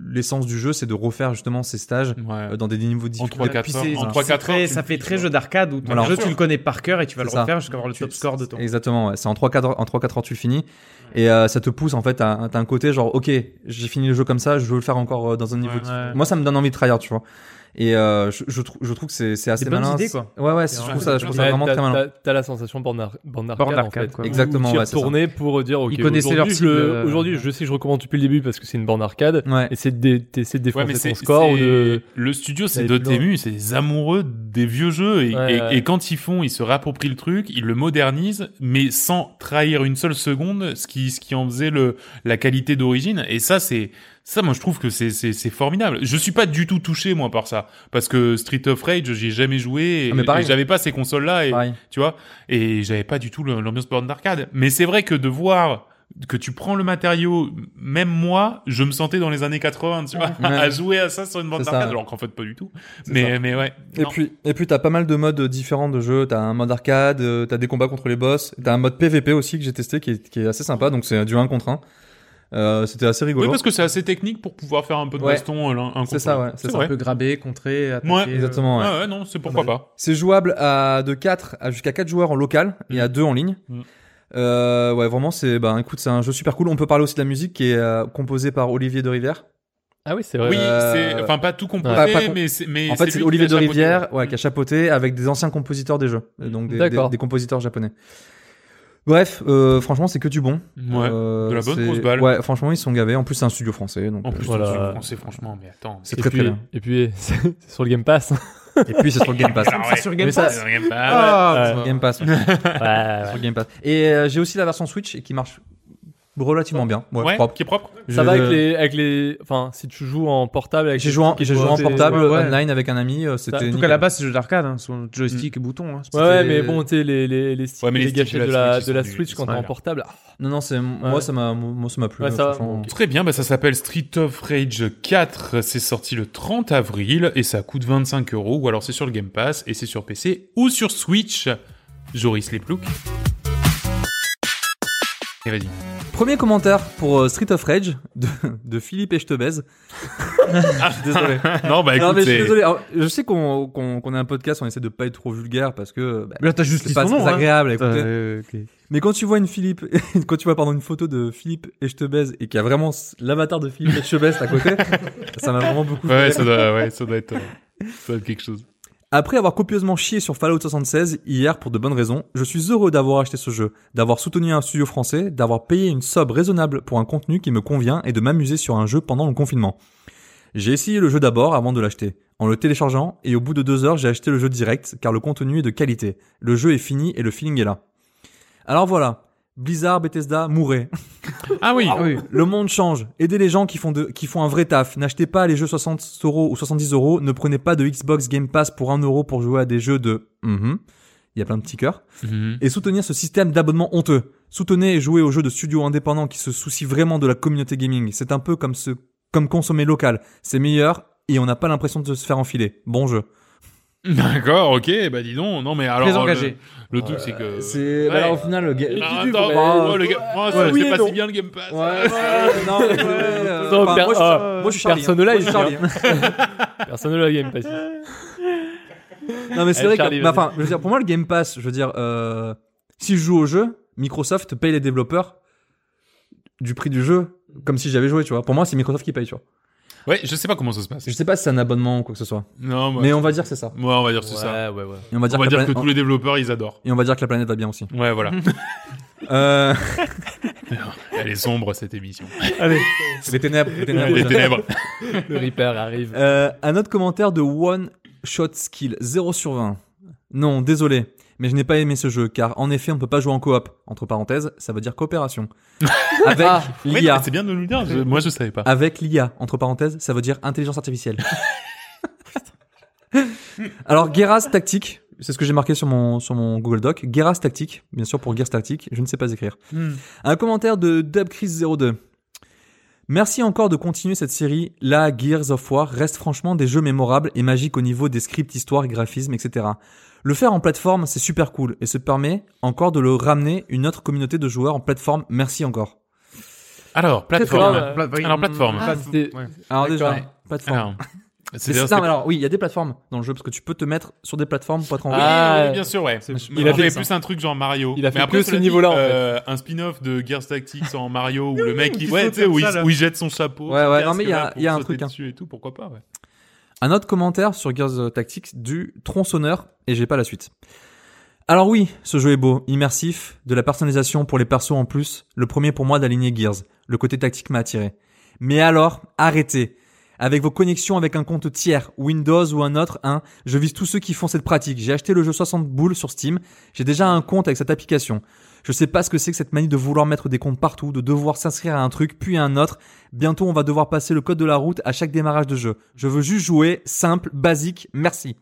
[SPEAKER 2] l'essence du jeu, c'est de refaire justement ces stages
[SPEAKER 1] Ouais.
[SPEAKER 2] euh, dans des niveaux différents.
[SPEAKER 1] En
[SPEAKER 4] un-
[SPEAKER 1] 3-4
[SPEAKER 4] Puis
[SPEAKER 1] heures.
[SPEAKER 4] c'est-
[SPEAKER 1] En
[SPEAKER 4] c'est
[SPEAKER 1] 3-4
[SPEAKER 4] très-
[SPEAKER 1] heures.
[SPEAKER 4] Ça
[SPEAKER 1] tu-
[SPEAKER 4] fait très jeu d'arcade où
[SPEAKER 2] Voilà.
[SPEAKER 4] le jeu, tu le connais par cœur et tu vas le
[SPEAKER 2] C'est ça.
[SPEAKER 4] refaire jusqu'à avoir le
[SPEAKER 2] Tu-
[SPEAKER 4] top score de ton.
[SPEAKER 2] Exactement, ouais. c'est en 3-4 en 3-4 heures tu le finis et euh, ça te pousse en fait à, à un côté genre ok j'ai fini le jeu comme ça je veux le faire encore euh, dans un niveau
[SPEAKER 1] Ouais.
[SPEAKER 2] différent. moi ça me donne envie de tryhard tu vois et euh, je, je, trou- je trouve que c'est c'est assez
[SPEAKER 4] Des bonnes
[SPEAKER 2] malin
[SPEAKER 4] idées,
[SPEAKER 2] c'est-
[SPEAKER 4] quoi.
[SPEAKER 2] ouais ouais c'est-
[SPEAKER 4] C'est
[SPEAKER 2] je
[SPEAKER 4] vrai.
[SPEAKER 2] trouve ça je trouve ça
[SPEAKER 3] Ouais,
[SPEAKER 2] vraiment
[SPEAKER 3] t'as-
[SPEAKER 2] très malin
[SPEAKER 3] t'as- T'as la sensation bande ar- bande arcade,
[SPEAKER 4] Bande
[SPEAKER 3] en
[SPEAKER 4] arcade,
[SPEAKER 3] fait.
[SPEAKER 4] quoi.
[SPEAKER 3] Où
[SPEAKER 2] Exactement,
[SPEAKER 3] t'y
[SPEAKER 2] ouais, c'est ça.
[SPEAKER 3] retournais pour dire ok.
[SPEAKER 4] Ils connaissaient leur
[SPEAKER 3] aujourd'hui,
[SPEAKER 4] cible,
[SPEAKER 3] je le-
[SPEAKER 4] euh,
[SPEAKER 3] Aujourd'hui, je sais que je recommande depuis le début parce que c'est une bande arcade.
[SPEAKER 2] ouais
[SPEAKER 3] Et c'est de dé- t'essaies de
[SPEAKER 1] Ouais,
[SPEAKER 3] défoncer
[SPEAKER 1] mais c'est
[SPEAKER 3] ton score
[SPEAKER 1] c'est-
[SPEAKER 3] ou de.
[SPEAKER 1] le studio, c'est
[SPEAKER 3] d'aller
[SPEAKER 1] de
[SPEAKER 3] plus loin.
[SPEAKER 1] Tému, c'est des amoureux des vieux jeux et,
[SPEAKER 3] Ouais,
[SPEAKER 1] et-
[SPEAKER 3] ouais.
[SPEAKER 1] et quand ils font, ils se réapproprient le truc, ils le modernisent, mais sans trahir une seule seconde ce qui ce qui en faisait le la qualité d'origine. Et ça, c'est ça, moi je trouve que c'est c'est c'est formidable. Je suis pas du tout touché moi par ça parce que Street of Rage, j'y ai jamais joué et,
[SPEAKER 2] Ah, mais pareil.
[SPEAKER 1] et j'avais pas ces consoles là
[SPEAKER 3] Ah,
[SPEAKER 1] et
[SPEAKER 2] pareil
[SPEAKER 1] tu vois et j'avais pas du tout le- l'ambiance borne d'arcade. Mais c'est vrai que de voir que tu prends le matériau, même moi, je me sentais dans les années 80, tu vois,
[SPEAKER 2] Ouais.
[SPEAKER 1] à jouer à ça sur une bande
[SPEAKER 2] C'est ça.
[SPEAKER 1] d'arcade, alors qu'en fait pas du tout.
[SPEAKER 2] C'est
[SPEAKER 1] Mais
[SPEAKER 2] ça.
[SPEAKER 1] mais ouais.
[SPEAKER 2] et
[SPEAKER 1] Non.
[SPEAKER 2] puis et puis t'as pas mal de modes différents de jeu t'as un mode arcade euh, t'as des combats contre les boss t'as un mode PVP aussi que j'ai testé qui est, qui est assez sympa donc c'est du 1 contre 1 euh, c'était assez rigolo
[SPEAKER 1] oui, parce que c'est assez technique pour pouvoir faire un peu de
[SPEAKER 2] Ouais.
[SPEAKER 1] baston euh, l'un- un
[SPEAKER 2] C'est
[SPEAKER 1] contre
[SPEAKER 2] ça,
[SPEAKER 1] l'autre.
[SPEAKER 2] ouais, c'est
[SPEAKER 1] C'est
[SPEAKER 2] ça.
[SPEAKER 1] vrai.
[SPEAKER 4] Un peu grabé, contré, attaqué.
[SPEAKER 1] Ouais.
[SPEAKER 4] euh,
[SPEAKER 2] exactement ouais.
[SPEAKER 1] Ah ouais, non, c'est pourquoi pas.
[SPEAKER 2] C'est jouable à de 4 à jusqu'à 4 joueurs en local et à 2 en ligne.
[SPEAKER 1] Mm.
[SPEAKER 2] Euh, ouais, vraiment, c'est bah, écoute, c'est un jeu super cool. On peut parler aussi de la musique qui est euh, composée par Olivier de Rivière.
[SPEAKER 3] Ah oui, c'est vrai.
[SPEAKER 1] Oui,
[SPEAKER 2] Euh,
[SPEAKER 1] c'est enfin pas tout composé,
[SPEAKER 2] pas- pas com-
[SPEAKER 1] mais c'est mais
[SPEAKER 2] en fait,
[SPEAKER 1] c'est
[SPEAKER 2] c'est
[SPEAKER 1] lui qui
[SPEAKER 2] Olivier
[SPEAKER 1] l'a
[SPEAKER 2] de
[SPEAKER 1] chapeauté. Mm.
[SPEAKER 2] Rivière ouais, qui a chapeauté avec des anciens compositeurs des jeux, Euh, donc des, des-
[SPEAKER 3] D'accord.
[SPEAKER 2] des compositeurs japonais. Bref, euh, franchement, c'est que du bon.
[SPEAKER 1] Ouais.
[SPEAKER 2] Euh,
[SPEAKER 1] de la bonne
[SPEAKER 2] c'est-
[SPEAKER 1] grosse balle.
[SPEAKER 2] Ouais, franchement, ils sont gavés. En plus, c'est un studio français, donc
[SPEAKER 1] En
[SPEAKER 2] euh,
[SPEAKER 1] plus,
[SPEAKER 3] Voilà.
[SPEAKER 1] voilà. français, franchement, mais attends.
[SPEAKER 2] c'est
[SPEAKER 3] Et
[SPEAKER 2] très
[SPEAKER 3] puis-
[SPEAKER 2] très bien.
[SPEAKER 3] Et puis, c'est sur le Game Pass.
[SPEAKER 2] Et puis c'est sur le Game Pass.
[SPEAKER 1] Ah ouais.
[SPEAKER 4] C'est sur Game
[SPEAKER 3] Mais ça-
[SPEAKER 4] Pass.
[SPEAKER 1] C'est Game Pass.
[SPEAKER 4] Ah,
[SPEAKER 2] Sur
[SPEAKER 4] putain.
[SPEAKER 2] Game Pass. ouais.
[SPEAKER 3] Ouais, ouais,
[SPEAKER 2] Sur
[SPEAKER 3] ouais.
[SPEAKER 2] Game Pass. Et euh, j'ai aussi la version Switch et qui marche relativement bien. Ouais,
[SPEAKER 1] Ouais,
[SPEAKER 2] propre.
[SPEAKER 1] qui est propre.
[SPEAKER 2] Je-
[SPEAKER 3] Ça va avec les, avec les. Enfin, si tu joues en portable avec.
[SPEAKER 2] J'ai
[SPEAKER 3] les
[SPEAKER 2] joué en,
[SPEAKER 3] trucs qui
[SPEAKER 2] j'ai joué
[SPEAKER 3] doivent-
[SPEAKER 2] en
[SPEAKER 4] c'est-
[SPEAKER 2] portable
[SPEAKER 4] ouais, ouais.
[SPEAKER 2] online avec un ami. euh, C'était
[SPEAKER 3] En tout
[SPEAKER 4] En tout
[SPEAKER 2] nickel. Mm.
[SPEAKER 4] cas, la base, c'est le jeu d'arcade, hein, sur joystick et boutons. hein. C'est
[SPEAKER 3] Ouais,
[SPEAKER 4] pas
[SPEAKER 3] ouais,
[SPEAKER 4] très-
[SPEAKER 3] mais bon, tu sais, les, les, les, sticks
[SPEAKER 1] Ouais, mais
[SPEAKER 3] et
[SPEAKER 1] les
[SPEAKER 3] les
[SPEAKER 1] sticks
[SPEAKER 3] gâchettes
[SPEAKER 1] de
[SPEAKER 3] de
[SPEAKER 1] la
[SPEAKER 3] la,
[SPEAKER 1] Switch,
[SPEAKER 3] de la
[SPEAKER 1] ils sont
[SPEAKER 3] Switch
[SPEAKER 1] nuls,
[SPEAKER 3] quand
[SPEAKER 1] ils
[SPEAKER 3] t'es
[SPEAKER 1] sont
[SPEAKER 3] en
[SPEAKER 1] nuls.
[SPEAKER 3] portable. ah,
[SPEAKER 2] Non, non, c'est moi
[SPEAKER 3] Ouais.
[SPEAKER 2] ça m'a, moi ça m'a plu.
[SPEAKER 3] Ouais,
[SPEAKER 2] euh,
[SPEAKER 3] ça va.
[SPEAKER 2] franchement.
[SPEAKER 1] Très bien, bah ça s'appelle Street of Rage 4, c'est sorti le 30 avril et ça coûte 25 euros, ou alors c'est sur le Game Pass et c'est sur PC ou sur Switch. Joris Leplouk. Et vas-y.
[SPEAKER 2] Premier commentaire pour euh, Street of Rage de, de Philippe et je te baise. je suis désolé.
[SPEAKER 3] Ah,
[SPEAKER 1] Non, bah
[SPEAKER 2] non
[SPEAKER 1] écoute,
[SPEAKER 2] mais je suis
[SPEAKER 1] c'est-
[SPEAKER 2] désolé. Alors, je sais qu'on, qu'on, qu'on a un podcast, on essaie de pas être trop vulgaire parce que bah,
[SPEAKER 4] Là, t'as juste
[SPEAKER 2] c'est
[SPEAKER 4] les
[SPEAKER 2] pas
[SPEAKER 3] hein.
[SPEAKER 2] très agréable à écouter.
[SPEAKER 4] euh,
[SPEAKER 2] Mais quand tu vois une Philippe, quand tu vois pardon une photo de Philippe et je te baise et qu'il y a vraiment s- l'avatar de Philippe et je te baise à côté, ça m'a vraiment beaucoup. fait
[SPEAKER 1] Ouais,
[SPEAKER 2] rire.
[SPEAKER 1] ça doit, ouais, ça doit être, euh, ça doit être quelque chose.
[SPEAKER 2] Après avoir copieusement chié sur Fallout 76 hier pour de bonnes raisons, je suis heureux d'avoir acheté ce jeu, d'avoir soutenu un studio français, d'avoir payé une somme raisonnable pour un contenu qui me convient et de m'amuser sur un jeu pendant le confinement. J'ai essayé le jeu d'abord avant de l'acheter, en le téléchargeant, et au bout de deux heures j'ai acheté le jeu direct car le contenu est de qualité. Le jeu est fini et le feeling est là. Alors voilà. Blizzard, Bethesda, mourrez.
[SPEAKER 1] Ah oui,
[SPEAKER 4] oui.
[SPEAKER 2] Le monde change. Aidez les gens qui font, de, qui font un vrai taf. N'achetez pas les jeux 60 euros ou 70 euros. Ne prenez pas de Xbox Game Pass pour 1 euro pour jouer à des jeux de... Mhm. Il y a plein de petits cœurs.
[SPEAKER 1] Mhm.
[SPEAKER 2] Et soutenir ce système d'abonnement honteux. Soutenez et jouez aux jeux de studios indépendants qui se soucient vraiment de la communauté gaming. C'est un peu comme, ce, comme consommer local. C'est meilleur et on n'a pas l'impression de se faire enfiler. Bon jeu.
[SPEAKER 1] d'accord, ok, bah dis donc, non mais alors.
[SPEAKER 4] Très
[SPEAKER 1] euh,
[SPEAKER 4] engagé.
[SPEAKER 1] Le, le truc c'est que.
[SPEAKER 5] C'est.
[SPEAKER 1] Ouais.
[SPEAKER 5] Bah, au final, le gars.
[SPEAKER 1] Ah,
[SPEAKER 5] tu- tu-
[SPEAKER 1] attends,
[SPEAKER 5] ouais.
[SPEAKER 1] moi, le gars- moi, ça-
[SPEAKER 5] Ouais, oui
[SPEAKER 1] c'est
[SPEAKER 5] et
[SPEAKER 1] pas
[SPEAKER 5] non.
[SPEAKER 1] si bien le Game Pass.
[SPEAKER 2] euh,
[SPEAKER 5] Ouais.
[SPEAKER 2] Ah, non, mais, euh,
[SPEAKER 3] Non,
[SPEAKER 2] enfin,
[SPEAKER 3] per-
[SPEAKER 2] moi, je-
[SPEAKER 3] ah,
[SPEAKER 2] moi, je suis Charlie,
[SPEAKER 3] personne
[SPEAKER 2] hein.
[SPEAKER 3] ne l'a,
[SPEAKER 2] Moi, je suis
[SPEAKER 3] il
[SPEAKER 2] Charlie,
[SPEAKER 3] vient.
[SPEAKER 2] hein.
[SPEAKER 3] Personne ne l'a game passé.
[SPEAKER 2] Non mais c'est
[SPEAKER 3] Allez,
[SPEAKER 2] vrai
[SPEAKER 3] Charlie,
[SPEAKER 2] que,
[SPEAKER 3] vas-y.
[SPEAKER 2] bah, enfin, je veux dire, pour moi le Game Pass, je veux dire, euh, si je joue au jeu, Microsoft paye les développeurs du prix du jeu, comme si j'avais joué, tu vois. Pour moi, c'est Microsoft qui paye, tu vois.
[SPEAKER 1] Ouais, je sais pas comment ça se passe.
[SPEAKER 2] Je sais pas si c'est un abonnement ou quoi que ce soit,
[SPEAKER 1] Non, bah,
[SPEAKER 2] mais on va dire que c'est ça.
[SPEAKER 1] ouais, on va dire que c'est ça.
[SPEAKER 3] ouais, ouais.
[SPEAKER 2] Et on va dire,
[SPEAKER 1] On va
[SPEAKER 2] que, la
[SPEAKER 1] dire que
[SPEAKER 2] planète-
[SPEAKER 1] tous les développeurs ils adorent.
[SPEAKER 2] et on va dire que la planète va bien aussi.
[SPEAKER 1] Ouais, voilà.
[SPEAKER 2] Euh,
[SPEAKER 1] Elle est sombre cette émission.
[SPEAKER 3] Allez,
[SPEAKER 2] les ténèbres. Les ténèbres.
[SPEAKER 1] Les ténèbres.
[SPEAKER 3] le Reaper arrive.
[SPEAKER 2] Euh, un autre commentaire de One Shot Skill, 0 sur 20. Non, désolé, mais je n'ai pas aimé ce jeu, car en effet, on ne peut pas jouer en coop. Entre parenthèses, ça veut dire coopération. Avec
[SPEAKER 1] Ouais,
[SPEAKER 2] l'IA.
[SPEAKER 1] Ah, mais c'est bien de nous le dire. je- moi, je savais pas.
[SPEAKER 2] Avec l'IA, entre parenthèses, ça veut dire intelligence artificielle. Alors, Geras Tactique, c'est ce que j'ai marqué sur mon, sur mon Google Doc. Geras Tactique, bien sûr pour Gears Tactique, je ne sais pas écrire.
[SPEAKER 4] Hmm.
[SPEAKER 2] Un commentaire de DubChris02. Merci encore de continuer cette série. Là, Gears of War reste franchement des jeux mémorables et magiques au niveau des scripts, histoire, graphisme, etc. Le faire en plateforme, c'est super cool et se permet encore de le ramener une autre communauté de joueurs en plateforme. Merci encore.
[SPEAKER 1] Alors,
[SPEAKER 3] Très
[SPEAKER 1] plateforme.
[SPEAKER 3] fort.
[SPEAKER 1] Alors, plateforme.
[SPEAKER 3] Ah, c'était-
[SPEAKER 4] Ouais.
[SPEAKER 3] D'accord.
[SPEAKER 2] Alors déjà, plateforme.
[SPEAKER 1] Alors,
[SPEAKER 2] Mais
[SPEAKER 1] c'est-à-dire,
[SPEAKER 2] c'est- non, mais alors oui, il y a des plateformes dans le jeu parce que tu peux te mettre sur des plateformes pour être en
[SPEAKER 1] Oui,
[SPEAKER 3] Ah.
[SPEAKER 1] oui, bien sûr, ouais.
[SPEAKER 3] Il
[SPEAKER 1] Il
[SPEAKER 3] a
[SPEAKER 1] a fait
[SPEAKER 3] fait
[SPEAKER 1] plus un truc genre Mario.
[SPEAKER 3] Il a fait
[SPEAKER 1] mais après,
[SPEAKER 3] que ce
[SPEAKER 1] cela dit,
[SPEAKER 3] niveau-là, en fait.
[SPEAKER 1] euh, Un spin-off de Gears Tactics en Mario où le mec, il,
[SPEAKER 4] qui
[SPEAKER 1] ouais,
[SPEAKER 4] saute
[SPEAKER 1] tu sais, où,
[SPEAKER 4] comme
[SPEAKER 1] il-
[SPEAKER 4] ça, là.
[SPEAKER 1] où il jette son chapeau.
[SPEAKER 2] Ouais,
[SPEAKER 1] son
[SPEAKER 2] ouais, non,
[SPEAKER 1] casque,
[SPEAKER 2] mais il y a-
[SPEAKER 1] là, pour
[SPEAKER 2] il y a un
[SPEAKER 1] sauter
[SPEAKER 2] truc, hein.
[SPEAKER 1] dessus et tout, pourquoi pas, ouais.
[SPEAKER 2] Un autre commentaire sur Gears Tactics du tronçonneur et j'ai pas la suite. Alors oui, ce jeu est beau, immersif, de la personnalisation pour les persos en plus, le premier pour moi d'aligner Gears. Le côté tactique m'a attiré. Mais alors, arrêtez. Avec vos connexions avec un compte tiers, Windows ou un autre, hein, je vise tous ceux qui font cette pratique. J'ai acheté le jeu 60 boules sur Steam, j'ai déjà un compte avec cette application. Je sais pas ce que c'est que cette manie de vouloir mettre des comptes partout, de devoir s'inscrire à un truc puis à un autre, Bientôt, on va devoir passer le code de la route à chaque démarrage de jeu. Je veux juste jouer simple, basique, merci.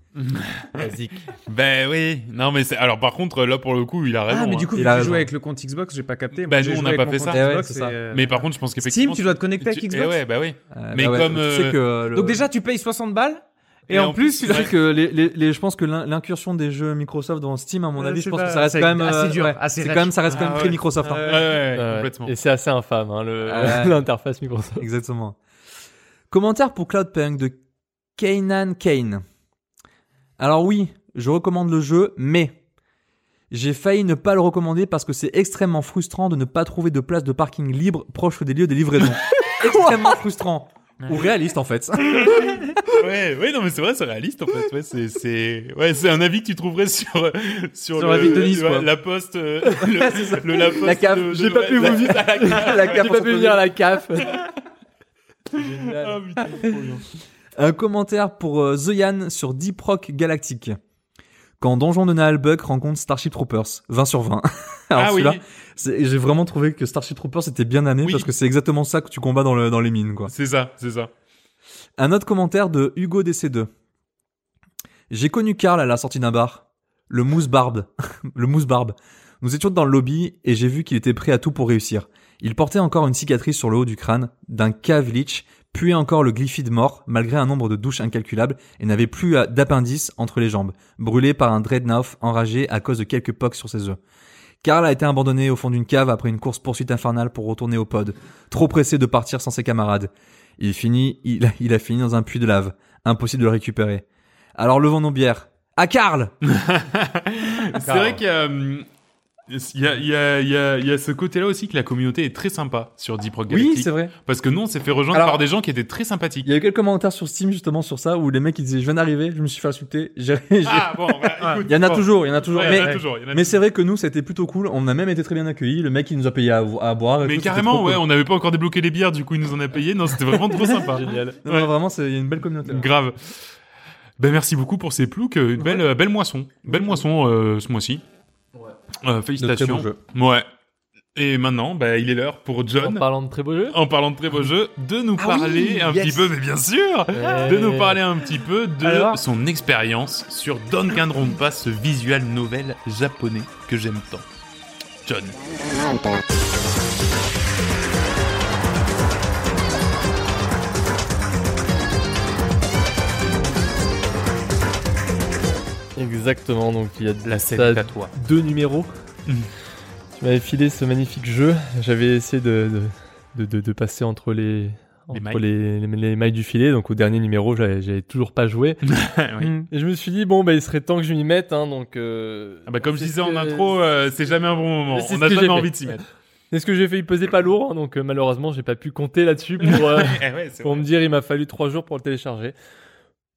[SPEAKER 3] Basique.
[SPEAKER 1] Ben oui. Non, mais c'est, alors par contre, là, pour le coup, il a raison.
[SPEAKER 4] Ah, mais
[SPEAKER 1] hein.
[SPEAKER 4] du coup,
[SPEAKER 2] Il
[SPEAKER 4] vu
[SPEAKER 2] a
[SPEAKER 4] que tu
[SPEAKER 2] raison.
[SPEAKER 4] jouais avec le compte Xbox, j'ai pas capté.
[SPEAKER 1] Bah,
[SPEAKER 4] Moi,
[SPEAKER 1] nous,
[SPEAKER 4] j'ai
[SPEAKER 1] on
[SPEAKER 4] joué
[SPEAKER 1] n'a
[SPEAKER 4] avec
[SPEAKER 1] pas
[SPEAKER 4] mon
[SPEAKER 1] fait
[SPEAKER 4] compte
[SPEAKER 2] ça. Eh ouais,
[SPEAKER 4] Xbox
[SPEAKER 2] c'est ça.
[SPEAKER 4] et, euh,
[SPEAKER 1] Mais par contre, je pense
[SPEAKER 4] Steam,
[SPEAKER 1] qu'effectivement.
[SPEAKER 4] tu dois te connecter avec
[SPEAKER 1] tu-
[SPEAKER 4] Xbox.
[SPEAKER 1] eh ouais, bah oui.
[SPEAKER 2] Euh,
[SPEAKER 1] Mais comme,
[SPEAKER 2] tu
[SPEAKER 1] euh,
[SPEAKER 2] sais que le-
[SPEAKER 4] Donc déjà, tu payes 60 balles. Et, en plus,
[SPEAKER 2] tu sais que les, les, les- je pense que l'in- l'incursion des jeux Microsoft dans Steam, à mon
[SPEAKER 4] Euh,
[SPEAKER 2] avis, je
[SPEAKER 4] c'est
[SPEAKER 2] pense
[SPEAKER 4] pas-
[SPEAKER 2] que ça reste
[SPEAKER 4] c'est
[SPEAKER 2] quand même
[SPEAKER 4] assez
[SPEAKER 2] euh,
[SPEAKER 4] dur,
[SPEAKER 2] ouais,
[SPEAKER 4] assez
[SPEAKER 2] c'est
[SPEAKER 4] rare.
[SPEAKER 2] quand même, ça reste quand
[SPEAKER 1] Ah
[SPEAKER 2] même
[SPEAKER 1] ouais.
[SPEAKER 2] très Microsoft. hein.
[SPEAKER 1] Ouais, ouais, ouais,
[SPEAKER 3] Ouais,
[SPEAKER 1] complètement.
[SPEAKER 3] Et c'est assez infâme, hein, le-
[SPEAKER 2] Ah ouais.
[SPEAKER 3] l'interface Microsoft.
[SPEAKER 2] Exactement. Commentaire pour Cloudpunk de Kanan Kane. Alors oui, je recommande le jeu, mais j'ai failli ne pas le recommander parce que c'est extrêmement frustrant de ne pas trouver de place de parking libre proche des lieux des livraisons. extrêmement frustrant. Ou réaliste en fait.
[SPEAKER 1] Ouais, ouais, non, mais c'est vrai, c'est réaliste en fait. Ouais, c'est, c'est, ouais, c'est un avis que tu trouverais sur, euh, sur,
[SPEAKER 4] Sur la ville de Nice,
[SPEAKER 1] ouais,
[SPEAKER 4] quoi.
[SPEAKER 1] La poste, euh, le, le- la poste.
[SPEAKER 2] La cave.
[SPEAKER 1] de- de
[SPEAKER 2] J'ai pas
[SPEAKER 1] Noël.
[SPEAKER 2] pu vous
[SPEAKER 1] La-
[SPEAKER 2] dire.
[SPEAKER 1] la cave.
[SPEAKER 2] La
[SPEAKER 3] J'ai pas pu venir à la CAF.
[SPEAKER 1] Ah, putain, trop bien.
[SPEAKER 2] Un commentaire pour euh, The Yan sur Deep Rock Galactic. Quand Donjon de Naalbuck rencontre Starship Troopers, 20 sur 20. Alors
[SPEAKER 1] ah oui,
[SPEAKER 2] celui-là, c'est- j'ai vraiment trouvé que Starship Troopers était bien amené
[SPEAKER 1] Oui.
[SPEAKER 2] parce que c'est exactement ça que tu combats dans, le, dans les mines, quoi.
[SPEAKER 1] c'est ça, c'est ça.
[SPEAKER 2] Un autre commentaire de Hugo DC2. J'ai connu Karl à la sortie d'un bar. Le mousse barbe. le mousse barbe. Nous étions dans le lobby et j'ai vu qu'il était prêt à tout pour réussir. Il portait encore une cicatrice sur le haut du crâne d'un cavlich, puait encore le glyphide mort malgré un nombre de douches incalculable et n'avait plus à- d'appendice entre les jambes, brûlé par un dreadnought enragé à cause de quelques pocs sur ses œufs. Karl a été abandonné au fond d'une cave après une course poursuite infernale pour retourner au pod, trop pressé de partir sans ses camarades. Il finit, il, il a fini dans un puits de lave. Impossible de le récupérer. Alors levons nos bières. À Karl
[SPEAKER 1] C'est vrai qu'il y a, hum, il y, a, il y a- il y a- il y a ce côté-là aussi que la communauté est très sympa sur Deep Rock Galactic.
[SPEAKER 2] vrai.
[SPEAKER 1] Parce que nous, on s'est fait rejoindre
[SPEAKER 2] Alors-
[SPEAKER 1] par des gens qui étaient très sympathiques.
[SPEAKER 2] Il y a eu quelques commentaires sur Steam justement sur ça où les mecs ils disaient je viens d'arriver, je me suis fait insulter. j'ai- j'ai-
[SPEAKER 1] Ah bon, voilà, écoute,
[SPEAKER 2] il y en a
[SPEAKER 1] bon.
[SPEAKER 2] toujours, il y en a toujours.
[SPEAKER 1] Ouais, il y en a
[SPEAKER 2] mais
[SPEAKER 1] toujours, il y en a
[SPEAKER 2] mais c'est vrai que nous c'était plutôt cool. On a même été très bien accueillis. Le mec il nous a payé à, à boire.
[SPEAKER 1] Mais
[SPEAKER 2] et tout, c'était
[SPEAKER 1] carrément,
[SPEAKER 2] trop
[SPEAKER 1] ouais,
[SPEAKER 2] cool.
[SPEAKER 1] on n'avait pas encore débloqué les bières, du coup, ils nous en a payé. Non, c'était vraiment trop sympa. Génial.
[SPEAKER 2] Non, non, vraiment c'est- il y a une belle communauté. hein. là.
[SPEAKER 1] Grave. Ben, merci beaucoup pour ces ploucs. Une belle, euh, belle moisson. Belle moisson euh, ce mois-ci. Euh,
[SPEAKER 2] De
[SPEAKER 1] félicitations.
[SPEAKER 2] très beaux
[SPEAKER 1] Ouais. Et maintenant, ben, il est l'heure pour
[SPEAKER 3] En
[SPEAKER 1] John,
[SPEAKER 3] parlant de très beaux jeux.
[SPEAKER 1] en parlant de très beaux jeux, de nous
[SPEAKER 4] Ah
[SPEAKER 1] parler
[SPEAKER 4] oui,
[SPEAKER 1] un
[SPEAKER 4] yes.
[SPEAKER 1] petit peu, mais bien sûr, de
[SPEAKER 3] Euh,
[SPEAKER 1] nous parler un petit peu de
[SPEAKER 4] Alors
[SPEAKER 1] son expérience sur Danganronpa, ce visual novel japonais que j'aime tant. John.
[SPEAKER 3] Exactement, donc il y a de
[SPEAKER 1] La
[SPEAKER 3] ça a
[SPEAKER 1] scène à toi.
[SPEAKER 3] deux numéros.
[SPEAKER 1] Mm.
[SPEAKER 3] Tu m'avais filé ce magnifique jeu. J'avais essayé de, de, de, de- de passer entre les
[SPEAKER 1] Les
[SPEAKER 3] entre
[SPEAKER 1] mailles.
[SPEAKER 3] les, les- les mailles du filet. Donc au dernier numéro, j'avais j'avais toujours pas joué.
[SPEAKER 1] Oui.
[SPEAKER 3] Mm. Et je me suis dit bon bah il serait temps que je m'y mette. hein, donc euh,
[SPEAKER 1] Ah bah, comme je
[SPEAKER 3] c'est
[SPEAKER 1] disais
[SPEAKER 3] ce
[SPEAKER 1] en
[SPEAKER 3] que-
[SPEAKER 1] intro, euh, c'est jamais un bon moment.
[SPEAKER 3] C'est
[SPEAKER 1] On
[SPEAKER 3] ce
[SPEAKER 1] n'a
[SPEAKER 3] que j'ai
[SPEAKER 1] jamais
[SPEAKER 3] fait.
[SPEAKER 1] envie de s'y mettre.
[SPEAKER 3] C'est ce que j'ai fait. Il pesait pas lourd, hein, donc euh, malheureusement j'ai pas pu compter là-dessus pour. euh,
[SPEAKER 1] Eh ouais, c'est
[SPEAKER 3] pour
[SPEAKER 1] vrai.
[SPEAKER 3] me dire il m'a fallu trois jours pour le télécharger.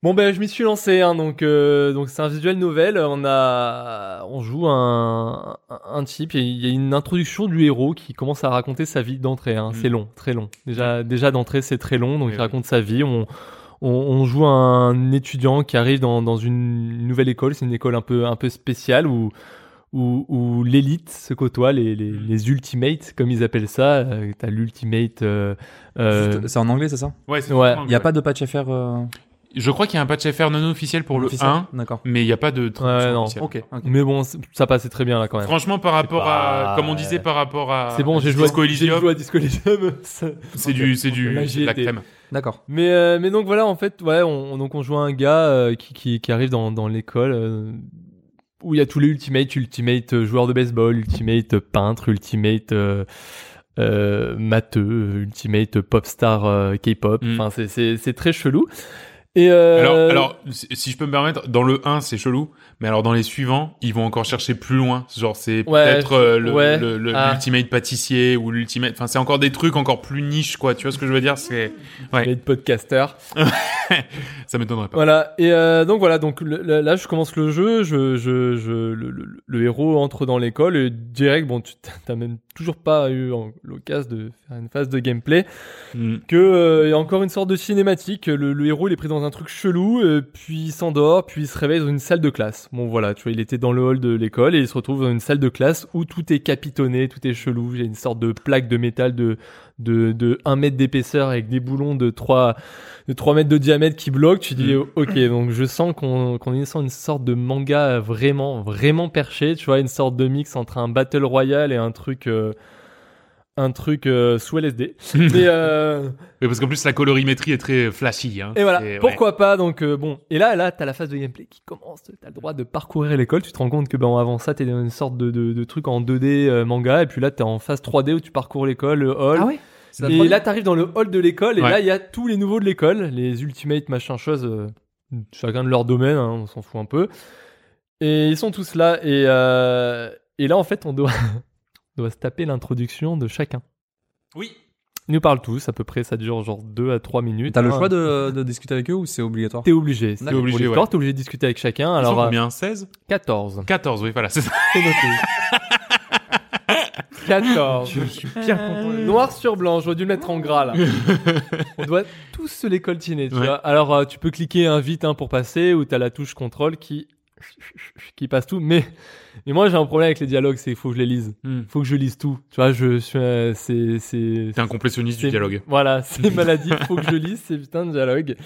[SPEAKER 3] Bon ben je m'y suis lancé hein, donc euh, donc c'est un visuel novel on a on joue un un type et il y a une introduction du héros qui commence à raconter sa vie d'entrée hein.
[SPEAKER 1] Mm.
[SPEAKER 3] c'est long très long déjà déjà d'entrée c'est très long donc
[SPEAKER 1] Oui,
[SPEAKER 3] il
[SPEAKER 1] oui.
[SPEAKER 3] raconte sa vie on, on on joue un étudiant qui arrive dans dans une nouvelle école c'est une école un peu un peu spéciale où où, où l'élite se côtoie les, les
[SPEAKER 1] Hmm.
[SPEAKER 3] les ultimates comme ils appellent ça Euh, t'as l'ultimate euh, euh,
[SPEAKER 2] Juste, C'est en anglais c'est ça
[SPEAKER 1] Ouais, c'est
[SPEAKER 3] Ouais.
[SPEAKER 1] vraiment
[SPEAKER 2] Il y a
[SPEAKER 1] cool.
[SPEAKER 2] pas de patch FR euh,
[SPEAKER 1] Je crois qu'il y a un patch FR non officiel pour le
[SPEAKER 2] officiel
[SPEAKER 1] 1,
[SPEAKER 2] D'accord.
[SPEAKER 1] mais il n'y a pas de traduction
[SPEAKER 3] Ouais, non.
[SPEAKER 1] officielle.
[SPEAKER 2] Ok. ok.
[SPEAKER 3] Mais bon, c'est- ça passait très bien là quand même.
[SPEAKER 1] Franchement, par rapport
[SPEAKER 3] pas-
[SPEAKER 1] à, comme on disait, par rapport à,
[SPEAKER 3] C'est bon, j'ai joué, à-
[SPEAKER 1] euh, Disco
[SPEAKER 3] j'ai
[SPEAKER 1] Elysium,
[SPEAKER 3] joué à Disco Elysium. ça-
[SPEAKER 1] c'est du, c'est du,
[SPEAKER 3] Là, j'y
[SPEAKER 1] c'est de la
[SPEAKER 3] étais.
[SPEAKER 1] crème.
[SPEAKER 2] D'accord.
[SPEAKER 3] mais, euh, mais donc voilà, en fait, ouais, on, on- donc on joue à un gars euh, qui, qui, qui arrive dans, dans l'école euh, où il y a tous les ultimates, ultimate euh, joueur de baseball, ultimate euh, peintre, ultimate euh, euh, matheux, ultimate pop star euh, K-pop.
[SPEAKER 1] Mm.
[SPEAKER 3] Enfin, c'est- c'est c'est très chelou. Et euh,
[SPEAKER 1] Alors, alors, si si je peux me permettre, dans le 1, c'est chelou, mais alors dans les suivants, ils vont encore chercher plus loin. Genre, c'est
[SPEAKER 3] Ouais,
[SPEAKER 1] peut-être euh, le,
[SPEAKER 3] ouais,
[SPEAKER 1] le- le-
[SPEAKER 3] ah.
[SPEAKER 1] l'ultimate pâtissier ou l'ultimate, enfin, c'est encore des trucs encore plus niche, quoi. Tu vois ce que je veux dire? C'est,
[SPEAKER 3] il y a de podcasters.
[SPEAKER 1] ça m'étonnerait pas.
[SPEAKER 3] Voilà, et euh, donc voilà, donc le- le- là je commence le jeu, je, je, je, le, le- le héros entre dans l'école et direct, bon, tu t'as même toujours pas eu en- l'occasion de faire une phase de gameplay,
[SPEAKER 1] Mm.
[SPEAKER 3] que euh, il y a encore une sorte de cinématique, euh, le, le héros il est pris dans un truc chelou, euh, puis il s'endort, puis il se réveille dans une salle de classe. Bon voilà, tu vois, il était dans le hall de l'école et il se retrouve dans une salle de classe où tout est capitonné, tout est chelou, il y a une sorte de plaque de métal de, de, de 1 mètre d'épaisseur avec des boulons de 3, de 3 mètres de diamètre qui bloquent, tu dis oh, ok, donc je sens qu'on qu'on est sur une sorte de manga vraiment, vraiment perché, tu vois, une sorte de mix entre un battle royale et un truc... euh, un truc euh, sous LSD. Mais, euh,
[SPEAKER 1] Mais parce qu'en plus, la colorimétrie est très flashy, hein.
[SPEAKER 3] et voilà,
[SPEAKER 1] C'est- ouais.
[SPEAKER 3] pourquoi pas donc euh, bon. Et là, là, t'as la phase de gameplay qui commence. T'as le droit de parcourir l'école. Tu te rends compte que ben avant ça, t'es dans une sorte de, de, de truc en 2D euh, manga, et puis là, t'es en phase 3D où tu parcours l'école, le hall.
[SPEAKER 2] Ah ouais.
[SPEAKER 3] et là, t'arrives dans le hall de l'école, et
[SPEAKER 1] Ouais.
[SPEAKER 3] là, il y a tous les nouveaux de l'école, les ultimates, machin chose, euh, chacun de leur domaine, hein, on s'en fout un peu. Et ils sont tous là, et euh, et là, en fait, on doit on doit se taper l'introduction de chacun.
[SPEAKER 1] Oui.
[SPEAKER 3] Ils nous parlent tous, à peu près, ça dure genre 2 à 3 minutes.
[SPEAKER 2] T'as le
[SPEAKER 3] hein.
[SPEAKER 2] choix de, de discuter avec eux ou c'est obligatoire
[SPEAKER 3] T'es obligé. c'est
[SPEAKER 1] T'es
[SPEAKER 2] D'accord.
[SPEAKER 1] obligé,
[SPEAKER 3] obligatoire,
[SPEAKER 1] ouais.
[SPEAKER 3] T'es obligé de discuter avec chacun.
[SPEAKER 1] Ils sont
[SPEAKER 3] Alors, euh,
[SPEAKER 1] combien 16?
[SPEAKER 3] 14.
[SPEAKER 1] 14, oui, voilà, c'est ça.
[SPEAKER 3] C'est noté. 14.
[SPEAKER 4] Je suis bien content.
[SPEAKER 3] Noir sur blanc, j'aurais dû le mettre en gras là. On doit tous se les coltiner, tu
[SPEAKER 1] Ouais.
[SPEAKER 3] vois. Alors euh, tu peux cliquer invite hein, pour passer ou t'as la touche contrôle qui qui passe tout. Mais mais moi j'ai un problème avec les dialogues, c'est qu'il faut que je les lise,
[SPEAKER 1] Hmm.
[SPEAKER 3] faut que je lise tout. Tu vois, je suis euh, c'est c'est
[SPEAKER 1] T'es un complétionniste du
[SPEAKER 3] c'est-
[SPEAKER 1] dialogue.
[SPEAKER 3] Voilà, c'est maladie, faut que je lise ces putains de dialogues.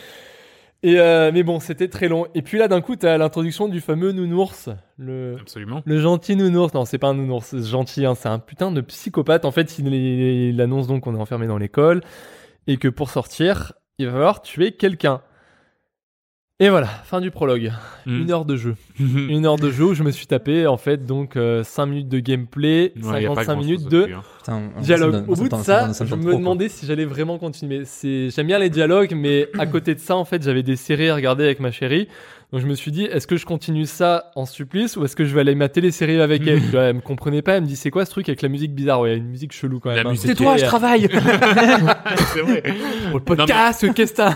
[SPEAKER 3] Et euh, mais bon, c'était très long. Et puis là d'un coup t'as l'introduction du fameux nounours, le
[SPEAKER 1] Absolument.
[SPEAKER 3] le gentil nounours, non, c'est pas un nounours, c'est gentil, hein, c'est un putain de psychopathe. En fait, il, il annonce donc qu'on est enfermé dans l'école et que pour sortir, il va falloir tuer quelqu'un. Et voilà, fin du prologue.
[SPEAKER 1] Mm.
[SPEAKER 3] Une heure de jeu. Une heure de jeu où je me suis tapé, en fait, donc 5 minutes de gameplay,
[SPEAKER 1] Ouais, y a pas
[SPEAKER 3] 55
[SPEAKER 1] grand-chose
[SPEAKER 3] minutes
[SPEAKER 1] non
[SPEAKER 3] de
[SPEAKER 1] plus, hein.
[SPEAKER 2] Putain, en vrai, ça me
[SPEAKER 3] dialogue.
[SPEAKER 2] donne-
[SPEAKER 3] Au bout
[SPEAKER 2] me
[SPEAKER 3] de
[SPEAKER 2] donne-
[SPEAKER 3] ça,
[SPEAKER 2] donne- me
[SPEAKER 3] je
[SPEAKER 2] donne
[SPEAKER 3] me hein.
[SPEAKER 2] trop,
[SPEAKER 3] demandais si j'allais vraiment continuer. C'est, j'aime bien les dialogues, mais à côté de ça, en fait, j'avais des séries à regarder avec ma chérie. Donc je me suis dit, est-ce que je continue ça en supplice ou est-ce que je vais aller mater les séries avec elle Tu vois, Elle me comprenait pas, elle me dit, c'est quoi ce truc avec la musique bizarre Ouais, une musique chelou quand
[SPEAKER 1] La
[SPEAKER 3] même. hein.
[SPEAKER 1] musique
[SPEAKER 3] Tais-toi,
[SPEAKER 1] est-
[SPEAKER 3] je travaille
[SPEAKER 1] Ah, C'est vrai.
[SPEAKER 3] Pour le podcast, qu'est-ce que t'as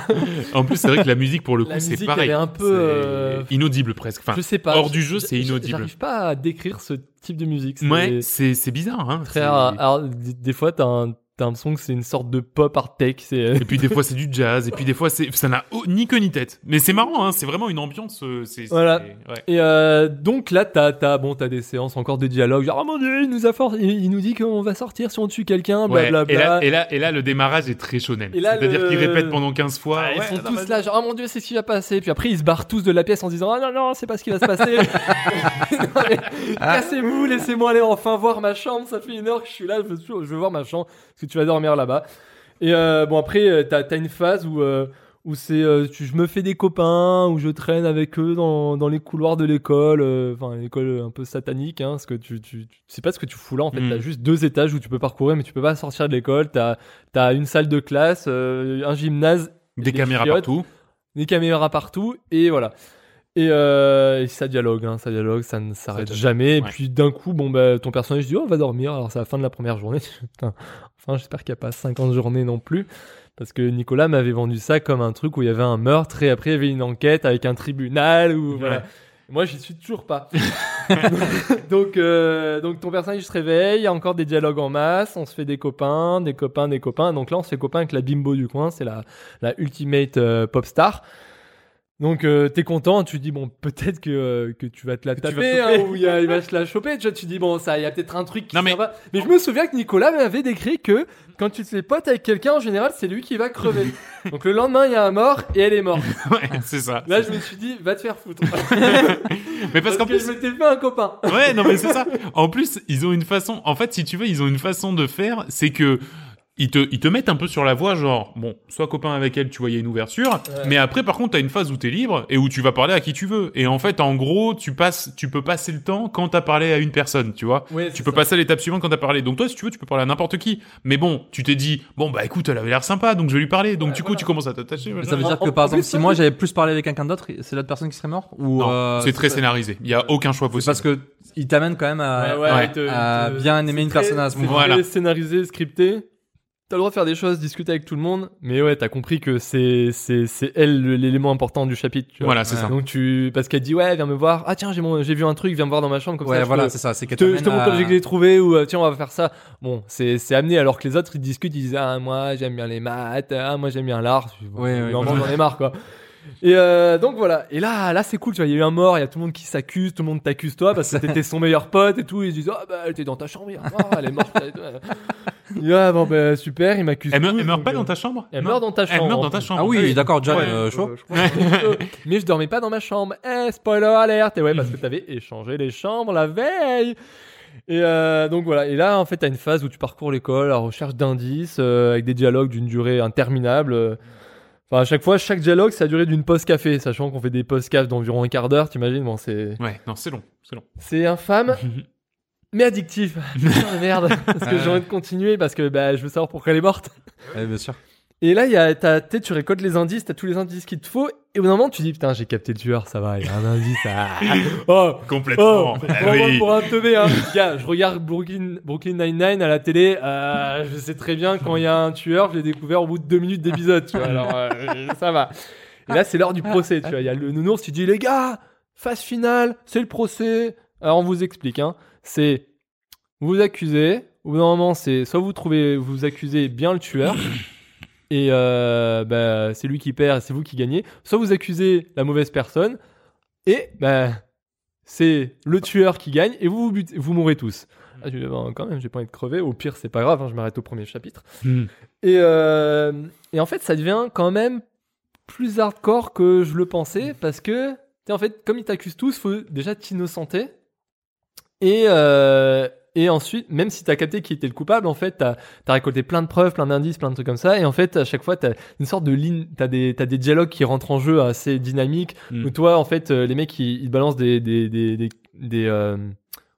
[SPEAKER 1] En plus, c'est vrai que la musique, pour le coup,
[SPEAKER 3] La
[SPEAKER 1] c'est
[SPEAKER 3] musique,
[SPEAKER 1] pareil.
[SPEAKER 3] elle est un peu,
[SPEAKER 1] C'est
[SPEAKER 3] euh,
[SPEAKER 1] inaudible presque. Enfin,
[SPEAKER 3] Je sais pas.
[SPEAKER 1] hors du jeu,
[SPEAKER 3] J-
[SPEAKER 1] c'est
[SPEAKER 3] j-
[SPEAKER 1] inaudible.
[SPEAKER 3] J'arrive pas à décrire ce type de musique. C'est
[SPEAKER 1] ouais, c'est c'est bizarre. Hein.
[SPEAKER 3] très
[SPEAKER 1] C'est-
[SPEAKER 3] rare. Alors, des, des fois, t'as un, t'as l'impression que c'est une sorte de pop art tech. C'est euh,
[SPEAKER 1] Et puis des fois c'est du jazz, et puis des fois c'est ça n'a au- ni queue ni tête. Mais c'est marrant, hein, c'est vraiment une ambiance. euh, c'est- c'est-
[SPEAKER 3] Voilà.
[SPEAKER 1] ouais.
[SPEAKER 3] Et euh, donc là, t'as, t'as, bon, t'as des séances, encore des dialogues, genre, oh mon dieu, il nous, a for- il, il nous dit qu'on va sortir si on tue quelqu'un,
[SPEAKER 1] Ouais,
[SPEAKER 3] blablabla.
[SPEAKER 1] Et, là, et, là, et là, le démarrage est très shonen.
[SPEAKER 3] bah, Et là,
[SPEAKER 1] C'est-à-dire
[SPEAKER 3] le-
[SPEAKER 1] qu'il répète pendant 15 fois.
[SPEAKER 3] Ah, ils
[SPEAKER 1] ouais,
[SPEAKER 3] sont
[SPEAKER 1] non,
[SPEAKER 3] tous
[SPEAKER 1] vas-y.
[SPEAKER 3] là, genre, oh mon dieu, c'est ce qui va passer. Puis après, ils se barrent tous de la pièce en disant, ah non, non, c'est pas ce qui va se passer. Non, mais Cassez-vous,
[SPEAKER 1] Ah.
[SPEAKER 3] laissez-moi aller enfin voir ma chambre. Ça fait une heure que je suis là, je veux, toujours- je veux voir ma chambre, parce que tu vas dormir là-bas. Et euh, bon, après, euh, t'as, t'as une phase où. euh, où c'est euh, tu- je me fais des copains, où je traîne avec eux dans, dans les couloirs de l'école, euh, enfin l'école un peu satanique, hein, parce que tu, tu, tu sais pas ce que tu fous là en fait,
[SPEAKER 1] Mm.
[SPEAKER 3] t'as juste deux étages où tu peux parcourir mais tu peux pas sortir de l'école, t'as as une salle de classe, euh, un gymnase,
[SPEAKER 1] Des
[SPEAKER 3] les
[SPEAKER 1] caméras
[SPEAKER 3] chiottes.
[SPEAKER 1] partout.
[SPEAKER 3] des caméras partout et voilà. Et, euh, et ça dialogue, hein, ça dialogue, ça ne s'arrête
[SPEAKER 1] dialogue,
[SPEAKER 3] jamais. Et
[SPEAKER 1] ouais.
[SPEAKER 3] puis d'un coup, bon bah ton personnage dit oh on va dormir, alors c'est la fin de la première journée. Putain, enfin j'espère qu'il n'y a pas 50 journées non plus. Parce que Nicolas m'avait vendu ça comme un truc où il y avait un meurtre et après il y avait une enquête avec un tribunal ou voilà.
[SPEAKER 1] Ouais.
[SPEAKER 3] Moi j'y suis toujours pas. donc euh, donc ton personnage se réveille, il y a encore des dialogues en masse, on se fait des copains, des copains, des copains. Donc là on se fait copain avec la bimbo du coin, c'est la la ultimate euh, pop star. Donc euh, t'es content, tu dis bon peut-être que, euh, que tu vas te la
[SPEAKER 4] tu vas
[SPEAKER 3] taper,
[SPEAKER 4] te choper.
[SPEAKER 3] hein, ou il, y a- il va se la choper. Tu, vois, tu dis bon ça, il y a peut-être un truc qui
[SPEAKER 1] Non,
[SPEAKER 3] s'en
[SPEAKER 1] mais-
[SPEAKER 3] va. Mais je me souviens que Nicolas m'avait décrit que quand tu te fais pote avec quelqu'un en général c'est lui qui va crever. Donc le lendemain il y a un mort et elle est morte.
[SPEAKER 1] Ouais, c'est ça.
[SPEAKER 3] Là je me suis dit va te faire foutre.
[SPEAKER 1] Mais parce
[SPEAKER 3] Parce,
[SPEAKER 1] qu'en
[SPEAKER 3] que
[SPEAKER 1] plus,
[SPEAKER 3] je m'étais fait un copain.
[SPEAKER 1] Ouais, non, mais c'est ça. En plus, ils ont une façon. En fait, si tu veux, ils ont une façon de faire. C'est que. Ils te, ils te mettent un peu sur la voie, genre, bon, sois copain avec elle, tu vois, il y a une ouverture. Mais après, par contre, t'as une phase où t'es libre et où tu vas parler à qui tu veux. Et en fait, en gros, tu passes, tu peux passer le temps quand t'as parlé à une personne, tu vois.
[SPEAKER 3] Ouais,
[SPEAKER 1] Tu
[SPEAKER 3] c'est
[SPEAKER 1] peux
[SPEAKER 3] ça.
[SPEAKER 1] passer à l'étape suivante quand t'as parlé. Donc toi, si tu veux, tu peux parler à n'importe qui. Mais bon, tu t'es dit, bon, bah écoute, elle avait l'air sympa, donc je vais lui parler. Donc
[SPEAKER 3] Ouais,
[SPEAKER 1] du coup,
[SPEAKER 3] voilà.
[SPEAKER 1] tu commences à t'attacher.
[SPEAKER 2] Mais
[SPEAKER 1] machin.
[SPEAKER 2] ça veut dire que
[SPEAKER 3] En-
[SPEAKER 2] par
[SPEAKER 3] en plus,
[SPEAKER 2] exemple, si
[SPEAKER 3] ça,
[SPEAKER 2] moi
[SPEAKER 3] c'est-
[SPEAKER 2] j'avais plus parlé avec quelqu'un d'autre, c'est l'autre personne qui serait morte ou
[SPEAKER 1] Non,
[SPEAKER 2] euh,
[SPEAKER 1] c'est très scénarisé. Il y a aucun choix
[SPEAKER 2] C'est
[SPEAKER 1] possible.
[SPEAKER 2] parce que il t'amène quand même à.
[SPEAKER 1] ouais,
[SPEAKER 3] il te- il
[SPEAKER 2] à
[SPEAKER 3] te-
[SPEAKER 2] bien aimer
[SPEAKER 3] euh, c'est
[SPEAKER 2] une
[SPEAKER 3] très-
[SPEAKER 2] personne à ce
[SPEAKER 3] c'est
[SPEAKER 1] moment-là.
[SPEAKER 3] très
[SPEAKER 1] Voilà.
[SPEAKER 3] Scénarisé, scripté. T'as le droit de faire des choses, discuter avec tout le monde, mais ouais, t'as compris que c'est c'est c'est elle le- l'élément important du chapitre. Tu vois.
[SPEAKER 1] Voilà, c'est
[SPEAKER 2] Ouais.
[SPEAKER 1] ça.
[SPEAKER 3] Donc tu parce qu'elle dit ouais, viens me voir. Ah tiens, j'ai mon- j'ai vu un truc, viens me voir dans ma chambre comme
[SPEAKER 2] Ouais,
[SPEAKER 3] ça. je
[SPEAKER 2] voilà,
[SPEAKER 3] te-
[SPEAKER 2] c'est ça. C'est
[SPEAKER 3] je
[SPEAKER 2] qu'elle
[SPEAKER 3] te, je te
[SPEAKER 2] t'amène
[SPEAKER 3] montre
[SPEAKER 2] à-
[SPEAKER 3] comme j'ai que j'ai trouvé ou euh, tiens on va faire ça. Bon, c'est c'est amené alors que les autres ils discutent, ils disent ah moi j'aime bien les maths, ah moi j'aime bien l'art. Je- bon,
[SPEAKER 2] Ouais, ouais,
[SPEAKER 3] au bout d'un
[SPEAKER 2] ouais.
[SPEAKER 3] moment, j'en ai marre quoi. Et euh, donc voilà. Et là là c'est cool, tu vois, il y a eu un mort, il y a tout le monde qui s'accuse, tout le monde t'accuse toi parce que t'étais son meilleur pote et tout, ils disent ah bah elle était dans ta chambre hier, Ah, elle est morte. elle est- Il dit, ah bon bah super, il m'accuse.
[SPEAKER 1] Elle, me-
[SPEAKER 3] tous,
[SPEAKER 1] elle meurt
[SPEAKER 3] donc,
[SPEAKER 1] pas
[SPEAKER 3] euh,
[SPEAKER 1] dans ta chambre
[SPEAKER 3] Elle meurt dans ta chambre.
[SPEAKER 1] Elle meurt
[SPEAKER 3] en
[SPEAKER 1] dans ta
[SPEAKER 3] plus.
[SPEAKER 1] chambre.
[SPEAKER 2] Ah oui, d'accord, John,
[SPEAKER 1] Ouais.
[SPEAKER 2] euh, chaud.
[SPEAKER 4] Euh, je
[SPEAKER 3] mais je dormais pas dans ma chambre. Eh, spoiler alerte Et ouais, parce que t'avais échangé les chambres la veille et euh, donc voilà, et là en fait t'as une phase où tu parcours l'école à la recherche d'indices, euh, avec des dialogues d'une durée interminable. euh. Enfin à chaque fois, chaque dialogue ça a duré d'une pause café, sachant qu'on fait des pauses cafés d'environ un quart d'heure, t'imagines, bon c'est...
[SPEAKER 1] Ouais, non, c'est long, c'est long.
[SPEAKER 3] C'est infâme, mais addictif. Putain de merde, parce que j'ai
[SPEAKER 2] Ouais.
[SPEAKER 3] envie de continuer, parce que bah, je veux savoir pourquoi elle est morte.
[SPEAKER 2] Ouais, Eh, bien sûr.
[SPEAKER 3] Et là, il y a, t'as- t'sais, tu récoltes les indices, t'as tous les indices qu'il te faut, et au bout d'un moment, tu dis, putain, j'ai capté le tueur, ça va, il y a un indice, ah. Oh,
[SPEAKER 1] Complètement.
[SPEAKER 3] oh,
[SPEAKER 1] Ah
[SPEAKER 3] vraiment
[SPEAKER 1] oui.
[SPEAKER 3] pour un teubé, hein. Gars, je regarde Brooklyn, Brooklyn Nine-Nine à la télé, euh, je sais très bien quand il y a un tueur, je l'ai découvert au bout de deux minutes d'épisode, tu vois, alors euh, ça va. Et là, c'est l'heure du procès, tu vois, il y a le nounours, tu dis, les gars, phase finale, c'est le procès. Alors, on vous explique, hein, c'est vous vous accusez. Au bout d'un moment, c'est soit vous trouvez, vous accusez bien le tueur, et euh, bah, c'est lui qui perd, et c'est vous qui gagnez. Soit vous accusez la mauvaise personne, et bah, c'est le tueur qui gagne, et vous vous, butez- vous mourrez tous. Ah, tu dis, ben, quand même, j'ai pas envie de crever. Au pire, c'est pas grave, hein, je m'arrête au premier chapitre.
[SPEAKER 1] Hmm.
[SPEAKER 3] Et, euh, et en fait, ça devient quand même plus hardcore que je le pensais parce que, tu sais, en fait, comme ils t'accusent tous, faut déjà t'innocenter. Et, euh, et ensuite, même si t'as capté qui était le coupable, en fait, t'as as récolté plein de preuves, plein d'indices, plein de trucs comme ça. Et en fait, à chaque fois, t'as une sorte de ligne, t'as des, t'as des dialogues qui rentrent en jeu assez dynamiques.
[SPEAKER 1] Mm.
[SPEAKER 3] Où toi, en fait, euh, les mecs, ils, ils balancent des, des, des, des, des, euh,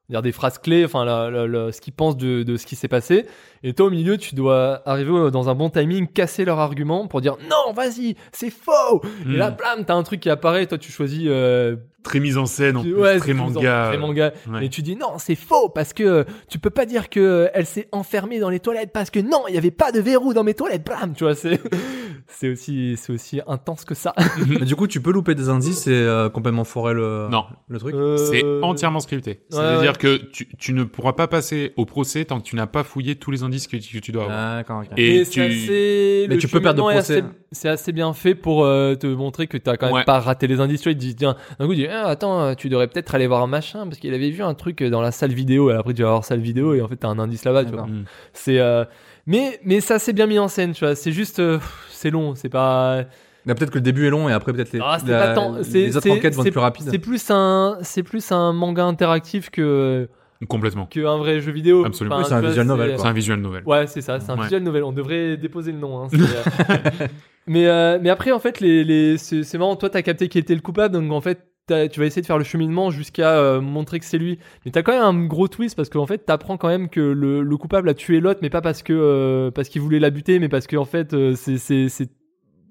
[SPEAKER 3] dire des phrases clés, enfin, la- la- la- ce qu'ils pensent de, de ce qui s'est passé. Et toi, au milieu, tu dois arriver au- dans un bon timing, casser leur argument pour dire non, vas-y, c'est faux. Et
[SPEAKER 1] Mm.
[SPEAKER 3] là, blam, t'as un truc qui apparaît. Toi, tu choisis euh,
[SPEAKER 1] Très mise en scène, en
[SPEAKER 3] tu-
[SPEAKER 1] plus,
[SPEAKER 3] ouais,
[SPEAKER 1] très
[SPEAKER 3] c'est tout
[SPEAKER 1] manga.
[SPEAKER 3] dans- très manga.
[SPEAKER 1] Ouais.
[SPEAKER 3] Et tu dis non, c'est faux parce que euh, tu peux pas dire que euh, elle s'est enfermée dans les toilettes parce que non, il y avait pas de verrou dans mes toilettes. Bam, tu vois, c'est c'est aussi c'est aussi intense que ça.
[SPEAKER 2] Mais du coup, tu peux louper des indices et euh, complètement forer le,
[SPEAKER 1] Non,
[SPEAKER 2] le truc.
[SPEAKER 1] c'est
[SPEAKER 3] Euh,
[SPEAKER 1] entièrement scripté.
[SPEAKER 3] ouais,
[SPEAKER 1] C'est-à-dire
[SPEAKER 3] ouais.
[SPEAKER 1] que tu, tu ne pourras pas passer au procès tant que tu n'as pas fouillé tous les indices que, tu- que tu dois avoir.
[SPEAKER 2] D'accord, ok.
[SPEAKER 1] Et,
[SPEAKER 3] Ah. Et
[SPEAKER 1] tu...
[SPEAKER 3] c'est assez-
[SPEAKER 2] Mais
[SPEAKER 3] le
[SPEAKER 2] tu peux perdre de
[SPEAKER 3] cheminement est
[SPEAKER 2] procès. hein.
[SPEAKER 3] assez- C'est assez bien fait pour euh, te montrer que t'as quand même
[SPEAKER 1] Ouais.
[SPEAKER 3] pas raté les indices. Tu vois, il te dit, tiens, d'un coup, il dit, Ah, attends, euh, tu devrais peut-être aller voir un machin parce qu'il avait vu un truc euh, dans la salle vidéo. Et après, tu vas voir salle vidéo et en fait, t'as un indice là-bas. tu vois.
[SPEAKER 2] D'accord.
[SPEAKER 1] Mm.
[SPEAKER 3] C'est, euh, mais, mais ça, c'est bien mis en scène, tu vois. C'est juste, euh, pff, c'est long, c'est pas.
[SPEAKER 2] Mais peut-être que le début est long et après peut-être les,
[SPEAKER 3] Ah, c'est
[SPEAKER 2] la-
[SPEAKER 3] pas tant. c'est-
[SPEAKER 2] les autres
[SPEAKER 3] c'est-
[SPEAKER 2] enquêtes vont
[SPEAKER 3] c'est-
[SPEAKER 2] être plus rapides.
[SPEAKER 3] C'est plus un, c'est plus un manga interactif que
[SPEAKER 1] Complètement.
[SPEAKER 3] qu'un vrai jeu vidéo.
[SPEAKER 1] Absolument.
[SPEAKER 2] Oui, c'est un
[SPEAKER 3] tu vois,
[SPEAKER 2] visual novel,
[SPEAKER 1] C'est un visual novel.
[SPEAKER 3] Ouais, c'est ça, c'est un
[SPEAKER 1] Ouais.
[SPEAKER 3] visual novel. On devrait déposer le nom. hein, c'est, euh, mais, euh, mais après, en fait, les, les, c'est c'est marrant. Toi, t'as capté qui était le coupable, donc en fait, t'as- tu vas essayer de faire le cheminement jusqu'à euh, montrer que c'est lui. Mais t'as quand même un gros twist parce qu'en fait, t'apprends quand même que le, le coupable a tué l'autre, mais pas parce que euh, parce qu'il voulait la buter, mais parce qu'en fait, euh, c'est c'est- c'est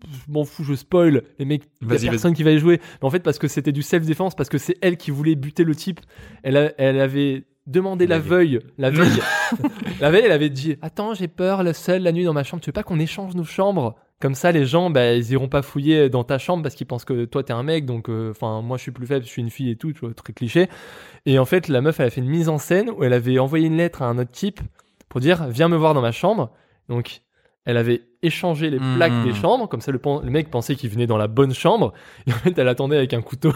[SPEAKER 3] je m'en fous, je spoil. Les mecs, y a
[SPEAKER 1] Vas-y, vas-y.
[SPEAKER 3] personne qui va y jouer. Mais en fait, parce que c'était du self-défense, parce que c'est elle qui voulait buter le type. Elle, a- elle avait demandé la
[SPEAKER 1] Elle avait-
[SPEAKER 3] veille, la veille, la veille, elle avait dit Attends, j'ai peur, la seule, la nuit dans ma chambre, tu veux pas qu'on échange nos chambres Comme ça, les gens, bah, ils iront pas fouiller dans ta chambre parce qu'ils pensent que toi, t'es un mec, donc, euh, enfin, moi, je suis plus faible, je suis une fille et tout, tu vois, très cliché. Et en fait, la meuf, elle a fait une mise en scène où elle avait envoyé une lettre à un autre type pour dire Viens me voir dans ma chambre. Donc, elle avait échangé les
[SPEAKER 2] Mhm.
[SPEAKER 3] plaques
[SPEAKER 1] Hmm.
[SPEAKER 3] des chambres, comme ça, le, pen- le mec pensait qu'il venait dans la bonne chambre, et en fait, elle attendait avec un couteau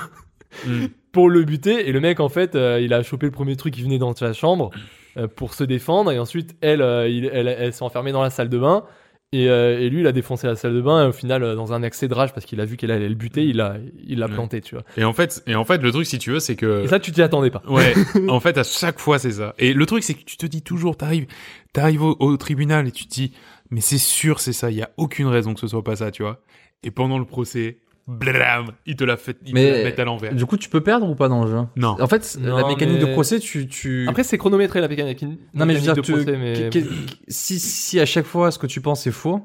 [SPEAKER 1] Mm.
[SPEAKER 3] pour le buter. Et le mec, en fait, euh, il a chopé le premier truc qui venait dans sa chambre euh, pour se défendre. Et ensuite, elle, euh, il- elle, elle s'est enfermée dans la salle de bain. Et, euh, et lui, il a défoncé la salle de bain. Et au final, euh, dans un accès de rage, parce qu'il a vu qu'elle allait le buter, il l'a il l'a
[SPEAKER 1] Ouais.
[SPEAKER 3] planté, tu vois.
[SPEAKER 1] Et en fait, et en fait, le truc, si tu veux, c'est que
[SPEAKER 3] Et ça, tu t'y attendais pas.
[SPEAKER 1] Ouais, en fait, à chaque fois, c'est ça. Et le truc, c'est que tu te dis toujours, t'arrives, t'arrives au, au tribunal et tu te dis, mais c'est sûr, c'est ça, il y a aucune raison que ce soit pas ça, tu vois. Et pendant le procès, blam, ils te la, fait, ils te
[SPEAKER 2] Mais-
[SPEAKER 1] la mettent à l'envers.
[SPEAKER 2] Du coup, tu peux perdre ou pas dans le jeu
[SPEAKER 1] Non.
[SPEAKER 2] En fait, la
[SPEAKER 3] Non,
[SPEAKER 2] mécanique
[SPEAKER 3] mais-
[SPEAKER 2] de procès, tu. tu...
[SPEAKER 3] Après, c'est chronométré la mécanique.
[SPEAKER 2] non, mais je veux dire,
[SPEAKER 3] de
[SPEAKER 2] tu-
[SPEAKER 3] procès, mais-
[SPEAKER 2] qu'est- qu'est- si, si à chaque fois ce que tu penses est faux,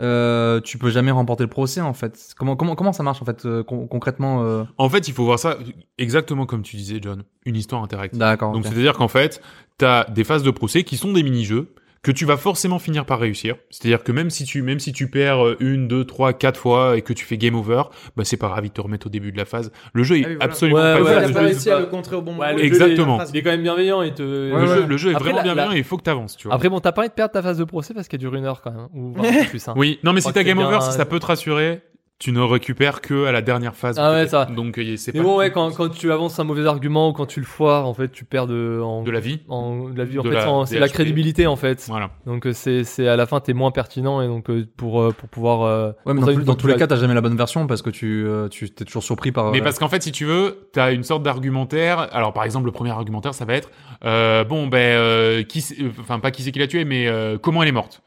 [SPEAKER 2] euh, tu peux jamais remporter le procès en fait. Comment, comment, comment ça marche en fait euh, con- concrètement euh,
[SPEAKER 1] En fait, il faut voir ça exactement comme tu disais, John, une histoire interactive.
[SPEAKER 2] D'accord.
[SPEAKER 1] Donc,
[SPEAKER 2] ok.
[SPEAKER 1] c'est-à-dire qu'en fait, t'as des phases de procès qui sont des mini-jeux que tu vas forcément finir par réussir. C'est-à-dire que même si tu, même si tu perds euh, une, deux, trois, quatre fois et que tu fais game over, bah, c'est pas grave, ils te remettent au début de la phase. Le jeu est
[SPEAKER 4] Ah oui, voilà.
[SPEAKER 1] absolument
[SPEAKER 3] Ouais,
[SPEAKER 1] pas
[SPEAKER 3] ouais,
[SPEAKER 1] jouable.
[SPEAKER 3] le
[SPEAKER 4] il a
[SPEAKER 3] jeu,
[SPEAKER 4] pas réussi
[SPEAKER 3] c'est
[SPEAKER 4] à
[SPEAKER 3] pas-
[SPEAKER 4] le contrer au bon moment.
[SPEAKER 3] Ouais, le jeu,
[SPEAKER 1] Exactement.
[SPEAKER 3] Il est quand même bienveillant et te.
[SPEAKER 1] le,
[SPEAKER 2] Ouais, ouais.
[SPEAKER 1] Jeu, le jeu est
[SPEAKER 3] Après,
[SPEAKER 1] vraiment
[SPEAKER 3] la-
[SPEAKER 1] bien
[SPEAKER 3] la-
[SPEAKER 1] bien et il faut que t'avances, tu vois.
[SPEAKER 3] Après, bon, t'as pas envie de perdre ta phase de procès parce qu'elle dure une heure quand même. Ou vraiment plus. hein.
[SPEAKER 1] oui, non mais si
[SPEAKER 3] crois
[SPEAKER 1] t'as
[SPEAKER 3] que c'est
[SPEAKER 1] game over,
[SPEAKER 3] bien,
[SPEAKER 1] si
[SPEAKER 3] euh,
[SPEAKER 1] ça peut te rassurer, tu ne récupères que à la dernière phase.
[SPEAKER 3] Ah ouais,
[SPEAKER 1] peut-être.
[SPEAKER 3] ça.
[SPEAKER 1] Donc euh, c'est
[SPEAKER 3] Mais
[SPEAKER 1] pas
[SPEAKER 3] bon, ouais, quand, quand tu avances un mauvais argument ou quand tu le foires, en fait, tu perds de, en,
[SPEAKER 1] de la vie.
[SPEAKER 3] en- de la vie. En
[SPEAKER 1] De
[SPEAKER 3] fait,
[SPEAKER 1] la-
[SPEAKER 3] sans-
[SPEAKER 1] des
[SPEAKER 3] c'est de la
[SPEAKER 1] HP.
[SPEAKER 3] crédibilité, en fait.
[SPEAKER 1] Voilà.
[SPEAKER 3] Donc, euh, c'est, c'est à la fin, t'es moins pertinent et donc, euh, pour, euh, pour pouvoir. euh,
[SPEAKER 2] Ouais,
[SPEAKER 3] pour
[SPEAKER 2] mais dans,
[SPEAKER 3] ça, une
[SPEAKER 2] tous- dans
[SPEAKER 3] fois que
[SPEAKER 2] tous les
[SPEAKER 3] tu
[SPEAKER 2] cas, t'as jamais la bonne version parce que tu, euh, tu t'es toujours surpris par.
[SPEAKER 1] Mais
[SPEAKER 2] euh,
[SPEAKER 1] parce qu'en fait, si tu veux, t'as une sorte d'argumentaire. Alors par exemple, le premier argumentaire, ça va être euh, bon ben euh, qui, c'est- euh, enfin pas qui c'est qui l'a tué, mais euh, comment elle est morte.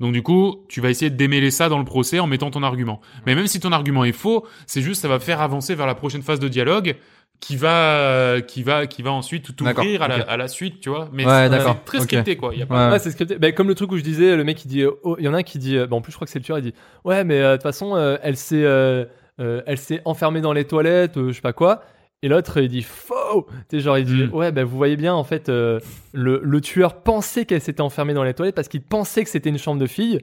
[SPEAKER 1] Donc du coup, tu vas essayer de démêler ça dans le procès en mettant ton argument. Mais même si ton argument est faux, c'est juste ça va faire avancer vers la prochaine phase de dialogue qui va qui va qui va ensuite t'ouvrir
[SPEAKER 2] D'accord,
[SPEAKER 1] à, la-
[SPEAKER 2] ok.
[SPEAKER 1] à la suite, tu vois. Mais
[SPEAKER 2] Ouais,
[SPEAKER 1] c'est-
[SPEAKER 2] d'accord,
[SPEAKER 1] c'est très
[SPEAKER 2] ok.
[SPEAKER 1] scripté quoi. Y a pas-
[SPEAKER 2] Ouais.
[SPEAKER 3] Ouais, c'est scripté. Ben, comme le truc où je disais, le mec il dit, euh, oh, il y en a un qui dit, euh, ben, en plus je crois que c'est le tueur, il dit, ouais mais euh, de toute façon euh, elle s'est, euh, euh, elle s'est enfermée dans les toilettes, euh, je sais pas quoi. Et l'autre il dit faux. Tu sais, genre il dit,
[SPEAKER 1] Mm.
[SPEAKER 3] ouais ben vous voyez bien en fait euh, le, le tueur pensait qu'elle s'était enfermée dans les toilettes parce qu'il pensait que c'était une chambre de fille.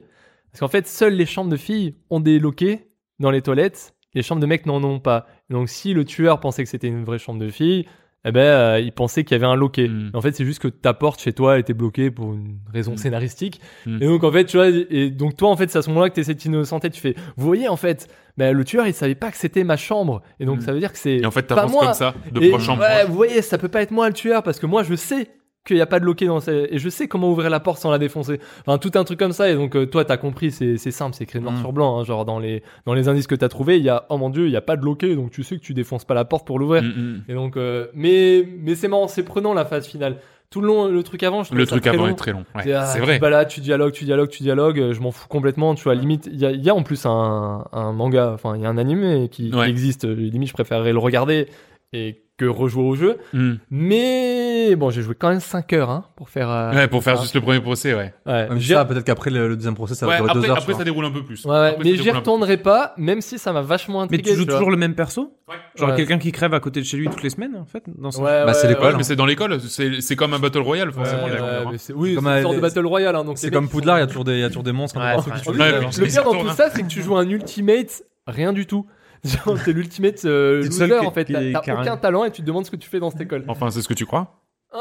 [SPEAKER 3] Parce qu'en fait seules les chambres de filles ont des loquets dans les toilettes, les chambres de mecs n'en ont pas. Donc si le tueur pensait que c'était une vraie chambre de fille, eh ben, euh, ils pensaient qu'il y avait un loquet.
[SPEAKER 1] Mm.
[SPEAKER 3] En fait, c'est juste que ta porte chez toi était bloquée pour une raison
[SPEAKER 1] Mm.
[SPEAKER 3] scénaristique.
[SPEAKER 1] Mm.
[SPEAKER 3] Et donc, en fait, tu vois, et donc toi, en fait, c'est à ce moment-là que t'essaies de t'innocenter. Tu fais, vous voyez, en fait, ben, le tueur, il savait pas que c'était ma chambre. Et donc,
[SPEAKER 1] Mm.
[SPEAKER 3] ça veut dire que c'est
[SPEAKER 1] Et en fait,
[SPEAKER 3] pas
[SPEAKER 1] t'avances
[SPEAKER 3] moi.
[SPEAKER 1] comme ça, de
[SPEAKER 3] Et-
[SPEAKER 1] proche en
[SPEAKER 3] ouais,
[SPEAKER 1] proche.
[SPEAKER 3] vous voyez, ça peut pas être moi le tueur parce que moi je sais qu'il n'y a pas de loquet dans sa... et je sais comment ouvrir la porte sans la défoncer. Enfin, tout un truc comme ça. Et donc, euh, toi, t'as compris, c'est c'est simple, c'est écrit noir
[SPEAKER 2] Mm.
[SPEAKER 3] sur blanc. hein. genre, dans les, dans les indices que t'as trouvé, il y a, oh mon dieu, il n'y a pas de loquet, donc tu sais que tu défonces pas la porte pour l'ouvrir.
[SPEAKER 1] Mm, mm.
[SPEAKER 3] Et donc, euh, mais, mais c'est marrant, c'est prenant la phase finale. Tout le long, le truc avant, je trouvais
[SPEAKER 1] Le
[SPEAKER 3] ça
[SPEAKER 1] truc
[SPEAKER 3] très
[SPEAKER 1] avant
[SPEAKER 3] long.
[SPEAKER 1] est très long. ouais,
[SPEAKER 3] T'es, ah,
[SPEAKER 1] c'est vrai.
[SPEAKER 3] Tu te balades, tu dialogues, tu dialogues, tu dialogues. euh, Je m'en fous complètement. Tu vois, limite, il y a, il y a en plus un, un manga, enfin, il y a un anime qui, qui
[SPEAKER 1] Ouais.
[SPEAKER 3] existe. euh, Limite, je préférerais le regarder et que rejouer au jeu.
[SPEAKER 1] Mm.
[SPEAKER 3] Mais bon, j'ai joué quand même 5 heures hein, pour faire. euh,
[SPEAKER 1] Ouais, pour faire
[SPEAKER 3] ah.
[SPEAKER 1] juste le premier procès, ouais.
[SPEAKER 3] ouais.
[SPEAKER 2] Ah, mais
[SPEAKER 3] J'ai-
[SPEAKER 2] ça, peut-être qu'après le, le deuxième procès, ça
[SPEAKER 1] Ouais,
[SPEAKER 2] va durer
[SPEAKER 1] après,
[SPEAKER 2] deux heures.
[SPEAKER 1] après,
[SPEAKER 2] tu
[SPEAKER 1] ça
[SPEAKER 2] vois.
[SPEAKER 1] déroule un peu plus.
[SPEAKER 3] ouais, ouais,
[SPEAKER 1] Après, ça
[SPEAKER 3] mais
[SPEAKER 1] déroule
[SPEAKER 3] j'y
[SPEAKER 1] un peu
[SPEAKER 3] retournerai pas, même si ça m'a vachement
[SPEAKER 4] Mais
[SPEAKER 3] intrigué.
[SPEAKER 4] tu joues
[SPEAKER 3] vois.
[SPEAKER 4] toujours le même perso
[SPEAKER 1] plus. Ouais.
[SPEAKER 4] Genre
[SPEAKER 3] Ouais.
[SPEAKER 4] quelqu'un qui crève à côté de chez lui toutes les semaines, en fait dans ce-
[SPEAKER 3] Ouais, ouais,
[SPEAKER 2] Bah, c'est
[SPEAKER 3] ouais,
[SPEAKER 1] Ouais,
[SPEAKER 2] l'école,
[SPEAKER 1] mais
[SPEAKER 2] hein.
[SPEAKER 1] c'est dans l'école, c'est c'est comme un battle royale,
[SPEAKER 3] ouais,
[SPEAKER 1] forcément.
[SPEAKER 3] ouais,
[SPEAKER 1] la couleur, hein.
[SPEAKER 3] mais c'est- oui,
[SPEAKER 2] Comme
[SPEAKER 3] c'est
[SPEAKER 2] un-
[SPEAKER 3] une sorte de battle royale. hein, donc
[SPEAKER 2] C'est
[SPEAKER 3] les
[SPEAKER 2] comme
[SPEAKER 3] mecs, ils
[SPEAKER 2] Poudlard, il y
[SPEAKER 3] sont-
[SPEAKER 2] a toujours des, il y a toujours des monstres. un peu
[SPEAKER 4] Ouais,
[SPEAKER 2] partout
[SPEAKER 4] ouais.
[SPEAKER 2] qui tuent
[SPEAKER 3] En
[SPEAKER 2] les
[SPEAKER 3] plus,
[SPEAKER 1] Ouais,
[SPEAKER 2] gens.
[SPEAKER 1] mais-
[SPEAKER 3] le
[SPEAKER 1] mais
[SPEAKER 3] pire
[SPEAKER 1] ça
[SPEAKER 3] dans
[SPEAKER 1] tourne,
[SPEAKER 3] tout
[SPEAKER 1] hein.
[SPEAKER 3] ça, c'est que tu joues un ultimate, rien du tout. Genre, t'es l'ultimate euh,
[SPEAKER 4] C'est le seul
[SPEAKER 3] loser
[SPEAKER 4] qui-
[SPEAKER 3] en fait.
[SPEAKER 4] qui-
[SPEAKER 3] T'as
[SPEAKER 4] qui
[SPEAKER 3] t'as
[SPEAKER 4] a
[SPEAKER 3] aucun
[SPEAKER 4] rien.
[SPEAKER 3] talent et tu te demandes ce que tu fais dans cette école.
[SPEAKER 1] Enfin, c'est ce que tu crois
[SPEAKER 3] Oh,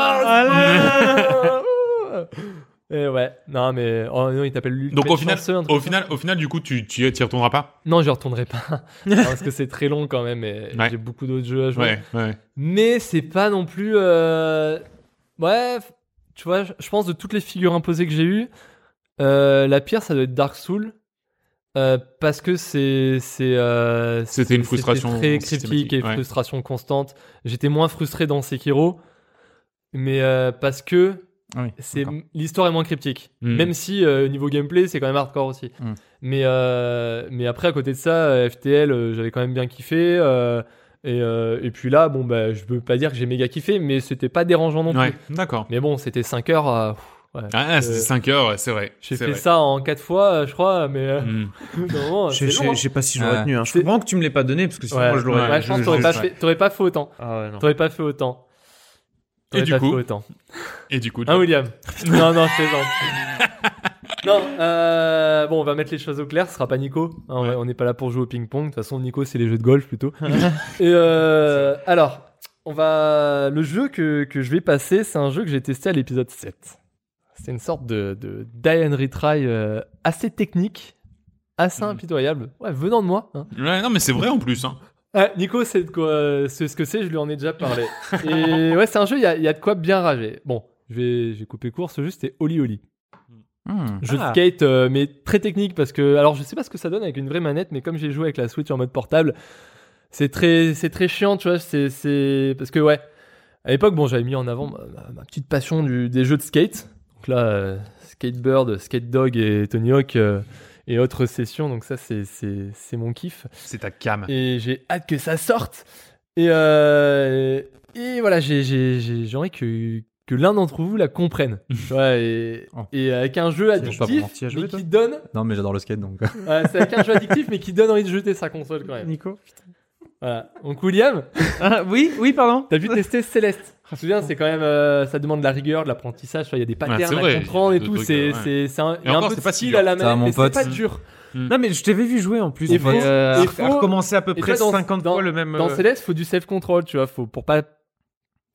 [SPEAKER 3] Ah, Et Eh ouais, non mais oh non, il t'appelle l'ultimate.
[SPEAKER 1] Donc au final,
[SPEAKER 3] chanceux, un truc
[SPEAKER 1] au
[SPEAKER 3] comme ça.
[SPEAKER 1] final, au final, du coup, tu tu y t'y retourneras pas.
[SPEAKER 3] Non, je retournerai pas. Non, parce que c'est très long quand même et
[SPEAKER 1] Ouais.
[SPEAKER 3] j'ai beaucoup d'autres jeux à jouer.
[SPEAKER 1] Ouais, ouais.
[SPEAKER 3] Mais c'est pas non plus. euh, Ouais, f- tu vois, je je pense de toutes les figures imposées que j'ai eues, euh, la pire, ça doit être Dark Soul. euh, parce que c'est. c'est, euh,
[SPEAKER 1] C'était une
[SPEAKER 3] c'est- c'était
[SPEAKER 1] frustration
[SPEAKER 3] Très
[SPEAKER 1] systématique,
[SPEAKER 3] critique et
[SPEAKER 1] ouais.
[SPEAKER 3] frustration constante. J'étais moins frustré dans Sekiro. Mais euh, parce que
[SPEAKER 2] Ah oui,
[SPEAKER 3] c'est
[SPEAKER 2] d'accord.
[SPEAKER 3] l'histoire est moins cryptique
[SPEAKER 1] Mm.
[SPEAKER 3] même si euh, niveau gameplay c'est quand même hardcore aussi
[SPEAKER 2] Mm.
[SPEAKER 3] mais euh, mais après à côté de ça euh, FTL euh, j'avais quand même bien kiffé euh, et, euh, et puis là bon bah je peux pas dire que j'ai méga kiffé mais c'était pas dérangeant non plus
[SPEAKER 1] Ouais, d'accord.
[SPEAKER 3] mais bon c'était 5 heures euh, pff, ouais.
[SPEAKER 1] Ah, c'était
[SPEAKER 3] Euh,
[SPEAKER 1] 5 heures, ouais, c'est vrai.
[SPEAKER 3] j'ai
[SPEAKER 1] c'est
[SPEAKER 3] fait
[SPEAKER 1] vrai.
[SPEAKER 3] ça en 4 fois euh, je crois mais euh,
[SPEAKER 1] Mm.
[SPEAKER 3] non,
[SPEAKER 4] Je
[SPEAKER 3] c'est
[SPEAKER 4] je-
[SPEAKER 3] long, hein.
[SPEAKER 4] je sais pas si j'aurais
[SPEAKER 2] Ouais.
[SPEAKER 4] tenu. Hein. Je
[SPEAKER 3] C'est-
[SPEAKER 4] comprends que tu me l'aies pas donné parce que sinon
[SPEAKER 3] Ouais.
[SPEAKER 4] moi je l'aurais.
[SPEAKER 3] Ouais, je pense que t'aurais pas,
[SPEAKER 1] je-
[SPEAKER 3] fait- t'aurais pas fait autant
[SPEAKER 4] Ah ouais, non.
[SPEAKER 3] t'aurais pas fait autant
[SPEAKER 1] Et
[SPEAKER 3] T'aurais
[SPEAKER 1] du
[SPEAKER 3] pas
[SPEAKER 1] coup-
[SPEAKER 3] fait autant
[SPEAKER 1] Et du coup,
[SPEAKER 3] Hein, William Non, non, je plaisante. non, euh, bon, on va mettre les choses au clair, ce sera pas Nico. hein, on-
[SPEAKER 1] Ouais.
[SPEAKER 3] On n'est pas là pour jouer au ping-pong. De toute façon, Nico, c'est les jeux de golf plutôt. Et euh, alors, on va. Le jeu que, que je vais passer, c'est un jeu que j'ai testé à l'épisode 7. C'est une sorte de, de die and retry euh, assez technique, assez
[SPEAKER 1] Mhm.
[SPEAKER 3] impitoyable. Ouais, venant de moi. hein.
[SPEAKER 1] ouais, non, mais c'est vrai en plus. Hein.
[SPEAKER 3] Ah, Nico, c'est de quoi euh, c'est ce que c'est, je lui en ai déjà parlé. Et ouais, c'est un jeu, il y a, il y a de quoi bien rager. Bon, je vais, je vais couper court, ce jeu c'était Oli Oli.
[SPEAKER 2] Hmm.
[SPEAKER 3] Jeu
[SPEAKER 4] Ah.
[SPEAKER 3] de skate, euh, mais très technique parce que, alors je sais pas ce que ça donne avec une vraie manette, mais comme j'ai joué avec la Switch en mode portable, c'est très, c'est très chiant, tu vois, c'est, c'est, parce que ouais, à l'époque, bon, j'avais mis en avant ma, ma- ma petite passion du, des jeux de skate. Donc là, euh, Skatebird, Skatedog et Tony Hawk euh, et autres sessions, donc ça, c'est, c'est, c'est mon kiff.
[SPEAKER 1] C'est ta cam.
[SPEAKER 3] Et j'ai hâte que ça sorte. Et, euh, et voilà, j'ai- j'ai j'ai- j'ai envie que, que l'un d'entre vous la comprenne. Ouais, et,
[SPEAKER 2] Oh.
[SPEAKER 3] et avec un jeu
[SPEAKER 2] C'est pas vraiment.
[SPEAKER 3] addictif,
[SPEAKER 4] T'y as joué,
[SPEAKER 3] mais
[SPEAKER 4] toi
[SPEAKER 3] qui donne.
[SPEAKER 2] Non, mais j'adore le skate donc. euh,
[SPEAKER 3] ouais, c'est avec un jeu addictif, mais qui donne envie de jeter sa console quand même.
[SPEAKER 4] Nico.
[SPEAKER 3] Voilà. Donc, William,
[SPEAKER 4] Ah, oui, oui, pardon.
[SPEAKER 3] t'as pu tester Céleste. Je me souviens, c'est quand même. euh, ça demande de la rigueur, de l'apprentissage. tu vois, Il y a des patterns
[SPEAKER 1] c'est
[SPEAKER 3] à
[SPEAKER 1] vrai,
[SPEAKER 3] comprendre
[SPEAKER 1] il y a
[SPEAKER 3] et
[SPEAKER 1] des
[SPEAKER 3] tout.
[SPEAKER 1] trucs, euh,
[SPEAKER 3] C'est
[SPEAKER 1] ouais.
[SPEAKER 3] c'est- c'est un, il y a
[SPEAKER 1] encore,
[SPEAKER 3] un peu de
[SPEAKER 1] c'est pas si
[SPEAKER 3] style
[SPEAKER 1] dur.
[SPEAKER 3] à la
[SPEAKER 2] Ça,
[SPEAKER 3] manette,
[SPEAKER 2] mon
[SPEAKER 3] mais c'est
[SPEAKER 2] pote.
[SPEAKER 3] pas dur.
[SPEAKER 4] Non mais je t'avais vu jouer en plus.
[SPEAKER 3] Et
[SPEAKER 4] mais,
[SPEAKER 3] faut-
[SPEAKER 4] euh,
[SPEAKER 3] et
[SPEAKER 4] à- à
[SPEAKER 3] faut-
[SPEAKER 4] recommencer à peu
[SPEAKER 3] et
[SPEAKER 4] près
[SPEAKER 3] toi, dans-
[SPEAKER 4] 50
[SPEAKER 3] dans-
[SPEAKER 4] fois le même.
[SPEAKER 3] Dans
[SPEAKER 4] euh,
[SPEAKER 3] Céleste, faut du self control, tu vois, faut pour pas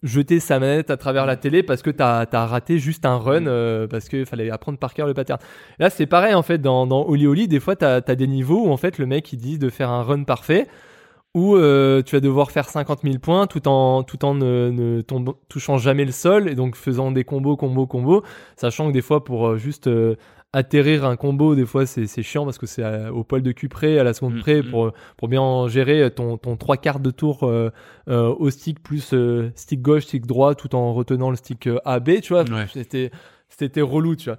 [SPEAKER 3] jeter sa manette à travers la télé parce que t'as as raté juste un
[SPEAKER 4] Mm.
[SPEAKER 3] run euh, parce qu'il fallait apprendre par cœur le pattern. Là, c'est pareil en fait dans dans Oli Oli, des fois t'as as des niveaux où en fait le mec il dit de faire un run parfait où euh, tu vas devoir faire 50 000 points tout en tout en ne, ne tombe- touchant jamais le sol et donc faisant des combos combos combos, sachant que des fois pour euh, juste euh, atterrir un combo, des fois c'est c'est chiant parce que c'est à- au poil de cul près, à la seconde
[SPEAKER 1] Mm,
[SPEAKER 3] près,
[SPEAKER 1] mm.
[SPEAKER 3] pour, pour bien en gérer ton, ton trois quarts de tour euh, euh, au stick plus euh, stick gauche, stick droit, tout en retenant le stick euh, AB, tu vois.
[SPEAKER 1] Ouais.
[SPEAKER 3] C'était c'était relou, tu vois.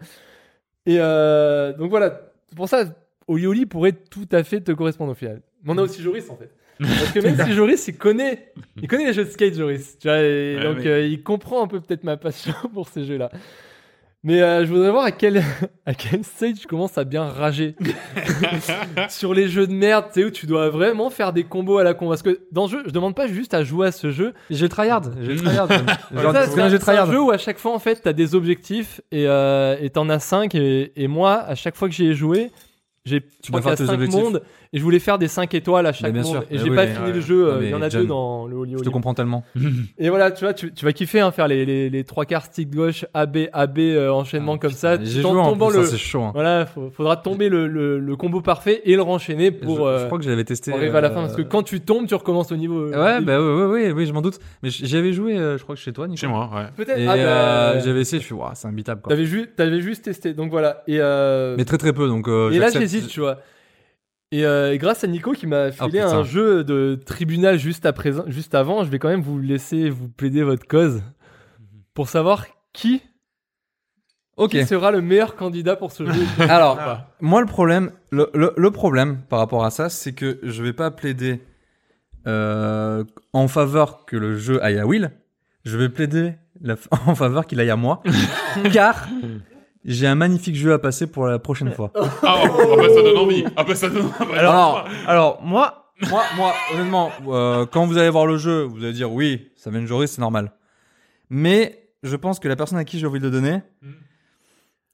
[SPEAKER 3] Et euh, donc voilà, c'est pour ça, Oli Oli pourrait tout à fait te correspondre au final. Mais on a aussi Joris en fait. Parce que même si Joris, il connaît, il connaît les jeux de skate, Joris. Tu vois, et
[SPEAKER 1] Ouais,
[SPEAKER 3] donc
[SPEAKER 1] oui.
[SPEAKER 3] euh, il comprend un peu peut-être ma passion pour ces jeux-là. Mais euh, je voudrais voir à quel, à quel stage je commence à bien rager. Sur les jeux de merde, tu sais, où tu dois vraiment faire des combos à la con. Parce que dans le jeu, je demande pas juste à jouer à ce jeu,
[SPEAKER 2] J'ai tryhard.
[SPEAKER 1] j'ai
[SPEAKER 2] J'ai
[SPEAKER 1] tryhard.
[SPEAKER 2] tryhard.
[SPEAKER 3] ça, c'est un,
[SPEAKER 2] j'ai
[SPEAKER 3] c'est un
[SPEAKER 2] tryhard.
[SPEAKER 3] jeu où à chaque fois en fait t'as des objectifs et euh, et t'en as 5 et, et moi à chaque fois que j'y ai joué j'ai tu
[SPEAKER 2] dois faire tes objectifs.
[SPEAKER 3] mondes Et je voulais faire des 5 étoiles à chaque
[SPEAKER 2] bien
[SPEAKER 3] monde.
[SPEAKER 2] sûr.
[SPEAKER 3] Et
[SPEAKER 2] Ah
[SPEAKER 3] j'ai
[SPEAKER 2] oui,
[SPEAKER 3] pas
[SPEAKER 2] mais,
[SPEAKER 3] fini
[SPEAKER 2] ouais.
[SPEAKER 3] le jeu.
[SPEAKER 2] Non,
[SPEAKER 3] euh, Il y
[SPEAKER 2] mais
[SPEAKER 3] en a
[SPEAKER 2] John,
[SPEAKER 3] deux dans le Holy
[SPEAKER 2] Je te
[SPEAKER 3] Holy.
[SPEAKER 2] comprends tellement.
[SPEAKER 3] Et voilà, tu vois, tu, tu vas kiffer hein, faire les, les, les trois quarts stick gauche, AB, AB, euh, enchaînement
[SPEAKER 2] Ah,
[SPEAKER 3] comme ça.
[SPEAKER 2] J'ai
[SPEAKER 3] tout en
[SPEAKER 2] joué en
[SPEAKER 3] tombant
[SPEAKER 2] plus, hein,
[SPEAKER 3] le-
[SPEAKER 2] c'est chaud. hein.
[SPEAKER 3] Voilà, faut- faudra tomber le, le, le combo parfait et le renchaîner
[SPEAKER 2] Je-
[SPEAKER 3] pour,
[SPEAKER 2] je,
[SPEAKER 3] euh,
[SPEAKER 2] crois que j'avais testé.
[SPEAKER 3] pour arriver à la fin.
[SPEAKER 2] euh,
[SPEAKER 3] Parce que quand tu tombes, tu recommences au niveau. euh,
[SPEAKER 2] Ouais,
[SPEAKER 3] début.
[SPEAKER 2] bah ouais, ouais, ouais, oui, je m'en doute. Mais j- j'avais joué, euh, je crois que chez toi, Nico.
[SPEAKER 1] Chez moi, ouais.
[SPEAKER 3] Peut-être.
[SPEAKER 2] Et
[SPEAKER 3] ah, bah,
[SPEAKER 2] euh, j'avais essayé, je suis, Ouah, c'est imbitable quoi.
[SPEAKER 3] T'avais juste, t'avais juste testé, donc voilà. Et, euh,
[SPEAKER 2] Mais très très peu, donc. euh,
[SPEAKER 3] et là,
[SPEAKER 2] j'accepte- Ah,
[SPEAKER 3] j'hésite, tu vois. Et, euh, et grâce à Nico qui m'a filé
[SPEAKER 2] putain.
[SPEAKER 3] un jeu de tribunal juste, à présent, juste avant, je vais quand même vous laisser vous plaider votre cause pour savoir qui,
[SPEAKER 2] Ok.
[SPEAKER 3] qui sera le meilleur candidat pour ce jeu.
[SPEAKER 2] Alors,
[SPEAKER 3] Ah.
[SPEAKER 2] moi, le problème, le, le- le problème par rapport à ça, c'est que je vais pas plaider euh, en faveur que le jeu aille à Will. Je vais plaider la- en faveur qu'il aille à moi, car j'ai un magnifique jeu à passer pour la prochaine fois.
[SPEAKER 1] Ah, oh, ah bah ça donne envie. Ah bah ça donne. ah bah,
[SPEAKER 2] Alors,
[SPEAKER 4] Alors, moi,
[SPEAKER 2] moi, moi, honnêtement, euh, quand vous allez voir le jeu, vous allez dire oui, ça vient de Joris, c'est normal. Mais je pense que la personne à qui j'ai envie de le donner,
[SPEAKER 3] Hmm.
[SPEAKER 1] Mhm.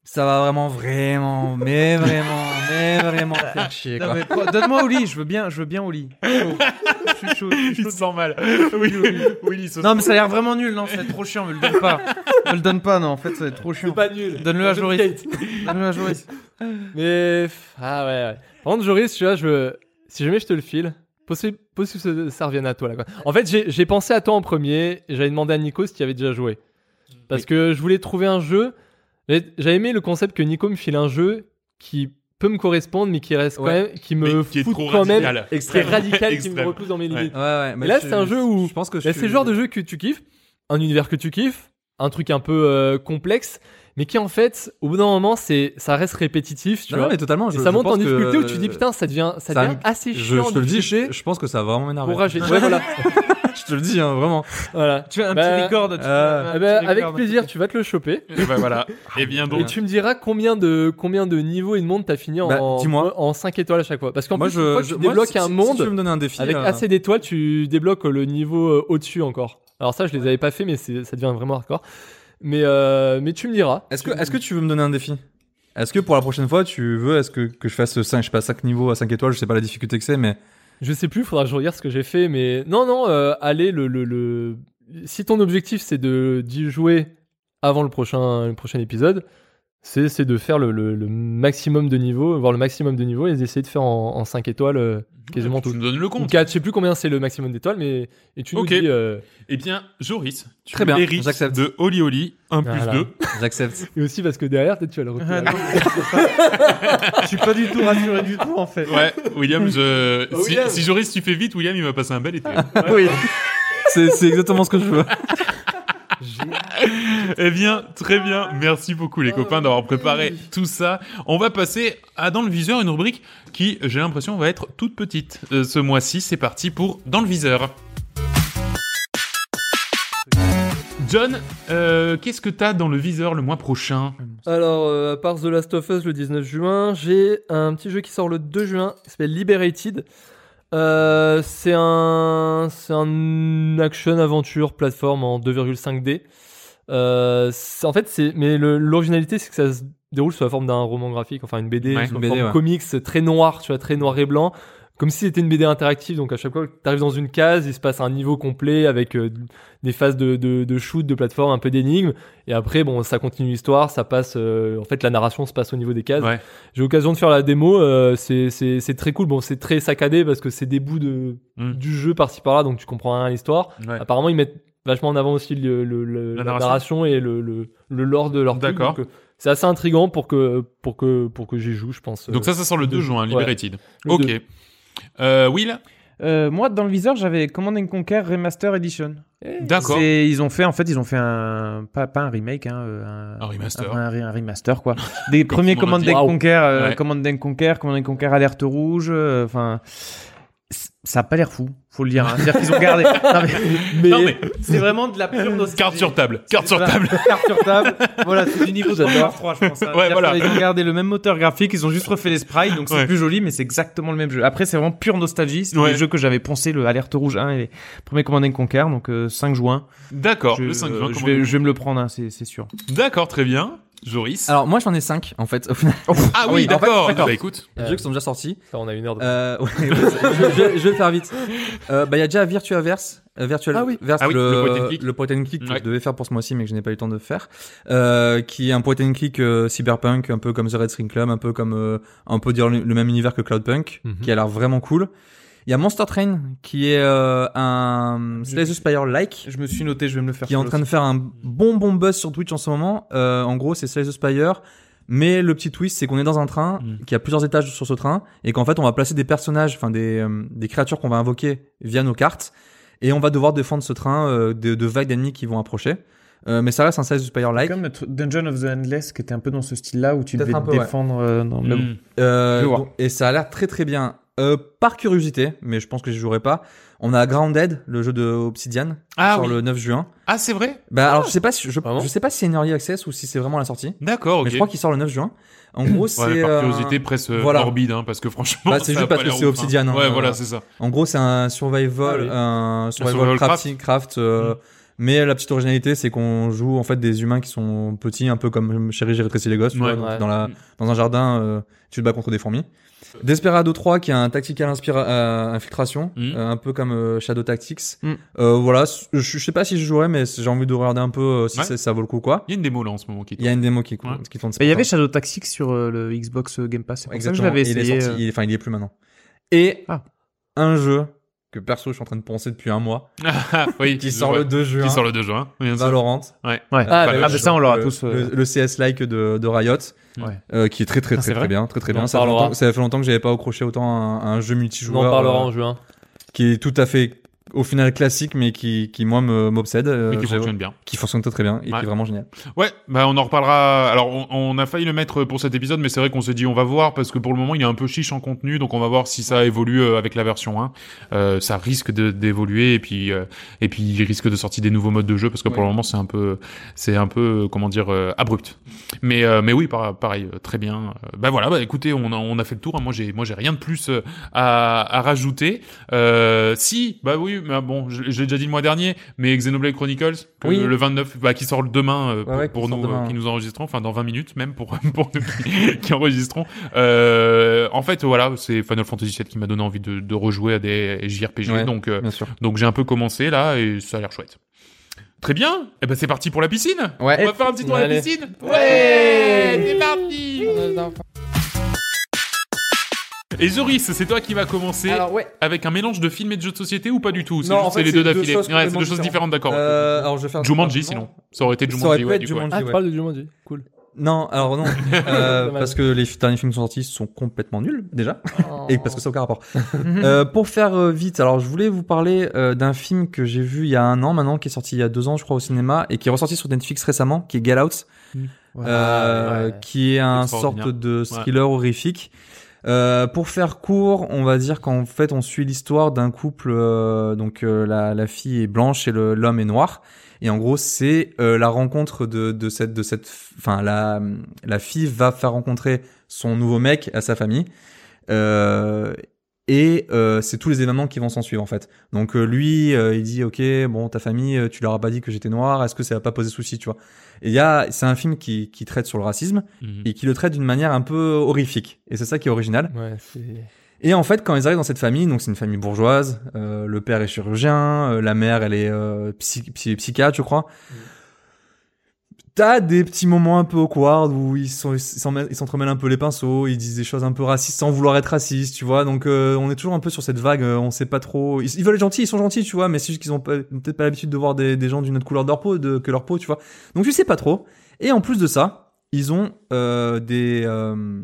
[SPEAKER 2] ça va vraiment, vraiment, mais vraiment, mais vraiment faire chier.
[SPEAKER 4] non,
[SPEAKER 2] quoi.
[SPEAKER 4] mais pro- donne-moi Oli, je veux bien, je veux bien Oli. Chaud. Je suis chaud, je suis
[SPEAKER 1] il
[SPEAKER 4] chaud.
[SPEAKER 1] se sent mal. Oui, oui, il se sent
[SPEAKER 4] Non, mais ça a l'air vraiment nul, non, c'est trop chiant, me le donne pas. Me le donne pas, non, en fait, ça va être trop chiant.
[SPEAKER 3] C'est pas nul.
[SPEAKER 4] Donne-le à
[SPEAKER 3] Jeu de
[SPEAKER 4] Joris.
[SPEAKER 3] Kate.
[SPEAKER 4] Donne-le à Joris.
[SPEAKER 3] Mais pff, ah ouais. ouais. Par contre, Joris, tu vois, je veux- si jamais je te le file, possible, possible que ça- ça revienne à toi là. Quoi. En fait, j'ai j'ai pensé à toi en premier. et J'avais demandé à Nico si tu y avais déjà joué, parce que je voulais trouver un jeu. mais J'avais aimé le concept que Nico me file un jeu qui peut me correspondre, mais qui reste
[SPEAKER 2] Ouais.
[SPEAKER 3] quand même, qui
[SPEAKER 1] mais
[SPEAKER 3] me
[SPEAKER 1] qui est
[SPEAKER 3] fout
[SPEAKER 1] trop
[SPEAKER 3] quand même,
[SPEAKER 1] radical.
[SPEAKER 3] qui est radical, qui me
[SPEAKER 1] Extrême.
[SPEAKER 3] repousse dans mes limites.
[SPEAKER 2] Ouais, ouais, mais
[SPEAKER 3] là,
[SPEAKER 2] je-
[SPEAKER 3] c'est un jeu où
[SPEAKER 2] je pense que je
[SPEAKER 3] Là,
[SPEAKER 2] suis-
[SPEAKER 3] c'est le genre de jeu que tu kiffes, un univers que tu kiffes, un truc un peu euh, complexe, mais qui en fait, au bout d'un moment, c'est ça reste répétitif, tu
[SPEAKER 2] Non, non,
[SPEAKER 3] vois.
[SPEAKER 2] mais totalement.
[SPEAKER 3] Et
[SPEAKER 2] Je,
[SPEAKER 3] ça
[SPEAKER 2] je
[SPEAKER 3] monte
[SPEAKER 2] pense
[SPEAKER 3] en difficulté
[SPEAKER 2] que-
[SPEAKER 3] où tu dis putain, ça devient, ça
[SPEAKER 2] ça
[SPEAKER 3] devient
[SPEAKER 2] me-
[SPEAKER 3] assez
[SPEAKER 2] Je,
[SPEAKER 3] chiant
[SPEAKER 2] je te le
[SPEAKER 3] de
[SPEAKER 2] dis,
[SPEAKER 3] toucher,
[SPEAKER 2] je, je pense que ça va vraiment m'énerver.
[SPEAKER 3] pour rager. Ouais, voilà,
[SPEAKER 2] je te le dis, hein, vraiment.
[SPEAKER 3] voilà.
[SPEAKER 4] Tu fais un
[SPEAKER 3] Bah,
[SPEAKER 4] petit record. tu fais
[SPEAKER 2] euh,
[SPEAKER 4] un
[SPEAKER 3] Eh ben,
[SPEAKER 4] petit
[SPEAKER 3] avec
[SPEAKER 4] record.
[SPEAKER 3] plaisir, tu vas te le choper.
[SPEAKER 1] Et bah voilà. Et bien
[SPEAKER 3] Et
[SPEAKER 1] donc.
[SPEAKER 3] tu me diras combien de combien de niveaux et de mondes t'as fini en,
[SPEAKER 2] Bah, dis-moi.
[SPEAKER 3] en 5 étoiles à chaque fois. Parce qu'en
[SPEAKER 2] Moi,
[SPEAKER 3] plus, une
[SPEAKER 2] je,
[SPEAKER 3] fois que
[SPEAKER 2] je-
[SPEAKER 3] tu
[SPEAKER 2] moi,
[SPEAKER 3] débloques
[SPEAKER 2] si-
[SPEAKER 3] un
[SPEAKER 2] si-
[SPEAKER 3] monde
[SPEAKER 2] Si tu veux me donner un défi.
[SPEAKER 3] avec
[SPEAKER 2] euh,
[SPEAKER 3] assez d'étoiles, tu débloques le niveau euh, au-dessus encore. Alors ça, je les avais pas fait, mais c'est- ça devient vraiment hardcore. Mais euh, mais tu me diras.
[SPEAKER 2] Est-ce que, est-ce que tu veux me donner un défi Est-ce que pour la prochaine fois, tu veux est-ce que, que je fasse 5, je sais pas, 5 niveaux à 5 étoiles, je sais pas la difficulté que c'est, mais
[SPEAKER 3] Je sais plus, faudra que je regarde ce que j'ai fait, mais non, non, euh, allez, le, le, le- si ton objectif c'est de d'y jouer avant le prochain, le prochain épisode, c'est c'est de faire le, le- le maximum de niveaux, voir le maximum de niveaux et d'essayer de faire en, 5 étoiles euh, quasiment
[SPEAKER 1] tu
[SPEAKER 3] tout.
[SPEAKER 1] me donnes le
[SPEAKER 3] Ou
[SPEAKER 1] compte.
[SPEAKER 3] 4, je sais plus combien c'est le maximum d'étoiles, mais et tu nous
[SPEAKER 1] Ok.
[SPEAKER 3] dis, euh,
[SPEAKER 1] Eh bien, Joris, tu
[SPEAKER 2] Très bien,
[SPEAKER 1] mérites
[SPEAKER 2] j'accepte.
[SPEAKER 1] de Oli Oli 1 plus
[SPEAKER 3] Voilà.
[SPEAKER 1] 2.
[SPEAKER 2] j'accepte.
[SPEAKER 3] et aussi parce que derrière, peut-être tu vas le
[SPEAKER 4] Ah,
[SPEAKER 3] refaire.
[SPEAKER 4] non, Je suis pas du tout rassuré du tout, en fait.
[SPEAKER 1] Ouais, William, je...
[SPEAKER 3] Oh,
[SPEAKER 1] si,
[SPEAKER 3] William.
[SPEAKER 1] si Joris, tu fais vite, William, il va passer un bel été.
[SPEAKER 2] oui. C'est, c'est exactement ce que je veux.
[SPEAKER 1] eh bien, très bien. Merci beaucoup,
[SPEAKER 2] Oh.
[SPEAKER 1] les copains, d'avoir préparé tout ça. On va passer à Dans le Viseur, une rubrique qui, j'ai l'impression, va être toute petite euh, ce mois-ci. C'est parti pour Dans le Viseur. John, euh, qu'est-ce que t'as dans le viseur le mois prochain
[SPEAKER 3] Alors, euh, à part The Last of Us le 19 juin, j'ai un petit jeu qui sort le 2 juin, qui s'appelle Liberated. Euh, c'est un, c'est un action-aventure plateforme en 2,5D. Euh, c'est- en fait, c'est, mais le- l'originalité, c'est que ça se déroule sous la forme d'un roman graphique, enfin une BD,
[SPEAKER 1] Ouais,
[SPEAKER 3] sous
[SPEAKER 2] une
[SPEAKER 3] la
[SPEAKER 2] BD,
[SPEAKER 3] forme
[SPEAKER 2] ouais.
[SPEAKER 3] comics très noir, tu vois, très noir et blanc. Comme si c'était une BD interactive, donc à chaque fois que t'arrives dans une case, il se passe un niveau complet avec euh, des phases de, de, de shoot, de plateforme, un peu d'énigmes. Et après, bon, ça continue l'histoire, ça passe. euh, en fait, la narration se passe au niveau des cases.
[SPEAKER 1] Ouais.
[SPEAKER 3] J'ai eu l'occasion de faire la démo. euh, c'est- c'est c'est très cool. Bon, c'est très saccadé parce que c'est des bouts de,
[SPEAKER 1] Mm.
[SPEAKER 3] du jeu par-ci par-là, donc tu comprends rien à l'histoire. Apparemment, ils mettent vachement en avant aussi le, le- le-
[SPEAKER 1] La
[SPEAKER 3] la,
[SPEAKER 1] narration.
[SPEAKER 3] narration. et le, le, le lore de leur truc.
[SPEAKER 1] D'accord.
[SPEAKER 3] Donc, euh, C'est assez intrigant pour que pour que pour que j'y joue, je pense.
[SPEAKER 1] Donc ça, ça sort le 2
[SPEAKER 3] deux.
[SPEAKER 1] juin, hein,
[SPEAKER 3] Ouais.
[SPEAKER 1] Liberated.
[SPEAKER 3] Le
[SPEAKER 1] ok.
[SPEAKER 3] deux.
[SPEAKER 1] Euh, Will
[SPEAKER 4] Euh, moi, dans le viseur, j'avais Command and Conquer Remaster Edition.
[SPEAKER 1] D'accord.
[SPEAKER 4] C'est- Ils ont fait, en fait, ils ont fait un pas, pas un remake, hein, euh, un,
[SPEAKER 1] Un remaster.
[SPEAKER 4] un- un remaster quoi. Des
[SPEAKER 1] Comme
[SPEAKER 4] premiers
[SPEAKER 1] tout le
[SPEAKER 4] Command
[SPEAKER 1] monde
[SPEAKER 3] le
[SPEAKER 4] and
[SPEAKER 3] dit.
[SPEAKER 4] Conquer, euh,
[SPEAKER 1] Ouais.
[SPEAKER 4] Command and Conquer, Command and Conquer Alerte Rouge. euh, Enfin, c- ça a pas l'air fou, faut le dire. hein. C'est-à-dire qu'ils ont gardé. Non, mais
[SPEAKER 3] Mais,
[SPEAKER 1] Non mais,
[SPEAKER 4] c'est vraiment de la pure nostalgie.
[SPEAKER 1] carte sur table, carte sur
[SPEAKER 4] Voilà,
[SPEAKER 1] table.
[SPEAKER 4] Carte sur table. Voilà, c'est du niveau de
[SPEAKER 3] J'adore.
[SPEAKER 4] Warcraft 3, je pense. hein.
[SPEAKER 1] Ouais,
[SPEAKER 4] C'est-à-dire
[SPEAKER 1] voilà.
[SPEAKER 4] qu'ils ont gardé le même moteur graphique, ils ont juste refait les sprites, donc c'est
[SPEAKER 1] Ouais.
[SPEAKER 4] plus joli, mais c'est exactement le même jeu. Après, c'est vraiment pure nostalgie. C'est
[SPEAKER 1] Ouais.
[SPEAKER 4] les jeux que j'avais poncé, le Alerte Rouge 1 et les premiers Command and Conquer, donc euh, 5 juin.
[SPEAKER 1] D'accord,
[SPEAKER 4] je,
[SPEAKER 1] le 5
[SPEAKER 4] euh,
[SPEAKER 1] juin.
[SPEAKER 4] je
[SPEAKER 1] comment
[SPEAKER 4] vais,
[SPEAKER 1] on dit
[SPEAKER 4] je vais me le prendre, hein, c'est c'est sûr.
[SPEAKER 1] D'accord, très bien. Joris.
[SPEAKER 2] Alors moi j'en ai 5 en fait. au final.
[SPEAKER 1] ah
[SPEAKER 2] oui,
[SPEAKER 1] oui,
[SPEAKER 2] en
[SPEAKER 1] d'accord.
[SPEAKER 2] fait, d'accord.
[SPEAKER 1] Bah écoute,
[SPEAKER 2] Les jeux qui sont déjà sortis.
[SPEAKER 3] Ça, on a une heure de.
[SPEAKER 2] Euh, ouais, ouais, je, je- je vais le faire vite. Euh, bah, il y a déjà Virtuaverse. euh, Virtual
[SPEAKER 3] Ah oui.
[SPEAKER 2] Verse,
[SPEAKER 1] Ah oui,
[SPEAKER 2] le,
[SPEAKER 1] le point and click.
[SPEAKER 2] le point and click que
[SPEAKER 1] Ouais.
[SPEAKER 2] je devais faire pour ce mois-ci mais que je n'ai pas eu le temps de faire, euh, qui est un point and click euh, cyberpunk, un peu comme The Red String Club, un peu comme euh, un peu dire le, le même univers que Cloudpunk,
[SPEAKER 3] Mhm.
[SPEAKER 2] qui a l'air vraiment cool. Il y a Monster Train qui est euh, un Slay the Spire like
[SPEAKER 4] Je me suis noté, je vais me le faire.
[SPEAKER 2] qui est en train de faire un bon bon buzz sur Twitch en ce moment. Euh, en gros, c'est Slay the Spire. Mais le petit twist, c'est qu'on est dans un train
[SPEAKER 1] Mm.
[SPEAKER 2] qui a plusieurs étages sur ce train et qu'en fait, on va placer des personnages, enfin des, euh, des créatures qu'on va invoquer via nos cartes et on va devoir défendre ce train euh, de, de vagues d'ennemis qui vont approcher. Euh, mais ça reste un Slay the Spire like.
[SPEAKER 4] Comme notre Dungeon of the Endless qui était un peu dans ce style-là où tu
[SPEAKER 2] Peut-être
[SPEAKER 4] devais
[SPEAKER 2] un peu, ouais.
[SPEAKER 4] défendre. euh, dans- mais bon.
[SPEAKER 1] hmm,
[SPEAKER 2] Euh,
[SPEAKER 4] Je vois.
[SPEAKER 2] donc- et ça a l'air très très bien. Euh, par curiosité, mais je pense que je jouerai pas. On a Grounded, le jeu de Obsidian,
[SPEAKER 1] Ah
[SPEAKER 2] sur
[SPEAKER 1] oui.
[SPEAKER 2] le 9 juin.
[SPEAKER 1] Ah c'est vrai.
[SPEAKER 2] Bah alors je sais pas si je,
[SPEAKER 3] Vraiment
[SPEAKER 2] je sais pas si c'est une early access ou si c'est vraiment à la sortie.
[SPEAKER 1] D'accord. Ok.
[SPEAKER 2] Mais je crois qu'il sort le 9 juin. En gros, c'est
[SPEAKER 1] Ouais, par
[SPEAKER 2] euh,
[SPEAKER 1] curiosité presse euh,
[SPEAKER 2] voilà.
[SPEAKER 1] morbide, hein, parce que franchement,
[SPEAKER 2] Bah, c'est
[SPEAKER 1] ça
[SPEAKER 2] juste
[SPEAKER 1] a pas
[SPEAKER 2] parce que
[SPEAKER 1] l'air
[SPEAKER 2] c'est
[SPEAKER 1] ouf, hein.
[SPEAKER 2] Obsidian, hein,
[SPEAKER 1] Ouais, voilà,
[SPEAKER 2] voilà.
[SPEAKER 1] c'est ça.
[SPEAKER 2] en gros, c'est un
[SPEAKER 3] Ah
[SPEAKER 2] survival,
[SPEAKER 3] oui.
[SPEAKER 2] un survival,
[SPEAKER 1] survival craft. Mm.
[SPEAKER 2] crafting- craft. euh, Mais la petite originalité, c'est qu'on joue en fait des humains qui sont petits, un peu comme Chérie, j'ai rétréci les gosses, tu
[SPEAKER 1] Ouais,
[SPEAKER 2] vois, donc
[SPEAKER 3] ouais.
[SPEAKER 2] dans, la, dans un jardin, euh, tu te bats contre des fourmis. Desperado 3, qui est un tactical inspira euh, infiltration,
[SPEAKER 1] Mm.
[SPEAKER 2] euh, un peu comme euh, Shadow Tactics.
[SPEAKER 4] Mm.
[SPEAKER 2] Euh, voilà, c- je, je sais pas si je jouerai, mais j'ai envie de regarder un peu euh, si
[SPEAKER 1] Ouais.
[SPEAKER 2] c'est- ça vaut le coup ou quoi.
[SPEAKER 1] Il y a une démo là en ce moment qui.
[SPEAKER 2] Il y a une démo qui,
[SPEAKER 1] Ouais.
[SPEAKER 2] qui tourne.
[SPEAKER 4] Bah, Il y avait Shadow Tactics sur euh, le Xbox Game Pass. C'est pour ça que je
[SPEAKER 2] Exactement.
[SPEAKER 4] l'avais
[SPEAKER 2] il est
[SPEAKER 4] essayé.
[SPEAKER 2] sorti,
[SPEAKER 4] euh.
[SPEAKER 2] il est- enfin, il y est plus maintenant. Et
[SPEAKER 4] Ah.
[SPEAKER 2] un jeu que perso, je suis en train de penser depuis un mois,
[SPEAKER 1] Ah, oui,
[SPEAKER 2] qui
[SPEAKER 1] je
[SPEAKER 2] sort
[SPEAKER 1] vois.
[SPEAKER 2] le 2 juin.
[SPEAKER 1] Qui sort le hein. 2 juin. bien sûr.
[SPEAKER 2] Valorant.
[SPEAKER 1] Ouais.
[SPEAKER 4] Ouais.
[SPEAKER 3] Ah,
[SPEAKER 1] Valorant.
[SPEAKER 4] Ah, mais ça, on l'aura tous. euh,
[SPEAKER 2] Le, le CS like de, de Riot,
[SPEAKER 1] Ouais.
[SPEAKER 2] euh, qui est très très
[SPEAKER 4] Ah,
[SPEAKER 2] très,
[SPEAKER 4] c'est
[SPEAKER 2] très
[SPEAKER 4] vrai
[SPEAKER 2] bien, très très
[SPEAKER 3] On en
[SPEAKER 2] bien. Ça fait,
[SPEAKER 3] parlera.
[SPEAKER 2] longtemps, ça fait longtemps que j'avais pas accroché autant à un, un jeu
[SPEAKER 3] On en
[SPEAKER 2] multijoueur
[SPEAKER 3] parlera
[SPEAKER 2] euh,
[SPEAKER 3] en juin.
[SPEAKER 2] qui est tout à fait au final classique, mais qui, qui moi me- m'obsède, euh,
[SPEAKER 1] Mais qui
[SPEAKER 2] j'ai-
[SPEAKER 1] fonctionne bien.
[SPEAKER 2] qui fonctionne très très bien et qui
[SPEAKER 1] Ouais.
[SPEAKER 2] est vraiment génial.
[SPEAKER 1] Ouais, bah on en reparlera. Alors on, on a failli le mettre pour cet épisode, mais c'est vrai qu'on s'est dit on va voir parce que pour le moment il est un peu chiche en contenu, donc on va voir si ça évolue euh, avec la version 1. Euh, ça risque de- d'évoluer et puis euh, et puis il risque de sortir des nouveaux modes de jeu parce que pour
[SPEAKER 2] Ouais.
[SPEAKER 1] le moment c'est un peu c'est un peu euh, comment dire euh, abrupt. Mais euh, mais oui par- pareil euh, très bien. Euh, bah voilà, bah écoutez on a, on a fait le tour. hein. Moi j'ai moi j'ai rien de plus euh, à, à rajouter. Euh, si bah oui bah bon je, je l'ai déjà dit le mois dernier, mais Xenoblade Chronicles que
[SPEAKER 2] Oui.
[SPEAKER 1] le 29 bah, qui sort le demain euh, pour,
[SPEAKER 2] Ouais, ouais,
[SPEAKER 1] pour
[SPEAKER 2] qui sort
[SPEAKER 1] nous
[SPEAKER 2] demain,
[SPEAKER 1] euh, qui
[SPEAKER 2] ouais.
[SPEAKER 1] nous enregistrons, enfin dans 20 minutes même pour, pour nous qui, qui enregistrons. Euh, en fait, voilà, c'est Final Fantasy VII qui m'a donné envie de, de rejouer à des JRPG,
[SPEAKER 2] Ouais.
[SPEAKER 1] donc, euh,
[SPEAKER 2] Bien sûr.
[SPEAKER 1] donc j'ai un peu commencé là et ça a l'air chouette. Très bien, et ben c'est parti pour la piscine.
[SPEAKER 2] Ouais.
[SPEAKER 1] On va faire un petit tour à la
[SPEAKER 3] Allez.
[SPEAKER 1] piscine. Ouais, c'est parti. Et Zoris, c'est toi qui va commencer
[SPEAKER 2] ouais.
[SPEAKER 1] avec un mélange de films et de jeux de société ou pas du tout C'est
[SPEAKER 2] Non,
[SPEAKER 1] juste
[SPEAKER 2] en fait,
[SPEAKER 1] c'est les
[SPEAKER 2] c'est
[SPEAKER 1] deux
[SPEAKER 2] deux
[SPEAKER 1] d'affilée. Ouais,
[SPEAKER 2] choses
[SPEAKER 1] c'est
[SPEAKER 2] complètement
[SPEAKER 1] deux choses différentes, d'accord.
[SPEAKER 2] Euh, alors je vais faire
[SPEAKER 1] Jumanji, sinon. Ça aurait été
[SPEAKER 2] Ça aurait
[SPEAKER 1] Jumanji,
[SPEAKER 2] pu
[SPEAKER 1] ouais,
[SPEAKER 2] être
[SPEAKER 1] du coup. ouais.
[SPEAKER 2] Jumanji,
[SPEAKER 3] Ah,
[SPEAKER 2] ouais.
[SPEAKER 3] tu parles de Jumanji. Cool.
[SPEAKER 2] Non, alors non, euh,
[SPEAKER 3] Dommage.
[SPEAKER 2] parce que les f- derniers films qui sont sortis sont complètement nuls déjà, et parce que
[SPEAKER 3] Oh.
[SPEAKER 2] ça n'a aucun rapport. Euh, pour faire euh, vite, alors je voulais vous parler euh, d'un film que j'ai vu il y a un an maintenant, qui est sorti il y a deux ans je crois au cinéma, et qui est ressorti sur Netflix récemment, qui est Get Out,
[SPEAKER 1] Mm.
[SPEAKER 4] Ouais.
[SPEAKER 2] euh,
[SPEAKER 3] Ah, Ouais.
[SPEAKER 2] qui est un
[SPEAKER 1] Extraordinaire.
[SPEAKER 2] sorte de thriller horrifique. Euh, pour faire court, on va dire qu'en fait on suit l'histoire d'un couple, euh, donc euh, la, la fille est blanche et le- l'homme est noir. Et en gros, c'est euh, la rencontre de, de cette, de cette, enfin la, la fille va faire rencontrer son nouveau mec à sa famille. Euh, et euh, c'est tous les événements qui vont s'en suivre en fait. Donc euh, lui, euh, il dit ok, bon ta famille, euh, tu leur as pas dit que j'étais noir, est-ce que ça va pas poser souci, tu vois Et il y a, c'est un film qui, qui traite sur le racisme
[SPEAKER 1] Mhm.
[SPEAKER 2] et qui le traite d'une manière un peu horrifique. Et c'est ça qui est original.
[SPEAKER 3] Ouais, c'est.
[SPEAKER 2] Et en fait, quand ils arrivent dans cette famille, donc c'est une famille bourgeoise, euh, le père est chirurgien, euh, la mère elle est euh, psy- psy- psychiatre, je crois. T'as des petits moments un peu awkward où ils sont ils s'emmêlent- ils s'entremêlent un peu les pinceaux, ils disent des choses un peu racistes sans vouloir être racistes, tu vois. Donc euh, on est toujours un peu sur cette vague, euh, on sait pas trop. Ils, ils veulent être gentils, ils sont gentils, tu vois, mais c'est juste qu'ils ont pas- peut-être pas l'habitude de voir des, des gens d'une autre couleur de leur peau de, que leur peau, tu vois. Donc tu sais pas trop. Et en plus de ça, ils ont euh, des euh,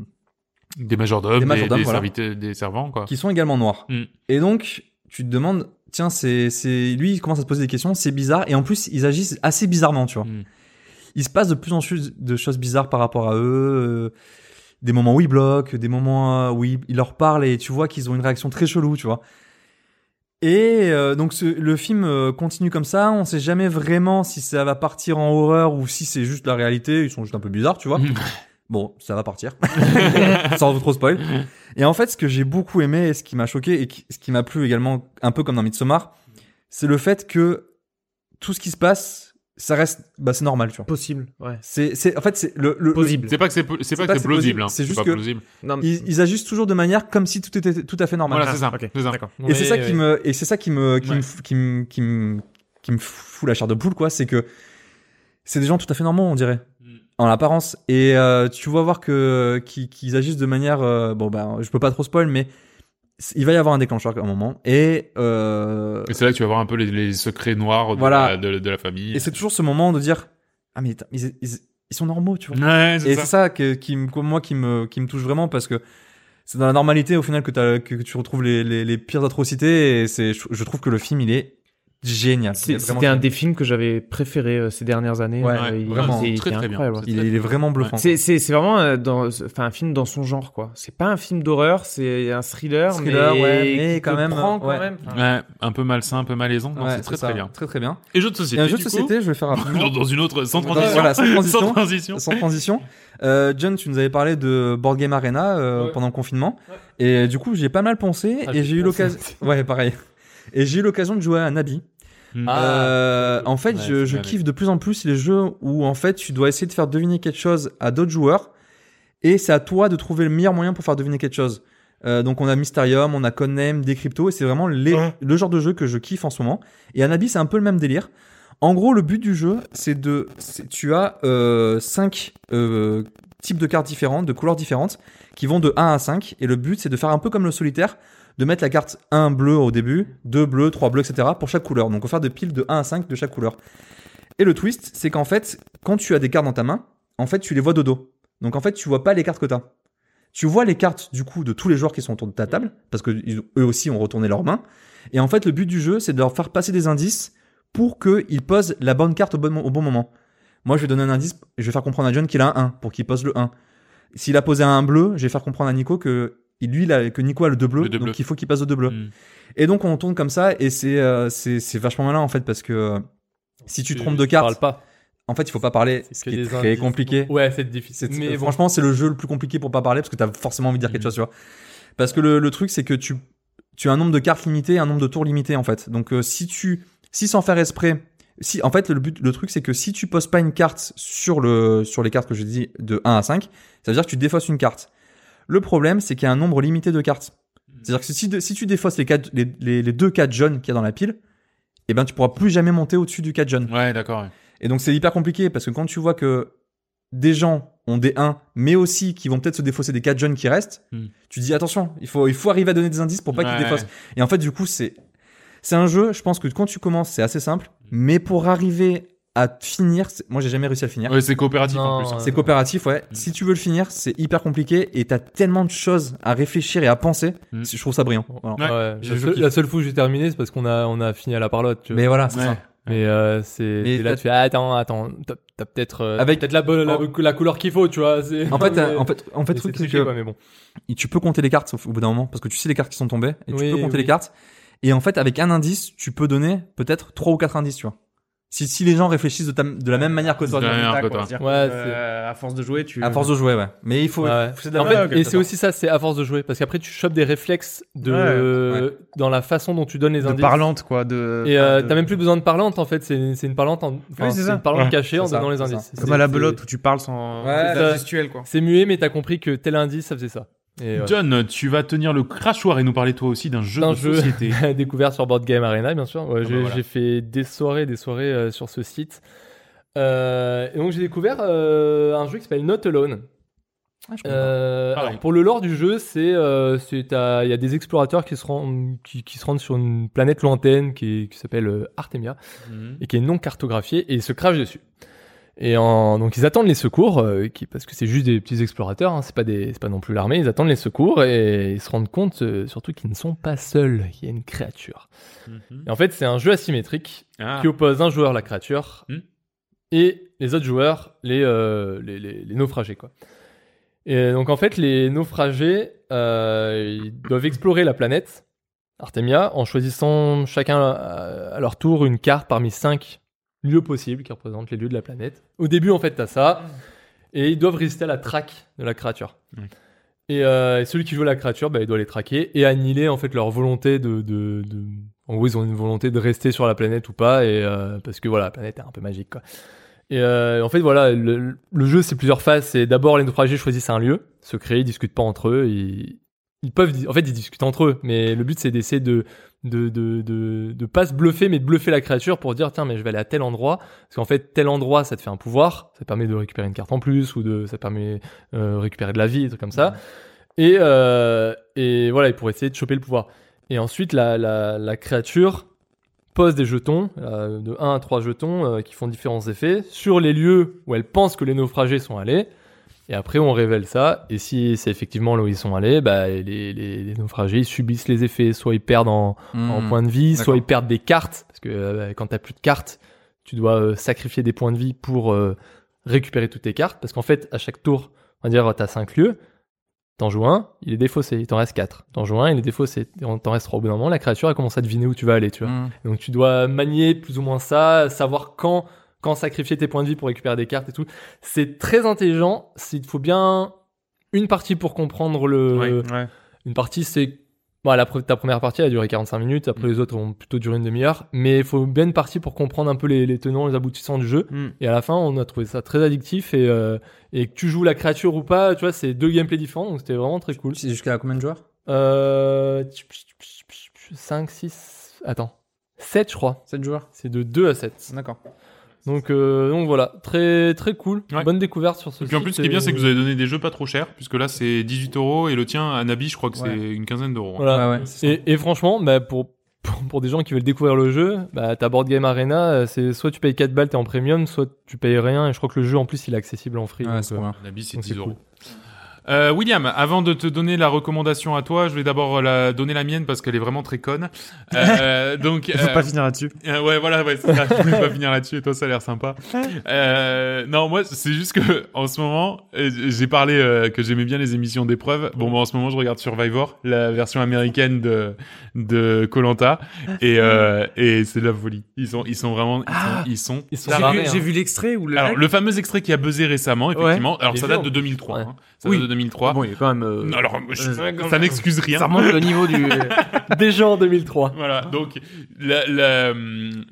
[SPEAKER 1] Des majordomes,
[SPEAKER 2] Des
[SPEAKER 1] des,
[SPEAKER 2] majordomes,
[SPEAKER 1] des
[SPEAKER 2] voilà.
[SPEAKER 1] serviteurs- des servants, quoi.
[SPEAKER 2] qui sont également noirs.
[SPEAKER 1] Mm.
[SPEAKER 2] Et donc, tu te demandes, tiens, c'est, c'est, lui, il commence à se poser des questions, c'est bizarre, et en plus, ils agissent assez bizarrement, tu vois.
[SPEAKER 1] Mm.
[SPEAKER 2] Il se passe de plus en plus de choses bizarres par rapport à eux, euh, des moments où ils bloquent, des moments euh, où ils, ils leur parlent, et tu vois qu'ils ont une réaction très chelou, tu vois. Et euh, donc ce- le film euh, continue comme ça, on sait jamais vraiment si ça va partir en horreur ou si c'est juste la réalité, ils sont juste un peu bizarres, tu vois.
[SPEAKER 1] Mm.
[SPEAKER 2] Bon, ça va partir. Sans vous trop spoil. Et en fait, ce que j'ai beaucoup aimé et ce qui m'a choqué et qui- ce qui m'a plu également, un peu comme dans Midsommar, c'est le fait que tout ce qui se passe, ça reste, bah, c'est normal, tu vois.
[SPEAKER 4] Possible, ouais.
[SPEAKER 2] C'est, c'est, en fait, c'est le, le- le-
[SPEAKER 4] Possible.
[SPEAKER 1] C'est pas que c'est po- c'est pas que c'est plausible, hein.
[SPEAKER 2] c'est juste
[SPEAKER 1] pas
[SPEAKER 2] que-
[SPEAKER 1] plausible.
[SPEAKER 4] Non, mais-
[SPEAKER 2] ils, ils agissent toujours de manière comme si tout était tout à fait normal.
[SPEAKER 1] Voilà, c'est ça.
[SPEAKER 4] Ah, ok.
[SPEAKER 1] c'est ça.
[SPEAKER 4] D'accord.
[SPEAKER 2] Et c'est ça qui me et c'est ça qui me qui me
[SPEAKER 1] Ouais.
[SPEAKER 2] f- qui me qui me qui me fout la chair de poule quoi, c'est que c'est des gens tout à fait normaux on dirait
[SPEAKER 1] Mm.
[SPEAKER 2] en apparence et euh, tu vas voir que qu'ils qu'ils agissent de manière euh, bon bah je peux pas trop spoil mais c- il va y avoir un déclencheur à un moment et euh,
[SPEAKER 1] Et c'est là que tu vas voir un peu les, les secrets noirs de,
[SPEAKER 2] Voilà.
[SPEAKER 1] la, de- de la famille.
[SPEAKER 2] et c'est toujours ce moment de dire ah mais ils, ils, ils sont normaux tu vois.
[SPEAKER 1] Ouais, c'est
[SPEAKER 2] Et
[SPEAKER 1] ça.
[SPEAKER 2] c'est ça que, qui me, que moi qui me, qui me touche vraiment parce que c'est dans la normalité au final que, t'as- que tu retrouves les, les, les pires atrocités et c'est, je, je trouve que le film il est génial. Il est
[SPEAKER 4] C'est-
[SPEAKER 2] vraiment
[SPEAKER 4] C'était un
[SPEAKER 2] génial.
[SPEAKER 4] des films que j'avais préféré euh, ces dernières années.
[SPEAKER 2] Ouais,
[SPEAKER 4] Euh,
[SPEAKER 1] ouais,
[SPEAKER 4] il-
[SPEAKER 2] vraiment.
[SPEAKER 4] il- il
[SPEAKER 1] Très,
[SPEAKER 4] est
[SPEAKER 1] très bien.
[SPEAKER 4] incroyable.
[SPEAKER 1] C'est
[SPEAKER 2] Il, est- il est vraiment bluffant.
[SPEAKER 4] C'est c'est- c'est vraiment euh, dans, enfin, un film dans son genre, quoi. C'est pas un film d'horreur, c'est un thriller,
[SPEAKER 2] Thriller,
[SPEAKER 4] mais,
[SPEAKER 2] ouais, mais
[SPEAKER 4] qui te
[SPEAKER 2] quand même, euh,
[SPEAKER 4] prend quand
[SPEAKER 2] ouais.
[SPEAKER 4] même.
[SPEAKER 1] Ouais, un peu malsain, un peu malaisant. Non,
[SPEAKER 2] Ouais,
[SPEAKER 1] c'est très
[SPEAKER 2] ça.
[SPEAKER 1] très bien.
[SPEAKER 2] Très très bien.
[SPEAKER 1] Et jeu de
[SPEAKER 2] Et
[SPEAKER 1] société.
[SPEAKER 2] un jeu de
[SPEAKER 1] du
[SPEAKER 2] société, je vais faire
[SPEAKER 1] coup
[SPEAKER 2] rapidement.
[SPEAKER 1] dans, dans une autre, sans
[SPEAKER 2] Dans-
[SPEAKER 1] transition.
[SPEAKER 2] voilà, sans transition.
[SPEAKER 1] Sans transition.
[SPEAKER 2] Sans transition. Euh, John, tu nous avais parlé de Board Game Arena euh,
[SPEAKER 3] Ouais.
[SPEAKER 2] pendant le confinement et du coup j'ai pas mal pensé
[SPEAKER 3] Ah,
[SPEAKER 2] et
[SPEAKER 3] j'ai
[SPEAKER 2] j'ai eu
[SPEAKER 3] pensé.
[SPEAKER 2] l'occasion. Ouais, pareil. Et j'ai eu l'occasion de jouer à Nabi.
[SPEAKER 1] Ah.
[SPEAKER 2] Euh, en
[SPEAKER 1] Ouais,
[SPEAKER 2] fait, je,
[SPEAKER 1] c'est
[SPEAKER 2] je
[SPEAKER 1] bien,
[SPEAKER 2] kiffe de plus en plus les jeux où en fait tu dois essayer de faire deviner quelque chose à d'autres joueurs et c'est à toi de trouver le meilleur moyen pour faire deviner quelque chose. Euh, donc on a Mysterium, on a Codename, Decrypto et c'est vraiment les,
[SPEAKER 4] Ouais.
[SPEAKER 2] le genre de jeu que je kiffe en ce moment. Et Anabi c'est un peu le même délire. En gros le but du jeu c'est de c'est- tu as euh, 5 types de cartes différentes, de couleurs différentes qui vont de 1 à 5 et le but c'est de faire un peu comme le solitaire de mettre la carte 1 bleu au début, 2 bleus, 3 bleus, etc. pour chaque couleur. Donc on va faire des piles de 1 à 5 de chaque couleur. Et le twist, c'est qu'en fait, quand tu as des cartes dans ta main, en fait, tu les vois de dos. Donc en fait, tu vois pas les cartes que t'as. Tu vois les cartes du coup de tous les joueurs qui sont autour de ta table, parce que ils- eux aussi ont retourné leurs mains. Et en fait, le but du jeu, c'est de leur faire passer des indices pour qu'ils posent la bonne carte au bon, mo- au bon moment. Moi, je vais donner un indice, je vais faire comprendre à John qu'il a un 1 pour qu'il pose le 1. S'il a posé un bleu, je vais faire comprendre à Nico que il- lui, il a- que Nico a le 2 bleu,
[SPEAKER 1] Le deux
[SPEAKER 2] donc
[SPEAKER 1] bleus.
[SPEAKER 2] il faut qu'il passe le 2 bleu.
[SPEAKER 1] Mm.
[SPEAKER 2] Et donc on tourne comme ça et c'est euh, c'est c'est vachement malin en fait parce que euh, si tu te trompes de carte,
[SPEAKER 3] Parle pas.
[SPEAKER 2] en fait il faut pas parler,
[SPEAKER 3] C'est
[SPEAKER 2] ce
[SPEAKER 3] que
[SPEAKER 2] qui est
[SPEAKER 3] des
[SPEAKER 2] très
[SPEAKER 3] indices.
[SPEAKER 2] compliqué.
[SPEAKER 3] Ouais, c'est difficile.
[SPEAKER 2] C'est-
[SPEAKER 3] Mais bon. Mm.
[SPEAKER 2] Franchement c'est le jeu le plus compliqué pour pas parler parce que t'as forcément envie de dire quelque
[SPEAKER 1] Mhm.
[SPEAKER 2] chose tu vois. Parce que le, le truc c'est que tu tu as un nombre de cartes limité, et un nombre de tours limité en fait. Donc euh, si tu si sans faire exprès si, en fait, le but, le truc, c'est que si tu poses pas une carte sur le, sur les cartes que je dis de 1 à 5, ça veut dire que tu défausses une carte. Le problème, c'est qu'il y a un nombre limité de cartes.
[SPEAKER 3] Mm.
[SPEAKER 2] C'est-à-dire que si, si tu défausses les, quatre, les, les, les deux 4 jaunes qu'il y a dans la pile, eh ben, tu pourras plus jamais monter au-dessus du 4 jaune.
[SPEAKER 1] Ouais, d'accord. ouais.
[SPEAKER 2] Et donc, c'est hyper compliqué parce que quand tu vois que des gens ont des 1, mais aussi qui vont peut-être se défausser des 4 jaunes qui restent,
[SPEAKER 1] Hmm.
[SPEAKER 2] tu dis attention, il faut, il faut arriver à donner des indices pour pas
[SPEAKER 1] Ouais.
[SPEAKER 2] qu'ils défaussent. Et en fait, du coup, c'est, c'est un jeu, je pense que quand tu commences, c'est assez simple,
[SPEAKER 1] Hmm.
[SPEAKER 2] mais pour arriver à finir, c'est- moi, j'ai jamais réussi à le finir.
[SPEAKER 1] Ouais, c'est coopératif en
[SPEAKER 3] Non,
[SPEAKER 1] plus. hein.
[SPEAKER 3] ouais.
[SPEAKER 2] C'est coopératif, ouais.
[SPEAKER 1] Mm.
[SPEAKER 2] Si tu veux le finir, c'est hyper compliqué et t'as tellement de choses à réfléchir et à penser.
[SPEAKER 1] Mm.
[SPEAKER 2] Je trouve ça brillant. Voilà.
[SPEAKER 1] Ouais,
[SPEAKER 3] Ouais,
[SPEAKER 1] je-
[SPEAKER 3] la,
[SPEAKER 1] je
[SPEAKER 3] seule,
[SPEAKER 1] kiffe.
[SPEAKER 3] la seule fois où j'ai terminé, c'est parce qu'on a, on a fini à la parlotte. Tu vois.
[SPEAKER 2] Mais voilà, c'est
[SPEAKER 1] Ouais.
[SPEAKER 2] ça.
[SPEAKER 3] Mais euh, c'est
[SPEAKER 2] Mais
[SPEAKER 3] c'est là
[SPEAKER 2] t'as-
[SPEAKER 3] tu fais ah, attends attends t'as t'as peut-être euh,
[SPEAKER 2] Avec-
[SPEAKER 3] peut-être la bonne la, la couleur qu'il faut tu vois c'est-
[SPEAKER 2] En fait,
[SPEAKER 3] mais-
[SPEAKER 2] euh, en fait, en fait,
[SPEAKER 3] mais
[SPEAKER 2] le
[SPEAKER 3] c'est
[SPEAKER 2] truc, c'est
[SPEAKER 3] triché,
[SPEAKER 2] que
[SPEAKER 3] quoi, mais bon
[SPEAKER 2] tu peux compter les cartes au au bout d'un moment parce que tu sais les cartes qui sont tombées et tu
[SPEAKER 3] Oui,
[SPEAKER 2] peux compter
[SPEAKER 3] oui.
[SPEAKER 2] les cartes. Et en fait, avec un indice, tu peux donner peut-être trois ou quatre indices, tu vois. Si, si les gens réfléchissent de, ta- de la même manière que toi,
[SPEAKER 1] De la même manière que toi.
[SPEAKER 4] C'est-à-dire que,
[SPEAKER 3] Ouais,
[SPEAKER 4] euh, à force de jouer, tu.
[SPEAKER 2] à force de jouer, ouais. Mais il faut,
[SPEAKER 3] Ouais.
[SPEAKER 2] c'est de la
[SPEAKER 3] En
[SPEAKER 2] même-
[SPEAKER 3] fait,
[SPEAKER 4] ok,
[SPEAKER 3] et
[SPEAKER 4] ça
[SPEAKER 3] c'est aussi ça c'est à force de jouer parce qu'après tu chopes des réflexes de
[SPEAKER 4] Ouais,
[SPEAKER 2] ouais.
[SPEAKER 3] dans la façon dont tu donnes les
[SPEAKER 4] de
[SPEAKER 3] indices
[SPEAKER 4] parlante, quoi. De,
[SPEAKER 3] et
[SPEAKER 4] enfin,
[SPEAKER 3] euh,
[SPEAKER 4] Ah, de-
[SPEAKER 3] t'as même plus besoin de parlante en fait c'est c'est une parlante en... enfin,
[SPEAKER 4] Oui, c'est
[SPEAKER 3] c'est
[SPEAKER 4] ça.
[SPEAKER 3] une parlante
[SPEAKER 4] Ouais,
[SPEAKER 3] cachée en
[SPEAKER 2] c'est ça,
[SPEAKER 3] donnant les
[SPEAKER 2] c'est ça.
[SPEAKER 3] indice
[SPEAKER 4] Comme
[SPEAKER 3] C'est-
[SPEAKER 4] à la
[SPEAKER 3] c'est-
[SPEAKER 4] belote où tu parles sans.
[SPEAKER 2] Ouais, c'est
[SPEAKER 4] c'est la
[SPEAKER 3] ça.
[SPEAKER 4] gestuelle, quoi.
[SPEAKER 3] c'est muet mais t'as compris que tel indice ça faisait ça et euh, ouais.
[SPEAKER 1] John, tu vas tenir le crachoir et nous parler toi aussi d'un jeu
[SPEAKER 3] D'un
[SPEAKER 1] de
[SPEAKER 3] jeu.
[SPEAKER 1] société.
[SPEAKER 3] découvert sur Board Game Arena, bien sûr. Ouais,
[SPEAKER 1] Ah
[SPEAKER 3] j'ai
[SPEAKER 1] bah voilà.
[SPEAKER 3] j'ai fait des soirées, des soirées euh, sur ce site. Euh, et donc j'ai découvert euh, un jeu qui s'appelle Not Alone.
[SPEAKER 2] Ah, je comprends.
[SPEAKER 3] Euh,
[SPEAKER 1] Pareil.
[SPEAKER 3] alors, pour le lore du jeu, c'est euh, c'est, t'as- il y a des explorateurs qui se rendent qui, qui se rendent sur une planète lointaine qui, est- qui s'appelle euh, Artemia
[SPEAKER 1] Mhm.
[SPEAKER 3] et qui est non cartographiée et ils se crachent dessus. Et en, donc ils attendent les secours euh, qui, parce que c'est juste des petits explorateurs, hein, c'est pas des c'est pas non plus l'armée. Ils attendent les secours et ils se rendent compte euh, surtout qu'ils ne sont pas seuls. Il y a une créature.
[SPEAKER 1] Mhm.
[SPEAKER 3] Et en fait, c'est un jeu asymétrique
[SPEAKER 1] Ah.
[SPEAKER 3] qui oppose un joueur, la créature,
[SPEAKER 1] Hmm.
[SPEAKER 3] et les autres joueurs, les, euh, les, les- les naufragés. Quoi. Et donc, en fait, les naufragés, euh, ils doivent explorer la planète Artemia en choisissant chacun euh, à leur tour une carte parmi cinq lieux possibles qui représentent les lieux de la
[SPEAKER 1] Mhm.
[SPEAKER 3] planète. Au début, en fait, t'as ça, et ils doivent résister à la traque de la créature.
[SPEAKER 1] Ouais.
[SPEAKER 3] Et, euh, et celui qui joue la créature, bah, il doit les traquer et annihiler en fait leur volonté de, de, de- En gros, ils ont une volonté de rester sur la planète ou pas, et euh, parce que voilà, la planète est un peu magique quoi. Et euh, en fait, voilà, le, le jeu c'est plusieurs phases. C'est d'abord les naufragés choisissent un lieu secret, ils discutent pas entre eux, ils, ils peuvent, di- en fait, ils discutent entre eux, mais le but c'est d'essayer de de, de, de de pas se bluffer, mais de bluffer la créature pour dire tiens mais je vais aller à tel endroit parce qu'en fait tel endroit ça te fait un pouvoir, ça te permet de récupérer une carte en plus ou de ça te permet euh, récupérer de la vie, des trucs comme ça. Et, euh, et voilà, et pour essayer de choper le pouvoir. Et ensuite, la, la, la créature pose des jetons, euh, de 1 à 3 jetons, euh, qui font différents effets, sur les lieux où elle pense que les naufragés sont allés. Et après, on révèle ça. Et si c'est effectivement là où ils sont allés, bah, les, les, les naufragés ils subissent les effets. Soit ils perdent en, en
[SPEAKER 2] Hmm.
[SPEAKER 3] points de vie,
[SPEAKER 2] D'accord.
[SPEAKER 3] soit ils perdent des cartes, parce que euh, quand t'as plus de cartes, tu dois euh, sacrifier des points de vie pour euh, récupérer toutes tes cartes, parce qu'en fait, à chaque tour, on va dire, t'as 5 lieux, t'en joues un, il est défaussé, il t'en reste 4, t'en joues un, il est défaussé, t'en t'en reste 3. Au bout d'un moment, la créature, elle commence à deviner où tu vas aller, tu vois.
[SPEAKER 2] Hmm.
[SPEAKER 3] Donc tu dois manier plus ou moins ça, savoir quand quand sacrifier tes points de vie pour récupérer des cartes et tout. C'est très intelligent. c'est- Il te faut bien une partie pour comprendre le.
[SPEAKER 2] euh,
[SPEAKER 1] Ouais,
[SPEAKER 3] Une partie c'est bon, la pre- ta première partie elle a duré 45 minutes.
[SPEAKER 1] Mm.
[SPEAKER 3] Après les autres ont plutôt duré une demi-heure. Mais il faut bien une partie pour comprendre un peu les, les tenants, les aboutissants du jeu.
[SPEAKER 4] Mm.
[SPEAKER 3] Et à la fin, on a trouvé ça très addictif et euh, et que tu joues la créature ou pas, tu vois, c'est deux gameplays différents. Donc c'était vraiment très cool.
[SPEAKER 2] C'est jusqu'à combien de joueurs
[SPEAKER 3] Euh... 5, 6... Attends. 7 je crois.
[SPEAKER 2] 7 joueurs.
[SPEAKER 3] C'est de 2 à 7.
[SPEAKER 2] D'accord.
[SPEAKER 3] Donc, euh, donc voilà, très très cool.
[SPEAKER 1] Ouais.
[SPEAKER 3] Bonne découverte sur ce
[SPEAKER 1] Et puis en plus, ce qui est bien, c'est que vous avez donné des jeux pas trop chers, puisque là, c'est 18 euros et le tien, Anabi, je crois que
[SPEAKER 2] Ouais.
[SPEAKER 1] c'est une quinzaine d'euros. hein.
[SPEAKER 3] Voilà.
[SPEAKER 2] Ouais, ouais, c'est ça.
[SPEAKER 3] et, et franchement, bah, pour, pour, pour des gens qui veulent découvrir le jeu, bah, ta board game arena, euh, c'est soit tu payes 4 balles, t'es en premium, soit tu payes rien. Et je crois que le jeu en plus il est accessible en free.
[SPEAKER 2] Ouais,
[SPEAKER 3] donc,
[SPEAKER 2] c'est
[SPEAKER 3] euh,
[SPEAKER 2] trop bien.
[SPEAKER 1] Anabi, c'est
[SPEAKER 3] donc
[SPEAKER 1] 10
[SPEAKER 3] c'est
[SPEAKER 1] euros.
[SPEAKER 3] cool.
[SPEAKER 1] Euh, William, avant de te donner la recommandation à toi, je vais d'abord la donner la mienne parce qu'elle est vraiment très conne. Euh, donc,
[SPEAKER 4] Il faut
[SPEAKER 1] euh,
[SPEAKER 4] pas finir là-dessus.
[SPEAKER 1] Euh, ouais, voilà, ouais, c'est ça. Je voulais pas finir là-dessus et toi, ça a l'air sympa. Euh, non, moi, c'est juste que, en ce moment, euh, j'ai parlé euh, que j'aimais bien les émissions d'épreuves. Bon, moi, en ce moment, je regarde Survivor, la version américaine de, de Colanta. Et,
[SPEAKER 3] Ah.
[SPEAKER 1] euh, et c'est de la folie. Ils sont, ils sont vraiment, ils sont, ils sont
[SPEAKER 3] Ils sont
[SPEAKER 1] tarés.
[SPEAKER 3] barrés, hein.
[SPEAKER 4] l'extrait où le.
[SPEAKER 1] alors, le fameux extrait qui a buzzé récemment, effectivement. Alors,
[SPEAKER 3] J'ai
[SPEAKER 1] ça
[SPEAKER 3] vu,
[SPEAKER 1] date
[SPEAKER 3] hein.
[SPEAKER 1] de 2003.
[SPEAKER 3] Ouais.
[SPEAKER 1] hein. Ça
[SPEAKER 4] Oui.
[SPEAKER 1] date de 2003.
[SPEAKER 4] il est quand même. euh,
[SPEAKER 1] Non, Alors, je-
[SPEAKER 4] euh,
[SPEAKER 1] ça n'excuse rien.
[SPEAKER 4] Ça remonte le niveau du.
[SPEAKER 3] Déjà en 2003.
[SPEAKER 1] Voilà, donc la- la-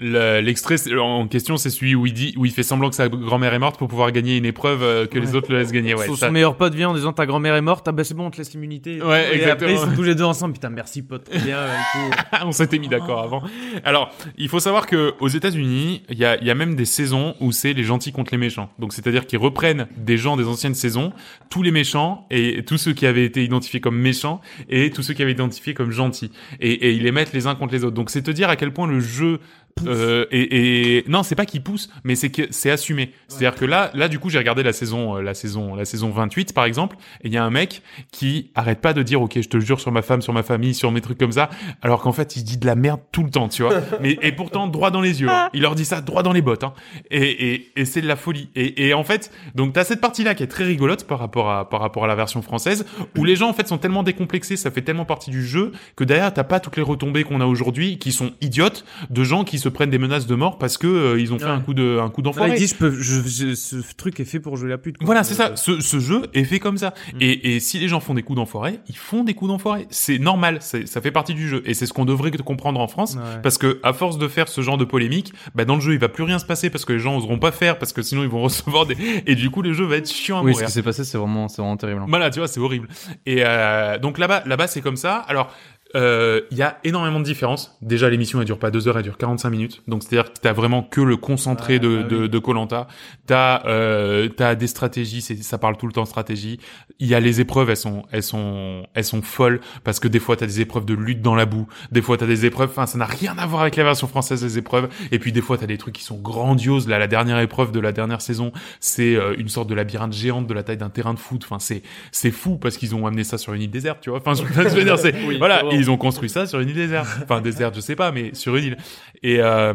[SPEAKER 1] la- l'extrait c'est- en question, c'est celui où il dit, où il fait semblant que sa grand-mère est morte pour pouvoir gagner une épreuve euh, que les autres le laissent gagner. Ouais,
[SPEAKER 4] son,
[SPEAKER 1] ça-
[SPEAKER 4] son meilleur pote vient en disant ta grand-mère est morte, ah bah c'est bon, on te laisse l'immunité.
[SPEAKER 1] Ouais,
[SPEAKER 4] et
[SPEAKER 1] exactement.
[SPEAKER 4] après ils sont tous les deux ensemble, putain merci pote, trop bien. euh, et tout.
[SPEAKER 1] on s'était mis d'accord avant. Alors, il faut savoir que aux États-Unis, il y a, il y a même des saisons où c'est les gentils contre les méchants. Donc, c'est-à-dire qu'ils reprennent des gens des anciennes saisons, tous les méchants et tous ceux qui avaient été identifiés comme méchants et tous ceux qui avaient été identifiés comme gentils. Et, et ils les mettent les uns contre les autres. Donc, c'est te dire à quel point le jeu euh, et, et- non, c'est pas qu'il pousse, mais c'est que c'est assumé. C'est-à-dire que là, là du coup, j'ai regardé la saison, euh, la saison, la saison 28 par exemple, et il y a un mec qui arrête pas de dire, ok, je te jure sur ma femme, sur ma famille, sur mes trucs comme ça, alors qu'en fait, il dit de la merde tout le temps, tu vois. Mais et pourtant, droit dans les yeux. hein. Il leur dit ça droit dans les bottes. Hein. Et, et, et c'est de la folie. Et, et en fait, donc t'as cette partie-là qui est très rigolote par rapport à par rapport à la version française, où les gens en fait sont tellement décomplexés, ça fait tellement partie du jeu que derrière t'as pas toutes les retombées qu'on a aujourd'hui, qui sont idiotes, de gens qui se prennent des menaces de mort parce que euh, ils ont fait
[SPEAKER 4] Ouais.
[SPEAKER 1] un coup de un coup
[SPEAKER 4] Non, il
[SPEAKER 1] d'enfoiré.
[SPEAKER 4] dit je peux, je, je- ce truc est fait pour jouer la pute. quoi.
[SPEAKER 1] Voilà, c'est
[SPEAKER 4] Euh,
[SPEAKER 1] ça. Ce, ce jeu est fait comme ça. Et, et si les gens font des coups d'enfoiré, ils font des coups d'enfoiré. C'est normal, c'est- ça fait partie du jeu. Et c'est ce qu'on devrait comprendre en France.
[SPEAKER 4] Ouais.
[SPEAKER 1] Parce que à force de faire ce genre de polémique, bah dans le jeu il va plus rien se passer parce que les gens oseront pas faire parce que sinon ils vont recevoir des et du coup le jeu va être chiant à
[SPEAKER 2] Oui, ce
[SPEAKER 1] mourir.
[SPEAKER 2] qui s'est passé, c'est vraiment, c'est vraiment terrible. hein.
[SPEAKER 1] Voilà, tu vois, c'est horrible. Et euh, donc là-bas, là-bas, c'est comme ça. Alors, euh, il y a énormément de différences. Déjà, l'émission, elle dure pas deux heures, elle dure 45 minutes. Donc, c'est-à-dire que t'as vraiment que le concentré
[SPEAKER 4] Ouais,
[SPEAKER 1] de,
[SPEAKER 4] bah
[SPEAKER 1] de, de Colanta. T'as, euh, t'as des stratégies. c'est- Ça parle tout le temps stratégie. Il y a les épreuves, elles sont, elles sont, elles sont folles parce que des fois, t'as des épreuves de lutte dans la boue. Des fois, t'as des épreuves. Enfin, ça n'a rien à voir avec la version française des épreuves. Et puis, des fois, t'as des trucs qui sont grandioses. Là, la dernière épreuve de la dernière saison, c'est euh, une sorte de labyrinthe géante de la taille d'un terrain de foot. Enfin, c'est c'est fou parce qu'ils ont amené ça sur une île déserte, tu vois. Enfin, je je veux dire, c'est
[SPEAKER 3] Oui,
[SPEAKER 1] voilà,
[SPEAKER 3] ça va,
[SPEAKER 1] Et ils ont construit ça sur une île déserte. Enfin, déserte, je sais pas, mais sur une île. Et, euh,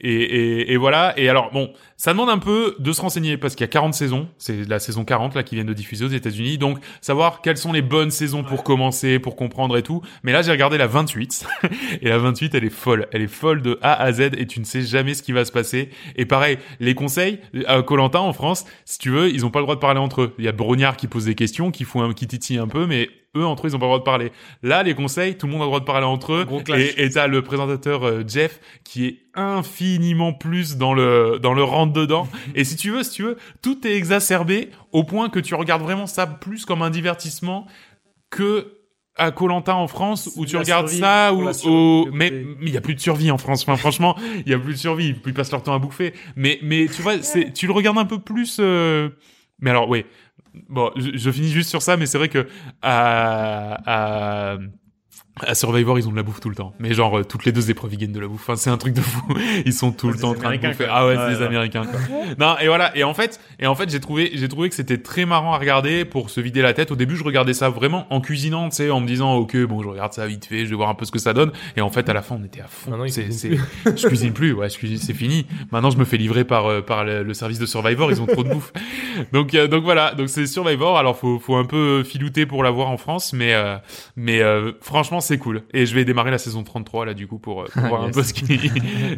[SPEAKER 1] et, et, et voilà. Et alors, bon, ça demande un peu de se renseigner parce qu'il y a 40 saisons. C'est la saison 40 là qui vient de diffuser aux États-Unis. Donc, savoir quelles sont les bonnes saisons pour commencer, pour comprendre et tout. Mais là, j'ai regardé la 28 et la 28, elle est folle. Elle est folle de A à Z et tu ne sais jamais ce qui va se passer. Et pareil, les conseils à Colantin en France, si tu veux, ils ont pas le droit de parler entre eux. Il y a Brognard qui pose des questions, qui font un, qui titille un peu, mais eux entre eux, ils ont pas le droit de parler. Là, les conseils, tout le monde a le droit de parler entre eux.
[SPEAKER 3] Gros clash.
[SPEAKER 1] Et et t'as le présentateur euh, Jeff qui est infiniment plus dans le dans le rentre dedans. Et si tu veux, si tu veux, tout est exacerbé au point que tu regardes vraiment ça plus comme un divertissement que à Colanta en France où
[SPEAKER 4] C'est
[SPEAKER 1] tu
[SPEAKER 4] la
[SPEAKER 1] regardes
[SPEAKER 4] survie,
[SPEAKER 1] ça
[SPEAKER 4] pour
[SPEAKER 1] ou
[SPEAKER 4] la survie
[SPEAKER 1] au...
[SPEAKER 4] que vous
[SPEAKER 1] mais
[SPEAKER 4] avez.
[SPEAKER 1] mais il y a plus de survie en France enfin, franchement il y a plus de survie ils passent leur temps à bouffer mais mais tu vois c'est tu le regardes un peu plus euh, mais alors oui bon je, je finis juste sur ça mais c'est vrai que à, à à Survivor, ils ont de la bouffe tout le temps. Mais genre, euh, toutes les deux épreuves, ils gagnent de la bouffe. Enfin, c'est un truc de fou. Ils sont tout le
[SPEAKER 5] des
[SPEAKER 1] temps en train de
[SPEAKER 5] Américains,
[SPEAKER 1] bouffer.
[SPEAKER 5] quoi.
[SPEAKER 1] Ah ouais, c'est
[SPEAKER 5] Ouais,
[SPEAKER 1] des
[SPEAKER 5] ouais.
[SPEAKER 1] Américains, quoi. Non, et voilà. Et en fait, et en fait, j'ai trouvé, j'ai trouvé que c'était très marrant à regarder pour se vider la tête. Au début, je regardais ça vraiment en cuisinant, tu sais, en me disant, OK, bon, je regarde ça vite fait, je vais voir un peu ce que ça donne. Et en fait, à la fin, on était à fond.
[SPEAKER 3] Maintenant, ils
[SPEAKER 1] C'est,
[SPEAKER 3] cuisinent
[SPEAKER 1] c'est- je cuisine plus. Ouais, je cuisine, c'est fini. Maintenant, je me fais livrer par, euh, par le, le service de Survivor. Ils ont trop de bouffe. Donc, euh, donc voilà. Donc c'est Survivor. Alors, faut, faut un peu filouter pour l'avoir en France, mais, euh, mais euh, franchement, c'est cool. Et je vais démarrer la saison 33 là du coup pour, euh, pour voir un
[SPEAKER 4] yes.
[SPEAKER 1] peu ce qui,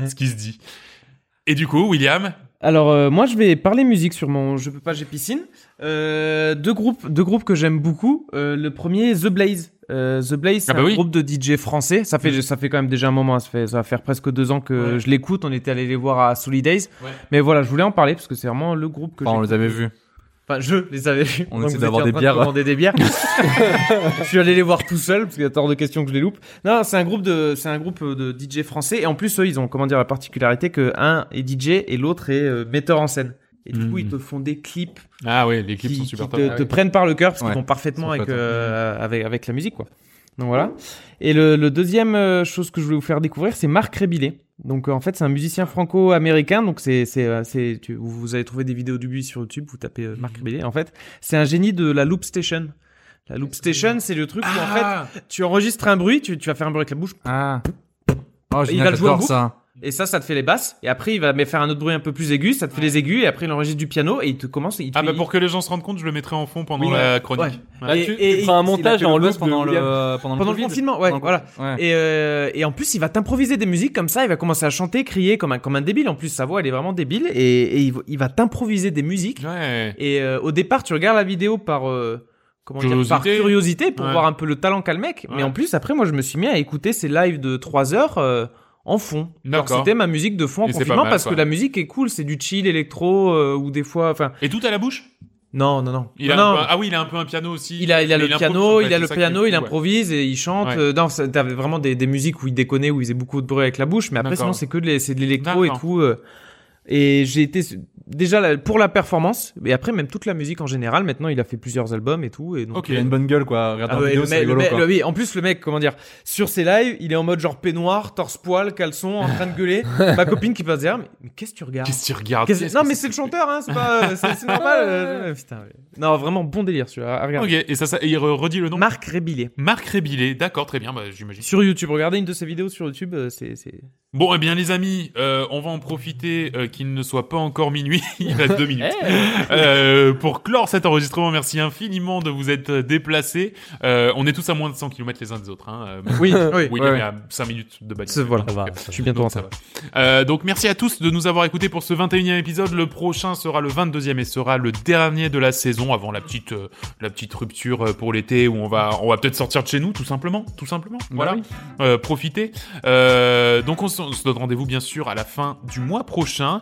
[SPEAKER 1] ce qui se dit. Et du coup, William,
[SPEAKER 4] Alors euh, moi je vais parler musique sur mon je peux pas j'ai piscine. Euh, deux groupes deux groupes que j'aime beaucoup. Euh, le premier The Blaze. Euh, The Blaze c'est
[SPEAKER 1] Ah bah
[SPEAKER 4] un
[SPEAKER 1] oui.
[SPEAKER 4] groupe de DJ français. Ça fait ça fait quand même déjà un moment. hein. Ça fait ça va faire presque deux ans que je l'écoute. On était allé les voir à Solidays.
[SPEAKER 1] Ouais. Bah,
[SPEAKER 4] Mais voilà je voulais en parler parce que c'est vraiment le groupe que
[SPEAKER 2] Enfin, on
[SPEAKER 4] j'écoute.
[SPEAKER 2] les avait vus.
[SPEAKER 4] Enfin, je les avais vus.
[SPEAKER 2] On
[SPEAKER 4] Donc,
[SPEAKER 2] essaie
[SPEAKER 4] vous
[SPEAKER 2] d'avoir des
[SPEAKER 4] étiez en train
[SPEAKER 2] bières.
[SPEAKER 4] De commander des bières. je suis allé les voir tout seul parce qu'il y a tant de questions que je les loupe. Non, c'est un groupe de, c'est un groupe euh, de DJ français et en plus eux, ils ont comment dire la particularité que un est DJ et l'autre est euh, metteur en scène. Et du
[SPEAKER 2] Hmm.
[SPEAKER 4] coup,
[SPEAKER 1] Mhm.
[SPEAKER 4] ils te font des clips
[SPEAKER 1] ah ouais, les
[SPEAKER 4] qui,
[SPEAKER 1] clips sont
[SPEAKER 4] qui
[SPEAKER 1] super
[SPEAKER 4] te,
[SPEAKER 1] top.
[SPEAKER 4] te prennent par le cœur parce
[SPEAKER 2] Ouais,
[SPEAKER 4] qu'ils vont parfaitement
[SPEAKER 2] ça peut
[SPEAKER 4] avec,
[SPEAKER 2] être
[SPEAKER 4] euh, avec avec la musique quoi. Donc voilà. Et le, le deuxième euh, chose que je voulais vous faire découvrir, c'est Marc Rébillet. Donc euh, en fait, c'est un musicien franco-américain. Donc c'est c'est euh, c'est tu- vous, vous allez trouver des vidéos du lui sur YouTube. Vous tapez euh, Marc Rébillet. En fait, c'est un génie de la loop station. La loop station, c'est le truc où en fait tu enregistres un bruit, tu, tu vas faire un bruit avec la bouche,
[SPEAKER 2] Ah. Oh,
[SPEAKER 4] il va
[SPEAKER 2] génial,
[SPEAKER 4] le jouer
[SPEAKER 2] j'adore
[SPEAKER 4] en boucle
[SPEAKER 2] ça.
[SPEAKER 4] et ça, ça te fait les basses, et après il va mais faire un autre bruit un peu plus aigu, ça te fait les aigus, et après il enregistre du piano, et il te commence, il te
[SPEAKER 1] Ah
[SPEAKER 4] fait-
[SPEAKER 1] bah
[SPEAKER 4] il-
[SPEAKER 1] pour que les gens se rendent compte, je le mettrai en fond pendant
[SPEAKER 4] Oui,
[SPEAKER 1] la chronique.
[SPEAKER 4] ouais.
[SPEAKER 3] Là,
[SPEAKER 4] Et-
[SPEAKER 3] tu, tu
[SPEAKER 4] et-
[SPEAKER 3] feras
[SPEAKER 4] il
[SPEAKER 3] un
[SPEAKER 4] a
[SPEAKER 3] montage
[SPEAKER 4] fait le
[SPEAKER 3] en
[SPEAKER 4] buzz
[SPEAKER 3] loop
[SPEAKER 4] pendant
[SPEAKER 3] pendant
[SPEAKER 4] le-
[SPEAKER 3] le
[SPEAKER 4] pendant le
[SPEAKER 3] Covid.
[SPEAKER 4] confinement, ouais,
[SPEAKER 2] Pendant le
[SPEAKER 4] voilà.
[SPEAKER 2] Covid. Ouais.
[SPEAKER 4] Et, euh, et en plus, il va t'improviser des musiques comme ça. Il va commencer à chanter, crier comme un, comme un débile. En plus, sa voix, elle est vraiment débile. Et, et il, va- il va t'improviser des musiques.
[SPEAKER 1] Ouais.
[SPEAKER 4] Et euh, au départ, tu regardes la vidéo par, euh, comment dire, par
[SPEAKER 1] Curiosité.
[SPEAKER 4] curiosité pour
[SPEAKER 1] Ouais.
[SPEAKER 4] voir un peu le talent qu'a le mec.
[SPEAKER 1] Ouais.
[SPEAKER 4] Mais en plus, après, moi, je me suis mis à écouter ses lives de 3 heures euh, en fond. Alors,
[SPEAKER 1] D'accord.
[SPEAKER 4] C'était ma musique de fond en
[SPEAKER 1] Et c'est pas
[SPEAKER 4] confinement
[SPEAKER 1] mal,
[SPEAKER 4] parce
[SPEAKER 1] quoi.
[SPEAKER 4] que la musique est cool. C'est du chill électro euh, ou des fois. Enfin,
[SPEAKER 1] Et tout à la bouche
[SPEAKER 4] non, non, non.
[SPEAKER 1] il
[SPEAKER 4] Non,
[SPEAKER 1] a
[SPEAKER 4] non,
[SPEAKER 1] un peu- Ah oui, il a un peu un piano aussi.
[SPEAKER 4] il a, il a
[SPEAKER 1] Mais
[SPEAKER 4] le
[SPEAKER 1] improvise,
[SPEAKER 4] piano,
[SPEAKER 1] en fait,
[SPEAKER 4] il a
[SPEAKER 1] c'est
[SPEAKER 4] le
[SPEAKER 1] ça qui
[SPEAKER 4] piano,
[SPEAKER 1] est
[SPEAKER 4] il
[SPEAKER 1] cool, ouais. improvise
[SPEAKER 4] improvise et il chante.
[SPEAKER 1] Ouais.
[SPEAKER 4] Euh, non, ça- t'avais vraiment des, des musiques où il déconnait, où il faisait beaucoup de bruit avec la bouche, mais après
[SPEAKER 1] D'accord.
[SPEAKER 4] sinon c'est que de, l'é- c'est de l'électro et
[SPEAKER 1] D'accord.
[SPEAKER 4] tout. euh. et j'ai été s- déjà là, pour la performance, et après même toute la musique en général. Maintenant, il a fait plusieurs albums et tout. Et donc,
[SPEAKER 1] Ok.
[SPEAKER 2] Il a une bonne gueule, quoi. Regarde
[SPEAKER 4] Ah
[SPEAKER 2] la
[SPEAKER 4] ouais,
[SPEAKER 2] vidéo,
[SPEAKER 4] le
[SPEAKER 2] c'est
[SPEAKER 4] mec- le
[SPEAKER 2] rigolo,
[SPEAKER 4] mec-
[SPEAKER 2] quoi.
[SPEAKER 4] le- oui, en plus le mec, comment dire, sur ses lives, il est en mode genre peignoir, torse poil, caleçon, en train de gueuler. Ma copine qui passe derrière, mais, mais qu'est-ce que tu regardes
[SPEAKER 1] Qu'est-ce que tu regardes
[SPEAKER 4] Qu'est-ce-
[SPEAKER 1] Qu'est-ce
[SPEAKER 4] Non
[SPEAKER 1] que
[SPEAKER 4] mais c'est le chanteur, hein, c'est pas, euh, c'est c'est normal. euh, putain, mais- Non, vraiment bon délire celui-là. à regarder.
[SPEAKER 1] Ok, et ça, ça, et il re- redit le nom.
[SPEAKER 4] Marc Rébillet.
[SPEAKER 1] Marc Rébillet, d'accord, très bien, bah, j'imagine.
[SPEAKER 4] Sur YouTube, regardez une de ses vidéos sur YouTube, euh, c'est. c'est-
[SPEAKER 1] Bon, eh bien, les amis, euh, on va en profiter euh, qu'il ne soit pas encore minuit. Il reste deux minutes.
[SPEAKER 4] Eh.
[SPEAKER 1] Euh, pour clore cet enregistrement, merci infiniment de vous être déplacés. Euh, on est tous à moins de 100 km les uns des autres. Hein. Euh,
[SPEAKER 4] Oui, oui.
[SPEAKER 1] William est à 5 minutes de bagnole.
[SPEAKER 4] C'est- voilà.
[SPEAKER 3] Ça va,
[SPEAKER 1] Ok.
[SPEAKER 3] ça
[SPEAKER 4] Je suis bientôt
[SPEAKER 1] Donc,
[SPEAKER 4] en train.
[SPEAKER 1] ça va. Euh, donc merci à tous de nous avoir écoutés pour ce 21e épisode. Le prochain sera le 22e et sera le dernier de la saison avant la petite euh, la petite rupture euh, pour l'été où on va on va peut-être sortir de chez nous tout simplement, tout
[SPEAKER 4] Bah
[SPEAKER 1] simplement. voilà. Euh, profitez. Euh, donc on se, on se donne rendez-vous bien sûr à la fin du mois prochain.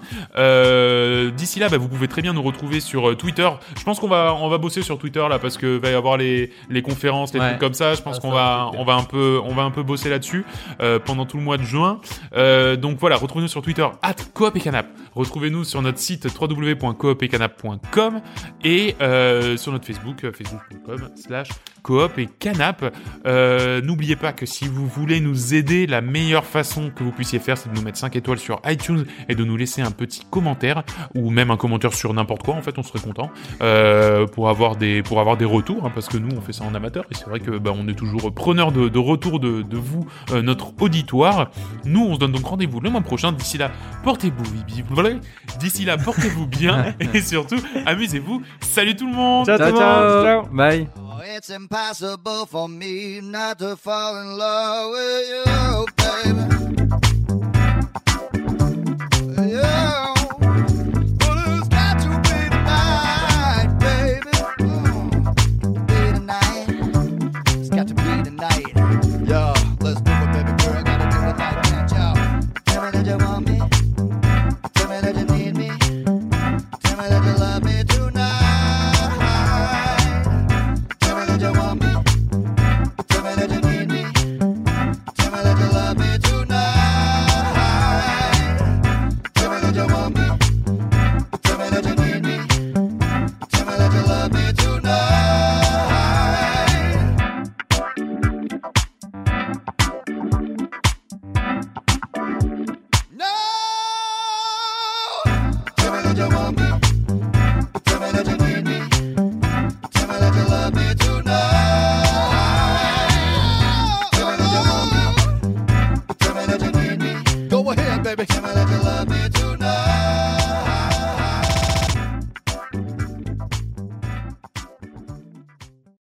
[SPEAKER 1] Euh, D'ici là, bah, vous pouvez très bien nous retrouver sur euh, Twitter. Je pense qu'on va on va bosser sur Twitter là parce que va y avoir les les conférences, les
[SPEAKER 2] Ouais.
[SPEAKER 1] trucs comme ça. Je pense
[SPEAKER 3] Ah,
[SPEAKER 1] qu'on
[SPEAKER 3] ça,
[SPEAKER 1] va
[SPEAKER 3] Twitter.
[SPEAKER 1] on va un peu on va un peu bosser là-dessus euh, pendant tout le mois de juin. Euh, donc voilà, retrouvez-nous sur Twitter, at Coop et Canap. Retrouvez-nous sur notre site www.coopetcanap.com et euh, sur notre Facebook, euh, facebook.com slash coop et canap. Euh, N'oubliez pas que si vous voulez nous aider, la meilleure façon que vous puissiez faire, c'est de nous mettre 5 étoiles sur iTunes et de nous laisser un un petit commentaire ou même un commentaire sur n'importe quoi. En fait, on serait content euh, pour avoir des pour avoir des retours hein, parce que nous on fait ça en amateur et c'est vrai que bah, on est toujours preneur de, de retours de, de vous, euh, notre auditoire. Nous, on se donne donc rendez-vous le mois prochain. D'ici là, portez-vous bi- bi- d'ici là, portez-vous bien et surtout amusez-vous. Salut tout le monde.
[SPEAKER 4] Ciao, tout le monde. Ciao.
[SPEAKER 2] Bye.
[SPEAKER 5] Oh, it's impossible for me not to fall in love with you, baby. Yeah. Well, it's got to be tonight, baby. Mm. Be tonight. It's got to be tonight. Yeah, let's do it, baby girl. Gotta do it like that, y'all. Tell me that you want me. Tell me that you need me. Tell me that you love me tonight. Tell me that you want me. Tell me that you need me. Tell me that you love me tonight. Tell me that you want me. Tell me that you need me. Tell me that you love me tonight. No. Tell me that you want me. Tell me that you need me. Tell me that you love me tonight. Tell me that you want me. Tell me that you need me. Go ahead, baby. Tell me that